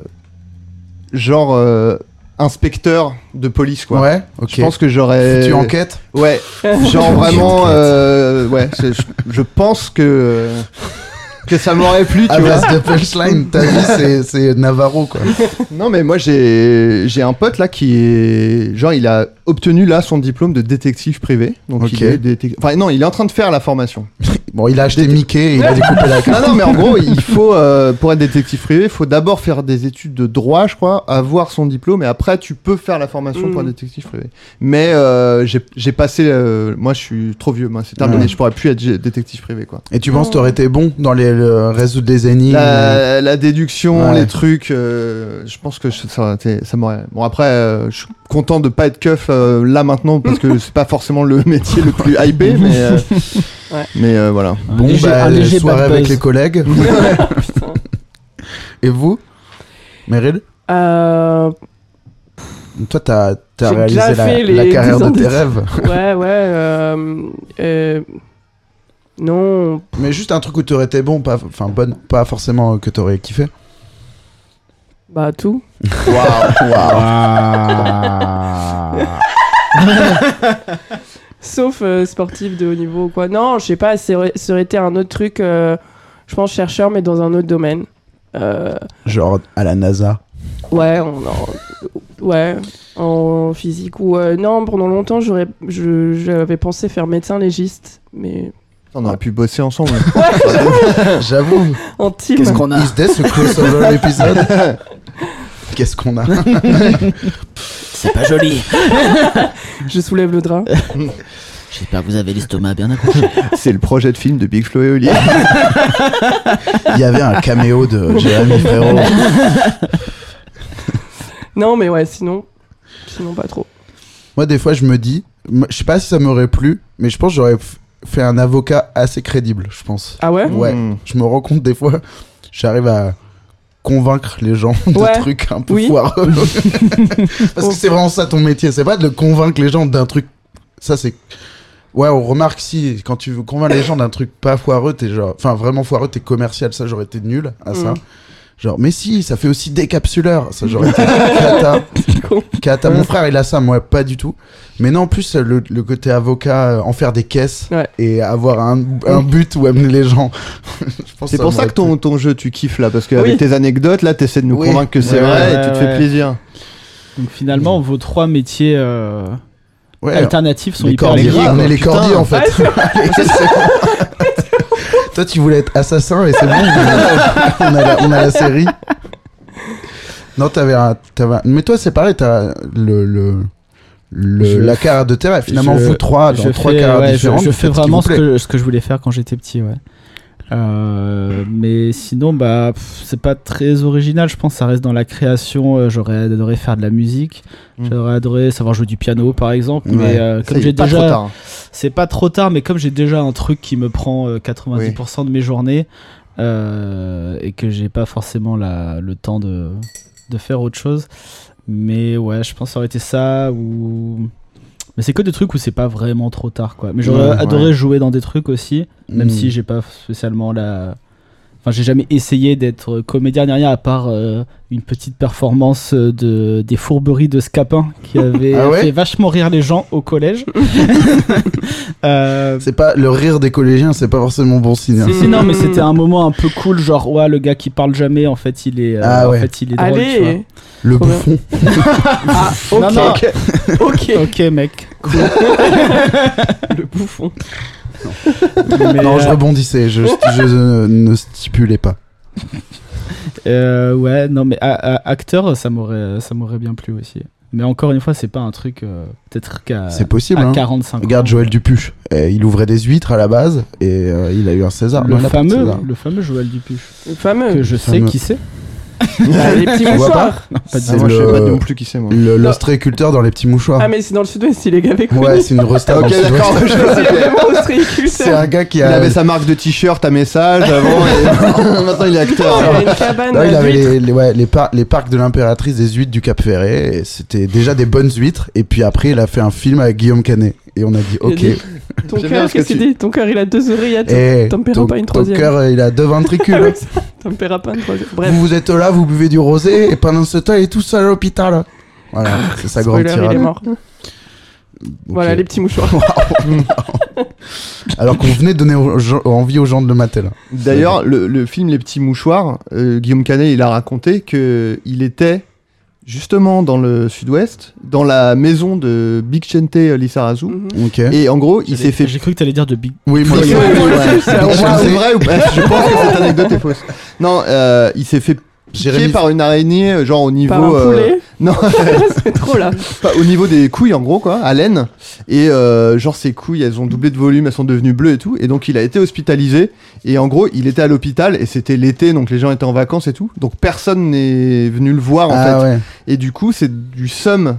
Speaker 5: Genre. euh, Inspecteur de police, quoi.
Speaker 3: Ouais, ok.
Speaker 5: Je pense que j'aurais.
Speaker 3: tu enquêtes
Speaker 5: Ouais, genre vraiment, euh, ouais, c'est- je, je pense que euh, que ça m'aurait plu, *laughs* tu
Speaker 3: à
Speaker 5: vois.
Speaker 3: base de punchline, ta vie c'est- c'est Navarro quoi.
Speaker 5: Non, mais moi j'ai j'ai un pote là qui est genre il a obtenu là son diplôme de détective privé, donc
Speaker 3: Ok.
Speaker 5: il est détec- Enfin non, il est en train de faire la formation.
Speaker 3: Bon, il a acheté Mickey et il a découpé la
Speaker 5: Non,
Speaker 3: carte.
Speaker 5: non, mais en gros, il faut euh, pour être détective privé, il faut d'abord faire des études de droit, je crois, avoir son diplôme, et après tu peux faire la formation pour
Speaker 4: Mm.
Speaker 5: un détective privé. Mais euh, j'ai j'ai passé, euh, moi je suis trop vieux, moi c'est terminé,
Speaker 3: Ouais.
Speaker 5: je pourrais plus être gé- détective privé quoi.
Speaker 3: Et tu penses que t'aurais été bon dans les le résoudre des énigmes
Speaker 6: Bah,
Speaker 3: euh,
Speaker 5: la, la déduction,
Speaker 3: Ouais.
Speaker 5: les trucs, euh, je pense que je- ça, aurait été- ça m'aurait. Bon, après, euh, je suis content de pas être keuf euh, là maintenant parce que c'est pas forcément le *laughs* métier le plus hypé, mais,
Speaker 3: *laughs*
Speaker 5: euh,
Speaker 4: Ouais.
Speaker 5: mais euh, voilà.
Speaker 6: Un
Speaker 3: Bon,
Speaker 6: léger-
Speaker 3: bah,
Speaker 6: un léger
Speaker 3: soirée
Speaker 6: bad
Speaker 3: avec
Speaker 6: buzz.
Speaker 3: les
Speaker 6: *laughs*
Speaker 3: collègues. *laughs* Et vous Meryl
Speaker 4: Euh,
Speaker 3: Toi, t'as as
Speaker 4: J'ai
Speaker 3: réalisé
Speaker 4: déjà
Speaker 3: la,
Speaker 4: fait les
Speaker 3: la carrière
Speaker 4: 10 ans
Speaker 3: de tes
Speaker 4: d'études.
Speaker 3: rêves.
Speaker 4: ouais, ouais. euh, euh, non.
Speaker 3: Mais juste un truc où t'aurais été bon, pas, enfin, bonne, pas forcément euh, que t'aurais kiffé.
Speaker 4: Bah, tout. Sauf euh, sportif de haut niveau ou quoi. Non, je sais pas, ça aurait ça aurait été un autre truc, euh, je pense, chercheur, mais dans un autre domaine. Euh,
Speaker 3: Genre à la NASA.
Speaker 4: ouais, en, en- ouais, en physique. Ou, euh, non, pendant longtemps, j'aurais, je- j'avais pensé faire médecin légiste, mais
Speaker 5: On aurait pu bosser ensemble.
Speaker 3: J'avoue.
Speaker 4: en team.
Speaker 10: Qu'est-ce qu'on a
Speaker 3: Is this a crossover épisode
Speaker 10: *laughs*
Speaker 3: Qu'est-ce qu'on a
Speaker 10: C'est pas joli.
Speaker 3: *laughs*
Speaker 4: Je soulève le drap.
Speaker 11: J'espère que vous avez l'estomac bien accroché.
Speaker 5: *laughs* C'est le projet de film de Big Flo et *laughs* Oli.
Speaker 3: Il y avait un caméo de Jérémy Frérot.
Speaker 4: Non, mais ouais, sinon. Sinon, pas trop.
Speaker 3: Moi, des fois, je me dis, moi, je sais pas si ça m'aurait plu, mais je pense que j'aurais f- fait un avocat assez crédible, je pense.
Speaker 4: Ah ouais
Speaker 3: Ouais.
Speaker 4: Hmm.
Speaker 3: Je me rends compte des fois, j'arrive à convaincre les gens de
Speaker 4: Ouais.
Speaker 3: trucs un peu
Speaker 4: Oui. *laughs*
Speaker 3: foireux. Parce que c'est vraiment ça ton métier, c'est pas de convaincre les gens d'un truc. Ça, c'est. Ouais, on remarque si, quand tu convaincs les gens d'un truc pas foireux, t'es genre. Enfin, vraiment foireux, t'es commercial, ça, j'aurais été nul à ça.
Speaker 4: Hmm.
Speaker 3: Genre, mais si, ça fait aussi décapsuleur. Ça, j'aurais
Speaker 4: *laughs*
Speaker 3: été cata. Cata, mon frère, il a ça, moi, pas du tout. Mais non, en plus, le, le côté avocat, euh, en faire des caisses et avoir un, un but où amener les gens. *laughs* Je pense
Speaker 5: C'est pour ça
Speaker 3: m'aurait
Speaker 5: que ton, ton jeu, tu kiffes là, parce qu'avec
Speaker 3: Oui.
Speaker 5: tes anecdotes, là, t'essaies de nous
Speaker 3: Oui.
Speaker 5: convaincre que c'est
Speaker 3: Ouais,
Speaker 5: vrai et
Speaker 3: ouais,
Speaker 5: tu te
Speaker 3: ouais.
Speaker 5: fais plaisir.
Speaker 6: Donc finalement, vos trois métiers euh,
Speaker 3: Ouais.
Speaker 6: alternatifs sont
Speaker 3: les
Speaker 6: hyper
Speaker 3: cordiers,
Speaker 6: liés, quoi.
Speaker 3: on est les
Speaker 6: Putain.
Speaker 3: cordiers en fait. *laughs* Allez, c'est bon. Toi, tu voulais être assassin et c'est bon. on a la, on a la série. Non, t'avais un, t'avais un- Mais toi, c'est pareil, t'as le. le... le-
Speaker 6: Je-
Speaker 3: la carrière de terrain, finalement,
Speaker 6: je-
Speaker 3: vous trois, dans
Speaker 6: je
Speaker 3: trois
Speaker 6: fais,
Speaker 3: carrières
Speaker 6: ouais, je-
Speaker 3: différentes.
Speaker 6: Je, fais
Speaker 3: faites ce qui
Speaker 6: vraiment
Speaker 3: vous
Speaker 6: ce
Speaker 3: plaît.
Speaker 6: que, ce que je voulais faire quand j'étais petit, ouais. Euh, mais sinon, bah, pff, c'est pas très original, je pense. Ça reste dans la création. euh, J'aurais adoré faire de la musique. J'aurais adoré savoir jouer du piano, par exemple.
Speaker 5: Hmm. Ouais.
Speaker 6: Mais euh,
Speaker 5: Ça,
Speaker 6: comme
Speaker 5: il est
Speaker 6: j'ai
Speaker 5: pas trop tard,
Speaker 6: déjà.
Speaker 5: hein.
Speaker 6: C'est pas trop tard, mais comme j'ai déjà un truc qui me prend euh, 90% de mes journées euh, et que j'ai pas forcément la- le temps de, de faire autre chose. Mais ouais, je pense que ça aurait été ça ou. Mais c'est que des trucs où c'est pas vraiment trop tard quoi. Mais j'aurais
Speaker 11: Ouais,
Speaker 6: adoré
Speaker 11: ouais.
Speaker 6: jouer dans des trucs aussi, même
Speaker 11: Mm.
Speaker 3: Hmm.
Speaker 6: si j'ai pas spécialement la. Enfin, j'ai jamais essayé d'être comédien ni rien à part euh, une petite performance euh, de des fourberies de Scapin
Speaker 3: *laughs*
Speaker 6: qui avait
Speaker 3: Ah ouais
Speaker 6: fait vachement rire les gens
Speaker 3: *laughs*
Speaker 6: au collège. Euh,
Speaker 3: C'est pas le rire des collégiens, c'est pas forcément bon signe. hein.
Speaker 6: Si, si, non, mais c'était un moment un peu cool, genre, ouais, le gars qui parle jamais, en fait, il est, euh,
Speaker 3: Ah ouais.
Speaker 6: en fait, il est drôle,
Speaker 4: Allez.
Speaker 6: tu vois.
Speaker 3: Le bouffon.
Speaker 6: ah,
Speaker 4: ok.
Speaker 6: non, non.
Speaker 4: Ok. *laughs* Ok.
Speaker 6: Ok, mec. Cool.
Speaker 4: *laughs* Le bouffon.
Speaker 6: Mais,
Speaker 3: non, je
Speaker 6: euh,
Speaker 3: rebondissais, je, je ne- ne stipulais pas.
Speaker 6: Euh, ouais, non, mais a- a- acteur, ça m'aurait, ça m'aurait bien plu aussi. Mais encore une fois, c'est pas un truc, euh, peut-être qu'à
Speaker 3: C'est possible.
Speaker 6: à
Speaker 3: hein.
Speaker 6: 45 ans.
Speaker 3: Regarde Joël Dupuche. Eh, il ouvrait des huîtres à la base et euh, il a eu un César.
Speaker 6: Le
Speaker 3: Non, il a pas de
Speaker 6: fameux,
Speaker 3: César.
Speaker 6: le fameux Joël Dupuche.
Speaker 4: Le fameux.
Speaker 6: Que je sais
Speaker 3: Fameux.
Speaker 6: qui c'est.
Speaker 4: les petits
Speaker 3: Tu vois
Speaker 4: mouchoirs.
Speaker 3: pas
Speaker 6: Non, pas du
Speaker 3: C'est
Speaker 6: tout.
Speaker 5: Ah, moi, je sais
Speaker 3: le-
Speaker 5: pas non plus qui c'est, moi.
Speaker 3: le- L'ostréiculteur dans les petits mouchoirs.
Speaker 4: Ah, mais c'est dans le sud-ouest, il est gavé connu. *laughs*
Speaker 3: Ouais, Ah, c'est une resta dans le sud-ouest. *laughs*
Speaker 4: C'est vraiment au strict.
Speaker 3: C'est un gars qui
Speaker 5: Il
Speaker 3: a.
Speaker 5: avait sa marque de t-shirt à message avant et maintenant il est acteur.
Speaker 4: Il hein. a une cabane.
Speaker 3: Non, Ah, il
Speaker 4: à
Speaker 3: avait
Speaker 4: huîtres.
Speaker 3: les, les- ouais, les, par- les parcs de l'impératrice des huîtres du Cap Ferré. et C'était déjà des bonnes huîtres. Et puis après, il a fait un film avec Guillaume Canet. Et on a dit
Speaker 4: Il a
Speaker 3: Ok.
Speaker 4: dit, Ton
Speaker 5: J'aime bien
Speaker 4: cœur,
Speaker 5: ce que
Speaker 4: qu'est-ce qu'il
Speaker 5: tu-
Speaker 4: dit Ton cœur, il a deux oreilles, à
Speaker 3: Et
Speaker 4: t'en paieras pas une troisième.
Speaker 3: Eh, cœur, euh, il a deux
Speaker 4: *laughs* Ah
Speaker 3: ventricules.
Speaker 4: oui, ça, T'en paieras pas une troisième. Bref.
Speaker 3: vous, vous êtes là, vous buvez du rosé. Et pendant ce temps, il est tout seul à l'hôpital. Voilà, c'est sa grande
Speaker 4: Ah, Spoiler, il
Speaker 3: tirade.
Speaker 4: est mort. Voilà, les petits mouchoirs.
Speaker 3: Alors qu'on venait de donner aux gens- envie aux gens de le mater là.
Speaker 5: *laughs* D'ailleurs, le, le film Les Petits Mouchoirs, euh, Guillaume Canet, il a raconté que il était justement dans le sud-ouest, dans la maison de Big Chente Lissarazu.
Speaker 3: Ok.
Speaker 5: Et en gros, il
Speaker 6: J'allais-
Speaker 5: s'est fait. *laughs*
Speaker 6: J'ai cru que t'allais dire de Big.
Speaker 3: Oui, moi aussi.
Speaker 5: Ouais, ouais, ouais.
Speaker 3: Ouais.
Speaker 5: C'est vrai ou pas Je pense que cette anecdote est fausse. Non, euh, il s'est fait piquer
Speaker 3: Jérémy-
Speaker 5: par une araignée, euh, genre au niveau.
Speaker 4: Par un
Speaker 5: euh,
Speaker 4: poulet
Speaker 5: *laughs* Non.
Speaker 4: C'est trop *laughs* là.
Speaker 5: Pas- au niveau des couilles en gros quoi, à laine. Et euh, genre ses couilles elles ont doublé de volume, elles sont devenues bleues et tout. Et donc il a été hospitalisé. Et en gros il était à l'hôpital et c'était l'été donc les gens étaient en vacances et tout. Donc personne n'est venu le voir en
Speaker 3: Ah
Speaker 5: fait.
Speaker 3: ouais.
Speaker 5: Et du coup c'est du somme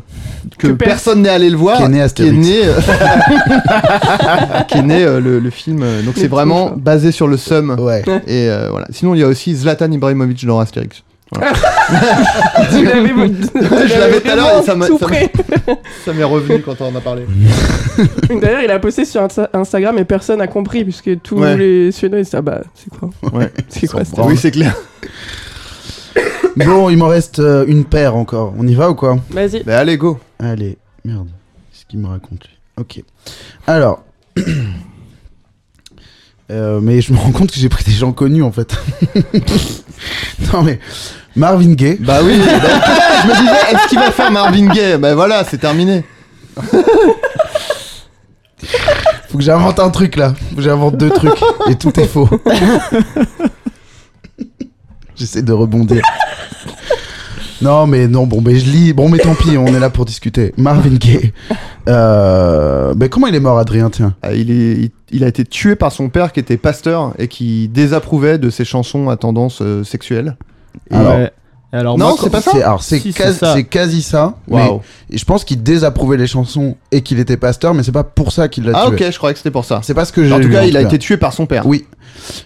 Speaker 5: que,
Speaker 4: Que pers-
Speaker 5: personne n'est allé le voir.
Speaker 3: Qui est né Astérix.
Speaker 5: Ah, Qui est né, euh, qui est né, euh, le, le film. euh, Donc c'est vraiment basé sur le somme.
Speaker 3: Ouais.
Speaker 5: Et euh, voilà. Sinon il y a aussi Zlatan Ibrahimovic dans Astérix. Voilà.
Speaker 4: Tu l'avais
Speaker 5: Je l'avais tout à l'heure et ça m'a-
Speaker 4: tout
Speaker 5: ça m'a-
Speaker 4: près.
Speaker 5: Ça m'est revenu quand on en a parlé.
Speaker 4: *laughs* D'ailleurs, il a posté sur Insta- Instagram et personne n'a compris puisque tous
Speaker 5: Ouais.
Speaker 4: les Suédois ils disent Ah bah, c'est quoi
Speaker 5: Ouais.
Speaker 4: *laughs* C'est quoi cette
Speaker 5: Oui c'est clair.
Speaker 3: Bon, il m'en reste euh, une paire encore. On y va ou quoi
Speaker 4: Vas-y.
Speaker 5: Bah allez go.
Speaker 3: Allez, merde. Qu'est-ce qu'il me raconte lui Ok. Alors. *coughs* Euh, mais je me rends compte que j'ai pris des gens connus en fait. *laughs* non mais Marvin Gaye.
Speaker 5: Bah
Speaker 3: *laughs*
Speaker 5: oui, bah, je me disais, est-ce qu'il va faire Marvin Gaye Bah voilà, c'est terminé.
Speaker 3: Faut que j'invente un truc là. Faut que j'invente deux trucs et tout est faux. *laughs* J'essaie de rebondir. Non, mais non, bon, mais je lis. Bon, mais tant pis, on est là pour discuter. Marvin Gaye. Euh, ben, comment il est mort, Adrien, tiens
Speaker 5: Ah, il, est, il, il a été tué par son père qui était pasteur et qui désapprouvait de ses chansons à tendance euh, sexuelle. Et-
Speaker 3: Ah, Alors-
Speaker 6: Ouais. Alors,
Speaker 5: non,
Speaker 6: moi,
Speaker 5: c'est
Speaker 6: quand-
Speaker 5: pas ça.
Speaker 3: C'est- Alors, c'est
Speaker 6: Si,
Speaker 3: quasi,
Speaker 6: ça.
Speaker 3: c'est quasi ça.
Speaker 5: Waouh.
Speaker 3: Mais je pense qu'il désapprouvait les chansons et qu'il était pasteur, mais c'est pas pour ça qu'il l'a
Speaker 5: Ah
Speaker 3: tué.
Speaker 5: ok, je croyais que c'était pour ça.
Speaker 3: C'est pas ce que j'ai
Speaker 5: En tout
Speaker 3: lu,
Speaker 5: cas, il a été tué par son père.
Speaker 3: Oui.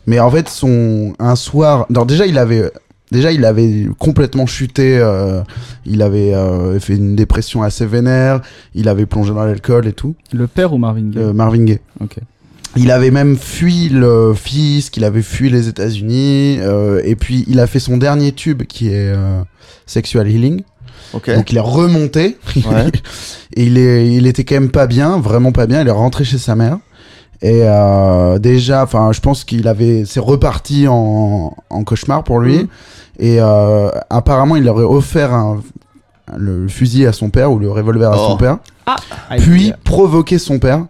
Speaker 3: Mais en fait, son un soir, non, déjà il avait déjà il avait complètement chuté, euh, il avait euh, fait une dépression assez vénère, il avait plongé dans l'alcool et tout.
Speaker 6: Le père ou Marvin Gaye
Speaker 3: Euh, Marvin Gaye.
Speaker 6: Ok.
Speaker 3: Il avait même fui le fils, qu'il avait fui les États-Unis, euh, et puis il a fait son dernier tube qui est euh, Sexual Healing.
Speaker 5: Ok.
Speaker 3: Donc il est remonté.
Speaker 5: Ouais.
Speaker 3: *laughs* et il, est, il était quand même pas bien, vraiment pas bien. Il est rentré chez sa mère. Et euh, déjà, enfin, je pense qu'il avait, c'est reparti en, en cauchemar pour lui.
Speaker 5: Mm.
Speaker 3: Et euh, apparemment, il aurait offert un- le fusil à son père ou le revolver à
Speaker 5: Oh.
Speaker 3: son père,
Speaker 6: Ah,
Speaker 3: puis
Speaker 6: il-
Speaker 3: provoqué son père.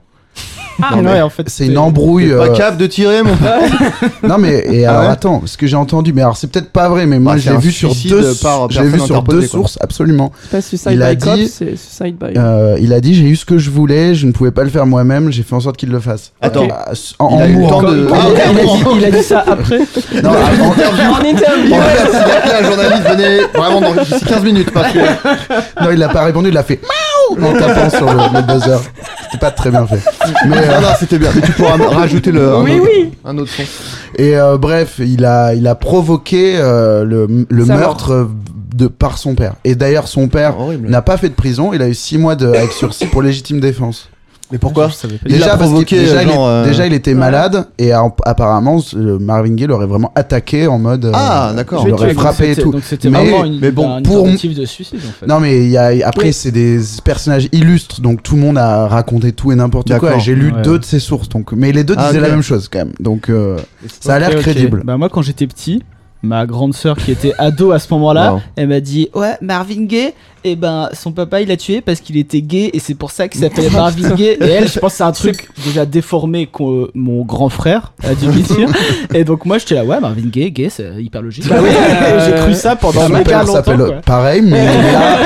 Speaker 6: Ah, ouais, en fait,
Speaker 3: C'est une embrouille.
Speaker 5: Pas
Speaker 3: euh, Ah,
Speaker 5: capable de tirer mon père.
Speaker 3: non mais et
Speaker 5: *laughs* Ah
Speaker 3: alors
Speaker 5: ouais
Speaker 3: attends, ce que j'ai entendu, mais alors c'est peut-être pas vrai, mais moi
Speaker 5: Ouais, c'est
Speaker 3: j'ai
Speaker 5: un
Speaker 3: vu sur
Speaker 5: suicide
Speaker 3: deux,
Speaker 5: par
Speaker 3: j'ai vu sur
Speaker 5: personne
Speaker 3: deux
Speaker 5: interposée, quoi.
Speaker 3: sources absolument.
Speaker 4: C'est pas Suicide
Speaker 3: Il a
Speaker 4: by Cop,
Speaker 3: dit-
Speaker 4: c'est Suicide by.
Speaker 3: Euh, il a dit j'ai eu ce que je voulais, je ne pouvais pas le faire moi-même, j'ai fait en sorte qu'il le fasse.
Speaker 5: Attends.
Speaker 3: Euh, en,
Speaker 5: Il
Speaker 3: en
Speaker 5: a eu le
Speaker 3: mourant.
Speaker 5: temps de. Ah,
Speaker 6: il, a
Speaker 5: ok,
Speaker 6: dit, il a dit ça après.
Speaker 3: Non, en-
Speaker 4: en interview,
Speaker 5: Bon, c'est vrai que là, le journaliste venait vraiment dans d'ici 15 minutes parce que
Speaker 3: non, il n'a pas répondu, il a fait Miaou en tapant sur le, le buzzer. C'était pas très bien fait. Mais, euh,
Speaker 5: Ah, non, non, c'était bien. Mais tu pourras rajouter le un,
Speaker 4: Oui,
Speaker 5: autre,
Speaker 4: oui.
Speaker 5: un autre son.
Speaker 3: Et euh, bref, il a, il a provoqué euh, le, le
Speaker 4: Sa mort.
Speaker 3: meurtre de, par son père. Et d'ailleurs, son père
Speaker 5: Horrible.
Speaker 3: n'a pas fait de prison, Ah, il a eu 6 mois de, avec sursis pour légitime défense.
Speaker 5: Mais pourquoi Il
Speaker 3: Déjà,
Speaker 5: l'a
Speaker 3: parce qu'il-
Speaker 5: provoqué,
Speaker 3: déjà, il,
Speaker 5: genre,
Speaker 3: est-
Speaker 5: euh,
Speaker 3: déjà, il était malade et a- apparemment ce- le Marvin Gaye l'aurait vraiment attaqué en mode. euh,
Speaker 5: Ah,
Speaker 3: Il
Speaker 5: d'accord. Je vais
Speaker 3: l'aurait
Speaker 5: tuer,
Speaker 3: frappé et
Speaker 6: C'était-
Speaker 3: tout.
Speaker 6: Donc c'était
Speaker 3: Mais-
Speaker 6: vraiment une,
Speaker 3: mais bon,
Speaker 6: une
Speaker 3: pour-
Speaker 6: tentative de suicide en fait.
Speaker 3: Non mais il y a, après c'est des personnages illustres donc tout le monde a raconté tout et n'importe quoi.
Speaker 5: D'accord.
Speaker 3: Et J'ai lu
Speaker 6: Ouais.
Speaker 3: deux de ses sources donc mais les deux
Speaker 5: Ah,
Speaker 3: disaient
Speaker 5: ok. Oh,
Speaker 3: la même chose quand même donc euh, ça a l'air
Speaker 6: Ok, ok.
Speaker 3: crédible.
Speaker 6: Bah moi quand j'étais petit, ma grande sœur qui était ado à ce moment-là,
Speaker 5: Wow.
Speaker 6: elle m'a dit "Ouais, Marvin Gaye, et ben son papa il l'a tué parce qu'il était gay et c'est pour ça qu'il *laughs* s'appelait Marvin Gaye." Et elle, je pense que c'est un truc déjà déformé qu'on euh, mon grand frère a dû lui dire. et donc moi j'étais là "Ouais, Marvin Gaye, gay, c'est hyper logique."
Speaker 4: oui,
Speaker 6: Et J'ai
Speaker 4: euh,
Speaker 6: cru ça
Speaker 5: bah,
Speaker 6: pendant
Speaker 3: Son
Speaker 6: méga
Speaker 3: père
Speaker 6: longtemps.
Speaker 3: s'appelle pareil mais là,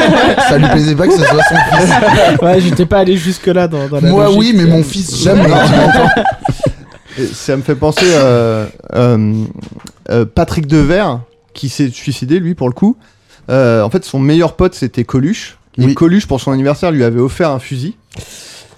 Speaker 3: ça lui plaisait pas que ce
Speaker 5: *laughs*
Speaker 3: soit son fils.
Speaker 6: quoi. Ouais, j'étais pas allé jusque là dans, dans la
Speaker 3: Moi
Speaker 6: logique.
Speaker 3: oui mais mon fils jamais. tu m'entends
Speaker 5: Et ça me fait penser euh, euh, euh, Patrick Devers qui s'est suicidé lui pour le coup. Euh, en fait, son meilleur pote c'était Coluche. Et
Speaker 3: Oui.
Speaker 5: Coluche pour son anniversaire lui avait offert un fusil.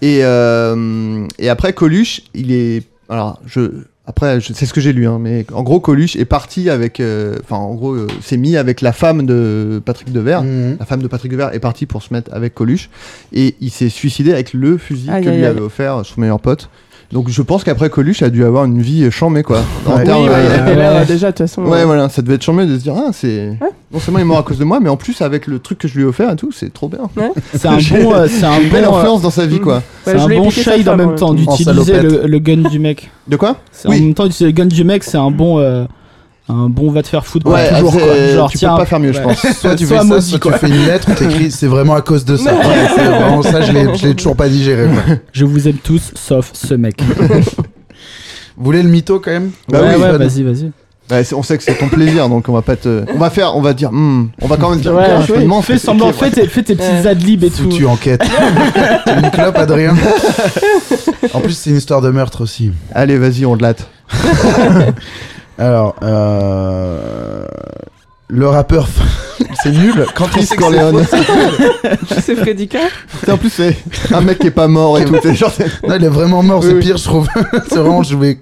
Speaker 5: Et, euh, et après Coluche, il est alors je après je- c'est ce que j'ai lu hein, mais en gros Coluche est parti avec euh, enfin en gros euh, s'est mis avec la femme de Patrick Devers.
Speaker 3: Mhm.
Speaker 5: La femme de Patrick Devers est partie pour se mettre avec Coluche et il s'est suicidé avec le fusil
Speaker 4: Aïe,
Speaker 5: que lui
Speaker 4: aïe,
Speaker 5: avait offert son meilleur pote. Donc je pense qu'après Coluche a dû avoir une vie chambée quoi. En
Speaker 3: Ouais.
Speaker 5: termes,
Speaker 4: oui, bah, il
Speaker 5: euh,
Speaker 4: avait l'air,
Speaker 6: ouais.
Speaker 4: déjà de toute façon.
Speaker 5: ouais, voilà, ça devait être chambé de se dire ah c'est non seulement il est mort à cause de moi mais en plus avec le truc que je lui ai offert et tout c'est trop bien.
Speaker 6: C'est un bon euh, c'est un
Speaker 5: Une belle
Speaker 6: bon euh,
Speaker 5: influence dans sa vie quoi.
Speaker 6: c'est un bon shade en même temps d'utiliser
Speaker 3: salopette.
Speaker 6: le- le gun du mec.
Speaker 5: De quoi
Speaker 6: C'est En même temps, le gun du mec, c'est un bon, euh, un bon va te faire foutre pour
Speaker 5: Ouais,
Speaker 6: toujours.
Speaker 5: c'est-
Speaker 6: Quoi. Genre,
Speaker 5: tu peux
Speaker 6: tiens,
Speaker 5: pas faire mieux je
Speaker 6: ouais.
Speaker 5: pense.
Speaker 6: *laughs*
Speaker 3: Soit tu fais
Speaker 6: Soit
Speaker 3: ça,
Speaker 6: maudit,
Speaker 3: soit tu
Speaker 6: quoi.
Speaker 3: fais une lettre où t'écris c'est vraiment à cause de ça. Ouais, c'est vraiment ça je l'ai je l'ai toujours pas digéré. quoi.
Speaker 6: Je vous aime tous, sauf ce mec.
Speaker 3: Vous voulez le mytho quand même
Speaker 5: Bah
Speaker 6: ouais,
Speaker 5: oui,
Speaker 6: ouais,
Speaker 3: Fun.
Speaker 6: vas-y, vas-y.
Speaker 5: Ouais, c'est- on sait que c'est ton plaisir donc on va pas te on va faire on va dire Hmm, on va quand même dire
Speaker 6: Ouais,
Speaker 5: Tiens,
Speaker 6: fais,
Speaker 5: finalement,
Speaker 6: fais
Speaker 5: c'est
Speaker 6: semblant,
Speaker 5: ok, ouais.
Speaker 6: fais, tes, fais tes petits adlibs et tout.
Speaker 3: Foutu enquête. T'as une clope, Adrien. En plus, c'est une histoire de meurtre aussi.
Speaker 5: Allez vas-y on te latte.
Speaker 3: Alors, euh... le rappeur, *laughs* c'est nul. Quand il
Speaker 6: *laughs*
Speaker 5: Chris Corleone.
Speaker 4: C'est Freddy K.
Speaker 5: en plus c'est un mec qui est pas mort et tout. C'est genre, c'est-
Speaker 3: Non, il est vraiment mort,
Speaker 5: Oui,
Speaker 3: c'est
Speaker 5: oui.
Speaker 3: pire, je trouve. *laughs* c'est vraiment, je vais,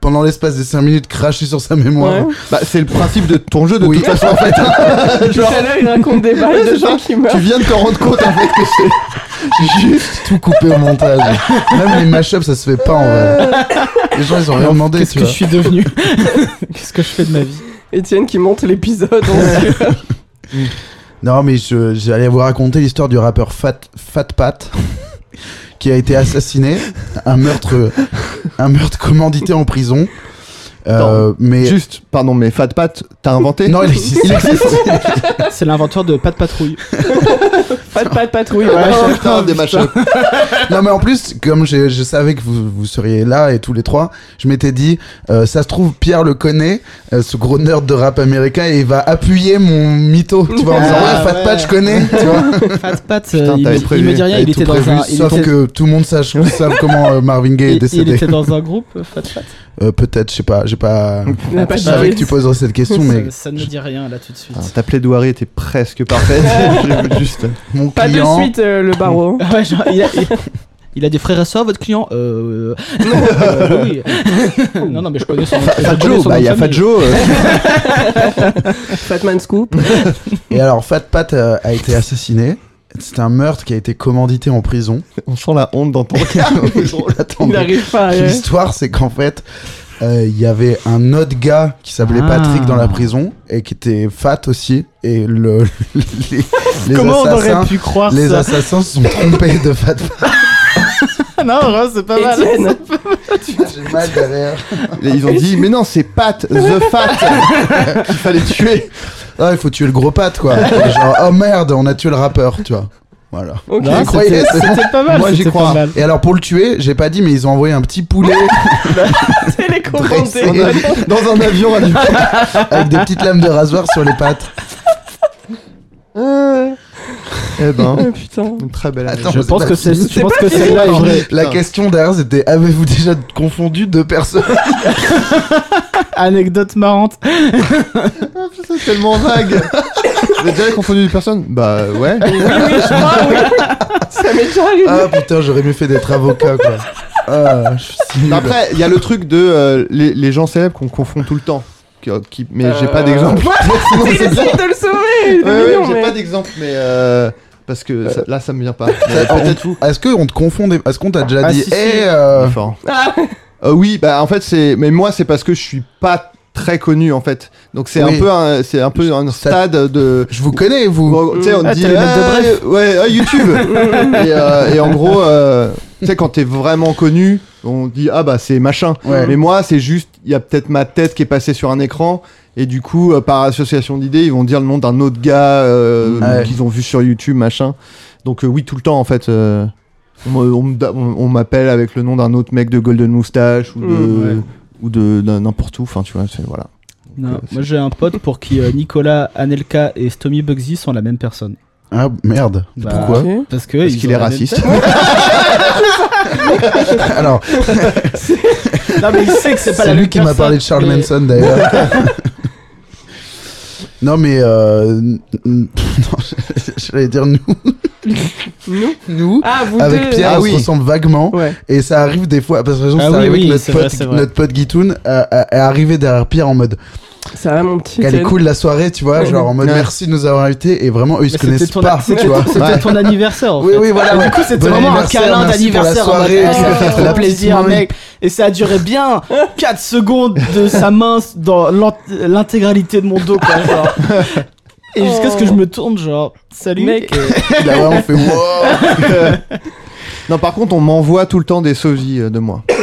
Speaker 3: pendant l'espace des 5 minutes, cracher sur sa mémoire.
Speaker 4: Ouais.
Speaker 5: bah, c'est le principe de ton jeu de
Speaker 3: Oui.
Speaker 5: toute façon en fait.
Speaker 4: Tout à l'heure, il raconte des
Speaker 5: Ouais,
Speaker 4: balles de
Speaker 5: c'est
Speaker 4: gens
Speaker 5: ça.
Speaker 4: qui
Speaker 5: Tu
Speaker 4: meurent.
Speaker 5: viens de te rendre compte en fait que c'est
Speaker 3: Juste tout coupé au montage. Même les mashups, ça se fait pas en vrai. Les gens, ils ont rien demandé,
Speaker 6: Qu'est-ce
Speaker 3: tu
Speaker 6: que
Speaker 3: vois.
Speaker 6: je suis *laughs* devenu Qu'est-ce que je fais de ma vie
Speaker 4: Étienne qui monte l'épisode. on se-
Speaker 3: Non, mais je- j'allais vous raconter l'histoire du rappeur Fat, Fat Pat *laughs* qui a été assassiné, un meurtre, un meurtre commandité en prison. Euh, mais...
Speaker 5: Juste, pardon, mais Fat Pat, t'as
Speaker 3: *laughs*
Speaker 5: inventé
Speaker 3: Non,
Speaker 5: *laughs*
Speaker 3: il existe.
Speaker 5: Il existe
Speaker 6: C'est l'inventeur de Pat Patrouille.
Speaker 4: *laughs* Pas de pas de patrouille.
Speaker 5: Ouais,
Speaker 4: voilà.
Speaker 5: Oh, putain, des machins.
Speaker 3: *laughs* non mais en plus, comme je, je savais que vous, vous seriez là et tous les trois, je m'étais dit, euh, ça se trouve Pierre le connaît, euh, ce gros nerd de rap américain, et il va appuyer mon mytho, tu vois, en disant
Speaker 6: Ah,
Speaker 3: ouais, Fat
Speaker 6: ouais.
Speaker 3: Pat, je connais, tu
Speaker 6: *laughs*
Speaker 3: vois.
Speaker 6: Fat Pat,
Speaker 5: Putain,
Speaker 6: euh, il,
Speaker 5: t'avais
Speaker 6: me-
Speaker 5: prévu.
Speaker 6: il me dit rien,
Speaker 3: T'avais
Speaker 6: il
Speaker 3: tout
Speaker 6: était dans
Speaker 3: prévu,
Speaker 6: un. il
Speaker 3: sauf
Speaker 6: était-
Speaker 3: que tout le monde sache savent comment euh, Marvin Gaye
Speaker 6: il-
Speaker 3: est
Speaker 6: il
Speaker 3: décédé.
Speaker 6: était dans un groupe, euh, Fat Pat.
Speaker 3: Euh, Peut-être, je sais pas, j'ai pas.
Speaker 4: Il n'a pas
Speaker 3: Je
Speaker 6: Bah
Speaker 4: de
Speaker 3: savais que tu
Speaker 4: mérite.
Speaker 3: poserais cette question, mais
Speaker 6: *laughs*
Speaker 3: *laughs*
Speaker 6: Ça, ça ne me dit rien là tout de suite.
Speaker 5: Ah, Ta plaidoirie était presque parfaite. J'ai juste.
Speaker 3: mon
Speaker 4: Pas de
Speaker 3: client.
Speaker 4: suite euh, le barreau.
Speaker 6: Ah ouais, genre, il, a, il- il a des frères et sœurs, votre client euh, euh, oui. Non, non, mais je connais son. je
Speaker 5: Fat
Speaker 6: connais
Speaker 5: Joe,
Speaker 6: son
Speaker 5: bah
Speaker 6: nom de
Speaker 5: il y a Fat
Speaker 6: famille.
Speaker 5: Joe.
Speaker 6: *laughs*
Speaker 5: euh,
Speaker 4: Fatman Scoop.
Speaker 3: Et alors, Fat Pat euh, a été assassiné. C'est un meurtre qui a été commandité en prison.
Speaker 5: On sent la honte dans ton
Speaker 6: Ah,
Speaker 5: regard.
Speaker 3: *laughs* Attends,
Speaker 4: Il
Speaker 3: mais-
Speaker 4: n'arrive pas. euh, ouais.
Speaker 3: L'histoire, c'est qu'en fait, euh, il y avait un autre gars qui s'appelait
Speaker 6: Ah.
Speaker 3: Patrick dans la prison et qui était fat aussi. Et le, *laughs* les, les
Speaker 6: Comment on
Speaker 3: assassins,
Speaker 6: aurait pu croire
Speaker 3: les
Speaker 6: ça
Speaker 3: assassins se sont trompés de fat. Pat.
Speaker 6: Ah Non, vraiment, c'est pas mal.
Speaker 4: Étienne.
Speaker 3: J'ai mal derrière.
Speaker 5: Et ils ont dit, mais non, c'est Pat, The Fat, qu'il fallait tuer.
Speaker 3: *laughs* Ah, il faut tuer le gros pat
Speaker 5: *laughs*
Speaker 3: quoi. Et Genre, oh merde, on a tué le rappeur, tu vois. Voilà.
Speaker 4: Ok.
Speaker 3: Vous
Speaker 6: Non,
Speaker 3: croyez,
Speaker 6: c'était
Speaker 3: c'est bon
Speaker 6: c'était pas mal.
Speaker 3: Moi j'y
Speaker 6: c'était pas
Speaker 3: crois.
Speaker 6: mal.
Speaker 3: Et alors pour le tuer, j'ai pas dit, mais ils ont envoyé un petit
Speaker 6: *laughs*
Speaker 3: poulet
Speaker 4: *laughs* Télécommandé.
Speaker 3: Dressé.
Speaker 5: On a- dans
Speaker 6: *laughs*
Speaker 5: un avion à la-
Speaker 3: avec des petites lames de rasoir sur les pattes.
Speaker 5: Eh ben,
Speaker 4: Ah,
Speaker 3: *laughs*
Speaker 4: Putain.
Speaker 5: une très belle
Speaker 3: Attends,
Speaker 6: Je
Speaker 3: c'est
Speaker 6: pense
Speaker 3: pas
Speaker 6: que c'est
Speaker 3: fini.
Speaker 6: je pense que celle-là est vraie.
Speaker 3: La
Speaker 5: Putain.
Speaker 3: question derrière c'était avez-vous déjà confondu deux personnes
Speaker 6: *laughs* Anecdote marrante.
Speaker 5: C'est tellement vague. Vous avez déjà confondu une personne Bah ouais.
Speaker 4: *laughs* Ça m'est déjà arrivé.
Speaker 3: Ah putain, j'aurais mieux fait d'être avocat quoi. Ah, je suis si nul.
Speaker 5: Après, il y a le truc de euh, les, les gens célèbres qu'on confond tout le temps. Qui- qui- mais j'ai pas
Speaker 3: Euh, *laughs*
Speaker 5: d'exemple. *laughs* Sinon,
Speaker 4: Il
Speaker 5: c'est ça.
Speaker 4: essaye de le sauver. il est
Speaker 5: Ouais, ouais,
Speaker 4: mignon,
Speaker 5: j'ai
Speaker 4: mais-
Speaker 5: pas d'exemple, mais euh, parce que ça- là, ça me vient pas. Mais
Speaker 3: Ah, on-
Speaker 5: Peut-être vous.
Speaker 3: Est-ce qu'on te confond des- Est-ce qu'on t'a déjà
Speaker 5: Ah,
Speaker 3: dit
Speaker 5: si, si.
Speaker 3: Eh, euh,
Speaker 5: Fort.
Speaker 4: Ah.
Speaker 5: Euh, oui, bah en fait c'est, mais moi c'est parce que je suis pas très connu en fait, donc c'est
Speaker 3: Oui.
Speaker 5: un peu, un... c'est un peu un
Speaker 3: Ça-
Speaker 5: stade de.
Speaker 3: Je vous connais, vous
Speaker 5: Bon, tu sais, on
Speaker 6: Ah,
Speaker 5: dit
Speaker 6: t'as les mecs de
Speaker 5: ah,
Speaker 6: Bref.
Speaker 5: ouais,
Speaker 6: *laughs*
Speaker 5: ah, YouTube. et, euh, et en gros, euh, tu sais, quand t'es vraiment connu, on dit ah bah c'est machin.
Speaker 3: Ouais.
Speaker 5: Mais moi, c'est juste, il y a peut-être ma tête qui est passée sur un écran. Et du coup, euh, par association d'idées, ils vont dire le nom d'un autre gars euh,
Speaker 3: Ouais.
Speaker 5: qu'ils ont vu sur YouTube, machin. Donc euh, oui, tout le temps en fait. euh, on me- on me da- on- on m'appelle avec le nom d'un autre mec de Golden Moustache ou de,
Speaker 4: Mm,
Speaker 6: Mmh, ouais.
Speaker 5: ou de, d'un- n'importe où. Enfin, tu vois, c'est voilà.
Speaker 6: Non,
Speaker 5: euh,
Speaker 6: moi j'ai un pote pour qui euh, Nicolas Anelka et Stomy Bugsy sont la même personne.
Speaker 3: Ah merde.
Speaker 6: Bah,
Speaker 3: Pourquoi
Speaker 4: Ok.
Speaker 6: Parce que
Speaker 5: Parce
Speaker 6: ils
Speaker 5: qu'il
Speaker 6: ont la
Speaker 5: est
Speaker 6: même
Speaker 5: raciste.
Speaker 6: tête.
Speaker 3: *laughs* Alors,
Speaker 6: non mais il sait que c'est pas la
Speaker 3: c'est
Speaker 6: même
Speaker 3: lui qui m'a parlé de
Speaker 6: personne,
Speaker 3: Charles
Speaker 6: mais-
Speaker 3: Manson d'ailleurs. *laughs* non mais euh... n- n- *laughs* non, j'allais dire nous.
Speaker 4: Nous
Speaker 3: Nous.
Speaker 4: Ah, vous
Speaker 3: Avec
Speaker 4: deux. euh,
Speaker 3: Pierre,
Speaker 5: Ah
Speaker 3: on
Speaker 5: oui.
Speaker 3: se ressemble vaguement.
Speaker 4: Ouais.
Speaker 3: Et ça arrive des fois, parce que par exemple,
Speaker 6: Ah
Speaker 3: c'est
Speaker 6: oui,
Speaker 3: arrivé
Speaker 6: oui,
Speaker 3: que
Speaker 6: c'est
Speaker 3: notre
Speaker 6: vrai,
Speaker 3: pote,
Speaker 6: c'est vrai.
Speaker 3: notre pote Guitoun euh, euh, est arrivé derrière Pierre en mode
Speaker 4: Ça va, mon petit.
Speaker 3: qu'elle est
Speaker 4: Étienne.
Speaker 3: cool la soirée, tu vois,
Speaker 4: Ouais.
Speaker 3: genre en mode
Speaker 5: Ouais.
Speaker 3: merci de nous avoir invités, et vraiment eux ils se
Speaker 6: Mais
Speaker 3: connaissent
Speaker 6: c'était ton-
Speaker 3: pas,
Speaker 6: c'était-
Speaker 3: tu vois.
Speaker 6: C'était
Speaker 5: Ouais.
Speaker 6: ton anniversaire. en
Speaker 3: Oui,
Speaker 6: fait.
Speaker 3: oui, voilà.
Speaker 6: Et
Speaker 3: ouais.
Speaker 6: du coup, c'était
Speaker 3: Bon
Speaker 6: vraiment un
Speaker 3: anniversaire,
Speaker 6: câlin
Speaker 3: merci pour la
Speaker 6: d'anniversaire. en mode,
Speaker 3: soirée,
Speaker 6: Ah,
Speaker 3: tu vois.
Speaker 6: ça fait trop plaisir,
Speaker 3: Merci.
Speaker 6: mec. Et ça a
Speaker 3: *laughs*
Speaker 6: duré bien 4 secondes de sa main dans l'ent- l'intégralité de mon dos, quoi. genre. Et jusqu'à ce que je me tourne, genre, salut.
Speaker 4: Mec.
Speaker 3: Il a vraiment fait wow.
Speaker 6: *laughs*
Speaker 5: non, par contre, on m'envoie tout le temps des sosies euh, de moi. des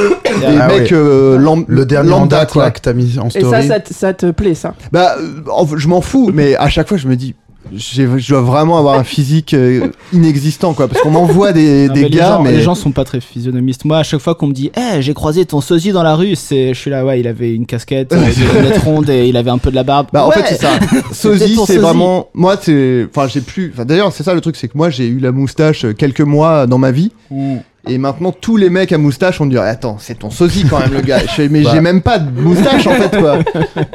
Speaker 3: Ah
Speaker 5: mecs euh, lam-
Speaker 3: Le dernier
Speaker 5: lambda,
Speaker 3: lambda
Speaker 5: quoi.
Speaker 3: que t'as mis en
Speaker 4: Et
Speaker 3: story.
Speaker 4: ça, ça, te- ça te plaît, ça
Speaker 5: Bah, euh, en- je m'en fous, mais à chaque fois, je me dis, j'ai- je dois vraiment avoir un physique euh, inexistant, quoi. Parce qu'on m'envoie des,
Speaker 6: Non,
Speaker 5: des
Speaker 6: mais les
Speaker 5: gars,
Speaker 6: gens,
Speaker 5: mais.
Speaker 6: les gens sont pas très physionomistes. Moi, à chaque fois qu'on me dit, Eh, j'ai croisé ton sosie dans la rue, c'est, je suis là, ouais, il avait une casquette, euh, des lunettes rondes et il avait un peu de la barbe.
Speaker 5: Bah, en
Speaker 6: Ouais.
Speaker 5: fait,
Speaker 6: *laughs*
Speaker 5: c'est ça.
Speaker 6: C'était
Speaker 5: Sosie,
Speaker 6: ton
Speaker 5: c'est
Speaker 6: sosie.
Speaker 5: vraiment. Moi, c'est. Enfin, j'ai plus. Enfin, d'ailleurs, c'est ça le truc, c'est que moi, j'ai eu la moustache euh, quelques mois dans ma vie. Et maintenant, tous les mecs à moustache, on me dit, Ah, attends, c'est ton sosie quand même, le
Speaker 6: *laughs*
Speaker 5: gars. Je fais, mais
Speaker 3: Bah.
Speaker 5: j'ai même pas de moustache, en fait, quoi.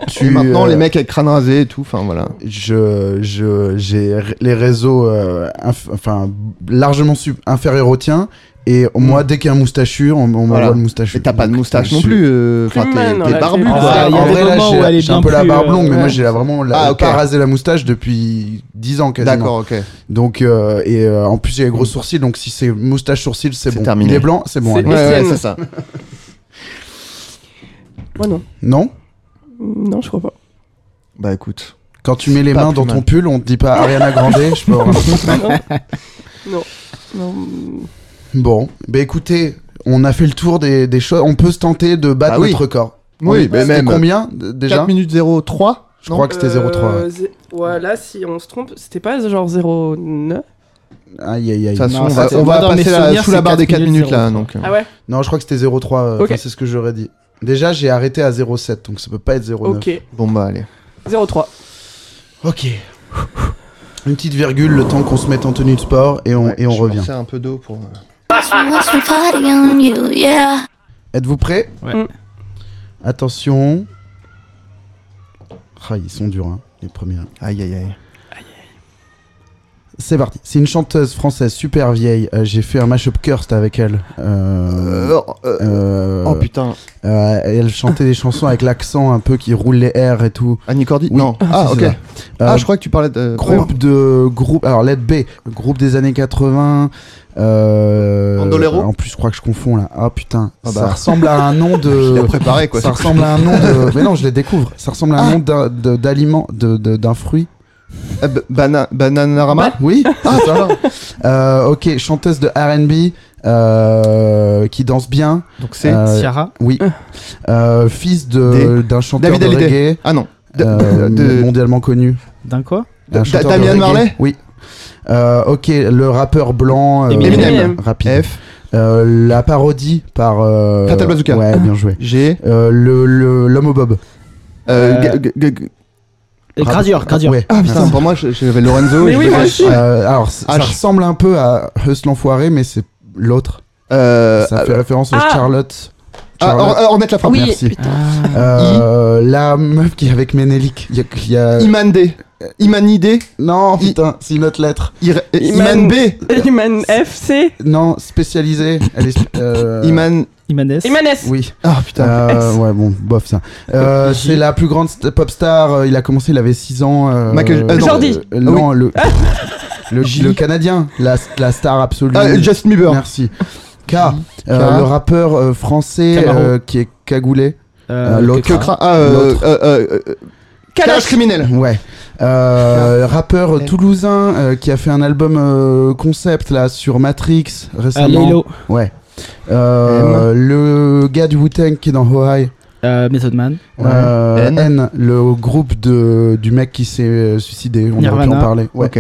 Speaker 3: Tu,
Speaker 5: Et maintenant,
Speaker 3: euh,
Speaker 5: les mecs avec crâne rasé et tout, enfin, voilà.
Speaker 3: je je j'ai r- les réseaux euh, inf- enfin largement sup- inférieurs aux tiens et moi dès qu'il y a un moustachu on, on m'envoie
Speaker 5: Mm. Voilà.
Speaker 3: le moustachu
Speaker 5: Mais t'as pas de
Speaker 3: Donc,
Speaker 5: moustache
Speaker 3: je
Speaker 5: non
Speaker 3: suis-
Speaker 5: plus. euh, Enfin,
Speaker 4: Plus
Speaker 5: t'es-
Speaker 4: mal, non,
Speaker 5: t'es
Speaker 4: là,
Speaker 5: barbu,
Speaker 4: j'ai-
Speaker 5: quoi.
Speaker 6: Ah,
Speaker 3: Ah,
Speaker 6: il y a
Speaker 3: en
Speaker 6: des
Speaker 3: vrai, là,
Speaker 6: moments où elle
Speaker 3: j'ai
Speaker 6: est
Speaker 3: j'ai un
Speaker 6: bien
Speaker 3: peu la
Speaker 6: plus,
Speaker 3: barbe
Speaker 6: euh,
Speaker 3: longue, mais
Speaker 6: ouais.
Speaker 3: moi, j'ai la- vraiment la,
Speaker 5: Ah, ok.
Speaker 3: pas rasé la moustache depuis 10 ans quasiment.
Speaker 5: D'accord, ok.
Speaker 3: Donc, euh, et euh, en plus, j'ai les gros sourcils, donc si c'est moustache sourcil, c'est
Speaker 5: C'est
Speaker 3: bon.
Speaker 5: terminé.
Speaker 3: Il est blanc, c'est bon.
Speaker 4: C'est-
Speaker 3: allez.
Speaker 5: Ouais, ouais,
Speaker 4: Étienne.
Speaker 5: c'est ça.
Speaker 4: Moi, non. Mm,
Speaker 3: Non
Speaker 4: Non, je
Speaker 3: *laughs*
Speaker 4: crois pas.
Speaker 5: Bah écoute.
Speaker 3: Quand tu mets les
Speaker 5: Pas
Speaker 3: mains
Speaker 5: plus
Speaker 3: dans ton
Speaker 5: mal.
Speaker 3: pull, on te dit pas Ariana Grande, je peux avoir un
Speaker 5: *laughs*
Speaker 3: truc.
Speaker 4: Non. Non.
Speaker 3: Ben, Bon, bah écoutez, on a fait le tour des, des choses. On peut se tenter de battre
Speaker 5: Bah oui.
Speaker 3: notre record.
Speaker 5: Oui, mais
Speaker 3: C'était
Speaker 5: même.
Speaker 3: combien d- déjà
Speaker 5: 4 minutes 03
Speaker 3: Je crois que c'était 0,3.
Speaker 4: Euh, zé- ouais, là, si on se trompe, c'était pas genre 0,9
Speaker 3: Aïe aïe aïe.
Speaker 5: De toute façon, on va- on va passer la- sous la barre des 4 minutes, là, donc. euh,
Speaker 4: Ah ouais
Speaker 3: Non, je crois que c'était 0,3. euh,
Speaker 4: Ok.
Speaker 3: enfin, C'est ce que j'aurais dit. Déjà, j'ai arrêté à 0,7, donc ça peut pas être 0,9.
Speaker 4: Ok.
Speaker 5: Bon bah allez.
Speaker 4: 0,3.
Speaker 3: Ok. Une petite virgule, le temps qu'on se mette en tenue de sport et on, et on revient.
Speaker 5: un peu d'eau pour. euh,
Speaker 2: Watch me party on you, yeah.
Speaker 3: Êtes-vous prêts
Speaker 6: Ouais.
Speaker 4: Mm.
Speaker 3: Attention. Ah, ils sont durs, hein, les premiers.
Speaker 5: Aïe aïe aïe.
Speaker 3: C'est parti. C'est une chanteuse française super vieille. Euh, J'ai fait un mashup cursed avec elle. Euh, euh,
Speaker 5: Oh putain.
Speaker 3: euh, elle chantait des chansons avec l'accent un peu qui roule les R et tout.
Speaker 5: Annie Cordy
Speaker 3: Oui.
Speaker 5: Non. Ah
Speaker 3: Si,
Speaker 5: ok.
Speaker 3: c'est ça.
Speaker 5: Ah
Speaker 3: Euh,
Speaker 5: je crois que tu parlais de.
Speaker 3: Groupe de groupe alors Let B groupe des années 80 euh,
Speaker 5: Bandolero
Speaker 3: en plus je crois que je confonds là ah putain
Speaker 5: Ah
Speaker 3: ça
Speaker 5: bah.
Speaker 3: ressemble à un
Speaker 5: *laughs*
Speaker 3: nom
Speaker 5: Je l'ai
Speaker 3: de
Speaker 5: préparé quoi. Ah.
Speaker 3: ça
Speaker 5: c'est-
Speaker 3: ressemble à un nom
Speaker 5: *laughs*
Speaker 3: de mais non je les découvre ça ressemble à un nom d'un- de- d'aliment de- de- d'un fruit
Speaker 5: Ah, ba- bana- Bananarama Ah,
Speaker 3: oui c'est ça. Euh, ok chanteuse de R&B euh, qui danse bien
Speaker 5: Donc c'est.
Speaker 3: Euh,
Speaker 6: Ciara.
Speaker 3: oui Euh, fils de d'un chanteur
Speaker 5: David
Speaker 3: de
Speaker 5: Hallyday.
Speaker 3: reggae
Speaker 5: Ah non. De-
Speaker 3: euh,
Speaker 5: de-
Speaker 3: mondialement connu
Speaker 6: D'un quoi
Speaker 5: Da-
Speaker 3: Un chanteur de
Speaker 5: Damian
Speaker 3: reggae.
Speaker 5: Marley
Speaker 3: Oui. Euh, ok, le rappeur blanc. euh,
Speaker 6: Eminem.
Speaker 4: Eminem.
Speaker 3: Rapide.
Speaker 5: F,
Speaker 3: Euh, la parodie par. euh,
Speaker 5: Fatal Bazooka.
Speaker 3: Ouais, bien joué.
Speaker 5: G,
Speaker 3: Euh, le- le- L'homme au bob.
Speaker 5: euh,
Speaker 6: Euh,
Speaker 5: G- G- G-
Speaker 6: Et Gradure, Gradure.
Speaker 3: Ouais.
Speaker 5: Ah putain, Ah, pour moi je- j'avais Lorenzo.
Speaker 4: Mais
Speaker 5: et je
Speaker 4: oui,
Speaker 5: devais-
Speaker 4: moi aussi.
Speaker 3: Euh, alors, c- ça
Speaker 5: H.
Speaker 3: ressemble un peu à Hustle l'enfoiré, mais c'est l'autre.
Speaker 5: Euh,
Speaker 3: ça fait référence à
Speaker 4: ah.
Speaker 3: Charlotte.
Speaker 5: ah,
Speaker 3: Charlotte.
Speaker 5: Or- Ornette la frappe.
Speaker 4: Oui,
Speaker 3: Merci.
Speaker 4: putain.
Speaker 3: Euh, la meuf qui est avec Ménélique. Il y a- il y a-
Speaker 5: Iman D. Iman D.
Speaker 3: Non, putain, c'est une autre lettre.
Speaker 5: Ira- euh,
Speaker 4: Iman-
Speaker 5: Iman B.
Speaker 4: *laughs* Iman F, C.
Speaker 3: Non, spécialisée. Elle est. sp- euh,
Speaker 5: Iman.
Speaker 6: Imanes.
Speaker 4: Iman S.
Speaker 3: Oui.
Speaker 5: Ah putain.
Speaker 3: Euh,
Speaker 4: S.
Speaker 3: *laughs* ouais, bon, bof ça. Euh, c'est la plus grande st- pop star. euh, Il a commencé, il avait 6 ans. euh,
Speaker 5: Michael- euh, Ah.
Speaker 3: euh,
Speaker 4: Jordi.
Speaker 3: euh, non, le, le, le Canadien. La, la star absolue.
Speaker 5: Ah, Justin Bieber.
Speaker 3: Merci. K. euh, le rappeur euh, français
Speaker 6: Camaro.
Speaker 3: euh, qui est
Speaker 5: *laughs*
Speaker 3: cagoulé.
Speaker 6: Euh,
Speaker 3: Euh, l'autre.
Speaker 5: Que cra- ah, euh,
Speaker 3: L'autre.
Speaker 5: euh, euh, euh, Kalash criminel.
Speaker 3: Ouais. Euh, rappeur
Speaker 5: L.
Speaker 3: toulousain euh, qui a fait un album euh, concept là sur Matrix
Speaker 5: Ah,
Speaker 6: Euh,
Speaker 3: récemment.
Speaker 6: Lilo.
Speaker 3: Ouais. Euh, le gars du Wu-Tang qui est dans Hawaii.
Speaker 6: Euh, Method Man.
Speaker 3: Euh,
Speaker 5: N.
Speaker 3: N. le groupe de, du mec qui s'est euh, suicidé, on aurait pu
Speaker 6: Nirvana.
Speaker 3: en parler. Ouais.
Speaker 5: Ok.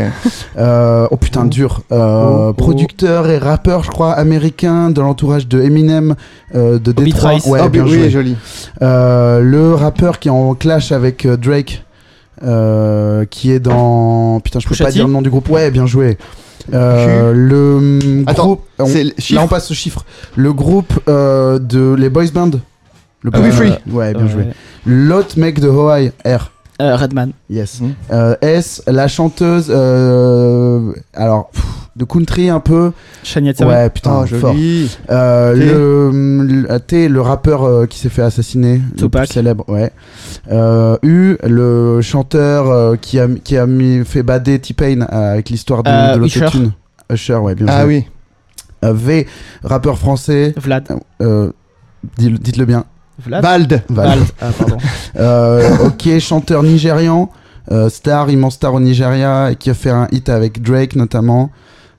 Speaker 3: Euh, oh putain, dur. Euh,
Speaker 6: Oh.
Speaker 3: Producteur et rappeur, je crois, américain, de l'entourage de Eminem, euh, de
Speaker 6: Bobby
Speaker 3: Detroit.
Speaker 6: Trice.
Speaker 3: Ouais,
Speaker 5: Ah,
Speaker 3: bien
Speaker 5: oui,
Speaker 3: joué.
Speaker 5: joli.
Speaker 3: Euh, le rappeur qui est en clash avec euh, Drake, euh, qui est dans. Putain, je peux
Speaker 6: Pusha
Speaker 3: pas
Speaker 6: T.
Speaker 3: dire le nom du groupe. Ouais, bien joué. Euh, le mm,
Speaker 5: Attends,
Speaker 3: groupe. on-
Speaker 5: C'est le
Speaker 3: là, on
Speaker 5: chiffre.
Speaker 3: passe au chiffre. Le groupe euh, de les boys band. Le
Speaker 5: To Be
Speaker 3: euh,
Speaker 5: Ah Free.
Speaker 3: Ouais, bien joué.
Speaker 6: Ouais.
Speaker 3: L'autre mec de Hawaii, R.
Speaker 6: Euh, Redman.
Speaker 3: Yes.
Speaker 5: Mhm.
Speaker 3: Euh, S, la chanteuse, euh, alors, pff, de country un peu.
Speaker 6: Shania Twain.
Speaker 3: Ouais, putain,
Speaker 5: Ah,
Speaker 3: fort.
Speaker 5: joli.
Speaker 3: Euh,
Speaker 5: T.
Speaker 3: le, le- T, le rappeur euh, qui s'est fait assassiner, le
Speaker 6: Tupac.
Speaker 3: plus célèbre, ouais. Euh, U, le chanteur euh, qui a, qui a mis, fait bader T-Pain euh, avec l'histoire de,
Speaker 6: Euh,
Speaker 3: de l'autotune. Usher, ouais, bien
Speaker 5: Ah
Speaker 3: joué.
Speaker 5: oui.
Speaker 3: Euh, v, rappeur français,
Speaker 6: Vlad.
Speaker 3: euh, dis- dites-le bien.
Speaker 6: Vlad.
Speaker 5: Bald.
Speaker 3: Val.
Speaker 6: Val. Ah, pardon.
Speaker 3: Euh, *laughs* ok, chanteur nigérian, euh, star, immense star au Nigeria, et qui a fait un hit avec Drake notamment.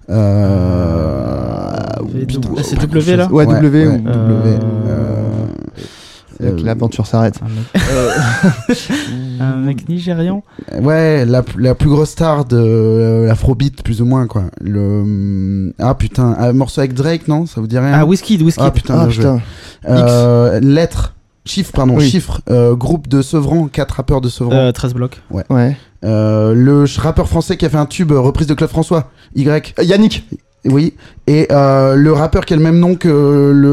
Speaker 3: Euh...
Speaker 6: C'est
Speaker 3: putain.
Speaker 6: W- c'est W, là
Speaker 5: Ouais, W.
Speaker 3: ouais, W, euh,
Speaker 5: C'est-à-dire que L'aventure s'arrête.
Speaker 6: Un mec, un mec nigérian.
Speaker 3: Ouais, la, la plus grosse star de euh, l'afrobeat, plus ou moins, quoi. Le... Ah putain, un morceau avec Drake, non Ça vous dit rien
Speaker 6: Ah, Whiskey, Whiskey.
Speaker 3: Ah, putain,
Speaker 5: Ah
Speaker 3: bien joué.
Speaker 5: putain.
Speaker 3: Euh, lettre, chiffre, pardon,
Speaker 5: Oui.
Speaker 3: chiffre, euh, groupe de Sevran, quatre rappeurs de Sevran.
Speaker 6: Euh, 13 blocs.
Speaker 5: Ouais.
Speaker 3: Euh, le ch- rappeur français qui a fait un tube, euh, reprise de Claude François, Y.
Speaker 5: Euh, Yannick.
Speaker 3: Oui, et euh, le rappeur qui a le même nom que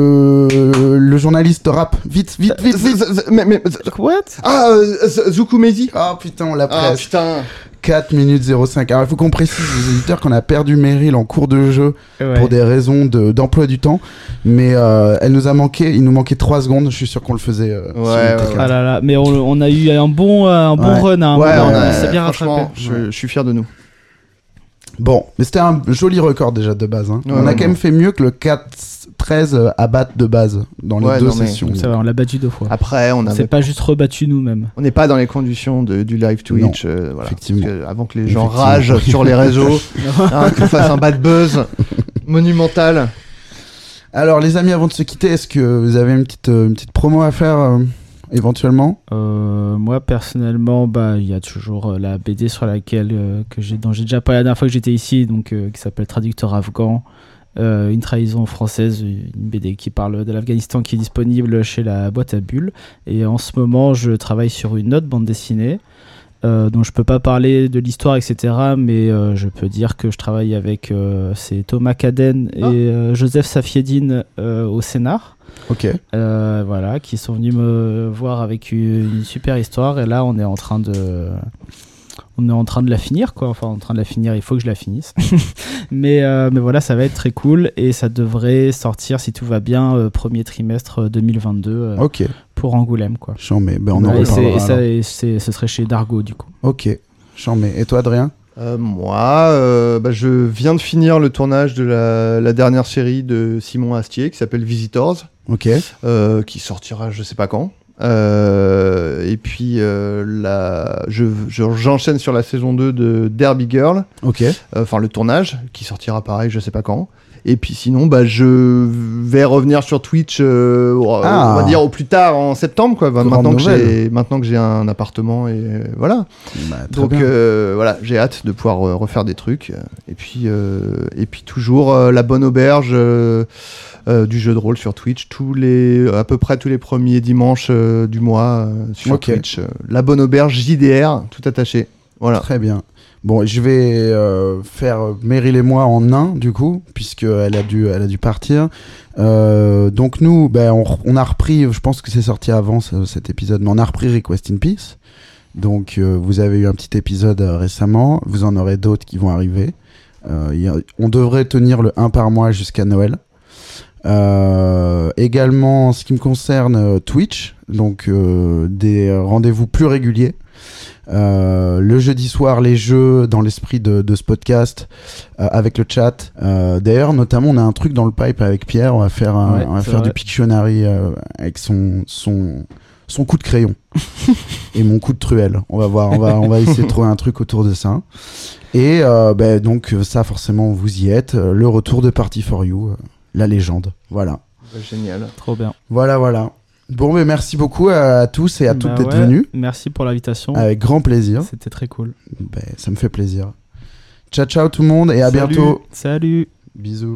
Speaker 3: le, le journaliste rap. Vite, vite, vite,
Speaker 5: Z-
Speaker 3: vite.
Speaker 5: z- z- mais- mais-
Speaker 6: What
Speaker 5: Ah, euh, Z- Zukumezi.
Speaker 3: Oh putain, on l'a
Speaker 5: Ah
Speaker 3: presque.
Speaker 5: putain.
Speaker 3: 4 minutes 05. Alors il faut qu'on précise aux éditeurs qu'on a perdu Meryl en cours de jeu pour des raisons de- d'emploi du temps. Mais euh, elle nous a manqué, il nous manquait 3 secondes. Je suis sûr qu'on le faisait. euh,
Speaker 5: Ouais,
Speaker 3: si on était
Speaker 5: ouais,
Speaker 3: quatre.
Speaker 6: Ah là là, mais on, on a eu un bon, euh, un bon
Speaker 3: Ouais.
Speaker 6: run. hein, un
Speaker 5: Ouais,
Speaker 6: bon
Speaker 5: on
Speaker 6: run,
Speaker 5: a,
Speaker 6: on s'est bien rattrapé.
Speaker 5: franchement, je, je suis fier de nous.
Speaker 3: Bon, mais c'était un joli record déjà de base. hein.
Speaker 5: Ouais,
Speaker 3: on a
Speaker 5: ouais,
Speaker 3: quand
Speaker 5: ouais.
Speaker 3: même fait mieux que le 4-13 à battre de base dans les
Speaker 5: Ouais,
Speaker 3: deux
Speaker 5: non, mais-
Speaker 3: sessions.
Speaker 6: Ça va, on l'a battu deux fois.
Speaker 5: Après, on
Speaker 6: On
Speaker 5: avait
Speaker 6: s'est pas juste rebattu nous-mêmes.
Speaker 5: On n'est pas dans les conditions de- du live Twitch. euh, voilà.
Speaker 3: effectivement.
Speaker 5: Parce que avant que les gens
Speaker 3: Effectivement.
Speaker 5: ragent sur
Speaker 3: *laughs*
Speaker 5: les réseaux, hein, qu'on fasse un bad buzz monumental.
Speaker 3: Alors les amis, avant de se quitter, est-ce que vous avez une petite, euh, une petite promo à faire euh, éventuellement
Speaker 6: Euh, moi personnellement, bah il y a toujours euh, la BD sur laquelle euh, que j'ai dont j'ai déjà parlé la dernière fois que j'étais ici, donc euh, qui s'appelle Traducteur afghan, euh, une trahison française, une BD qui parle de l'Afghanistan qui est disponible chez la boîte à bulles. Et en ce moment, je travaille sur une autre bande dessinée. euh, dont je peux pas parler de l'histoire, etc. Mais euh, je peux dire que je travaille avec euh, c'est Thomas Caden et euh, Joseph Safiedine euh, au scénar.
Speaker 3: Ok.
Speaker 6: Euh, voilà, qui sont venus me voir avec une, une super histoire. Et là, on est en train de. On est en train de la finir, quoi. Enfin, en train de la finir, il faut que je
Speaker 3: *laughs*
Speaker 6: la finisse. mais, euh, mais voilà, ça va être très cool. Et ça devrait sortir, si tout va bien, euh, premier trimestre euh, 2022. euh,
Speaker 3: Ok.
Speaker 6: Pour Angoulême, quoi.
Speaker 3: J'en mets, ben on Ah en
Speaker 6: Ouais, et c'est-
Speaker 3: reparlera.
Speaker 6: et ça-
Speaker 3: alors.
Speaker 6: et c'est- ce serait chez Dargo, du coup.
Speaker 3: Ok, j'en mets. Et toi, Adrien
Speaker 5: Euh, moi, euh, bah, je viens de finir le tournage de la, la dernière série de Simon Astier qui s'appelle Visitors,
Speaker 3: Ok.
Speaker 5: euh, qui sortira je sais pas quand. Euh, et puis euh, la- je- je- j'enchaîne sur la saison 2 de Derby Girl,
Speaker 3: Ok.
Speaker 5: euh, enfin le tournage qui sortira pareil je sais pas quand. Et puis sinon, bah, je vais revenir sur Twitch, euh, on
Speaker 3: Ah.
Speaker 5: va dire au plus tard en septembre, quoi. Bah,
Speaker 3: Grande
Speaker 5: maintenant, que
Speaker 3: nouvelle.
Speaker 5: j'ai- maintenant que j'ai un appartement et euh, voilà.
Speaker 3: Bah, très
Speaker 5: Donc
Speaker 3: bien.
Speaker 5: euh, voilà, j'ai hâte de pouvoir euh, refaire des trucs. euh, Et puis, euh, et puis toujours euh, la bonne auberge euh, euh, du jeu de rôle sur Twitch, tous les, à peu près tous les premiers dimanches euh, du mois euh, sur
Speaker 3: Ok.
Speaker 5: Twitch. euh, la bonne auberge JDR, tout attaché. Voilà.
Speaker 3: Très bien. Bon, je vais euh, faire Meryl et moi en un, du coup, puisqu'elle a dû, elle a dû partir. Euh, donc nous, ben, on, on a repris, je pense que c'est sorti avant ce- cet épisode, mais on a repris Request in Peace. Donc euh, vous avez eu un petit épisode euh, récemment, vous en aurez d'autres qui vont arriver. Euh, il y a- on devrait tenir le 1 par mois jusqu'à Noël. Euh, également, en ce qui me concerne, euh, Twitch, donc euh, des euh, rendez-vous plus réguliers. Euh, le jeudi soir, les jeux dans l'esprit de, de ce podcast euh, avec le chat. Euh, D'ailleurs, notamment, on a un truc dans le pipe avec Pierre. On va faire, un-
Speaker 6: Ouais,
Speaker 3: on va
Speaker 6: c'est
Speaker 3: faire du
Speaker 6: vrai.
Speaker 3: Pictionary euh, avec son, son, son coup de
Speaker 6: *laughs*
Speaker 3: crayon et mon coup de truelle. On va voir, on va, on va essayer de trouver un truc autour de ça. Et euh, ben, donc, ça, forcément, vous y êtes. Euh, Le retour de Party for You, euh, la légende. Voilà.
Speaker 5: Génial.
Speaker 6: Trop bien.
Speaker 3: Voilà, voilà. Bon, mais merci beaucoup à, à tous et à toutes
Speaker 6: Bah
Speaker 3: d'être
Speaker 6: ouais,
Speaker 3: venus.
Speaker 6: Merci pour l'invitation.
Speaker 3: Avec grand plaisir.
Speaker 6: C'était très cool.
Speaker 3: Ben, ça me fait plaisir. Ciao, ciao tout le monde et à
Speaker 6: Salut.
Speaker 3: bientôt.
Speaker 6: Salut.
Speaker 3: Bisous.